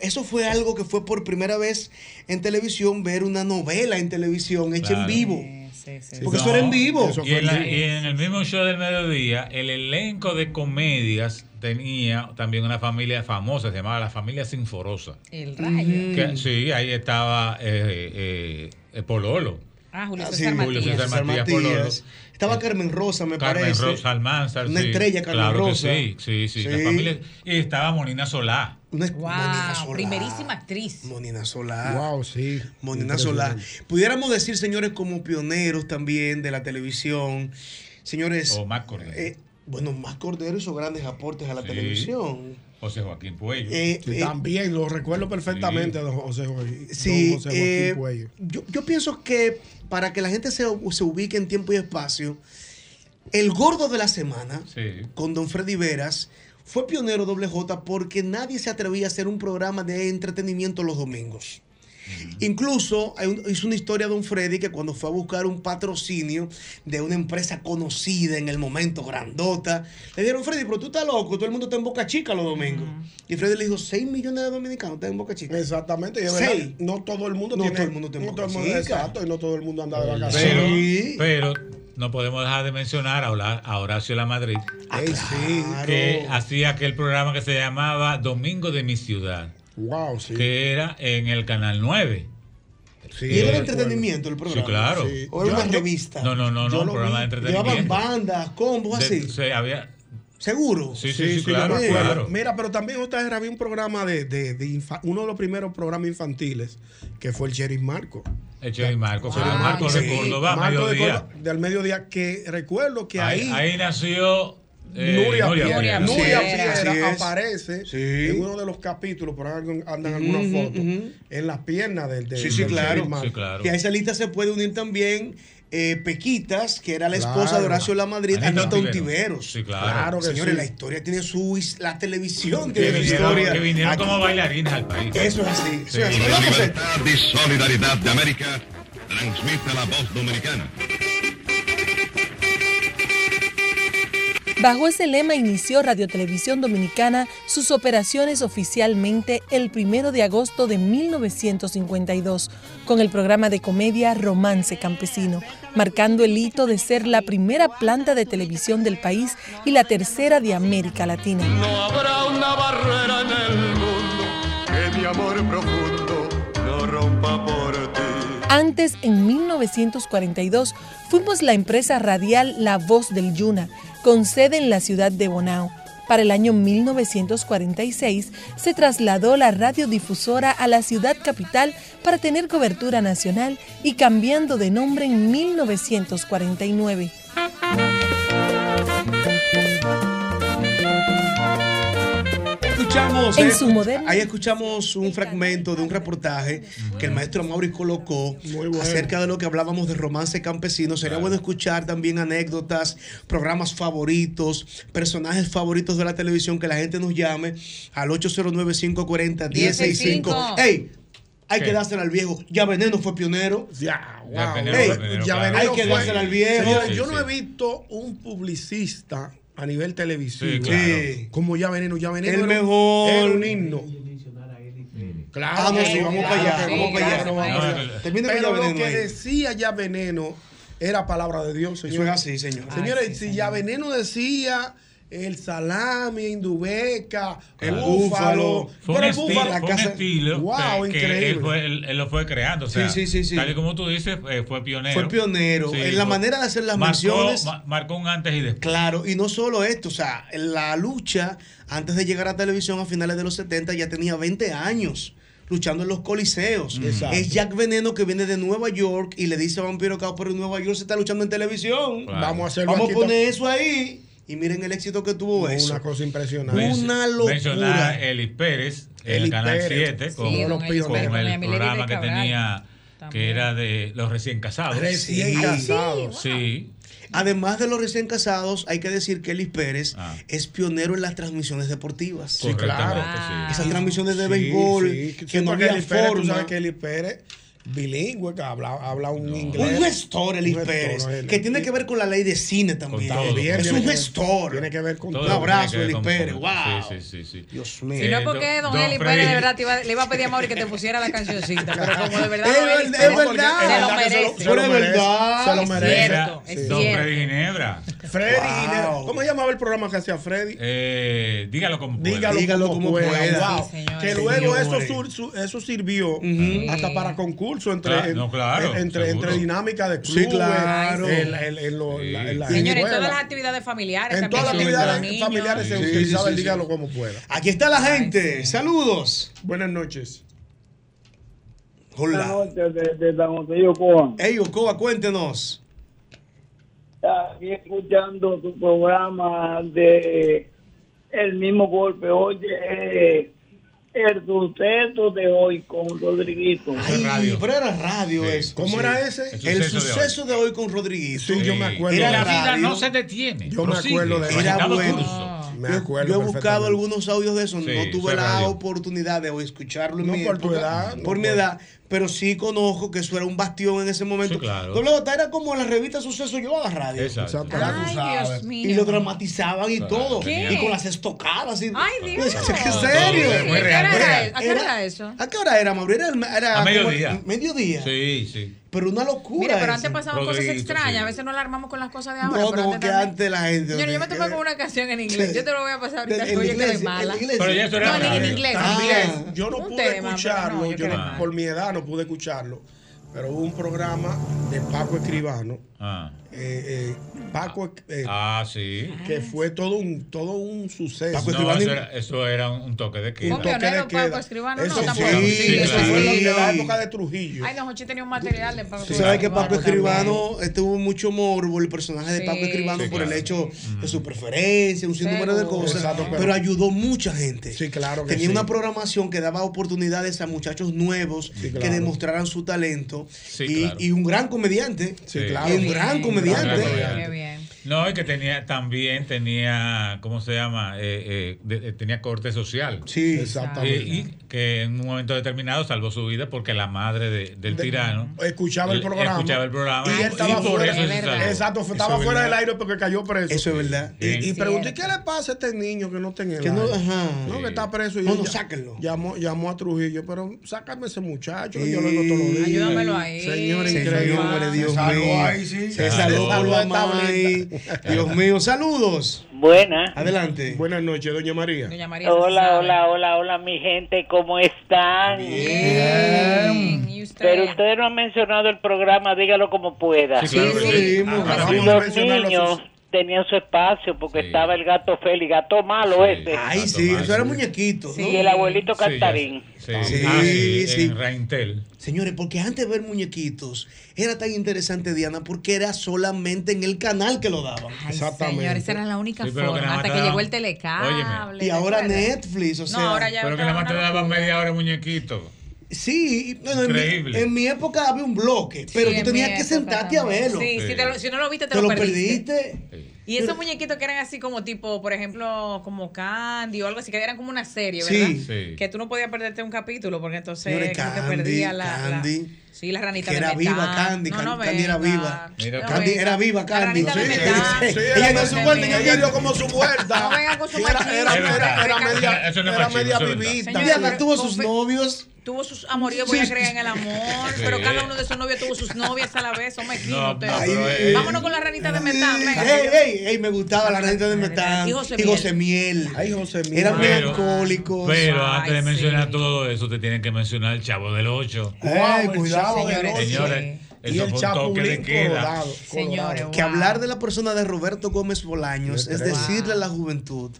[SPEAKER 2] Eso fue algo que fue por primera vez en televisión, ver una novela en televisión hecha
[SPEAKER 4] Claro.
[SPEAKER 2] en vivo.
[SPEAKER 4] Sí,
[SPEAKER 2] Porque
[SPEAKER 4] no.
[SPEAKER 2] eso era en vivo.
[SPEAKER 4] Y en, la- y en el mismo show del mediodía, el elenco de comedias tenía también una familia famosa, se llamaba la familia Sinforosa.
[SPEAKER 7] El rayo.
[SPEAKER 2] Mm.
[SPEAKER 4] Que- sí, ahí estaba eh, eh, eh, Pololo.
[SPEAKER 7] Ah, Julio
[SPEAKER 2] Ah, sí,
[SPEAKER 7] César
[SPEAKER 4] Julio
[SPEAKER 7] Matías.
[SPEAKER 4] César
[SPEAKER 2] César
[SPEAKER 4] Matías
[SPEAKER 2] Matías.
[SPEAKER 4] Pololo.
[SPEAKER 2] Estaba Carmen Rosa, me
[SPEAKER 4] Carmen
[SPEAKER 2] parece.
[SPEAKER 4] Rosa Almanzar.
[SPEAKER 2] Una
[SPEAKER 4] sí.
[SPEAKER 2] estrella, Carmen
[SPEAKER 4] Claro que
[SPEAKER 2] Rosa.
[SPEAKER 4] sí, sí, sí. la
[SPEAKER 2] Sí.
[SPEAKER 4] familia- y estaba Monina Solá.
[SPEAKER 7] Wow, primerísima actriz.
[SPEAKER 2] Monina Solá.
[SPEAKER 11] Wow, sí.
[SPEAKER 2] Monina Solá. Pudiéramos decir, señores, como pioneros también de la televisión. Señores.
[SPEAKER 4] O Mac Cordero.
[SPEAKER 2] eh, bueno, más Cordero hizo grandes aportes a la
[SPEAKER 4] Sí.
[SPEAKER 2] televisión.
[SPEAKER 4] José Joaquín Puello.
[SPEAKER 2] Eh,
[SPEAKER 11] Sí,
[SPEAKER 2] eh,
[SPEAKER 11] también lo recuerdo perfectamente, don José Joaquín.
[SPEAKER 2] Sí,
[SPEAKER 11] don José Joaquín
[SPEAKER 2] eh,
[SPEAKER 11] Puello.
[SPEAKER 2] yo, yo pienso que para que la gente se, se ubique en tiempo y espacio, el gordo de la semana con don Freddy Veras fue pionero doble J porque nadie se atrevía a hacer un programa de entretenimiento los domingos. Incluso hay un- hizo una historia don Freddy que cuando fue a buscar un patrocinio de una empresa conocida en el momento, grandota, le dieron Freddy, pero tú estás loco, todo el mundo está en Boca Chica los domingos. Y Freddy le dijo, 6 millones de dominicanos están en Boca Chica.
[SPEAKER 11] Exactamente, y es verdad,
[SPEAKER 2] Seis.
[SPEAKER 11] no todo el mundo
[SPEAKER 2] No
[SPEAKER 11] tiene.
[SPEAKER 2] todo el mundo tiene
[SPEAKER 11] no todo el
[SPEAKER 2] boca
[SPEAKER 11] mundo-
[SPEAKER 2] chica.
[SPEAKER 11] Exacto, y no todo el mundo anda de vacaciones.
[SPEAKER 4] Pero, pero no podemos dejar de mencionar a Hola- a Horacio La Madrid,
[SPEAKER 6] Ah,
[SPEAKER 11] Ey, sí.
[SPEAKER 4] que hacía aquel programa que se llamaba Domingo de mi ciudad.
[SPEAKER 6] Wow, sí.
[SPEAKER 4] que era en el Canal 9.
[SPEAKER 6] Sí,
[SPEAKER 4] Que-
[SPEAKER 6] yo
[SPEAKER 2] Era entretenimiento el programa.
[SPEAKER 4] Sí, claro.
[SPEAKER 2] Sí. O era una revista.
[SPEAKER 4] No, no, no,
[SPEAKER 2] Yo
[SPEAKER 4] no, un
[SPEAKER 2] lo
[SPEAKER 4] programa de
[SPEAKER 2] vi. Llevaban
[SPEAKER 4] entretenimiento.
[SPEAKER 2] bandas, combos, así.
[SPEAKER 4] De- se había,
[SPEAKER 2] ¿Seguro?
[SPEAKER 4] Sí, sí, sí, claro,
[SPEAKER 6] yo me acuerdo.
[SPEAKER 4] claro.
[SPEAKER 6] Mira, pero también otra vez había un programa de, de- de infa- uno de los primeros programas infantiles que fue el Jerry Marco.
[SPEAKER 4] hecho de Marco,
[SPEAKER 6] Ah,
[SPEAKER 4] Felipe Marco
[SPEAKER 6] sí,
[SPEAKER 4] de Córdoba,
[SPEAKER 6] Marco de
[SPEAKER 4] mediodía.
[SPEAKER 6] Córdoba, del mediodía, que recuerdo que
[SPEAKER 4] ahí,
[SPEAKER 6] ahí,
[SPEAKER 4] ahí nació eh,
[SPEAKER 6] Nuria, Piera,
[SPEAKER 4] Piera.
[SPEAKER 6] Nuria
[SPEAKER 4] Sí,
[SPEAKER 6] Piera
[SPEAKER 4] así es.
[SPEAKER 6] aparece
[SPEAKER 2] Sí.
[SPEAKER 6] en uno de los capítulos, por ahí andan algunas
[SPEAKER 2] Ujú,
[SPEAKER 6] fotos, en las piernas del, del
[SPEAKER 2] Sí, sí,
[SPEAKER 6] del
[SPEAKER 2] claro.
[SPEAKER 6] Jerry Marco.
[SPEAKER 2] Que a esa lista se puede unir también eh, Pequitas, que era la esposa
[SPEAKER 6] Claro.
[SPEAKER 2] de Horacio La Madrid,
[SPEAKER 6] Anita
[SPEAKER 2] Anita
[SPEAKER 6] Ontiveros.
[SPEAKER 2] Ontiveros.
[SPEAKER 4] Sí, claro.
[SPEAKER 6] Claro que
[SPEAKER 2] Señores,
[SPEAKER 6] sí.
[SPEAKER 2] la historia tiene su his- la televisión
[SPEAKER 4] Que
[SPEAKER 2] tiene su
[SPEAKER 4] vinieron,
[SPEAKER 2] historia.
[SPEAKER 4] que vinieron
[SPEAKER 2] Aquí-
[SPEAKER 4] como bailarines al país.
[SPEAKER 2] Eso es así, eso es así.
[SPEAKER 15] Desde Libertad y Solidaridad de América, transmite la voz dominicana.
[SPEAKER 10] Bajo ese lema inició Radiotelevisión Dominicana sus operaciones oficialmente el 1 de agosto de 1952 con el programa de comedia Romance Campesino, marcando el hito de ser la primera planta de televisión del país y la tercera de América Latina.
[SPEAKER 16] No habrá una barrera en el mundo que mi amor profundo no rompa por ti.
[SPEAKER 10] Antes, en 1942, fuimos la empresa radial La Voz del Yuna, con sede en la ciudad de Bonao. Para el año 1946 se trasladó la radiodifusora a la ciudad capital para tener cobertura nacional y cambiando de nombre en 1949.
[SPEAKER 2] Escuchamos,
[SPEAKER 10] En
[SPEAKER 2] eh,
[SPEAKER 10] su moderna-
[SPEAKER 2] ahí escuchamos un fragmento de un reportaje que el maestro Mauri colocó acerca de lo que hablábamos de romance campesino. Sería bueno escuchar también anécdotas, programas favoritos, personajes favoritos de la televisión, que la gente nos llame al 809-540-1065.
[SPEAKER 6] 1065.
[SPEAKER 2] ¡Ey! Hay
[SPEAKER 6] ¿Qué?
[SPEAKER 2] que dársela al viejo. Ya Veneno fue pionero.
[SPEAKER 6] Ya, wow.
[SPEAKER 2] Ya Veneno
[SPEAKER 6] Ey,
[SPEAKER 2] fue pionero,
[SPEAKER 6] ya
[SPEAKER 2] claro.
[SPEAKER 6] Veneno
[SPEAKER 2] Hay que
[SPEAKER 6] fue-
[SPEAKER 2] dársela al viejo.
[SPEAKER 6] Señores,
[SPEAKER 2] Sí,
[SPEAKER 6] yo
[SPEAKER 2] sí.
[SPEAKER 6] no he visto un publicista a nivel televisivo
[SPEAKER 2] Sí, claro. Sí.
[SPEAKER 6] como ya Veneno, ya Veneno.
[SPEAKER 2] El
[SPEAKER 6] era un-
[SPEAKER 2] mejor.
[SPEAKER 6] era un himno. Claro,
[SPEAKER 2] Ah, no, sí, vamos para allá,
[SPEAKER 6] que
[SPEAKER 2] vamos
[SPEAKER 6] sí,
[SPEAKER 2] para allá.
[SPEAKER 6] claro,
[SPEAKER 2] No,
[SPEAKER 6] vamos para
[SPEAKER 2] no,
[SPEAKER 6] allá.
[SPEAKER 2] no. Termina con
[SPEAKER 6] Pero
[SPEAKER 2] ya
[SPEAKER 6] lo
[SPEAKER 2] Veneno
[SPEAKER 6] que
[SPEAKER 2] ahí.
[SPEAKER 6] decía ya Veneno era palabra de Dios, señor.
[SPEAKER 2] Eso es así, señor.
[SPEAKER 6] Señores, si ya Veneno decía el salami, indubeca, el
[SPEAKER 4] Claro.
[SPEAKER 6] búfalo,
[SPEAKER 4] Fue un
[SPEAKER 6] pero el
[SPEAKER 4] estilo,
[SPEAKER 6] búfalo, la
[SPEAKER 4] fue un
[SPEAKER 6] casa-
[SPEAKER 4] estilo
[SPEAKER 6] wow,
[SPEAKER 4] que, que
[SPEAKER 6] increíble.
[SPEAKER 4] él, fue, él- él lo fue creando. O
[SPEAKER 2] Sí,
[SPEAKER 4] sea,
[SPEAKER 2] sí, sí, sí.
[SPEAKER 4] Tal y como tú dices, eh, fue pionero.
[SPEAKER 2] Fue pionero. En la manera de hacer las
[SPEAKER 4] marcó-
[SPEAKER 2] menciones.
[SPEAKER 4] ma- marcó un antes y después.
[SPEAKER 2] Claro, y no solo esto, o sea, la lucha antes de llegar a televisión a finales de los 70 ya tenía 20 años luchando en los coliseos.
[SPEAKER 6] Exacto.
[SPEAKER 2] Es Jack Veneno que viene de Nueva York y le dice a Vampiro Cao, pero en Nueva York se está luchando en televisión.
[SPEAKER 6] Claro. Vamos a hacerlo
[SPEAKER 2] Vamos a
[SPEAKER 6] aquí
[SPEAKER 2] poner
[SPEAKER 6] tam-
[SPEAKER 2] eso ahí. Y miren el éxito que tuvo
[SPEAKER 6] Fue
[SPEAKER 2] eso.
[SPEAKER 6] una cosa impresionante.
[SPEAKER 2] Una locura.
[SPEAKER 4] Mencionar a Elis Pérez en
[SPEAKER 6] Elis
[SPEAKER 4] el Canal
[SPEAKER 6] Pérez.
[SPEAKER 4] 7
[SPEAKER 6] Sí,
[SPEAKER 4] con,
[SPEAKER 6] con
[SPEAKER 4] con
[SPEAKER 6] Elis Pérez, con
[SPEAKER 4] el
[SPEAKER 6] Emily
[SPEAKER 4] programa que
[SPEAKER 6] Rivera Cabral.
[SPEAKER 4] tenía que era de los recién casados.
[SPEAKER 2] Recién
[SPEAKER 4] Sí.
[SPEAKER 2] casados.
[SPEAKER 4] Sí.
[SPEAKER 2] Además de los recién casados, hay que decir que Elis Pérez
[SPEAKER 6] Ah.
[SPEAKER 2] es pionero en las transmisiones deportivas.
[SPEAKER 4] Sí, claro.
[SPEAKER 6] Ah.
[SPEAKER 4] Correctamente, sí.
[SPEAKER 2] Esas transmisiones de
[SPEAKER 6] Sí,
[SPEAKER 2] béisbol
[SPEAKER 6] sí,
[SPEAKER 2] que
[SPEAKER 6] sí,
[SPEAKER 2] no
[SPEAKER 6] porque
[SPEAKER 2] había
[SPEAKER 6] Eli Pérez, Tú
[SPEAKER 2] forma.
[SPEAKER 6] sabes que Eli Pérez, bilingüe, que habla, habla un inglés.
[SPEAKER 2] Pues Un gestor, Elis
[SPEAKER 6] Un gestor,
[SPEAKER 2] Pérez,
[SPEAKER 6] Eli.
[SPEAKER 2] que tiene que ver con la ley de cine también.
[SPEAKER 6] todo, con
[SPEAKER 2] es
[SPEAKER 6] todo.
[SPEAKER 2] un gestor.
[SPEAKER 6] Tiene que ver con
[SPEAKER 2] Un
[SPEAKER 6] todo.
[SPEAKER 2] abrazo,
[SPEAKER 6] Tiene que ver
[SPEAKER 2] Elis
[SPEAKER 6] con
[SPEAKER 2] Pérez.
[SPEAKER 6] todo.
[SPEAKER 2] ¡Wow!
[SPEAKER 4] Sí, sí, sí, sí.
[SPEAKER 2] Dios mío.
[SPEAKER 7] Si no, porque don, Eli Pérez de verdad te iba- le iba a pedir a Mauri que te pusiera la cancioncita. Pero como de verdad.
[SPEAKER 2] Es
[SPEAKER 7] don Eli
[SPEAKER 2] verdad,
[SPEAKER 7] Pérez
[SPEAKER 2] es verdad.
[SPEAKER 7] Se lo
[SPEAKER 2] Es verdad que se lo- se lo Pero es
[SPEAKER 7] merece.
[SPEAKER 2] merece, verdad. se lo
[SPEAKER 7] Es
[SPEAKER 2] merece.
[SPEAKER 7] cierto, es
[SPEAKER 4] Don
[SPEAKER 7] cierto.
[SPEAKER 4] Freddy Ginebra.
[SPEAKER 6] Freddy Ginebra. ¿Cómo se llamaba el programa que hacía Freddy?
[SPEAKER 4] Eh, dígalo como pueda.
[SPEAKER 6] Dígalo, como, pueda. Wow.
[SPEAKER 4] Sí, señores.
[SPEAKER 6] que luego eso,
[SPEAKER 4] Señores.
[SPEAKER 6] sur- su- eso sirvió hasta para concurso entre,
[SPEAKER 4] Claro, no, claro,
[SPEAKER 6] en- entre,
[SPEAKER 4] seguro.
[SPEAKER 6] entre dinámica de
[SPEAKER 4] Sí,
[SPEAKER 6] clubes.
[SPEAKER 4] claro.
[SPEAKER 6] en la- en- en lo- la- en la
[SPEAKER 7] Señores, en
[SPEAKER 6] escuela.
[SPEAKER 7] todas las actividades familiares.
[SPEAKER 6] En todas las
[SPEAKER 7] también, con
[SPEAKER 6] actividades
[SPEAKER 7] niños.
[SPEAKER 6] familiares se
[SPEAKER 2] Sí, sí,
[SPEAKER 6] utilizaba
[SPEAKER 2] sí,
[SPEAKER 6] el
[SPEAKER 2] sí.
[SPEAKER 6] dígalo como pueda.
[SPEAKER 2] Aquí está la gente. Saludos.
[SPEAKER 6] Buenas noches.
[SPEAKER 2] Hola.
[SPEAKER 21] noches desde San José y Ocoa.
[SPEAKER 2] Ey, Ocoa, cuéntenos.
[SPEAKER 21] Aquí escuchando tu programa de El mismo golpe. Oye, eh, el suceso de hoy con Rodriguito.
[SPEAKER 2] Y, pero era radio eso.
[SPEAKER 21] ¿Cómo era ese?
[SPEAKER 2] El,
[SPEAKER 21] El
[SPEAKER 2] suceso,
[SPEAKER 21] suceso
[SPEAKER 2] de, hoy. con Rodriguito.
[SPEAKER 6] Sí, yo me acuerdo.
[SPEAKER 2] Era
[SPEAKER 6] Y la
[SPEAKER 4] vida
[SPEAKER 2] radio.
[SPEAKER 4] Ah, no se detiene.
[SPEAKER 6] Yo me
[SPEAKER 4] prosigue.
[SPEAKER 6] acuerdo de eso.
[SPEAKER 2] Era
[SPEAKER 6] Agitado
[SPEAKER 2] bueno.
[SPEAKER 6] curso. Me
[SPEAKER 2] Yo-
[SPEAKER 6] acuerdo
[SPEAKER 2] yo he buscado
[SPEAKER 6] perfectamente.
[SPEAKER 2] algunos audios de eso.
[SPEAKER 6] Sí,
[SPEAKER 2] no tuve
[SPEAKER 6] fue
[SPEAKER 2] la
[SPEAKER 6] radio.
[SPEAKER 2] oportunidad de hoy escucharlo. en
[SPEAKER 6] No
[SPEAKER 2] mi
[SPEAKER 6] por tu
[SPEAKER 2] época,
[SPEAKER 6] edad, no
[SPEAKER 2] Por mi
[SPEAKER 6] por-
[SPEAKER 2] edad. pero sí conozco que eso era un bastión en ese momento.
[SPEAKER 4] Sí, claro.
[SPEAKER 2] Doble Bota era como la revista Suceso yo a la radio.
[SPEAKER 4] Exacto. Exacto.
[SPEAKER 2] Ya tú
[SPEAKER 4] Ay,
[SPEAKER 2] sabes.
[SPEAKER 4] Dios mío.
[SPEAKER 2] Y lo dramatizaban y
[SPEAKER 4] Claro,
[SPEAKER 2] todo.
[SPEAKER 4] ¿Qué?
[SPEAKER 2] Y con las estocadas. Y...
[SPEAKER 7] Ay, Dios.
[SPEAKER 2] Es que es serio.
[SPEAKER 7] Sí, ¿a qué hora era- a qué hora era eso?
[SPEAKER 2] ¿A qué hora era, Mauro? Era, era
[SPEAKER 4] A
[SPEAKER 2] como-
[SPEAKER 4] mediodía.
[SPEAKER 2] Mediodía.
[SPEAKER 4] Sí, sí.
[SPEAKER 2] Pero una locura.
[SPEAKER 7] Mira, pero
[SPEAKER 2] esa.
[SPEAKER 7] antes pasaban cosas extrañas. A veces no alarmamos con las cosas de ahora.
[SPEAKER 2] No,
[SPEAKER 7] pero
[SPEAKER 2] no,
[SPEAKER 7] antes
[SPEAKER 2] que
[SPEAKER 7] también.
[SPEAKER 2] antes la gente.
[SPEAKER 7] Señores, yo me topé con una canción en inglés. Yo te lo voy a pasar ahorita.
[SPEAKER 2] En
[SPEAKER 7] Oye, que eres
[SPEAKER 2] inglés,
[SPEAKER 7] mala.
[SPEAKER 2] en inglés.
[SPEAKER 4] Pero ya eso era
[SPEAKER 7] No, ni en
[SPEAKER 4] radio.
[SPEAKER 7] inglés.
[SPEAKER 4] También.
[SPEAKER 7] en inglés.
[SPEAKER 6] Ah, Yo no
[SPEAKER 7] Un
[SPEAKER 6] pude
[SPEAKER 7] tema, pero
[SPEAKER 6] escucharlo,
[SPEAKER 7] no,
[SPEAKER 6] yo
[SPEAKER 7] creo
[SPEAKER 6] no-
[SPEAKER 7] mal.
[SPEAKER 6] por mi edad no pude escucharlo, pero hubo un programa de Paco Escribano,
[SPEAKER 4] Ah,
[SPEAKER 6] eh, eh, Paco, eh,
[SPEAKER 4] ah, sí.
[SPEAKER 6] que fue todo un, todo un suceso.
[SPEAKER 4] No, eso, era, eso era un, un toque de queda.
[SPEAKER 6] Un toque de queda.
[SPEAKER 7] Escribano, no,
[SPEAKER 6] Eso
[SPEAKER 7] tampoco.
[SPEAKER 6] fue,
[SPEAKER 4] Sí,
[SPEAKER 6] eso
[SPEAKER 4] claro.
[SPEAKER 6] fue de la
[SPEAKER 2] Sí.
[SPEAKER 6] época de Trujillo.
[SPEAKER 7] Ay, no, Jochi tenía un material de Paco
[SPEAKER 2] Tú sabes que
[SPEAKER 7] Escribano
[SPEAKER 2] Paco
[SPEAKER 7] también.
[SPEAKER 2] Escribano eh, tuvo mucho morbo el personaje de Paco
[SPEAKER 7] Sí.
[SPEAKER 2] Escribano
[SPEAKER 7] Sí,
[SPEAKER 2] por el
[SPEAKER 7] claro.
[SPEAKER 2] hecho de su preferencia, un sinnúmero de
[SPEAKER 6] Seguro.
[SPEAKER 2] cosas,
[SPEAKER 6] Exacto,
[SPEAKER 2] pero,
[SPEAKER 6] pero-
[SPEAKER 2] ayudó mucha gente. Sí,
[SPEAKER 6] claro que
[SPEAKER 2] Tenía
[SPEAKER 6] sí.
[SPEAKER 2] una programación que daba oportunidades a muchachos nuevos que
[SPEAKER 6] claro.
[SPEAKER 2] demostraran su talento y,
[SPEAKER 4] claro.
[SPEAKER 2] y un gran comediante.
[SPEAKER 4] Sí.
[SPEAKER 2] Y un gran comediante.
[SPEAKER 4] Gran No, y que tenía, también tenía, ¿cómo se llama? Eh, eh, de- eh, tenía corte social.
[SPEAKER 2] Sí,
[SPEAKER 6] exactamente.
[SPEAKER 4] Y, y que en un momento determinado salvó su vida porque la madre de- del
[SPEAKER 6] De-
[SPEAKER 4] tirano
[SPEAKER 6] Escuchaba el
[SPEAKER 4] le-
[SPEAKER 6] programa.
[SPEAKER 4] escuchaba el programa
[SPEAKER 6] Y él estaba
[SPEAKER 4] por
[SPEAKER 6] fuera.
[SPEAKER 4] eso se salvó.
[SPEAKER 6] Exacto,
[SPEAKER 4] Eso
[SPEAKER 6] estaba
[SPEAKER 4] es
[SPEAKER 6] fuera del
[SPEAKER 4] verdad.
[SPEAKER 6] aire porque cayó preso.
[SPEAKER 2] Eso es verdad.
[SPEAKER 6] Y, y
[SPEAKER 4] Sí.
[SPEAKER 6] pregunté, ¿qué le pasa a este niño que no está en el
[SPEAKER 2] Que no-
[SPEAKER 6] aire?
[SPEAKER 2] ajá.
[SPEAKER 6] No,
[SPEAKER 2] Sí.
[SPEAKER 6] que está preso. Y
[SPEAKER 2] No,
[SPEAKER 6] yo
[SPEAKER 2] no,
[SPEAKER 6] ya-
[SPEAKER 2] sáquenlo.
[SPEAKER 6] Llamó, llamó a Trujillo, pero sácame ese muchacho, que
[SPEAKER 2] Sí.
[SPEAKER 6] yo lo veo todos los días.
[SPEAKER 2] Ayúdamelo
[SPEAKER 7] ahí.
[SPEAKER 6] Señor,
[SPEAKER 2] Señor,
[SPEAKER 6] increíble.
[SPEAKER 2] hombre, Dios mío. Se salvó,
[SPEAKER 6] salvó
[SPEAKER 2] Paloma
[SPEAKER 6] de tableta.
[SPEAKER 2] May. Dios mío, saludos.
[SPEAKER 9] Buenas.
[SPEAKER 2] Adelante.
[SPEAKER 6] Buenas noches, doña María.
[SPEAKER 7] Doña María.
[SPEAKER 9] Hola, hola, hola, hola, mi gente, ¿cómo están? Bien. Pero ustedes no han mencionado el programa, dígalo como pueda.
[SPEAKER 2] Sí, claro que Sí, sí. sí. Ah, acabamos de
[SPEAKER 9] los
[SPEAKER 2] mencionarlo,
[SPEAKER 9] niños
[SPEAKER 2] Susi.
[SPEAKER 9] tenían su espacio porque estaba el gato Félix, gato malo ese.
[SPEAKER 2] Ay, sí, eso era muñequito. ¿no?
[SPEAKER 9] Y el abuelito
[SPEAKER 2] Sí, ya
[SPEAKER 9] Cantarín.
[SPEAKER 4] Sí,
[SPEAKER 2] Sí,
[SPEAKER 4] Ah, sí,
[SPEAKER 2] sí.
[SPEAKER 4] en Raintel.
[SPEAKER 2] Señores, porque antes de ver muñequitos era tan interesante, Diana, porque era solamente en el canal que lo daban. Exactamente.
[SPEAKER 7] Señores, esa era la única
[SPEAKER 2] Sí, pero que
[SPEAKER 7] forma.
[SPEAKER 2] nada más
[SPEAKER 7] Hasta
[SPEAKER 2] te
[SPEAKER 7] que
[SPEAKER 2] daban-
[SPEAKER 7] llegó el telecable.
[SPEAKER 2] Y ahora
[SPEAKER 7] ¿te acuerdas?
[SPEAKER 2] Netflix, o sea.
[SPEAKER 7] No, ahora ya.
[SPEAKER 4] Pero que nada más te daban media hora muñequito.
[SPEAKER 2] Sí, y, bueno, en mi,
[SPEAKER 4] Increíble.
[SPEAKER 2] en mi época había un bloque, pero
[SPEAKER 7] Sí, en
[SPEAKER 2] tú tenías
[SPEAKER 7] mi
[SPEAKER 2] que
[SPEAKER 7] época
[SPEAKER 2] sentarte a
[SPEAKER 7] también.
[SPEAKER 2] verlo.
[SPEAKER 7] Sí, Si, te lo- si no lo viste, te,
[SPEAKER 2] Te
[SPEAKER 7] lo
[SPEAKER 2] lo
[SPEAKER 7] perdiste.
[SPEAKER 2] perdiste.
[SPEAKER 7] Y esos muñequitos que eran así como tipo, por ejemplo, como Candy o algo así, que eran como una serie, ¿verdad?
[SPEAKER 2] Sí. Sí.
[SPEAKER 7] Que tú no podías perderte un capítulo porque entonces
[SPEAKER 2] Señores,
[SPEAKER 7] como que
[SPEAKER 2] Candy,
[SPEAKER 7] perdía la, la-
[SPEAKER 2] Candy,
[SPEAKER 7] Sí, la ranita
[SPEAKER 2] Que
[SPEAKER 7] de
[SPEAKER 2] era
[SPEAKER 7] metal.
[SPEAKER 2] viva Candy,
[SPEAKER 7] No,
[SPEAKER 2] Can-
[SPEAKER 7] no
[SPEAKER 2] Candy era
[SPEAKER 7] venga.
[SPEAKER 2] viva.
[SPEAKER 7] No
[SPEAKER 2] Candy
[SPEAKER 7] venga.
[SPEAKER 2] era viva, Candy.
[SPEAKER 7] ranita de
[SPEAKER 2] Sí,
[SPEAKER 7] metal.
[SPEAKER 2] sí, sí,
[SPEAKER 7] No
[SPEAKER 2] Ella dio su
[SPEAKER 7] venga.
[SPEAKER 2] vuelta, ella
[SPEAKER 6] Ella
[SPEAKER 2] dio
[SPEAKER 6] dio como su vuelta.
[SPEAKER 7] No vengan con su
[SPEAKER 6] Sí, era-
[SPEAKER 7] machismo.
[SPEAKER 6] era- era- era
[SPEAKER 7] Venga.
[SPEAKER 6] media-
[SPEAKER 4] Eso no es
[SPEAKER 6] era
[SPEAKER 4] machismo,
[SPEAKER 6] media
[SPEAKER 4] eso es verdad.
[SPEAKER 6] vivita.
[SPEAKER 7] Señores,
[SPEAKER 2] Diana,
[SPEAKER 7] pero
[SPEAKER 2] tuvo
[SPEAKER 7] con
[SPEAKER 2] sus
[SPEAKER 7] fe-
[SPEAKER 2] novios.
[SPEAKER 7] Tuvo sus amoríos, voy a
[SPEAKER 2] Sí.
[SPEAKER 7] creer en el amor.
[SPEAKER 2] Sí.
[SPEAKER 7] Pero cada uno de esos novios tuvo sus novias a la vez. Son mequinos.
[SPEAKER 4] No,
[SPEAKER 7] ustedes.
[SPEAKER 4] no, pero, eh,
[SPEAKER 7] Vámonos con la ranita de metal. venga.
[SPEAKER 2] Ey, ey, ey, me gustaba la ranita de metal.
[SPEAKER 7] Y José
[SPEAKER 2] Y José Miel. Era
[SPEAKER 4] Pero-
[SPEAKER 2] melancólico.
[SPEAKER 4] Pero
[SPEAKER 2] Ay,
[SPEAKER 4] antes de mencionar todo eso, te tienen que mencionar el Chavo del Ocho.
[SPEAKER 2] Ey, Eh, cuidado,
[SPEAKER 4] Señores, señores, eso fue un toque de queda.
[SPEAKER 2] que hablar de la persona de Roberto Gómez Bolaños es
[SPEAKER 4] Wow.
[SPEAKER 2] decirle a la juventud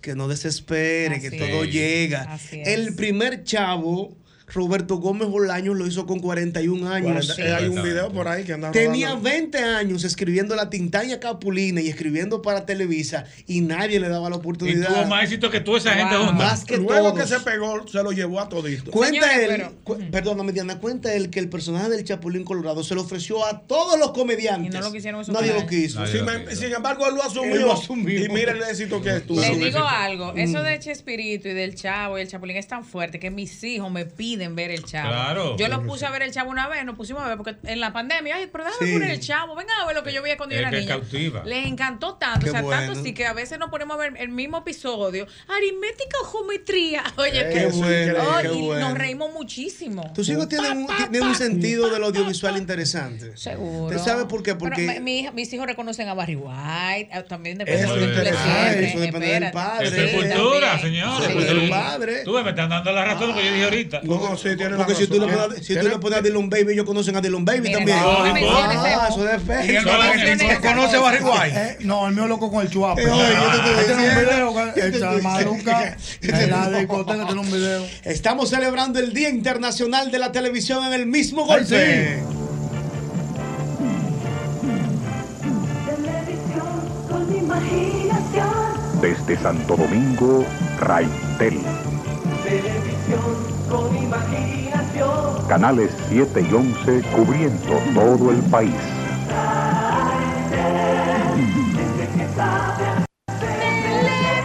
[SPEAKER 2] que no desespere, que
[SPEAKER 4] Así
[SPEAKER 2] todo
[SPEAKER 4] es.
[SPEAKER 2] llega.
[SPEAKER 4] Así es.
[SPEAKER 2] El primer chavo, Roberto Gómez Bolaños, lo hizo con 41 años.
[SPEAKER 6] Cuarenta- eh, Hay un video por ahí que anda
[SPEAKER 2] Tenía
[SPEAKER 6] rodando.
[SPEAKER 2] 20 años escribiendo la tintaña capulina y escribiendo para Televisa y nadie le daba la
[SPEAKER 4] Y
[SPEAKER 2] oportunidad.
[SPEAKER 4] tuvo más éxito que tú esa gente junta.
[SPEAKER 2] Más que
[SPEAKER 6] Luego
[SPEAKER 2] todos.
[SPEAKER 6] que se pegó, se lo llevó a todito.
[SPEAKER 2] Cuenta él, cu- perdóname Diana, cuenta él que el personaje del Chapulín Colorado se lo ofreció a todos los comediantes.
[SPEAKER 7] no lo quisieron esos
[SPEAKER 2] Nadie lo
[SPEAKER 7] canales.
[SPEAKER 2] quiso.
[SPEAKER 6] Sin, em-, sin embargo, él lo asumió.
[SPEAKER 2] Él lo asumió.
[SPEAKER 6] Y mira el éxito que estuvo.
[SPEAKER 7] Les digo algo,
[SPEAKER 4] Mm.
[SPEAKER 7] eso de Chespirito y del Chavo y el Chapulín es tan fuerte que mis hijos me piden ver el Chavo.
[SPEAKER 6] Claro.
[SPEAKER 7] Yo los puse a ver el Chavo una vez, nos pusimos a ver porque en la pandemia, ay, pero déjame
[SPEAKER 4] Sí.
[SPEAKER 7] poner el Chavo, vengan a ver lo que yo veía cuando yo
[SPEAKER 4] Es
[SPEAKER 7] era
[SPEAKER 4] que
[SPEAKER 7] niña.
[SPEAKER 4] cautiva.
[SPEAKER 7] Les encantó tanto,
[SPEAKER 4] Qué
[SPEAKER 7] o sea, tanto
[SPEAKER 4] bueno.
[SPEAKER 7] sí que a veces nos ponemos a ver el mismo episodio, aritmética o geometría. Oye,
[SPEAKER 2] Qué
[SPEAKER 7] que-
[SPEAKER 2] bueno,
[SPEAKER 7] Ay,
[SPEAKER 2] qué
[SPEAKER 7] y
[SPEAKER 2] bueno.
[SPEAKER 7] nos reímos muchísimo.
[SPEAKER 2] Tus hijos tienen un, tienen un sentido del audiovisual interesante. Seguro. ¿Usted sabe por qué?
[SPEAKER 7] Pero
[SPEAKER 2] Porque
[SPEAKER 7] mi- mi hija- mis hijos reconocen a Barry White, a- también depende
[SPEAKER 2] eso,
[SPEAKER 7] de lo que tú le
[SPEAKER 2] depende,
[SPEAKER 7] sientes,
[SPEAKER 2] eso depende del
[SPEAKER 7] espérate.
[SPEAKER 2] padre.
[SPEAKER 4] Eso es cultura,
[SPEAKER 7] también.
[SPEAKER 4] señores.
[SPEAKER 2] Sí.
[SPEAKER 4] Pues,
[SPEAKER 2] Pero
[SPEAKER 4] tú-
[SPEAKER 2] padre.
[SPEAKER 4] Tú me están dando la razón que yo dije ahorita.
[SPEAKER 6] No, sí, tiene
[SPEAKER 2] Porque si tú le pones, a- si tú le pones a Dylan Baby, ellos conocen a Dylan Baby
[SPEAKER 6] Mira,
[SPEAKER 2] también.
[SPEAKER 6] no, no me
[SPEAKER 2] ah,
[SPEAKER 6] menciones
[SPEAKER 2] eso es feo.
[SPEAKER 6] Y él no la- él no conoce a Barry White.
[SPEAKER 12] Eh, no, el mío loco con el chuapo.
[SPEAKER 2] Eh, oye, yo te estoy
[SPEAKER 12] Este tiene un
[SPEAKER 2] diciendo.
[SPEAKER 12] video que el chamaluca en la discoteca tiene un video.
[SPEAKER 2] Estamos celebrando el Día Internacional de la Televisión en el mismo golpe.
[SPEAKER 13] Con mi imaginación,
[SPEAKER 15] Desde Santo Domingo, Raitel.
[SPEAKER 13] televisión, con mi imaginación,
[SPEAKER 15] Canales 7 y 11 cubriendo todo el país.
[SPEAKER 13] desde que sabe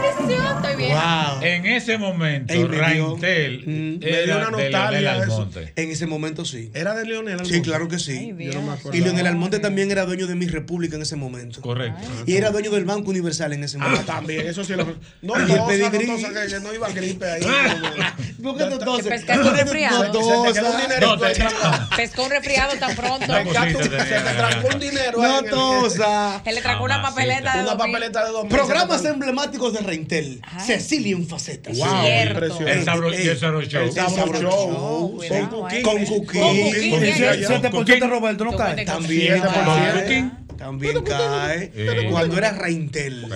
[SPEAKER 7] televisión, estoy bien.
[SPEAKER 4] Wow. En ese momento, Mm.
[SPEAKER 2] Ey, me dio-
[SPEAKER 4] Rangel
[SPEAKER 2] me dio
[SPEAKER 4] era
[SPEAKER 2] una
[SPEAKER 4] de Leonel
[SPEAKER 2] nostalgia eso.
[SPEAKER 4] Almonte.
[SPEAKER 2] En ese momento sí.
[SPEAKER 6] ¿Era de Leonel
[SPEAKER 2] Sí, claro que sí.
[SPEAKER 6] Yo no me acuerdo.
[SPEAKER 2] y Leonel Almonte también era dueño de mi república en ese momento.
[SPEAKER 4] Correcto.
[SPEAKER 2] Y era dueño del Banco Universal en ese momento.
[SPEAKER 6] Ah, también, eso sí lo. No,
[SPEAKER 2] Y el
[SPEAKER 6] tosa, no,
[SPEAKER 2] pedigrí-
[SPEAKER 6] tosa, que- que no iba gripe ahí.
[SPEAKER 2] ¿Por qué no toses?
[SPEAKER 7] pescado
[SPEAKER 2] ¿Por qué no
[SPEAKER 7] resfriado.
[SPEAKER 2] toses?
[SPEAKER 6] Se te quedó un dinerito
[SPEAKER 2] No,
[SPEAKER 6] ahí.
[SPEAKER 7] Pescó un resfriado tan pronto.
[SPEAKER 6] Me encanta un-
[SPEAKER 2] tenía
[SPEAKER 6] se
[SPEAKER 2] en la
[SPEAKER 6] te trancó
[SPEAKER 2] garganta.
[SPEAKER 6] un dinero.
[SPEAKER 2] No
[SPEAKER 6] ahí en el-
[SPEAKER 2] tosa.
[SPEAKER 7] Él le trajo una
[SPEAKER 6] Mamacita.
[SPEAKER 7] papeleta de
[SPEAKER 6] Una
[SPEAKER 7] dos mil.
[SPEAKER 6] papeleta de dos mil.
[SPEAKER 2] Programas emblemáticos de Reintel. Cecilia en facetas.
[SPEAKER 6] Wow, Cierto. impresionante.
[SPEAKER 4] El Sabro-
[SPEAKER 2] Ey,
[SPEAKER 4] el Sabro Show.
[SPEAKER 2] El Sabro
[SPEAKER 4] Cuidado,
[SPEAKER 2] Show.
[SPEAKER 4] cuidado,
[SPEAKER 2] Con
[SPEAKER 4] eh.
[SPEAKER 2] Cuquín.
[SPEAKER 4] Con Cuquín,
[SPEAKER 2] Con
[SPEAKER 4] eh.
[SPEAKER 2] Cuquín.
[SPEAKER 12] 7% Roberto, no cae.
[SPEAKER 2] También cae. También
[SPEAKER 12] Sí.
[SPEAKER 2] cae. Cuando era Reintel.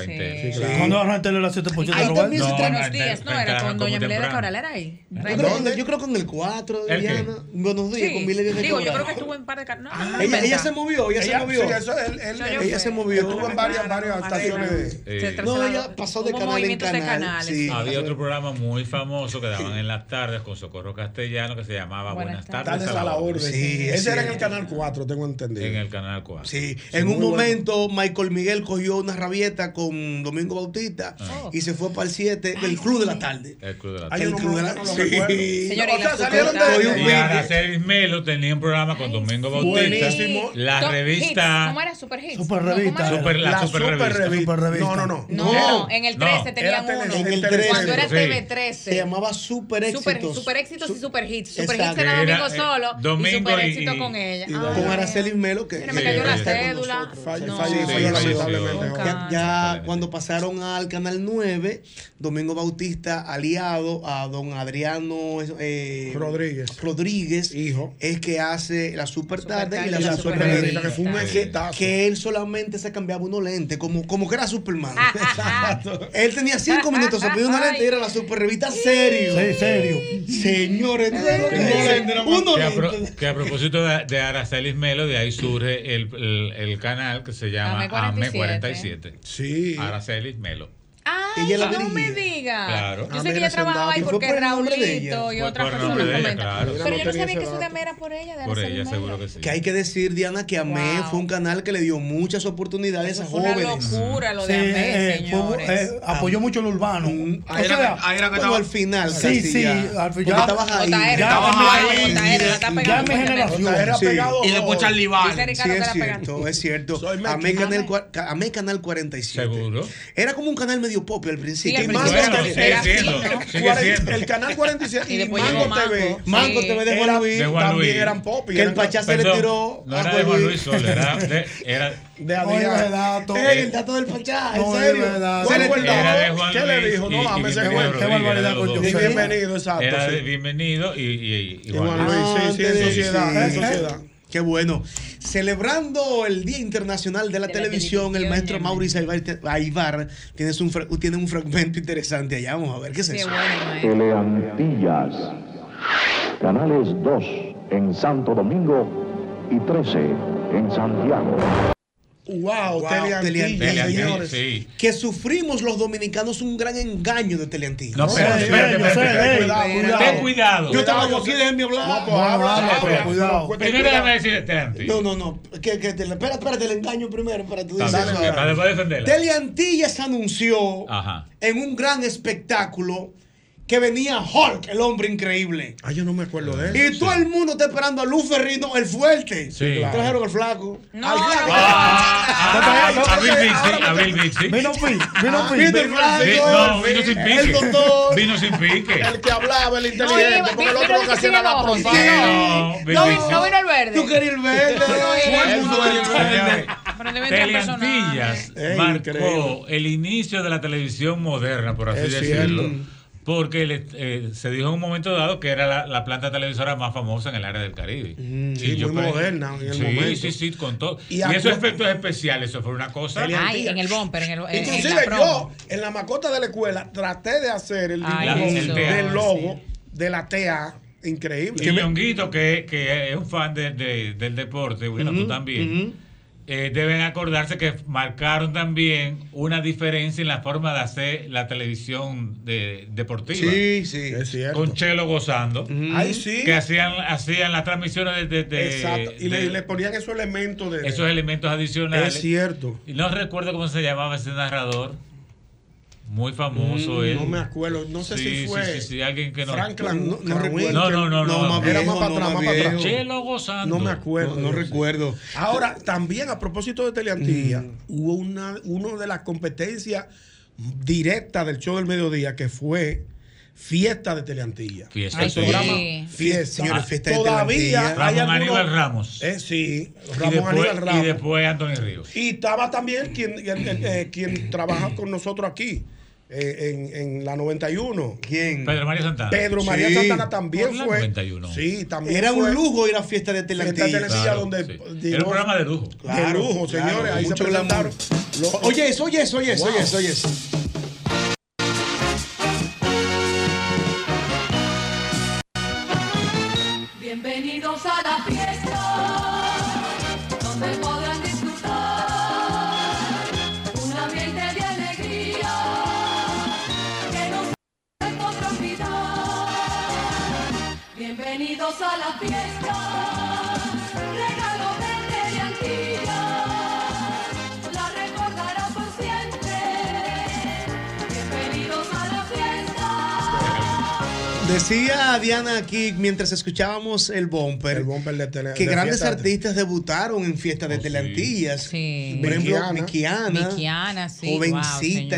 [SPEAKER 4] Sí,
[SPEAKER 12] Cuando arrancaste la 7%
[SPEAKER 7] Ahí también se
[SPEAKER 12] Roberto.
[SPEAKER 7] traen los días, ¿no? Era con Doña Milena Cabral, era ahí.
[SPEAKER 2] Yo creo, que en el- yo creo que en el 4,
[SPEAKER 7] ¿El qué?
[SPEAKER 2] Diana. Buenos días, con Milenio de
[SPEAKER 7] Digo, yo creo
[SPEAKER 2] Cabral.
[SPEAKER 7] que estuvo en par de car- no, no, no,
[SPEAKER 2] Ah, Ella,
[SPEAKER 7] inventa.
[SPEAKER 2] ella se movió, ella, se movió.
[SPEAKER 6] Sí, eso, él, él,
[SPEAKER 7] Soy yo,
[SPEAKER 6] ella se
[SPEAKER 7] pues.
[SPEAKER 6] movió. Estuvo en varias, varias estaciones de.
[SPEAKER 2] No, ella pasó de
[SPEAKER 7] Hubo
[SPEAKER 2] canal en
[SPEAKER 7] movimientos de
[SPEAKER 2] canal.
[SPEAKER 7] canales.
[SPEAKER 2] Sí.
[SPEAKER 4] Había otro programa muy famoso que daban en las tardes con Socorro Castellano que se llamaba Buenas, tardes,
[SPEAKER 6] Tardes a la orden.
[SPEAKER 2] Sí, es
[SPEAKER 6] Ese era en el
[SPEAKER 2] cierto.
[SPEAKER 6] canal 4, tengo entendido.
[SPEAKER 4] En el canal 4.
[SPEAKER 2] Sí, en un momento Michael Miguel cogió una rabieta con Domingo Bautista
[SPEAKER 6] Ah.
[SPEAKER 7] Oh.
[SPEAKER 2] y se fue para el 7 del Club de la Tarde.
[SPEAKER 4] El Club de la
[SPEAKER 2] Hay
[SPEAKER 4] Tarde.
[SPEAKER 2] un club de la-
[SPEAKER 6] lo
[SPEAKER 2] Sí.
[SPEAKER 6] recuerdo.
[SPEAKER 7] Señores,
[SPEAKER 6] O sea,
[SPEAKER 7] las
[SPEAKER 6] salieron de-
[SPEAKER 7] sucursales.
[SPEAKER 4] Y Araceli Melo tenía un programa con Domingo Bautista.
[SPEAKER 6] Buenísimo.
[SPEAKER 4] La
[SPEAKER 7] Top Hits.
[SPEAKER 4] revista.
[SPEAKER 7] ¿Cómo era? Super Hits.
[SPEAKER 12] Super
[SPEAKER 7] No, ¿cómo
[SPEAKER 12] revista.
[SPEAKER 7] era?
[SPEAKER 4] Super- la
[SPEAKER 6] La
[SPEAKER 4] super
[SPEAKER 6] super
[SPEAKER 4] revista.
[SPEAKER 6] revista.
[SPEAKER 12] Super revista.
[SPEAKER 6] No, no, no.
[SPEAKER 7] No, en el
[SPEAKER 4] no.
[SPEAKER 7] 13 tenían
[SPEAKER 6] Era
[SPEAKER 7] uno.
[SPEAKER 6] Tele- en el
[SPEAKER 7] Cuando era
[SPEAKER 6] 13.
[SPEAKER 7] TV13.
[SPEAKER 2] Se llamaba Super
[SPEAKER 7] Super,
[SPEAKER 2] Éxitos.
[SPEAKER 7] super éxitos y super hits. Super
[SPEAKER 2] Exacto.
[SPEAKER 7] hits era
[SPEAKER 2] Era,
[SPEAKER 7] domingo
[SPEAKER 2] eh,
[SPEAKER 7] solo y
[SPEAKER 4] Domingo
[SPEAKER 7] super
[SPEAKER 4] y-
[SPEAKER 7] éxito
[SPEAKER 4] y-
[SPEAKER 7] con ella.
[SPEAKER 2] Y
[SPEAKER 7] Ah,
[SPEAKER 2] con Araceli Melo que
[SPEAKER 7] Mira, me cayó
[SPEAKER 2] que
[SPEAKER 7] la
[SPEAKER 2] está con
[SPEAKER 7] cédula.
[SPEAKER 2] nosotros.
[SPEAKER 7] Falle-
[SPEAKER 2] No.
[SPEAKER 7] falleció,
[SPEAKER 2] Sí, falleció,
[SPEAKER 4] falleció.
[SPEAKER 2] lamentablemente. Ya,
[SPEAKER 4] Nunca.
[SPEAKER 2] ya cuando pasaron al Canal 9, Domingo Bautista aliado a don Adriano eh,
[SPEAKER 6] Rodríguez.
[SPEAKER 2] Rodríguez
[SPEAKER 6] Hijo.
[SPEAKER 2] es que hace la super tarde y la,
[SPEAKER 6] Tarde y la
[SPEAKER 2] super,
[SPEAKER 6] Super
[SPEAKER 2] revista,
[SPEAKER 6] Revista, que fue un exitazo.
[SPEAKER 2] que él solamente se cambiaba uno lente como, como que era Superman Exacto. él tenía cinco minutos se pidió una lente y era la super revista serio
[SPEAKER 12] Sí, serio.
[SPEAKER 2] señores uno
[SPEAKER 4] Que a,
[SPEAKER 2] lente.
[SPEAKER 4] pro- que a propósito de, de Araceli Melo, de ahí surge el, el- el canal que se llama
[SPEAKER 7] AME
[SPEAKER 4] AME
[SPEAKER 7] 47.
[SPEAKER 4] 47.
[SPEAKER 6] Sí.
[SPEAKER 4] Araceli Melo.
[SPEAKER 7] Ay,
[SPEAKER 2] Ella la
[SPEAKER 7] no me
[SPEAKER 2] dirigía.
[SPEAKER 7] digas.
[SPEAKER 4] Claro.
[SPEAKER 7] Yo
[SPEAKER 4] Ah,
[SPEAKER 7] sé que
[SPEAKER 4] mira
[SPEAKER 7] ella
[SPEAKER 4] ese
[SPEAKER 7] trabajaba ahí
[SPEAKER 2] dato.
[SPEAKER 7] porque
[SPEAKER 2] Fue por el nombre de
[SPEAKER 7] Raulito
[SPEAKER 2] ella.
[SPEAKER 7] y
[SPEAKER 4] Fue
[SPEAKER 7] otra
[SPEAKER 4] por el
[SPEAKER 7] persona
[SPEAKER 4] nombre de ella,
[SPEAKER 7] comenta.
[SPEAKER 4] claro.
[SPEAKER 7] Pero yo no
[SPEAKER 4] Tenía
[SPEAKER 7] sabía
[SPEAKER 4] ese
[SPEAKER 7] que su
[SPEAKER 4] dato.
[SPEAKER 7] tema era por ella. de
[SPEAKER 4] Por
[SPEAKER 7] Araceli
[SPEAKER 4] ella,
[SPEAKER 7] Melo.
[SPEAKER 4] seguro que sí.
[SPEAKER 2] Que hay que decir, Diana, que AME
[SPEAKER 7] Wow.
[SPEAKER 2] fue un canal que le dio muchas oportunidades a
[SPEAKER 7] Fue una
[SPEAKER 2] jóvenes.
[SPEAKER 7] locura lo
[SPEAKER 12] Sí,
[SPEAKER 7] de Amé,
[SPEAKER 12] eh, fue-
[SPEAKER 7] señores.
[SPEAKER 12] eh, apoyó mucho el urbano. O
[SPEAKER 2] Ahí era
[SPEAKER 12] sea,
[SPEAKER 2] Mm, que- ahí era que
[SPEAKER 12] bueno,
[SPEAKER 2] estaba al final,
[SPEAKER 12] Sí,
[SPEAKER 2] casi
[SPEAKER 12] sí,
[SPEAKER 2] ya.
[SPEAKER 12] al
[SPEAKER 2] Porque
[SPEAKER 12] final.
[SPEAKER 2] estabas ahí.
[SPEAKER 12] Ya,
[SPEAKER 2] Estabas ahí.
[SPEAKER 12] ya,
[SPEAKER 2] Botaera, la está
[SPEAKER 12] ya
[SPEAKER 2] pegando,
[SPEAKER 12] mi generación.
[SPEAKER 6] Botaera pegado
[SPEAKER 8] Y después Charlie Vale.
[SPEAKER 7] Dice
[SPEAKER 2] Sí,
[SPEAKER 7] Ricardo que
[SPEAKER 2] es
[SPEAKER 7] la pegaste.
[SPEAKER 2] cierto, es cierto. AME canal, cua- ca- AME canal 47.
[SPEAKER 4] Seguro.
[SPEAKER 2] Era como un canal medio pop al principio.
[SPEAKER 7] Sí,
[SPEAKER 2] Y
[SPEAKER 7] al
[SPEAKER 2] Mango
[SPEAKER 7] principio.
[SPEAKER 2] TV.
[SPEAKER 4] sigue siendo. Sigue siendo.
[SPEAKER 6] El canal 47
[SPEAKER 7] Y
[SPEAKER 6] y
[SPEAKER 7] después
[SPEAKER 6] Mango
[SPEAKER 7] llegó Mango.
[SPEAKER 6] TV.
[SPEAKER 2] Mango
[SPEAKER 7] Sí.
[SPEAKER 2] TV de Juan
[SPEAKER 6] Era-
[SPEAKER 2] Luis.
[SPEAKER 4] de Juan Luis.
[SPEAKER 6] También eran pop. y
[SPEAKER 2] Que el
[SPEAKER 6] eran-
[SPEAKER 2] Pachá se le
[SPEAKER 4] Perdón,
[SPEAKER 2] tiró
[SPEAKER 4] No
[SPEAKER 2] a
[SPEAKER 4] era de Juan Luis
[SPEAKER 2] Luis.
[SPEAKER 4] Soler, era de, era,
[SPEAKER 6] De
[SPEAKER 12] Oiga, el
[SPEAKER 6] Adrián.
[SPEAKER 12] dato.
[SPEAKER 2] Ey, el dato del Pachá, en
[SPEAKER 12] No,
[SPEAKER 2] serio.
[SPEAKER 12] es verdad.
[SPEAKER 2] Se le
[SPEAKER 6] Bueno,
[SPEAKER 2] tiró.
[SPEAKER 4] era de Juan
[SPEAKER 6] ¿Qué le
[SPEAKER 4] Luis
[SPEAKER 6] dijo?
[SPEAKER 4] y-
[SPEAKER 6] No,
[SPEAKER 4] y
[SPEAKER 6] mames, ese
[SPEAKER 4] Bienvenido
[SPEAKER 6] juego.
[SPEAKER 12] Qué
[SPEAKER 4] Rodríguez,
[SPEAKER 12] barbaridad
[SPEAKER 4] era de los
[SPEAKER 12] con
[SPEAKER 4] dos.
[SPEAKER 6] Y
[SPEAKER 12] José.
[SPEAKER 6] bienvenido, exacto.
[SPEAKER 4] Era de
[SPEAKER 6] sí.
[SPEAKER 4] bienvenido y, y, y-
[SPEAKER 6] Y
[SPEAKER 4] y Juan
[SPEAKER 6] Juan
[SPEAKER 4] Luis.
[SPEAKER 6] Luis, sí, sí, en
[SPEAKER 2] Antes.
[SPEAKER 6] sociedad, en
[SPEAKER 2] Sí.
[SPEAKER 6] sociedad.
[SPEAKER 2] Qué bueno. Celebrando el Día Internacional de la,
[SPEAKER 7] De la
[SPEAKER 2] televisión, el
[SPEAKER 7] televisión,
[SPEAKER 2] maestro
[SPEAKER 7] ya.
[SPEAKER 2] Mauricio Aibar, Aibar tiene, un fra- tiene un fragmento interesante allá. Vamos a ver qué es
[SPEAKER 7] Qué
[SPEAKER 2] eso.
[SPEAKER 7] bueno, maestro.
[SPEAKER 15] Teleantillas. Canales 2 en Santo Domingo y 13 en Santiago.
[SPEAKER 6] Wow,
[SPEAKER 2] Wow,
[SPEAKER 6] Teleantilla,
[SPEAKER 2] Teleantilla,
[SPEAKER 6] señores.
[SPEAKER 4] Sí.
[SPEAKER 2] Que sufrimos los dominicanos un gran engaño de Teleantilla.
[SPEAKER 4] No,
[SPEAKER 2] Sí.
[SPEAKER 4] pero
[SPEAKER 12] Sí,
[SPEAKER 4] espérate,
[SPEAKER 12] yo
[SPEAKER 4] espérate,
[SPEAKER 12] sé,
[SPEAKER 4] espérate.
[SPEAKER 12] ey,
[SPEAKER 4] Cuidado,
[SPEAKER 12] cuidado.
[SPEAKER 4] Ten cuidado.
[SPEAKER 2] Yo estaba
[SPEAKER 6] Cuidado,
[SPEAKER 2] aquí,
[SPEAKER 6] yo-
[SPEAKER 2] déjenme hablar.
[SPEAKER 6] pues, habla,
[SPEAKER 12] habla,
[SPEAKER 6] habla,
[SPEAKER 12] pero cuidado.
[SPEAKER 6] cuenta,
[SPEAKER 4] Primero
[SPEAKER 6] cuidado.
[SPEAKER 4] déjame decirte este antes.
[SPEAKER 2] No, no, no. Que, que te- espera, espérate, el engaño primero para tú
[SPEAKER 4] Dale,
[SPEAKER 2] dices eso ahora.
[SPEAKER 4] dale, para defenderla.
[SPEAKER 2] Teleantillas anunció
[SPEAKER 4] Ajá.
[SPEAKER 2] en un gran espectáculo que venía Hulk, el hombre increíble.
[SPEAKER 6] Ay, Ah, yo no me acuerdo de eso.
[SPEAKER 2] Y todo el mundo está esperando a Luz Ferrino, el fuerte.
[SPEAKER 4] ¿eh? Sí. Claro.
[SPEAKER 2] Trajeron al flaco.
[SPEAKER 7] No,
[SPEAKER 2] al flaco.
[SPEAKER 7] no,
[SPEAKER 4] Ah,
[SPEAKER 6] no,
[SPEAKER 4] a
[SPEAKER 6] no,
[SPEAKER 4] Bill
[SPEAKER 6] no,
[SPEAKER 4] Bixby,
[SPEAKER 6] ahora
[SPEAKER 4] a
[SPEAKER 6] me-
[SPEAKER 4] Bill Bixby.
[SPEAKER 12] Vino Pi, vino Pi.
[SPEAKER 2] Ah, Vino el
[SPEAKER 4] Vi-
[SPEAKER 2] flaco.
[SPEAKER 4] No, vino sin
[SPEAKER 2] El
[SPEAKER 4] pique.
[SPEAKER 2] doctor.
[SPEAKER 4] Vino sin pique.
[SPEAKER 6] El que hablaba, el
[SPEAKER 7] No,
[SPEAKER 6] inteligente,
[SPEAKER 7] vino-
[SPEAKER 6] porque el otro
[SPEAKER 7] vino
[SPEAKER 6] lo que hacía
[SPEAKER 7] el
[SPEAKER 6] era la
[SPEAKER 7] ojo,
[SPEAKER 6] prosada.
[SPEAKER 4] No, Bill
[SPEAKER 7] No,
[SPEAKER 4] Bixby.
[SPEAKER 7] vi- no vino el verde.
[SPEAKER 2] Tú querías el verde. Todo el mundo quería el verde.
[SPEAKER 7] Pero debe entrar personaje.
[SPEAKER 4] Teleantillas
[SPEAKER 6] Ey, increíble.
[SPEAKER 4] marcó el inicio de la televisión moderna, por así
[SPEAKER 6] Es
[SPEAKER 4] decirlo.
[SPEAKER 6] cierto.
[SPEAKER 4] Porque le- eh, se dijo en un momento dado que era la, la planta televisora más famosa en el área del Caribe.
[SPEAKER 6] sí, muy
[SPEAKER 4] creo-
[SPEAKER 6] moderna en el
[SPEAKER 4] sí,
[SPEAKER 6] momento.
[SPEAKER 4] Sí, sí, con todo.
[SPEAKER 6] Y
[SPEAKER 4] Y,
[SPEAKER 6] actua-
[SPEAKER 4] esos efectos especiales, eso fue una cosa.
[SPEAKER 7] Ay, en el bumper, en el en- en la
[SPEAKER 6] Inclusive yo,
[SPEAKER 7] promo.
[SPEAKER 6] en la mascota de la escuela, traté de hacer el
[SPEAKER 7] Ay,
[SPEAKER 6] dibujo
[SPEAKER 4] eso.
[SPEAKER 6] del
[SPEAKER 4] Sí.
[SPEAKER 6] logo de la TA. Increíble.
[SPEAKER 4] Y Ñonguito, que, que es un fan de- de- del deporte, bueno, tú también. eh, deben acordarse que marcaron también una diferencia en la forma de hacer la televisión de- deportiva.
[SPEAKER 2] Sí, sí.
[SPEAKER 6] Es cierto.
[SPEAKER 4] Con Chelo gozando.
[SPEAKER 6] Ahí sí.
[SPEAKER 4] que hacían, hacían las transmisiones de, de- de-
[SPEAKER 6] Exacto. Y le,
[SPEAKER 4] de
[SPEAKER 6] y le ponían esos elementos de.
[SPEAKER 4] esos elementos adicionales.
[SPEAKER 6] es cierto.
[SPEAKER 4] Y no recuerdo cómo se llamaba ese narrador. Muy famoso
[SPEAKER 6] Mm,
[SPEAKER 4] él.
[SPEAKER 6] No me acuerdo, no sé
[SPEAKER 4] Sí,
[SPEAKER 6] si fue.
[SPEAKER 4] sí, sí, sí, alguien que no.
[SPEAKER 6] Franklin, no,
[SPEAKER 4] No,
[SPEAKER 6] recuerdo.
[SPEAKER 4] no, no, no, no.
[SPEAKER 6] más era
[SPEAKER 4] Era
[SPEAKER 6] más para atrás, más para atrás.
[SPEAKER 4] Chelo gozando.
[SPEAKER 6] No me acuerdo.
[SPEAKER 4] No, no
[SPEAKER 6] recuerdo. Mm. Ahora, también a propósito de Teleantilla, hubo una, uno de las competencias directas del show del mediodía que fue Fiesta de Teleantilla.
[SPEAKER 4] Fiesta
[SPEAKER 6] Al
[SPEAKER 4] de
[SPEAKER 6] programa
[SPEAKER 4] Teleantilla.
[SPEAKER 6] Fiesta.
[SPEAKER 4] Señores, Fiesta de
[SPEAKER 6] Todavía
[SPEAKER 4] Teleantilla.
[SPEAKER 6] hay
[SPEAKER 4] Ramón
[SPEAKER 6] algunos-
[SPEAKER 4] Aníbal Ramos.
[SPEAKER 6] Eh, sí,
[SPEAKER 4] Y
[SPEAKER 6] Ramón
[SPEAKER 4] después-
[SPEAKER 6] Aníbal Ramos.
[SPEAKER 4] Y después Anthony Ríos.
[SPEAKER 6] Y estaba también quien, el- el- eh, quien trabaja con nosotros aquí. eh, en, en la 91. ¿Quién?
[SPEAKER 4] Pedro María Santana.
[SPEAKER 6] Pedro María
[SPEAKER 4] Sí.
[SPEAKER 6] Santana también
[SPEAKER 4] Por la
[SPEAKER 6] fue.
[SPEAKER 4] 91.
[SPEAKER 6] Sí, también
[SPEAKER 4] Era un
[SPEAKER 6] fue.
[SPEAKER 4] lujo
[SPEAKER 2] ir a fiesta de
[SPEAKER 6] Fiesta de Teleantilla
[SPEAKER 4] Claro,
[SPEAKER 6] donde de
[SPEAKER 4] sí. Era un
[SPEAKER 6] los-
[SPEAKER 4] programa de lujo.
[SPEAKER 6] de lujo, señores. ahí se presentaron. los-
[SPEAKER 2] Oye eso, oye eso, oye eso, oye eso, oye eso.
[SPEAKER 16] Bienvenidos a la fiesta, donde podrán disfrutar un ambiente de alegría que no se podrá olvidar. Bienvenidos a la fiesta, regalo de Teleantilla, la recordará por siempre. Bienvenidos a la fiesta.
[SPEAKER 2] Decía Diana aquí mientras escuchábamos el bumper, que
[SPEAKER 6] de
[SPEAKER 2] grandes
[SPEAKER 6] fiesta de-
[SPEAKER 2] artistas debutaron en fiestas
[SPEAKER 4] Oh,
[SPEAKER 2] de Teleantillas. Por ejemplo, Miquiana.
[SPEAKER 7] Miquiana, sí.
[SPEAKER 2] jovencita,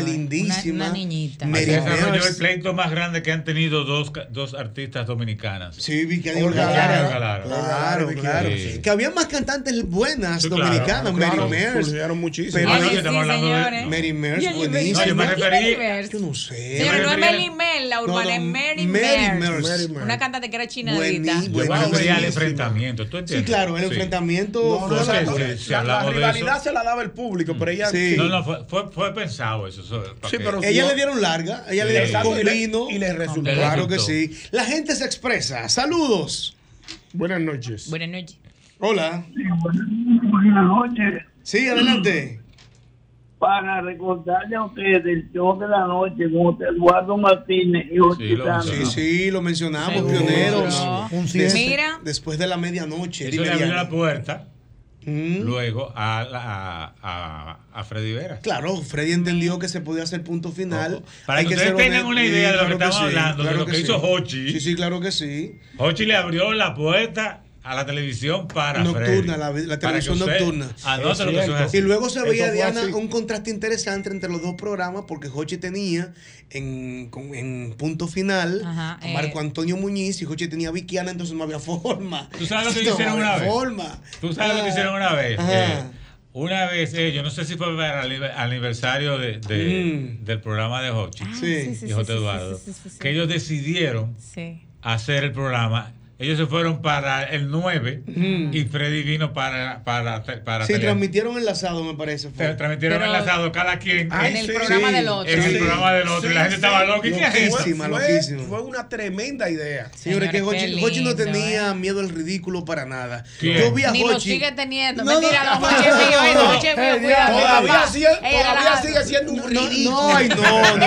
[SPEAKER 7] wow, señor. Una-
[SPEAKER 2] lindísima.
[SPEAKER 7] Una, niñita.
[SPEAKER 4] Se
[SPEAKER 2] Mary
[SPEAKER 4] desarrolló el
[SPEAKER 2] Mears.
[SPEAKER 4] pleito más grande que han tenido dos, ca- dos artistas dominicanas.
[SPEAKER 2] Sí, Vicani
[SPEAKER 4] Olga
[SPEAKER 2] Vergara.
[SPEAKER 4] Lara.
[SPEAKER 2] Claro, claro.
[SPEAKER 4] Sí.
[SPEAKER 2] Que había más cantantes buenas
[SPEAKER 4] Sí, claro,
[SPEAKER 2] dominicanas,
[SPEAKER 4] claro,
[SPEAKER 2] Mary Mears.
[SPEAKER 4] surgieron
[SPEAKER 6] muchísimas.
[SPEAKER 2] Pero-
[SPEAKER 4] Ah, no, que estamos hablando de- señores.
[SPEAKER 2] Mary Mears,
[SPEAKER 7] Y allí
[SPEAKER 2] buenísima.
[SPEAKER 7] venía- No, yo me ¿Quién referí- Mary
[SPEAKER 2] Yo no sé.
[SPEAKER 7] Señora, no es Mary Mel, la urbana es
[SPEAKER 2] Mary
[SPEAKER 7] Mary Mears.
[SPEAKER 2] Mears.
[SPEAKER 7] Una cantante que era chinadita.
[SPEAKER 4] Yo me refería al enfrentamiento, ¿tú entiendes?
[SPEAKER 2] Sí, claro, el enfrentamiento
[SPEAKER 4] No,
[SPEAKER 2] fue-
[SPEAKER 4] no,
[SPEAKER 2] la-
[SPEAKER 4] no,
[SPEAKER 2] la-
[SPEAKER 4] si hablamos de eso.
[SPEAKER 6] se la daba el público, pero ella.
[SPEAKER 4] No, no, fue, fue, fue pensado eso. eso para
[SPEAKER 6] Sí,
[SPEAKER 4] que-
[SPEAKER 6] pero
[SPEAKER 2] Ella le dieron larga, ella le
[SPEAKER 4] Sí.
[SPEAKER 2] dieron
[SPEAKER 4] Exacto,
[SPEAKER 2] con
[SPEAKER 4] y le-
[SPEAKER 2] vino.
[SPEAKER 6] y le resultó.
[SPEAKER 2] Claro
[SPEAKER 6] Le
[SPEAKER 2] que
[SPEAKER 6] resultó.
[SPEAKER 2] sí. La gente se expresa. Saludos.
[SPEAKER 6] Buenas noches.
[SPEAKER 7] Buenas noches.
[SPEAKER 2] Hola.
[SPEAKER 21] Buenas noches.
[SPEAKER 2] Sí, adelante.
[SPEAKER 21] Para recordarle a ustedes el show de la noche con Eduardo Martínez y Jorge
[SPEAKER 2] Sí, lo,
[SPEAKER 21] Santos.
[SPEAKER 2] sí, sí, lo mencionamos,
[SPEAKER 21] Seguro.
[SPEAKER 2] pioneros.
[SPEAKER 21] Un
[SPEAKER 2] Des-
[SPEAKER 21] cien. Mira.
[SPEAKER 2] Después de la medianoche.
[SPEAKER 4] Eso
[SPEAKER 2] dime,
[SPEAKER 4] le abrió
[SPEAKER 2] Diana.
[SPEAKER 4] la puerta
[SPEAKER 2] Mm.
[SPEAKER 4] luego a, la- a, a, a Freddy Vera.
[SPEAKER 2] Claro, Freddy entendió que se podía hacer punto final.
[SPEAKER 4] Para
[SPEAKER 2] Hay
[SPEAKER 4] que ustedes
[SPEAKER 2] ser
[SPEAKER 4] tengan
[SPEAKER 2] honesto.
[SPEAKER 4] una idea de lo
[SPEAKER 2] Sí,
[SPEAKER 4] que
[SPEAKER 2] claro
[SPEAKER 4] estamos
[SPEAKER 2] sí,
[SPEAKER 4] hablando, de
[SPEAKER 2] claro
[SPEAKER 4] lo que,
[SPEAKER 2] sí.
[SPEAKER 4] hizo Hochi.
[SPEAKER 2] Sí, sí, claro que sí.
[SPEAKER 4] Hochi le abrió la puerta a la televisión para
[SPEAKER 2] Nocturna,
[SPEAKER 4] Freddy.
[SPEAKER 2] la, la
[SPEAKER 4] Para
[SPEAKER 2] televisión
[SPEAKER 4] que usted
[SPEAKER 2] nocturna.
[SPEAKER 4] anote lo que eso es así.
[SPEAKER 2] y luego se veía,
[SPEAKER 4] Eso fue
[SPEAKER 2] Diana,
[SPEAKER 4] así.
[SPEAKER 2] un contraste interesante entre los dos programas porque Jochi tenía en, con- en punto final
[SPEAKER 7] Ajá,
[SPEAKER 2] a
[SPEAKER 7] eh.
[SPEAKER 2] Marco Antonio Muñiz y Jochi tenía a Vickiana, entonces no había forma.
[SPEAKER 4] ¿Tú sabes lo que
[SPEAKER 2] No
[SPEAKER 4] hicieron
[SPEAKER 2] había
[SPEAKER 4] una vez?
[SPEAKER 2] forma.
[SPEAKER 4] ¿Tú sabes lo
[SPEAKER 2] Ah,
[SPEAKER 4] que hicieron una vez?
[SPEAKER 2] ajá.
[SPEAKER 4] Eh, una vez, eh, yo no sé si fue para el anive- aniversario de- de-
[SPEAKER 2] Mm.
[SPEAKER 4] del programa de Hochi
[SPEAKER 7] Ah, sí, sí,
[SPEAKER 4] y J.
[SPEAKER 7] sí, sí,
[SPEAKER 4] Eduardo,
[SPEAKER 7] sí, sí, sí, sí.
[SPEAKER 4] que ellos decidieron
[SPEAKER 7] Sí.
[SPEAKER 4] hacer el programa. Ellos se fueron para el 9 y Freddy vino para para para
[SPEAKER 2] Sí,
[SPEAKER 4] tele-
[SPEAKER 2] transmitieron enlazado, me parece. fue.
[SPEAKER 4] se transmitieron enlazados cada quien
[SPEAKER 6] Ay, sí. Sí.
[SPEAKER 4] En el
[SPEAKER 6] Sí.
[SPEAKER 4] programa del otro. y la
[SPEAKER 6] Sí,
[SPEAKER 4] gente
[SPEAKER 6] sí.
[SPEAKER 4] estaba loca. ¿Y qué es esto?
[SPEAKER 2] Loquísima,
[SPEAKER 6] Fue-
[SPEAKER 2] loquísima.
[SPEAKER 6] Fue una tremenda idea.
[SPEAKER 2] Señores, que
[SPEAKER 7] Señores,
[SPEAKER 2] Jochi
[SPEAKER 7] qué
[SPEAKER 2] Jochi no
[SPEAKER 7] lindo, ¿eh?
[SPEAKER 2] tenía miedo al ridículo para nada.
[SPEAKER 7] ¿Quién?
[SPEAKER 2] Yo vi a
[SPEAKER 7] Ni lo
[SPEAKER 2] Jochi.
[SPEAKER 7] sigue teniendo.
[SPEAKER 2] No, no,
[SPEAKER 7] Mentira, no,
[SPEAKER 2] no,
[SPEAKER 7] Jochi es mío, eh,
[SPEAKER 2] no.
[SPEAKER 7] Jochi es mío,
[SPEAKER 2] Eh,
[SPEAKER 7] cuidado,
[SPEAKER 2] ya,
[SPEAKER 7] papá.
[SPEAKER 2] todavía sigue-
[SPEAKER 7] Eh,
[SPEAKER 6] Todavía
[SPEAKER 7] relajado.
[SPEAKER 6] sigue siendo un ridículo.
[SPEAKER 2] No, ay, no, no.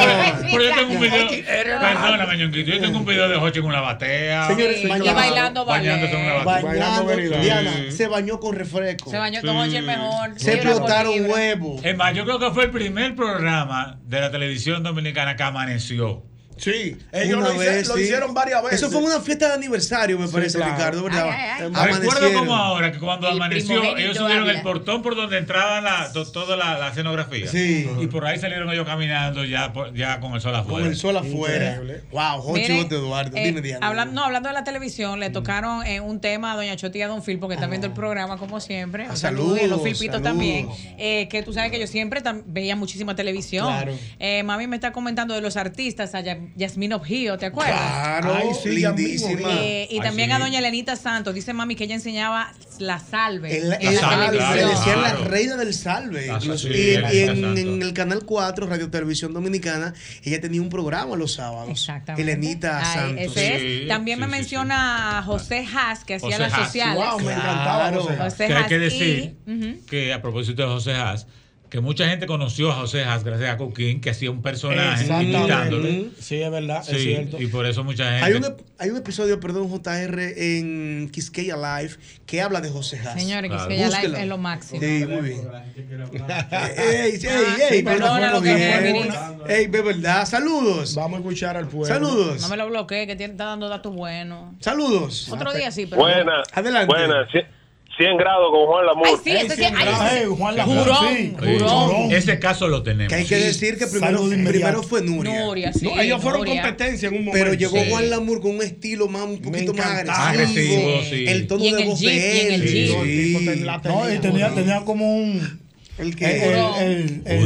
[SPEAKER 4] Pero yo tengo un video. Perdona, Mañonquito. Yo tengo un video de Hochi en una batea.
[SPEAKER 2] Señores,
[SPEAKER 7] Sí, y bailando ballet.
[SPEAKER 4] Bañándose en una batea.
[SPEAKER 2] Bailando, Diana,
[SPEAKER 4] Sí.
[SPEAKER 2] se bañó con refresco.
[SPEAKER 7] Se bañó con Jochi el mejor.
[SPEAKER 2] Se
[SPEAKER 7] Libra por
[SPEAKER 2] explotaron
[SPEAKER 7] libra.
[SPEAKER 2] huevos.
[SPEAKER 4] Es más, yo creo que fue el primer programa de la televisión dominicana que amaneció.
[SPEAKER 6] Sí, ellos
[SPEAKER 2] Una
[SPEAKER 6] lo, hice-
[SPEAKER 2] vez,
[SPEAKER 6] lo
[SPEAKER 2] sí.
[SPEAKER 6] hicieron varias veces.
[SPEAKER 2] Eso fue una fiesta de aniversario, me
[SPEAKER 6] Sí,
[SPEAKER 2] parece,
[SPEAKER 6] claro.
[SPEAKER 2] Ricardo, ¿verdad?
[SPEAKER 6] Ay, ay, ay.
[SPEAKER 4] Recuerdo
[SPEAKER 2] Amanecieron.
[SPEAKER 4] como ahora que cuando
[SPEAKER 2] El
[SPEAKER 4] amaneció,
[SPEAKER 2] primogénito
[SPEAKER 4] ellos subieron
[SPEAKER 2] habla.
[SPEAKER 4] el portón por donde entraba la, to- toda la, la escenografía.
[SPEAKER 2] Sí.
[SPEAKER 4] Y por ahí salieron ellos caminando ya, por- ya con el sol afuera.
[SPEAKER 2] Con el sol afuera. Wow, Jochi
[SPEAKER 7] Miren,
[SPEAKER 2] Bote Eduardo.
[SPEAKER 7] eh,
[SPEAKER 2] Dime, Mm. Diana.
[SPEAKER 7] hablan- no, hablando de la televisión, le tocaron eh, un tema a Doña Chotía Don Filpo, que está viendo el programa, como siempre.
[SPEAKER 2] Ah,
[SPEAKER 7] Un saludo y a
[SPEAKER 2] saludos,
[SPEAKER 7] eh, los Filpitos
[SPEAKER 2] saludos.
[SPEAKER 7] también. Eh, que tú sabes que yo siempre tam- veía muchísima televisión.
[SPEAKER 2] Claro.
[SPEAKER 7] Eh, mami me está comentando de los artistas, a Ya- Yasmín Obgio, ¿te acuerdas?
[SPEAKER 2] Claro,
[SPEAKER 6] Ay, sí,
[SPEAKER 2] lindísima.
[SPEAKER 7] Eh, y
[SPEAKER 2] Ay,
[SPEAKER 7] también
[SPEAKER 2] sí.
[SPEAKER 7] a doña Elenita Santos. Dice mami que ella enseñaba la salve. Eh,
[SPEAKER 2] En la-
[SPEAKER 7] en
[SPEAKER 2] en
[SPEAKER 7] la
[SPEAKER 2] la- le
[SPEAKER 7] televisión.
[SPEAKER 2] decían la
[SPEAKER 4] Claro.
[SPEAKER 2] reina del salve.
[SPEAKER 4] Ah, sí,
[SPEAKER 2] incluso.
[SPEAKER 4] sí,
[SPEAKER 2] y
[SPEAKER 4] Elena
[SPEAKER 2] y en,
[SPEAKER 4] Santos.
[SPEAKER 2] en el canal 4, Radio Televisión Dominicana, ella tenía un programa los sábados. Exactamente. Elenita
[SPEAKER 7] Ay,
[SPEAKER 2] Santos.
[SPEAKER 7] ese es. También me menciona a José Haas, que hacía
[SPEAKER 4] José
[SPEAKER 7] las
[SPEAKER 4] Haas.
[SPEAKER 7] sociales.
[SPEAKER 4] Wow, me
[SPEAKER 6] encantaba José Haas.
[SPEAKER 4] Que hay
[SPEAKER 7] Haas
[SPEAKER 4] que
[SPEAKER 7] y-
[SPEAKER 4] decir
[SPEAKER 7] Ujú.
[SPEAKER 4] que a propósito de José Haas, que mucha gente conoció a José Haas gracias a Coquín, que hacía un personaje imitándole.
[SPEAKER 6] Sí, es verdad, es
[SPEAKER 4] Sí,
[SPEAKER 6] cierto.
[SPEAKER 4] y por eso mucha gente.
[SPEAKER 2] Hay un, ep- hay un episodio, perdón, JR, en Quisqueya Live que habla de José Haas.
[SPEAKER 7] Señores, Quisqueya Live
[SPEAKER 2] Búsquela.
[SPEAKER 7] es lo máximo. Ah,
[SPEAKER 2] Sí, muy bien. ey, ey, ey,
[SPEAKER 7] sí, perdona
[SPEAKER 2] pero
[SPEAKER 7] lo que
[SPEAKER 2] bien.
[SPEAKER 7] fue, Vinicius.
[SPEAKER 2] Ey, de verdad, saludos.
[SPEAKER 6] Vamos a escuchar al pueblo.
[SPEAKER 2] Saludos.
[SPEAKER 7] No me lo bloqueé, que tiene, está dando datos buenos.
[SPEAKER 2] Saludos.
[SPEAKER 7] Otro día sí, pero.
[SPEAKER 14] Buena.
[SPEAKER 2] Adelante.
[SPEAKER 14] Buena. 100 grados con Juan Lamour.
[SPEAKER 7] Ay, sí, ese sí. ay, ese-
[SPEAKER 4] eh,
[SPEAKER 7] Jurón, jurón.
[SPEAKER 4] Ese caso lo tenemos.
[SPEAKER 2] Eh, Que hay que decir que primero,
[SPEAKER 4] Salgo de
[SPEAKER 2] primero
[SPEAKER 4] inmediato.
[SPEAKER 2] fue Nuria.
[SPEAKER 7] Nuria, sí,
[SPEAKER 2] No, ellos fueron
[SPEAKER 7] Nuria.
[SPEAKER 2] competencia en un
[SPEAKER 6] momento.
[SPEAKER 2] Pero llegó
[SPEAKER 6] Sí.
[SPEAKER 2] Juan Lamour con un estilo más un poquito más
[SPEAKER 6] encantaba.
[SPEAKER 2] agresivo.
[SPEAKER 6] Agresivo, sí.
[SPEAKER 2] El tono
[SPEAKER 6] Y en
[SPEAKER 2] de
[SPEAKER 6] el
[SPEAKER 2] voz
[SPEAKER 6] jeep, y en
[SPEAKER 2] de
[SPEAKER 6] el
[SPEAKER 2] él.
[SPEAKER 6] jeep.
[SPEAKER 2] Sí.
[SPEAKER 6] No, el tipo te- la
[SPEAKER 12] No, y
[SPEAKER 6] tenía,
[SPEAKER 12] tenía,
[SPEAKER 6] Jurón.
[SPEAKER 12] tenía como un.
[SPEAKER 2] El
[SPEAKER 12] El, el, el, el,
[SPEAKER 2] El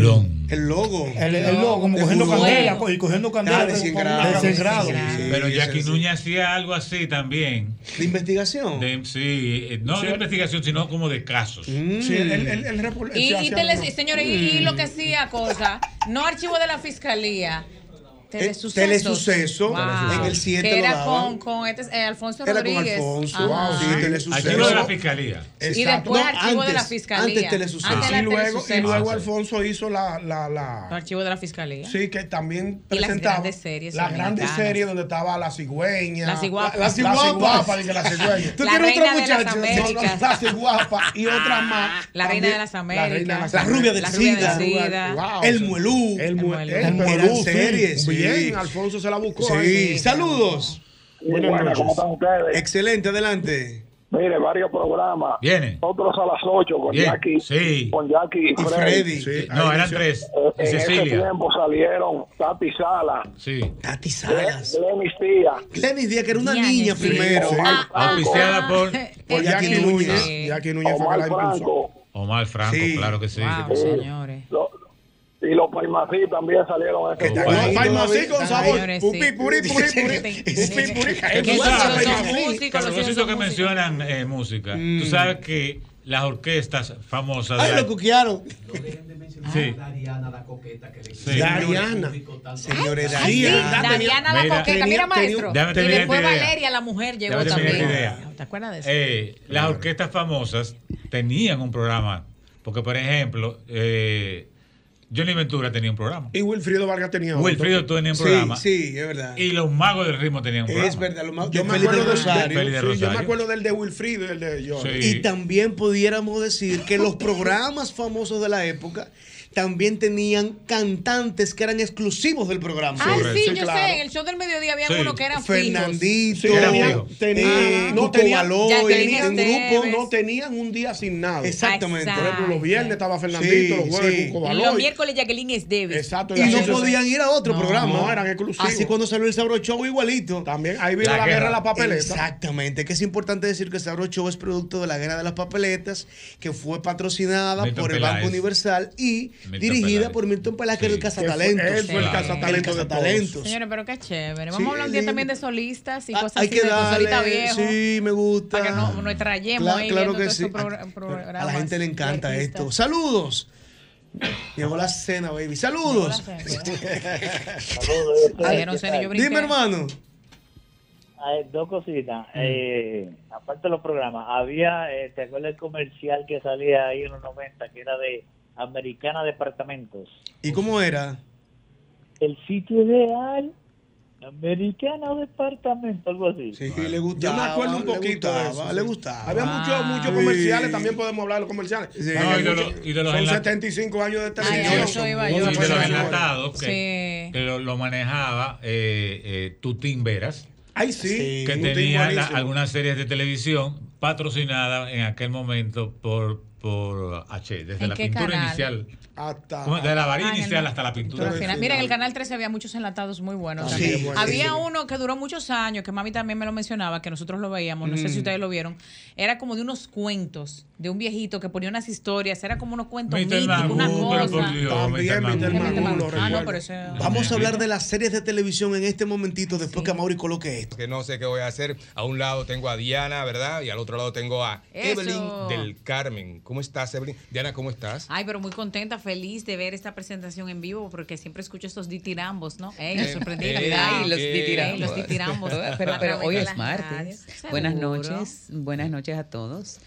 [SPEAKER 2] logo.
[SPEAKER 12] El, logo, como cogiendo
[SPEAKER 4] Jurón.
[SPEAKER 12] candela, co- y cogiendo candela.
[SPEAKER 4] de
[SPEAKER 12] con- con- de 100 grados.
[SPEAKER 4] Pero Jackie Nuña hacía algo así también.
[SPEAKER 2] ¿De investigación?
[SPEAKER 4] sí, eh, no
[SPEAKER 6] Sí. Mm.
[SPEAKER 4] de investigación, sino como de casos.
[SPEAKER 6] Sí, el, el, el repul-
[SPEAKER 7] Y,
[SPEAKER 6] se
[SPEAKER 7] y
[SPEAKER 6] hacía
[SPEAKER 7] tele-
[SPEAKER 6] uno.
[SPEAKER 7] señores, y, y lo que hacía cosa, no archivo de la fiscalía. Telesucesos.
[SPEAKER 2] Telesuceso, en el 7
[SPEAKER 7] Que
[SPEAKER 2] lo
[SPEAKER 7] era
[SPEAKER 2] daban.
[SPEAKER 7] con, con este, eh, Alfonso
[SPEAKER 2] Era con
[SPEAKER 7] Rodríguez.
[SPEAKER 2] Alfonso.
[SPEAKER 7] Ajá.
[SPEAKER 2] Wow, sí, Telesuceso.
[SPEAKER 4] Archivo de la fiscalía.
[SPEAKER 7] Y después archivo de la fiscalía.
[SPEAKER 2] antes Telesuceso.
[SPEAKER 7] Antes
[SPEAKER 6] y
[SPEAKER 7] era
[SPEAKER 6] luego,
[SPEAKER 7] Telesuceso.
[SPEAKER 6] y luego Alfonso hizo la, la, la-
[SPEAKER 7] Archivo de la fiscalía.
[SPEAKER 6] Sí, que también
[SPEAKER 7] Y las
[SPEAKER 6] presentaba
[SPEAKER 7] grandes series
[SPEAKER 6] la grande
[SPEAKER 7] dominicanas.
[SPEAKER 6] serie donde estaba la cigüeña.
[SPEAKER 7] La ciguapa.
[SPEAKER 6] La, la ciguapa.
[SPEAKER 7] La
[SPEAKER 6] dije, la cigüeña.
[SPEAKER 7] ¿Tú La quieres otro reina de las muchacho? Américas.
[SPEAKER 6] la ciguapa y otra más.
[SPEAKER 7] Ah, La reina de las
[SPEAKER 6] La reina de
[SPEAKER 7] Américas.
[SPEAKER 6] las
[SPEAKER 7] La rubia del
[SPEAKER 6] Américas.
[SPEAKER 7] SIDA.
[SPEAKER 6] Wow.
[SPEAKER 2] El Muelú.
[SPEAKER 6] El Muelú.
[SPEAKER 2] El Muelú, sí.
[SPEAKER 6] Bien,
[SPEAKER 2] Bien,
[SPEAKER 6] Alfonso se la buscó. ¿eh?
[SPEAKER 2] Sí, saludos.
[SPEAKER 14] Buenas Buenas, noches. ¿cómo están ustedes?
[SPEAKER 2] Excelente, adelante.
[SPEAKER 14] Mire, varios programas.
[SPEAKER 4] Viene.
[SPEAKER 14] Otros a las 8 con
[SPEAKER 4] Bien,
[SPEAKER 14] Jackie.
[SPEAKER 4] sí.
[SPEAKER 14] Con Jackie y
[SPEAKER 4] Y Freddy.
[SPEAKER 14] Freddy.
[SPEAKER 4] Sí, No, ahí eran inició. tres.
[SPEAKER 14] Eh,
[SPEAKER 4] Y
[SPEAKER 14] En ese
[SPEAKER 4] Cecilia.
[SPEAKER 14] tiempo salieron Tati Sala.
[SPEAKER 4] Sí.
[SPEAKER 2] Tati
[SPEAKER 14] Salas. Glenis Díaz.
[SPEAKER 2] Glenis Díaz, que era una niña
[SPEAKER 14] sí.
[SPEAKER 2] primero. ¿eh?
[SPEAKER 14] Sí. Ah, ah,
[SPEAKER 4] Auspiciada
[SPEAKER 14] ah.
[SPEAKER 4] por,
[SPEAKER 2] Por Jackie Jackie Núñez. Núñez.
[SPEAKER 6] Jackie
[SPEAKER 14] Núñez fue que la impulsó.
[SPEAKER 4] Omar Franco, claro que sí.
[SPEAKER 11] Ah,
[SPEAKER 14] señores. eh, y los Palmací también salieron. en ese tiempo.
[SPEAKER 6] Los Palmací con sabor. Pupi, puri, puri, puri. Pupi, puri.
[SPEAKER 4] Tú sabes,
[SPEAKER 6] músicos,
[SPEAKER 4] a
[SPEAKER 6] los
[SPEAKER 4] propósito que mencionan eh, música, tú sabes que las orquestas famosas. de
[SPEAKER 2] Ay,
[SPEAKER 4] la-
[SPEAKER 2] lo cuquearon.
[SPEAKER 4] Sí.
[SPEAKER 29] Dariana la coqueta que le
[SPEAKER 4] Sí.
[SPEAKER 2] Dariana. Señores,
[SPEAKER 7] Ay, Ah, sí,
[SPEAKER 2] Dariana.
[SPEAKER 7] Dariana la
[SPEAKER 4] Mira,
[SPEAKER 7] coqueta,
[SPEAKER 4] tenía-
[SPEAKER 7] mira maestro.
[SPEAKER 4] tenía- déjame
[SPEAKER 7] y
[SPEAKER 4] terminar
[SPEAKER 7] después
[SPEAKER 4] esta idea.
[SPEAKER 7] Valeria, la mujer, llegó
[SPEAKER 4] Déjame terminar
[SPEAKER 7] también.
[SPEAKER 4] esta idea.
[SPEAKER 7] ¿Te acuerdas de eso?
[SPEAKER 4] Eh, las orquestas famosas tenían un programa. Porque, por ejemplo, eh, Johnny Ventura tenía un programa.
[SPEAKER 6] Y Wilfrido Vargas tenía otro.
[SPEAKER 4] Wilfrido tenía un
[SPEAKER 6] Sí,
[SPEAKER 4] programa.
[SPEAKER 2] Sí, es verdad.
[SPEAKER 4] Y los magos del ritmo tenían un programa.
[SPEAKER 2] Es verdad, los magos-
[SPEAKER 6] Yo
[SPEAKER 2] de
[SPEAKER 6] me
[SPEAKER 2] Félix
[SPEAKER 6] acuerdo
[SPEAKER 2] de
[SPEAKER 6] del
[SPEAKER 2] Rosario.
[SPEAKER 6] del-
[SPEAKER 4] Félix de
[SPEAKER 6] sí, Yo me
[SPEAKER 4] Rosario.
[SPEAKER 6] acuerdo del de Wilfrido y el de Jorge.
[SPEAKER 2] Y también pudiéramos decir que los programas famosos de la época también tenían cantantes que eran exclusivos del programa.
[SPEAKER 7] Ay, Ah, sí, yo sé, en el show del mediodía había
[SPEAKER 2] Sí.
[SPEAKER 7] uno que era
[SPEAKER 2] Fernandito,
[SPEAKER 6] Sí, tenía-
[SPEAKER 2] Era fijo.
[SPEAKER 6] tenía-
[SPEAKER 2] eh,
[SPEAKER 6] no
[SPEAKER 2] Cuco
[SPEAKER 6] tenía-
[SPEAKER 2] Baloy,
[SPEAKER 6] tenía-
[SPEAKER 2] Jacqueline
[SPEAKER 6] en
[SPEAKER 2] Esteves.
[SPEAKER 6] grupo no tenían un día asignado.
[SPEAKER 2] Exactamente.
[SPEAKER 6] Por ejemplo, los viernes estaba
[SPEAKER 2] Sí,
[SPEAKER 6] Fernandito, los jueves
[SPEAKER 2] sí.
[SPEAKER 6] Cuco
[SPEAKER 7] Y los
[SPEAKER 6] Baloy.
[SPEAKER 7] miércoles Jacqueline es Davis.
[SPEAKER 6] Exacto.
[SPEAKER 2] Y no podían ir a otro
[SPEAKER 6] No,
[SPEAKER 2] programa.
[SPEAKER 6] no, eran exclusivos.
[SPEAKER 2] Así cuando salió el Sabro Show igualito.
[SPEAKER 6] También ahí vino La la guerra guerra de las papeletas.
[SPEAKER 2] Exactamente, que es importante decir que el Sabro Show es producto de la guerra de las papeletas, que fue patrocinada
[SPEAKER 6] Milton
[SPEAKER 2] por el
[SPEAKER 6] Peláez.
[SPEAKER 2] Banco Universal y
[SPEAKER 6] Milton
[SPEAKER 2] dirigida
[SPEAKER 6] Peláez.
[SPEAKER 2] por Milton Peláez, que era el
[SPEAKER 6] Que fue-
[SPEAKER 2] cazatalentos.
[SPEAKER 6] él fue el Sí. cazatalentos de
[SPEAKER 2] El
[SPEAKER 6] todos.
[SPEAKER 2] cazatalentos.
[SPEAKER 7] Señores, pero qué chévere.
[SPEAKER 2] Sí,
[SPEAKER 7] Vamos a hablar un día también de solistas y cosas
[SPEAKER 2] Hay
[SPEAKER 7] así,
[SPEAKER 2] que
[SPEAKER 7] de solita
[SPEAKER 2] darle,
[SPEAKER 7] viejo.
[SPEAKER 2] sí, me gusta.
[SPEAKER 7] Que no, nos trayemos
[SPEAKER 2] Ah. Cla-
[SPEAKER 7] ahí
[SPEAKER 2] claro
[SPEAKER 7] viendo este
[SPEAKER 2] que
[SPEAKER 7] todos
[SPEAKER 2] sí.
[SPEAKER 7] esos pro-
[SPEAKER 2] A la
[SPEAKER 7] programas.
[SPEAKER 2] gente le encanta esto. Saludos. Llegó la cena, baby. Saludos.
[SPEAKER 14] este.
[SPEAKER 11] Ay, yo no sé, ni yo brinqué.
[SPEAKER 2] Dime, hermano.
[SPEAKER 11] Ay, dos
[SPEAKER 6] Mm.
[SPEAKER 11] cositas. Eh, aparte de los programas, había, eh, ¿te acuerdas el comercial que salía ahí en los 90, que era de Americana Departamentos?
[SPEAKER 2] ¿Y cómo era?
[SPEAKER 11] El sitio ideal, Americana Departamento, algo así.
[SPEAKER 2] Sí, le gustaba.
[SPEAKER 6] Yo me acuerdo un
[SPEAKER 2] le
[SPEAKER 6] poquito de eso.
[SPEAKER 2] gustaba,
[SPEAKER 6] sí.
[SPEAKER 2] Le gustaba. Ah.
[SPEAKER 6] Había
[SPEAKER 23] Ah,
[SPEAKER 6] muchos muchos comerciales, también podemos hablar de los comerciales.
[SPEAKER 2] Sí.
[SPEAKER 6] Porque
[SPEAKER 2] No, y de
[SPEAKER 6] muchos-
[SPEAKER 4] los- y de los
[SPEAKER 6] son
[SPEAKER 4] enla-
[SPEAKER 6] 75 años de
[SPEAKER 4] Señores,
[SPEAKER 6] televisión.
[SPEAKER 4] y
[SPEAKER 6] No se
[SPEAKER 4] de
[SPEAKER 6] puede
[SPEAKER 4] los
[SPEAKER 6] hacer ahora.
[SPEAKER 4] enlatados que, que lo, lo manejaba eh, eh, Tutín Veras.
[SPEAKER 6] Ay, sí.
[SPEAKER 4] que
[SPEAKER 6] un tipo
[SPEAKER 4] tenía la-
[SPEAKER 6] buenísimo.
[SPEAKER 4] algunas series de televisión patrocinadas en aquel momento por, por H, desde
[SPEAKER 7] ¿En
[SPEAKER 4] la
[SPEAKER 7] qué
[SPEAKER 4] pintura
[SPEAKER 7] canal?
[SPEAKER 4] inicial.
[SPEAKER 6] Hasta,
[SPEAKER 4] ¿Cómo? de la varilla
[SPEAKER 7] Ah, en el-
[SPEAKER 4] inicial hasta la pintura.
[SPEAKER 7] Al final, mira, en el Canal 13 había muchos enlatados muy buenos.
[SPEAKER 4] Sí,
[SPEAKER 7] también.
[SPEAKER 4] bueno,
[SPEAKER 7] había
[SPEAKER 4] sí.
[SPEAKER 7] uno que duró muchos años, que mami también me lo mencionaba, que nosotros lo veíamos, no sé
[SPEAKER 4] Mm.
[SPEAKER 7] si ustedes lo vieron. Era como de unos cuentos, de un viejito que ponía unas historias, era como unos cuentos
[SPEAKER 4] Mr.
[SPEAKER 7] míticos,
[SPEAKER 4] Magoo,
[SPEAKER 7] una
[SPEAKER 4] pero por
[SPEAKER 7] cosa.
[SPEAKER 4] Dios,
[SPEAKER 2] También
[SPEAKER 4] Mr.
[SPEAKER 2] Mr. Magoo,
[SPEAKER 4] Magoo.
[SPEAKER 7] Ah,
[SPEAKER 2] lo
[SPEAKER 7] no,
[SPEAKER 2] recuerdo.
[SPEAKER 7] pero eso-
[SPEAKER 2] Vamos a hablar de las series de televisión en este momentito, después que Mauri coloque esto.
[SPEAKER 23] que no sé qué voy a hacer. A un lado tengo a Diana, ¿verdad? Y al otro lado tengo a
[SPEAKER 7] Eso.
[SPEAKER 23] Evelyn del Carmen. ¿Cómo estás, Evelyn? Diana, ¿cómo estás?
[SPEAKER 7] Ay, pero muy contenta, feliz de ver esta presentación en vivo, porque siempre escucho estos ditirambos, ¿no? Ey, los sorprendí,
[SPEAKER 23] Eh,
[SPEAKER 7] ¿verdad?
[SPEAKER 23] eh, los
[SPEAKER 7] Ey,
[SPEAKER 23] ditirambos.
[SPEAKER 7] los ditirambos.
[SPEAKER 23] Pero-
[SPEAKER 7] A
[SPEAKER 3] Pero, pero
[SPEAKER 7] través
[SPEAKER 3] hoy
[SPEAKER 7] de
[SPEAKER 3] es
[SPEAKER 7] las
[SPEAKER 23] martes.
[SPEAKER 7] radios.
[SPEAKER 3] Buenas
[SPEAKER 7] Seguro.
[SPEAKER 3] noches, buenas noches a todos.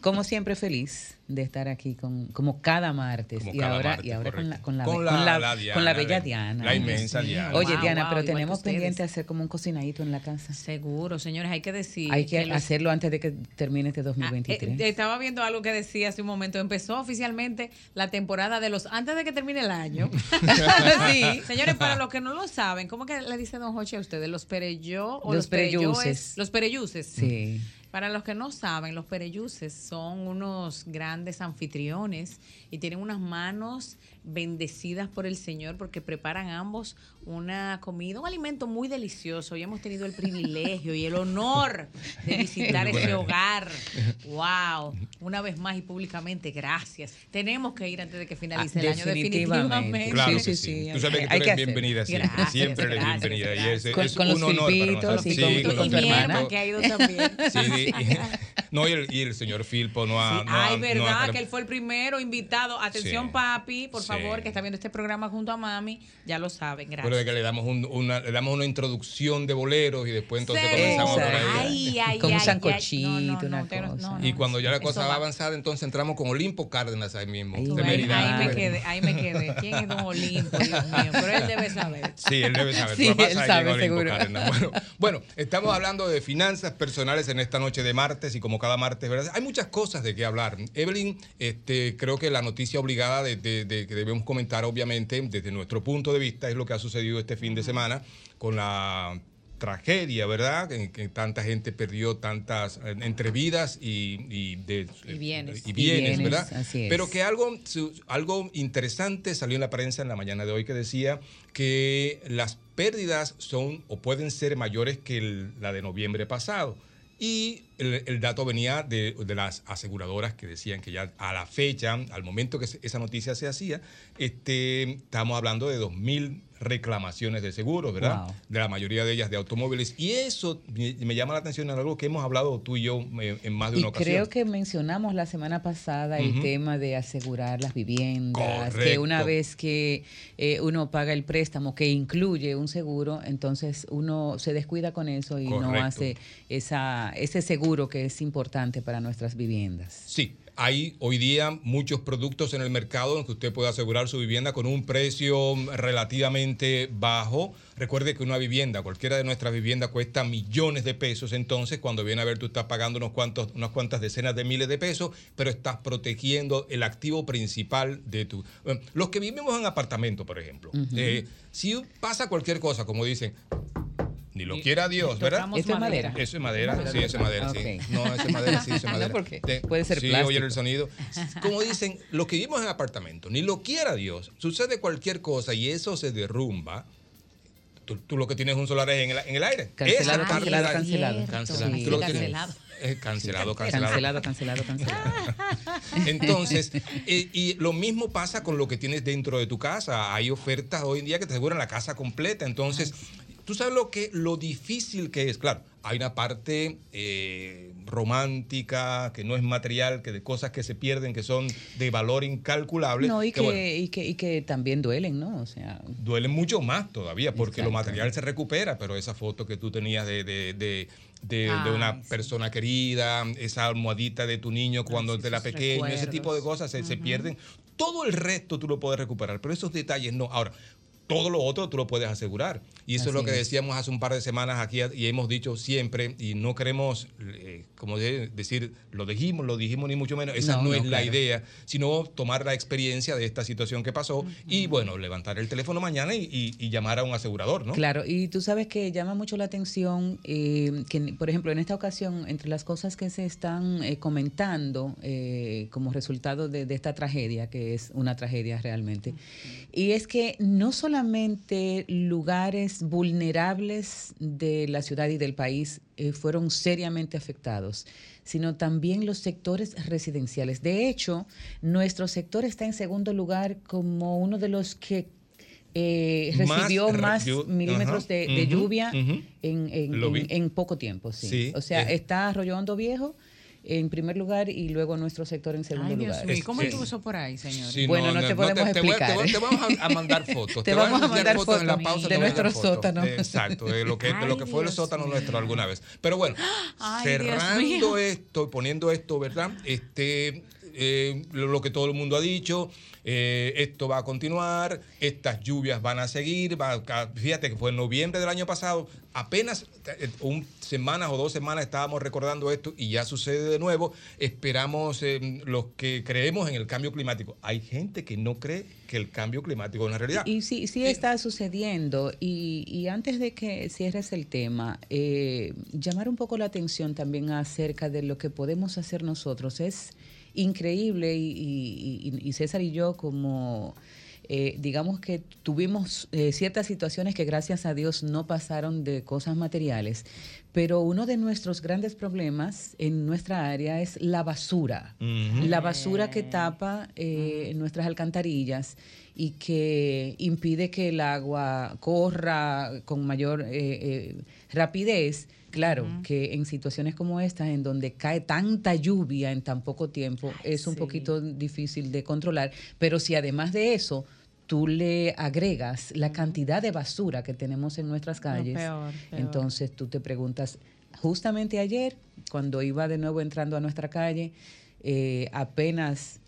[SPEAKER 3] Como siempre, feliz de estar aquí con, como cada martes.
[SPEAKER 23] Como
[SPEAKER 3] y,
[SPEAKER 23] cada
[SPEAKER 3] ahora,
[SPEAKER 23] martes,
[SPEAKER 3] y ahora con la, con la,
[SPEAKER 23] Con
[SPEAKER 3] be-
[SPEAKER 23] la-
[SPEAKER 3] con la-
[SPEAKER 23] la Diana,
[SPEAKER 3] con la bella
[SPEAKER 23] la-
[SPEAKER 3] Diana.
[SPEAKER 23] la inmensa Diana.
[SPEAKER 3] Oye,
[SPEAKER 7] Wow,
[SPEAKER 3] Diana,
[SPEAKER 7] wow, igual
[SPEAKER 3] pero
[SPEAKER 7] que
[SPEAKER 3] tenemos
[SPEAKER 7] ustedes.
[SPEAKER 3] pendiente hacer como un cocinadito en la casa.
[SPEAKER 7] Seguro, señores, hay que decir.
[SPEAKER 3] Hay que
[SPEAKER 7] los-
[SPEAKER 3] hacerlo antes de que termine este
[SPEAKER 7] Eh,
[SPEAKER 3] 2023.
[SPEAKER 7] estaba viendo algo que decía hace un momento. Empezó oficialmente la temporada de los antes de que termine el año. sí. Señores, para los que no lo saben, ¿cómo que le dice Don Joche a ustedes? ¿Los pereyó o
[SPEAKER 3] Los
[SPEAKER 7] los, pereyúes?
[SPEAKER 3] pereyuces.
[SPEAKER 7] Los pereyuces.
[SPEAKER 3] Sí.
[SPEAKER 7] Para los que no saben, los pereyuces son unos grandes anfitriones y tienen unas manos bendecidas por el Señor porque preparan ambos una comida, un alimento muy delicioso y hemos tenido el privilegio y el honor de visitar ese
[SPEAKER 19] Bueno.
[SPEAKER 7] hogar. Wow, una vez más y públicamente gracias. Tenemos que ir antes de que finalice
[SPEAKER 3] Ah,
[SPEAKER 7] el año definitivamente.
[SPEAKER 23] Claro
[SPEAKER 3] Sí,
[SPEAKER 23] que
[SPEAKER 3] sí,
[SPEAKER 23] sí.
[SPEAKER 3] sí.
[SPEAKER 23] Tú sabes que tú
[SPEAKER 3] Hay
[SPEAKER 23] eres
[SPEAKER 3] que hacer.
[SPEAKER 23] bienvenida siempre.
[SPEAKER 3] Gracias,
[SPEAKER 23] siempre eres
[SPEAKER 3] gracias,
[SPEAKER 23] bienvenida. Y es,
[SPEAKER 3] Con-
[SPEAKER 23] es
[SPEAKER 3] con
[SPEAKER 23] un
[SPEAKER 3] los
[SPEAKER 23] honor para
[SPEAKER 3] silbitos
[SPEAKER 23] nosotros.
[SPEAKER 3] y
[SPEAKER 23] Sí,
[SPEAKER 3] con- y
[SPEAKER 23] con
[SPEAKER 3] con
[SPEAKER 23] los
[SPEAKER 3] tu hermana.
[SPEAKER 7] Que ha ido también.
[SPEAKER 23] Sí, y- y- no, y el, y el señor Filpo no ha. no ha-
[SPEAKER 7] Ay,
[SPEAKER 23] no ha
[SPEAKER 7] verdad,
[SPEAKER 23] cara-
[SPEAKER 7] que él fue el primero invitado. Atención,
[SPEAKER 23] Sí.
[SPEAKER 7] papi, por
[SPEAKER 23] Sí.
[SPEAKER 7] favor, que está viendo este programa junto a mami. Ya lo saben, gracias.
[SPEAKER 23] Pero de que le damos, un- una, le damos una introducción de boleros y después entonces
[SPEAKER 7] Sí.
[SPEAKER 23] comenzamos por
[SPEAKER 7] Exacto. eh,
[SPEAKER 23] ahí.
[SPEAKER 7] Ay, ay,
[SPEAKER 3] Con un
[SPEAKER 7] ay, ay.
[SPEAKER 3] sancochito,
[SPEAKER 7] No, no, no,
[SPEAKER 3] una
[SPEAKER 7] pero-
[SPEAKER 3] cosa.
[SPEAKER 7] no,
[SPEAKER 23] Y cuando ya la cosa
[SPEAKER 7] Eso
[SPEAKER 23] va
[SPEAKER 7] va.
[SPEAKER 23] avanzada, entonces entramos con Olimpo Cárdenas ahí mismo.
[SPEAKER 3] Ahí
[SPEAKER 23] de
[SPEAKER 3] va.
[SPEAKER 23] Mérida. pues.
[SPEAKER 7] Ahí me quedé, ahí me quedé. ¿Quién es Don Olimpo, Dios mío? Pero él debe saber.
[SPEAKER 23] Sí, él debe saber.
[SPEAKER 3] Sí,
[SPEAKER 23] Tu papá
[SPEAKER 3] él
[SPEAKER 23] sabe
[SPEAKER 3] sabe,
[SPEAKER 23] quién es Olimpo
[SPEAKER 3] seguro.
[SPEAKER 23] Cárdenas. Bueno, bueno, estamos hablando de finanzas personales en esta noche de martes y como cada martes, ¿verdad? Hay muchas cosas de qué hablar. Evelyn, este, creo que la noticia obligada de, de- de que debemos comentar, obviamente, desde nuestro punto de vista, es lo que ha sucedido este fin de semana con la tragedia, ¿verdad? En que tanta gente perdió tantas eh, entre vidas y, y de,
[SPEAKER 7] Y bienes.
[SPEAKER 23] y bienes, ¿verdad?
[SPEAKER 3] así es.
[SPEAKER 23] Pero que algo, su- algo interesante salió en la prensa en la mañana de hoy que decía que las pérdidas son o pueden ser mayores que el- la de noviembre pasado. Y el, el dato venía de, de las aseguradoras que decían que ya a la fecha, al momento que se- esa noticia se hacía, este, estamos hablando de 2.000 reclamaciones de seguros, ¿verdad?
[SPEAKER 3] Wow.
[SPEAKER 23] De la mayoría de ellas de automóviles. Y eso me, me llama la atención en algo que hemos hablado tú y yo eh, en más de
[SPEAKER 3] Y
[SPEAKER 23] una ocasión.
[SPEAKER 3] creo que mencionamos la semana pasada el
[SPEAKER 23] Ujú.
[SPEAKER 3] tema de asegurar las viviendas, que
[SPEAKER 23] Correcto.
[SPEAKER 3] una vez que eh, uno paga el préstamo que incluye un seguro, entonces uno se descuida con eso y no
[SPEAKER 23] Correcto.
[SPEAKER 3] hace esa, ese seguro que es importante para nuestras viviendas.
[SPEAKER 23] Sí, hay hoy día muchos productos en el mercado en los que usted puede asegurar su vivienda con un precio relativamente bajo. Recuerde que una vivienda, cualquiera de nuestras viviendas cuesta millones de pesos, entonces cuando viene a ver tú estás pagando unos cuantos, unas cuantas decenas de miles de pesos, pero estás protegiendo el activo principal de tu... Bueno, Los que vivimos en apartamento, por ejemplo,
[SPEAKER 3] Ujú.
[SPEAKER 23] eh, si pasa cualquier cosa, como dicen... Ni lo quiera Dios, ¿verdad?
[SPEAKER 3] Esto es madera. Ah,
[SPEAKER 23] Eso es madera, sí, eso es madera, sí.
[SPEAKER 3] Ok.
[SPEAKER 23] No, eso es madera, sí, eso es
[SPEAKER 3] No,
[SPEAKER 23] madera.
[SPEAKER 3] porque
[SPEAKER 23] Te-
[SPEAKER 3] puede ser
[SPEAKER 23] sí,
[SPEAKER 3] plástico.
[SPEAKER 23] oyen el sonido. Como dicen, los que vivimos en apartamento, ni lo quiera Dios, sucede cualquier cosa y eso se derrumba. Tú, tú lo que tienes es un solar es en el, en el aire.
[SPEAKER 3] Cancelado,
[SPEAKER 23] Esa
[SPEAKER 3] cancelado,
[SPEAKER 23] parte-
[SPEAKER 3] cancelado.
[SPEAKER 23] Cancelado.
[SPEAKER 3] Sí.
[SPEAKER 23] Tú lo que tienes-
[SPEAKER 3] Cancelado.
[SPEAKER 23] eh, cancelado, cancelado.
[SPEAKER 3] Cancelado, cancelado, cancelado.
[SPEAKER 23] Entonces, eh, y lo mismo pasa con lo que tienes dentro de tu casa. Hay ofertas hoy en día que te aseguran la casa completa. Entonces, tú sabes lo que lo difícil que es. Claro, hay una parte eh, romántica que no es material, que de cosas que se pierden, que son de valor incalculable.
[SPEAKER 3] No, y que,
[SPEAKER 23] bueno,
[SPEAKER 3] y, que, y que también duelen, ¿no? O sea,
[SPEAKER 23] duele mucho más todavía porque lo
[SPEAKER 3] Exacto.
[SPEAKER 23] material se recupera, pero esa foto que tú tenías de, de- de- de- de
[SPEAKER 3] Ay,
[SPEAKER 23] una persona querida, esa almohadita de tu niño cuando te la
[SPEAKER 3] esos
[SPEAKER 23] pequeño, ese
[SPEAKER 3] recuerdos.
[SPEAKER 23] tipo de cosas se, se pierden. Todo el resto tú lo puedes recuperar, pero esos detalles no. Ahora, todo lo otro tú lo puedes asegurar. Y eso es lo
[SPEAKER 3] Así
[SPEAKER 23] que
[SPEAKER 3] es.
[SPEAKER 23] decíamos hace un par de semanas aquí y hemos dicho siempre, y no queremos, eh, como de- decir, lo dijimos, lo dijimos ni mucho menos, esa
[SPEAKER 3] No,
[SPEAKER 23] no,
[SPEAKER 3] no,
[SPEAKER 23] es la
[SPEAKER 3] claro.
[SPEAKER 23] idea, sino tomar la experiencia de esta situación que pasó y bueno, levantar el teléfono mañana y, y- y llamar a un asegurador, ¿no?
[SPEAKER 3] Claro, y tú sabes que llama mucho la atención eh, que, por ejemplo, en esta ocasión, entre las cosas que se están eh, comentando eh, como resultado de, de esta tragedia, que es una tragedia realmente, y es que no solamente lugares vulnerables de la ciudad y del país eh, fueron seriamente afectados, sino también los sectores residenciales. De hecho, nuestro sector está en segundo lugar como uno de los que eh,
[SPEAKER 23] Más
[SPEAKER 3] recibió
[SPEAKER 23] re-
[SPEAKER 3] más,
[SPEAKER 23] yo-
[SPEAKER 3] milímetros
[SPEAKER 23] ajá,
[SPEAKER 3] de, de
[SPEAKER 23] ujú,
[SPEAKER 3] lluvia
[SPEAKER 23] ujú.
[SPEAKER 3] en, en-
[SPEAKER 23] Lo vi.
[SPEAKER 3] en- en poco tiempo. Sí.
[SPEAKER 23] Sí,
[SPEAKER 3] o sea,
[SPEAKER 23] eh.
[SPEAKER 3] está Arroyo Hondo Viejo en primer lugar y luego a nuestro sector en segundo
[SPEAKER 7] Ay, Dios
[SPEAKER 3] lugar.
[SPEAKER 7] mío, ¿cómo estuvo eso por ahí, señor?
[SPEAKER 3] Sí, Bueno, no te podemos
[SPEAKER 23] te voy a-
[SPEAKER 3] explicar,
[SPEAKER 23] Te, voy- te vamos a, a mandar fotos.
[SPEAKER 3] Te vamos a mandar
[SPEAKER 23] en la
[SPEAKER 3] fotos de
[SPEAKER 23] pausa. te voy a mandar
[SPEAKER 3] nuestro
[SPEAKER 23] fotos.
[SPEAKER 3] sótano.
[SPEAKER 23] Eh, Exacto, de lo que, de lo que fue el sótano nuestro alguna vez. Pero bueno,
[SPEAKER 7] Ay, Dios mío.
[SPEAKER 23] cerrando esto y poniendo esto, ¿verdad? Este, eh, lo, lo que todo el mundo ha dicho, eh, esto va a continuar, estas lluvias van a seguir. va a- fíjate que fue en noviembre del año pasado, apenas eh, un semanas o dos semanas estábamos recordando esto y ya sucede de nuevo. Esperamos eh, los que creemos en el cambio climático. Hay gente que no cree que el cambio climático es una realidad.
[SPEAKER 3] Y sí, sí está sucediendo. Y, y antes de que cierres el tema, eh, llamar un poco la atención también acerca de lo que podemos hacer nosotros. Es increíble y, y- y- y César y yo como... eh, digamos que tuvimos eh, ciertas situaciones que gracias a Dios no pasaron de cosas materiales, pero uno de nuestros grandes problemas en nuestra área es la basura la basura que tapa eh, nuestras alcantarillas y que impide que el agua corra con mayor eh, eh, rapidez. Claro, que en situaciones como esta, en donde cae tanta lluvia en tan poco tiempo, es un poquito difícil de controlar, pero si además de eso tú le agregas la cantidad de basura que tenemos en nuestras calles,
[SPEAKER 7] peor, peor.
[SPEAKER 3] entonces tú te preguntas, justamente ayer, cuando iba de nuevo entrando a nuestra calle, eh, apenas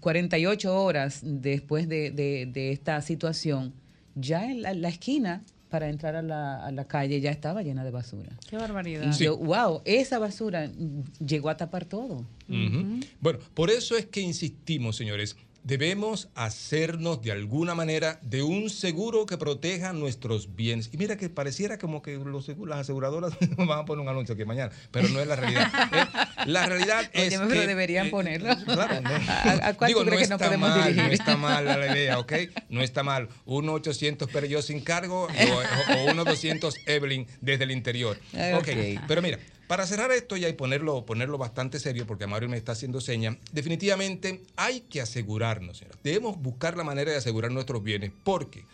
[SPEAKER 3] 48 horas después de, de- de esta situación, ya en la, la esquina para entrar a la, a la calle ya estaba llena de basura.
[SPEAKER 7] Qué barbaridad.
[SPEAKER 3] Y yo, wow, esa basura mm, llegó a tapar todo.
[SPEAKER 23] Ujú. Bueno, por eso es que insistimos, señores. Debemos hacernos de alguna manera de un seguro que proteja nuestros bienes. Y mira que pareciera como que los segu- las aseguradoras van a poner un anuncio aquí mañana, pero no es la realidad. ¿eh? La realidad es
[SPEAKER 3] Oye, pero
[SPEAKER 23] que eh,
[SPEAKER 3] deberían ponerlo.
[SPEAKER 23] claro, no.
[SPEAKER 3] ¿A, a cuál
[SPEAKER 23] Digo,
[SPEAKER 3] tú crees que
[SPEAKER 23] está
[SPEAKER 3] no podemos
[SPEAKER 23] mal,
[SPEAKER 3] dirigir?
[SPEAKER 23] No está mal la idea, ¿ok? No está mal. 1-800 pero yo sin cargo o, o 1-200 Evelyn desde el interior.
[SPEAKER 3] Ok.
[SPEAKER 23] ok, pero mira, para cerrar esto ya y ponerlo, ponerlo bastante serio, porque Mario me está haciendo seña, definitivamente hay que asegurarnos, señora. Debemos buscar la manera de asegurar nuestros bienes, porque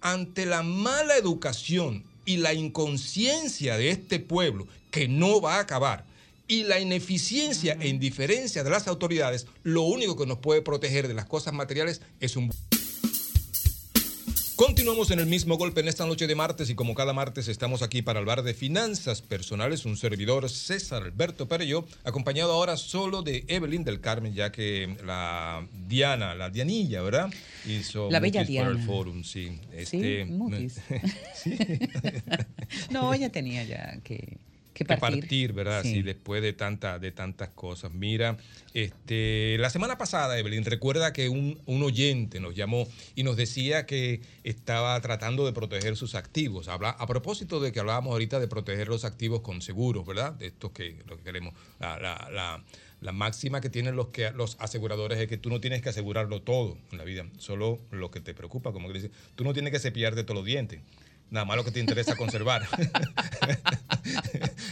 [SPEAKER 23] ante la mala educación y la inconsciencia de este pueblo, que no va a acabar, y la ineficiencia e indiferencia de las autoridades, lo único que nos puede proteger de las cosas materiales es un... Continuamos en el mismo golpe en esta noche de martes y como cada martes estamos aquí para hablar de finanzas personales, un servidor César Alberto Perello, acompañado ahora solo de Evelyn del Carmen, ya que la Diana, la Dianilla, ¿verdad? Hizo
[SPEAKER 3] La bella
[SPEAKER 23] Mutis para el
[SPEAKER 3] Diana.
[SPEAKER 23] forum, sí. Este,
[SPEAKER 3] Sí, mutis. no, ya tenía ya que, que
[SPEAKER 23] que
[SPEAKER 3] partir.
[SPEAKER 23] ¿verdad?
[SPEAKER 3] Sí.
[SPEAKER 23] Sí, después de, tanta, de tantas cosas. Mira, este, la semana pasada, Evelyn, recuerda que un, un oyente nos llamó y nos decía que estaba tratando de proteger sus activos. Habla, a propósito de que hablábamos ahorita de proteger los activos con seguros, ¿verdad? De estos que lo que queremos. La, la- la- la máxima que tienen los, que, los aseguradores es que tú no tienes que asegurarlo todo en la vida, solo lo que te preocupa, como que dice, tú no tienes que cepillarte todos los dientes. Nada más lo que te interesa conservar.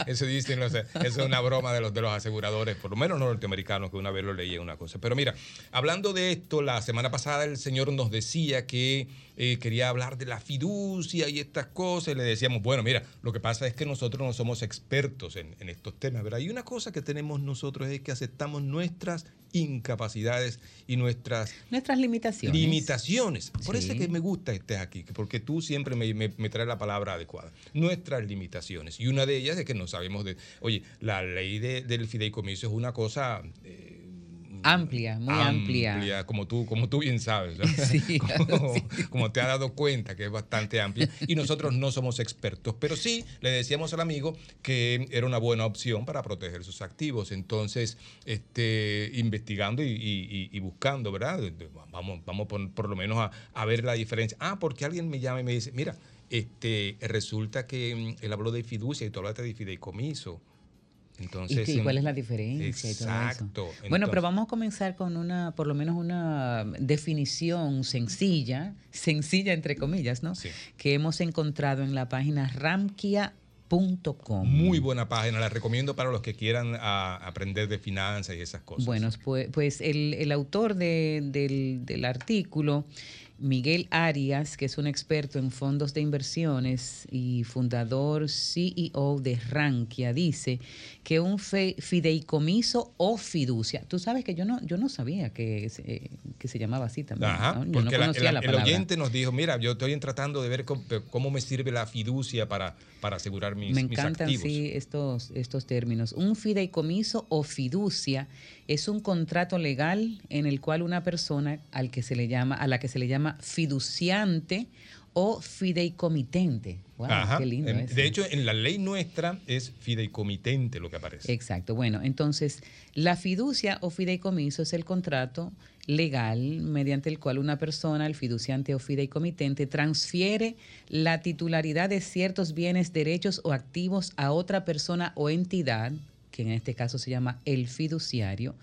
[SPEAKER 23] Eso dicen, los- eso es una broma de los, de los aseguradores, por lo menos los norteamericanos, que una vez lo leí en una cosa. Pero mira, hablando de esto, la semana pasada el señor nos decía que eh, quería hablar de la fiducia y estas cosas, y le decíamos, bueno, mira, lo que pasa es que nosotros no somos expertos en, en estos temas, ¿verdad? Y una cosa que tenemos nosotros es que aceptamos nuestras incapacidades y nuestras
[SPEAKER 3] Nuestras limitaciones.
[SPEAKER 23] limitaciones. Por eso
[SPEAKER 3] Sí.
[SPEAKER 23] es que me gusta que estés aquí, que- porque tú siempre me, me- me traes la palabra adecuada. Nuestras limitaciones. Y una de ellas es que no sabemos de. Oye, la ley de- del fideicomiso es una cosa
[SPEAKER 3] amplia, muy amplia.
[SPEAKER 23] como tú, como tú bien sabes, ¿no? como, como te has dado cuenta que es bastante amplia. Y nosotros no somos expertos, pero sí le decíamos al amigo que era una buena opción para proteger sus activos. Entonces, este, investigando y, y- y- y buscando, ¿verdad? De- de- Vamos, vamos por, por lo menos a, a ver la diferencia. Ah, porque alguien me llama y me dice, mira, este, resulta que mm, él habló de fiducia y tú hablaste de fideicomiso. Entonces,
[SPEAKER 3] ¿Y, qué- y cuál
[SPEAKER 23] mm,
[SPEAKER 3] es la diferencia? y todo eso?
[SPEAKER 23] Exacto.
[SPEAKER 3] bueno,
[SPEAKER 23] Entonces-
[SPEAKER 3] pero vamos a comenzar con una, por lo menos una definición sencilla, sencilla entre comillas, ¿no? Que hemos encontrado en la página ramkia.com.
[SPEAKER 23] Muy buena página, la recomiendo para los que quieran ah, aprender de finanzas y esas cosas.
[SPEAKER 3] Bueno, pues, pues el, el autor de- del, del artículo Miguel Arias, que es un experto en fondos de inversiones y fundador CEO de Rankia, dice que un fe- fideicomiso o fiducia. Tú sabes que yo no, yo no sabía que, se- eh, que se llamaba así también.
[SPEAKER 23] Ajá,
[SPEAKER 3] ¿no? Yo no
[SPEAKER 23] porque la-
[SPEAKER 3] conocía
[SPEAKER 23] el,
[SPEAKER 3] la,
[SPEAKER 23] el
[SPEAKER 3] palabra.
[SPEAKER 23] oyente nos dijo, mira, yo estoy tratando de ver cómo, cómo me sirve la fiducia para, para asegurar mis,
[SPEAKER 3] Me
[SPEAKER 23] mis
[SPEAKER 3] encantan
[SPEAKER 23] activos.
[SPEAKER 3] sí estos, estos términos. Un fideicomiso o fiducia es un contrato legal en el cual una persona al que se le llama, a la que se le llama fiduciante o fideicomitente. Wow,
[SPEAKER 23] Ajá.
[SPEAKER 3] qué lindo
[SPEAKER 23] Em,
[SPEAKER 3] eso.
[SPEAKER 23] De hecho, en la ley nuestra es fideicomitente lo que aparece.
[SPEAKER 3] Exacto. Bueno, entonces la fiducia o fideicomiso es el contrato legal mediante el cual una persona, el fiduciante o fideicomitente, transfiere la titularidad de ciertos bienes, derechos o activos a otra persona o entidad que en este caso se llama el fiduciario,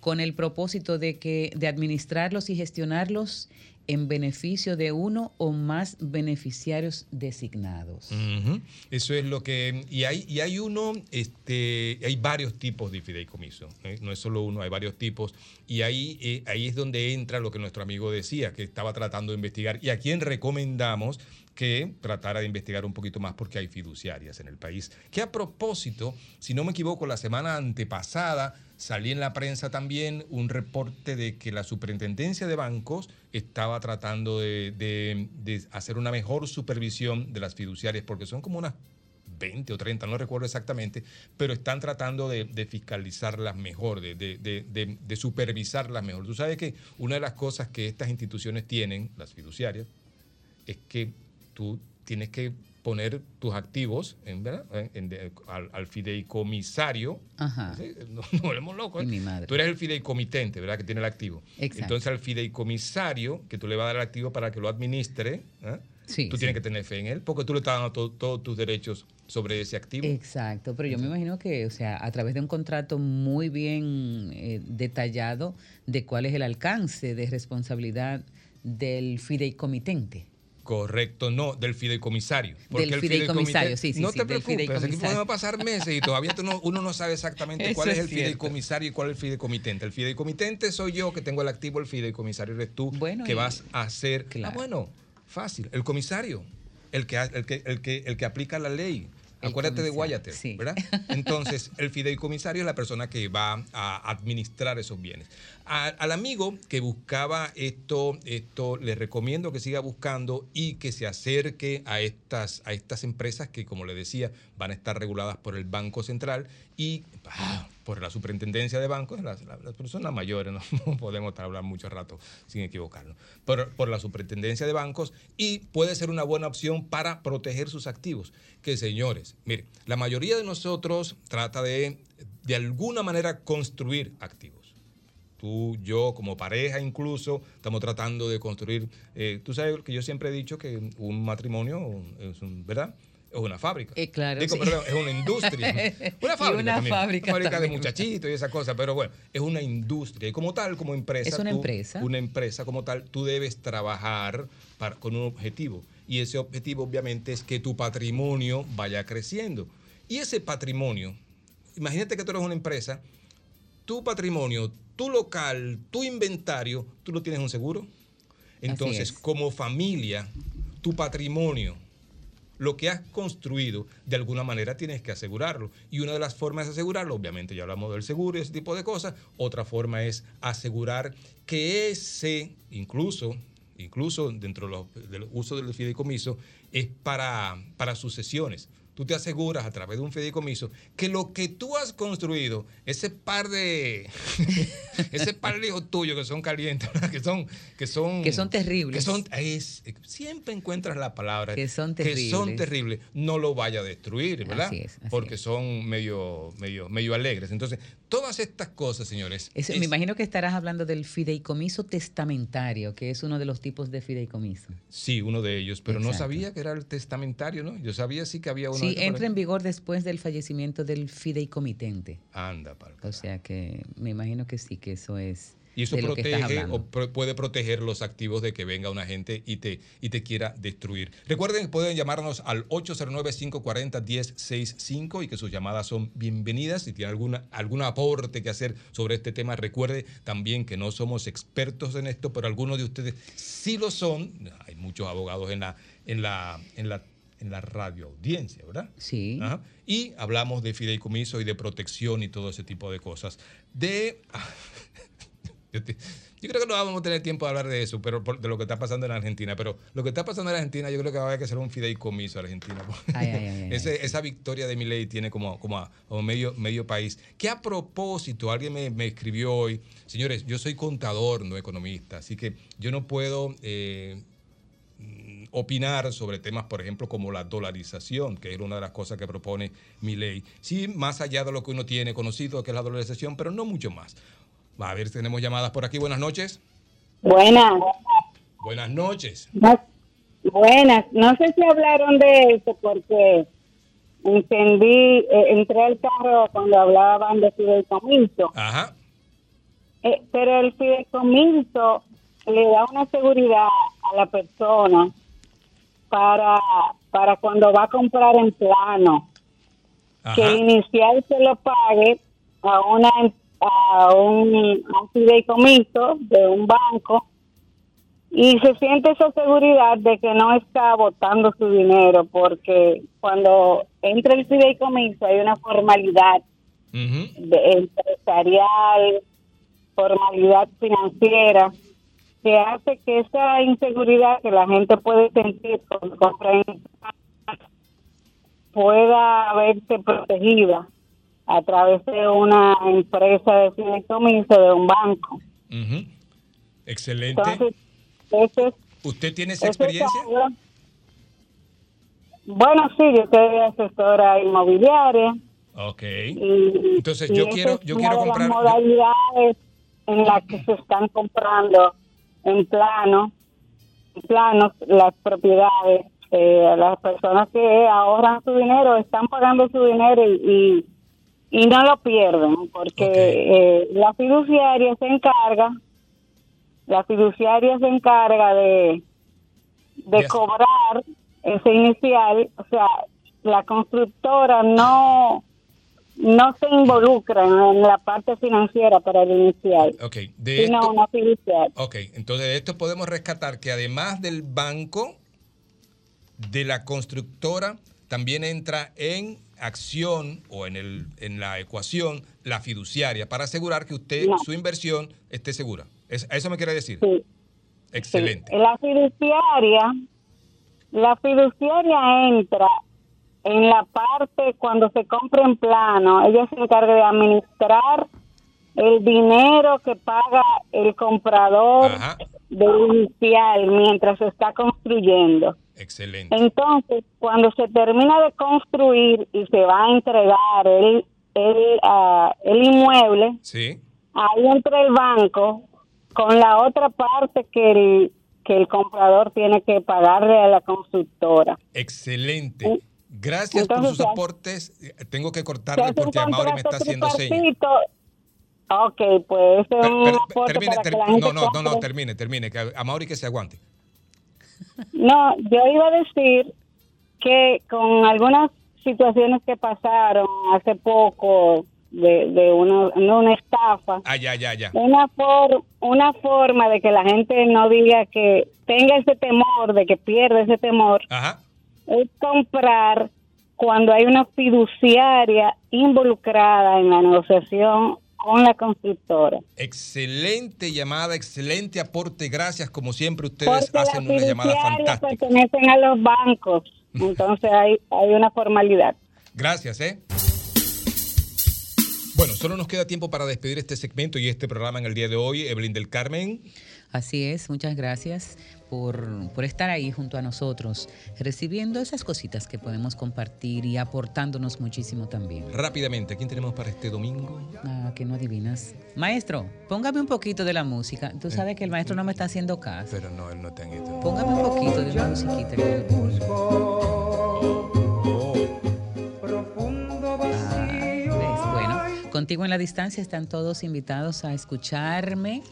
[SPEAKER 3] con el propósito de que de administrarlos y gestionarlos en beneficio de uno o más beneficiarios designados.
[SPEAKER 23] Ujú. Eso es lo que. Y hay, y hay uno, este, hay varios tipos de fideicomiso. ¿eh? No es solo uno, hay varios tipos. Y ahí, eh, ahí es donde entra lo que nuestro amigo decía, que estaba tratando de investigar. Y a quien recomendamos que tratara de investigar un poquito más porque hay fiduciarias en el país. Que a propósito, si no me equivoco, la semana antepasada salí en la prensa también un reporte de que la superintendencia de bancos estaba tratando de, de- de hacer una mejor supervisión de las fiduciarias porque son como unas 20 o 30, no recuerdo exactamente, pero están tratando de, de fiscalizarlas mejor, de, de- de- de- de supervisarlas mejor. Tú sabes que una de las cosas que estas instituciones tienen, las fiduciarias, es que tú tienes que poner tus activos en, ¿verdad? En- en- de- al, al fideicomisario.
[SPEAKER 3] Ajá.
[SPEAKER 23] Sí, Nos nos volvemos locos. ¿eh?
[SPEAKER 3] Y mi madre.
[SPEAKER 23] Tú eres el fideicomitente, ¿verdad? Que tiene el activo.
[SPEAKER 3] Exacto.
[SPEAKER 23] Entonces al fideicomisario, que tú le vas a dar el activo para que lo administre, ¿eh? tú tienes que tener fe en él, porque tú le estás dando to- todos tus derechos sobre ese activo.
[SPEAKER 3] Exacto, pero yo me imagino que, o sea, a través de un contrato muy bien eh, detallado de cuál es el alcance de responsabilidad del fideicomitente.
[SPEAKER 23] Correcto, no, del fideicomisario.
[SPEAKER 3] Del
[SPEAKER 23] el
[SPEAKER 3] fideicomisario,
[SPEAKER 23] fideicomisario-
[SPEAKER 3] sí, sí,
[SPEAKER 23] No
[SPEAKER 3] sí, del
[SPEAKER 23] te preocupes, aquí
[SPEAKER 3] fideicomisario.
[SPEAKER 23] podemos pasar meses y todavía tú no- uno no sabe exactamente
[SPEAKER 3] Eso
[SPEAKER 23] cuál es
[SPEAKER 3] es
[SPEAKER 23] el
[SPEAKER 3] cierto.
[SPEAKER 23] fideicomisario y cuál es el fideicomitente. El fideicomitente soy yo que tengo el activo, el fideicomisario eres tú que y- vas a hacer. Ah, bueno, fácil, el comisario, el que, ha- el que, el que, el que aplica la ley.
[SPEAKER 3] El
[SPEAKER 23] Acuérdate de
[SPEAKER 3] comisario,
[SPEAKER 23] Guayate, ¿verdad? Entonces, el fideicomisario es la persona que va a administrar esos bienes. A- al amigo que buscaba esto, esto le recomiendo que siga buscando y que se acerque a estas, a estas empresas que, como le decía, van a estar reguladas por el Banco Central y ah, por la superintendencia de bancos, las, las- las personas mayores, no, No podemos estar hablando mucho rato sin equivocarnos, por, por la superintendencia de bancos y puede ser una buena opción para proteger sus activos. Que señores, mire, la mayoría de nosotros trata de, de alguna manera, construir activos tú, yo, como pareja incluso, estamos tratando de construir. eh, tú sabes que yo siempre he dicho que un matrimonio es un, ¿verdad? Es una fábrica.
[SPEAKER 3] Eh, claro,
[SPEAKER 23] Digo,
[SPEAKER 3] sí.
[SPEAKER 23] perdón, es una industria. Una
[SPEAKER 3] Y
[SPEAKER 23] fábrica.
[SPEAKER 3] una
[SPEAKER 23] también.
[SPEAKER 3] fábrica
[SPEAKER 23] Una fábrica
[SPEAKER 3] también.
[SPEAKER 23] de muchachitos y esa cosa, pero bueno, es una industria. Y como tal, como empresa.
[SPEAKER 3] Es una
[SPEAKER 23] tú-
[SPEAKER 3] empresa.
[SPEAKER 23] Una empresa como tal, tú debes trabajar para- con un objetivo. Y ese objetivo, obviamente, es que tu patrimonio vaya creciendo. Y ese patrimonio, imagínate que tú eres una empresa tu patrimonio, tu local, tu inventario, tú lo tienes un seguro. Entonces,
[SPEAKER 8] es.
[SPEAKER 23] como familia, tu patrimonio, lo que has construido, de alguna manera tienes que asegurarlo. Y una de las formas de asegurarlo, obviamente ya hablamos del seguro y ese tipo de cosas, otra forma es asegurar que ese, incluso, incluso dentro de los- del uso del fideicomiso, es para, para sucesiones. Tú te aseguras a través de un fideicomiso que lo que tú has construido, ese par de ese par de hijos tuyos que son calientes, que son que son
[SPEAKER 3] Que son terribles.
[SPEAKER 23] que son- es- siempre encuentras la palabra
[SPEAKER 3] Que son
[SPEAKER 23] que son
[SPEAKER 3] terribles.
[SPEAKER 23] terribles, no lo vaya a destruir, ¿verdad?
[SPEAKER 3] Así es, así
[SPEAKER 23] Porque son medio medio medio alegres. Entonces, todas estas cosas, señores,
[SPEAKER 3] Eso-
[SPEAKER 23] es-
[SPEAKER 3] me imagino que estarás hablando del fideicomiso testamentario, que es uno de los tipos de fideicomiso.
[SPEAKER 23] sí, uno de ellos, pero no
[SPEAKER 3] Exacto.
[SPEAKER 23] sabía que era el testamentario, ¿no? Yo sabía sí que había uno
[SPEAKER 3] Sí,
[SPEAKER 23] de-
[SPEAKER 3] entra en vigor después del fallecimiento del fideicomitente.
[SPEAKER 23] Anda, pal.
[SPEAKER 3] O sea que me imagino que sí, que eso es
[SPEAKER 23] Y eso
[SPEAKER 3] de lo que estás
[SPEAKER 23] protege
[SPEAKER 3] hablando.
[SPEAKER 23] o pro- puede proteger los activos de que venga una gente y te, y te quiera destruir. Recuerden que pueden llamarnos al 809-540-1065 y que sus llamadas son bienvenidas. Si tiene alguna, algún aporte que hacer sobre este tema, recuerde también que no somos expertos en esto, pero algunos de ustedes sí lo son. Hay muchos abogados en la, en la, en la, en la radio audiencia, ¿verdad?
[SPEAKER 3] Sí.
[SPEAKER 23] Ajá. Y hablamos de fideicomiso y de protección y todo ese tipo de cosas. De. Yo, te- yo creo que no vamos a tener tiempo de hablar de eso, pero por- de lo que está pasando en Argentina. Pero lo que está pasando en Argentina, yo creo que va a haber que hacer un fideicomiso a Argentina.
[SPEAKER 3] Ay, ay, ay, ay.
[SPEAKER 23] Ese- esa victoria de Milei tiene como, como a, como medio, medio país. Que a propósito, alguien me, me escribió hoy, señores, yo soy contador, no economista, así que yo no puedo eh, mm, opinar sobre temas, por ejemplo, como la dolarización, que es una de las cosas que propone Milei. Sí, más allá de lo que uno tiene conocido, que es la dolarización, pero no mucho más. Va a ver, tenemos llamadas por aquí. Buenas noches.
[SPEAKER 16] Buenas,
[SPEAKER 23] Buenas noches.
[SPEAKER 16] no- buenas. No sé si hablaron de eso porque entendí, eh, entré al carro cuando hablaban de fideicomiso.
[SPEAKER 23] Ajá.
[SPEAKER 16] Eh, pero el fideicomiso le da una seguridad a la persona para, para cuando va a comprar en plano, que el inicial se lo pague a, una, em- a, un, a un fideicomiso de un banco y se siente esa seguridad de que no está botando su dinero porque cuando entra el fideicomiso hay una formalidad de- empresarial, formalidad financiera, que hace que esa inseguridad que la gente puede sentir por comprar en- pueda verse protegida a través de una empresa de fideicomiso, de un banco.
[SPEAKER 23] Ujú. Excelente.
[SPEAKER 16] Entonces, eso es
[SPEAKER 23] ¿Usted tiene esa
[SPEAKER 16] eso es
[SPEAKER 23] experiencia?
[SPEAKER 16] algo. Bueno, sí, yo soy asesora inmobiliaria.
[SPEAKER 23] Ok.
[SPEAKER 16] Y-
[SPEAKER 23] Entonces,
[SPEAKER 16] y
[SPEAKER 23] yo
[SPEAKER 16] esa
[SPEAKER 23] quiero-
[SPEAKER 16] es
[SPEAKER 23] yo
[SPEAKER 16] una
[SPEAKER 23] quiero
[SPEAKER 16] de
[SPEAKER 23] comprar-
[SPEAKER 16] las modalidades en las que se están comprando en plano, en planos las propiedades. Eh, las personas que ahorran su dinero están pagando su dinero y, y, y no lo pierden, porque eh, la fiduciaria se encarga, la fiduciaria se encarga de, de
[SPEAKER 9] Yes.
[SPEAKER 16] cobrar ese inicial, o sea, la constructora no no se involucra en la parte financiera para el inicial,
[SPEAKER 23] Ok. De
[SPEAKER 16] sino
[SPEAKER 23] esto,
[SPEAKER 16] una fiduciaria.
[SPEAKER 23] ok. Entonces, de esto podemos rescatar que además del banco, de la constructora, también entra en acción o en, el, en la ecuación la fiduciaria para asegurar que usted, su inversión, esté segura. Es- a eso me quiere decir.
[SPEAKER 16] Sí.
[SPEAKER 23] Excelente.
[SPEAKER 16] La fiduciaria, la fiduciaria entra en la parte cuando se compra en plano, ella se encarga de administrar el dinero que paga el comprador del inicial mientras se está construyendo.
[SPEAKER 23] Excelente.
[SPEAKER 16] Entonces, cuando se termina de construir y se va a entregar el, el, ah, el inmueble,
[SPEAKER 23] Sí.
[SPEAKER 16] ahí entra el banco con la otra parte que el, que el comprador tiene que pagarle a la constructora.
[SPEAKER 23] Excelente. Gracias por
[SPEAKER 16] Entonces,
[SPEAKER 23] sus
[SPEAKER 16] se hace-
[SPEAKER 23] aportes. Eh, Tengo que
[SPEAKER 16] Se
[SPEAKER 23] cortarle
[SPEAKER 16] hace un
[SPEAKER 23] porque Amaury me está
[SPEAKER 16] contrato
[SPEAKER 23] haciendo señas.
[SPEAKER 16] tripartito. Ok, pues ese es un aporte
[SPEAKER 23] Termine,
[SPEAKER 16] para
[SPEAKER 23] ter-
[SPEAKER 16] que la
[SPEAKER 23] no,
[SPEAKER 16] gente
[SPEAKER 23] no, no, no,
[SPEAKER 16] compre.
[SPEAKER 23] termine, termine. Que a Mauri que se aguante.
[SPEAKER 16] No, yo iba a decir que con algunas situaciones que pasaron hace poco de, de una, no, una estafa,
[SPEAKER 23] Ah, ya, ya, ya.
[SPEAKER 16] una, for- una forma de que la gente no diga que tenga ese temor, de que pierda ese temor, es comprar cuando hay una fiduciaria involucrada en la negociación con la constructora.
[SPEAKER 23] Excelente llamada, excelente aporte. Gracias, como siempre, ustedes
[SPEAKER 16] Porque las
[SPEAKER 23] hacen una llamada
[SPEAKER 16] fiduciarias
[SPEAKER 23] fantástica.
[SPEAKER 16] pertenecen a los bancos, entonces hay, hay una formalidad.
[SPEAKER 23] Gracias, ¿eh? Bueno, solo nos queda tiempo para despedir este segmento y este programa en el día de hoy. Evelyn del Carmen.
[SPEAKER 3] Así es, muchas gracias por, por estar ahí junto a nosotros, recibiendo esas cositas que podemos compartir y aportándonos muchísimo también.
[SPEAKER 23] Rápidamente, ¿quién tenemos para este domingo?
[SPEAKER 3] Ah, que no adivinas. Maestro, póngame un poquito de la música. Tú sabes que el maestro no me está haciendo caso.
[SPEAKER 23] Pero no, él no está en esto.
[SPEAKER 3] Póngame un poquito de la musiquita. que-
[SPEAKER 21] Profundo vacío.
[SPEAKER 3] Pues, Bueno, con Contigo en la Distancia están todos invitados a escucharme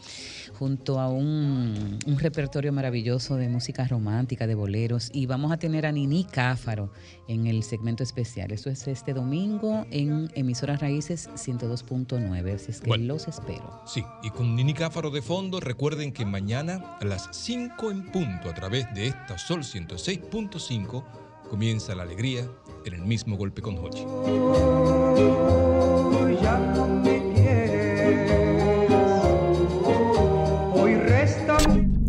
[SPEAKER 3] junto a un, un repertorio maravilloso de música romántica, de boleros. Y vamos a tener a Nini Cáfaro en el segmento especial. Eso es este domingo en Emisoras Raíces 102.9. Así es que
[SPEAKER 23] Bueno.
[SPEAKER 3] los espero.
[SPEAKER 23] Sí, y con Nini Cáfaro de fondo, recuerden que mañana a las 5 en punto, a través de esta Sol 106.5, comienza la alegría en el mismo golpe con Hochi.
[SPEAKER 16] ya no me quieres. Hoy resta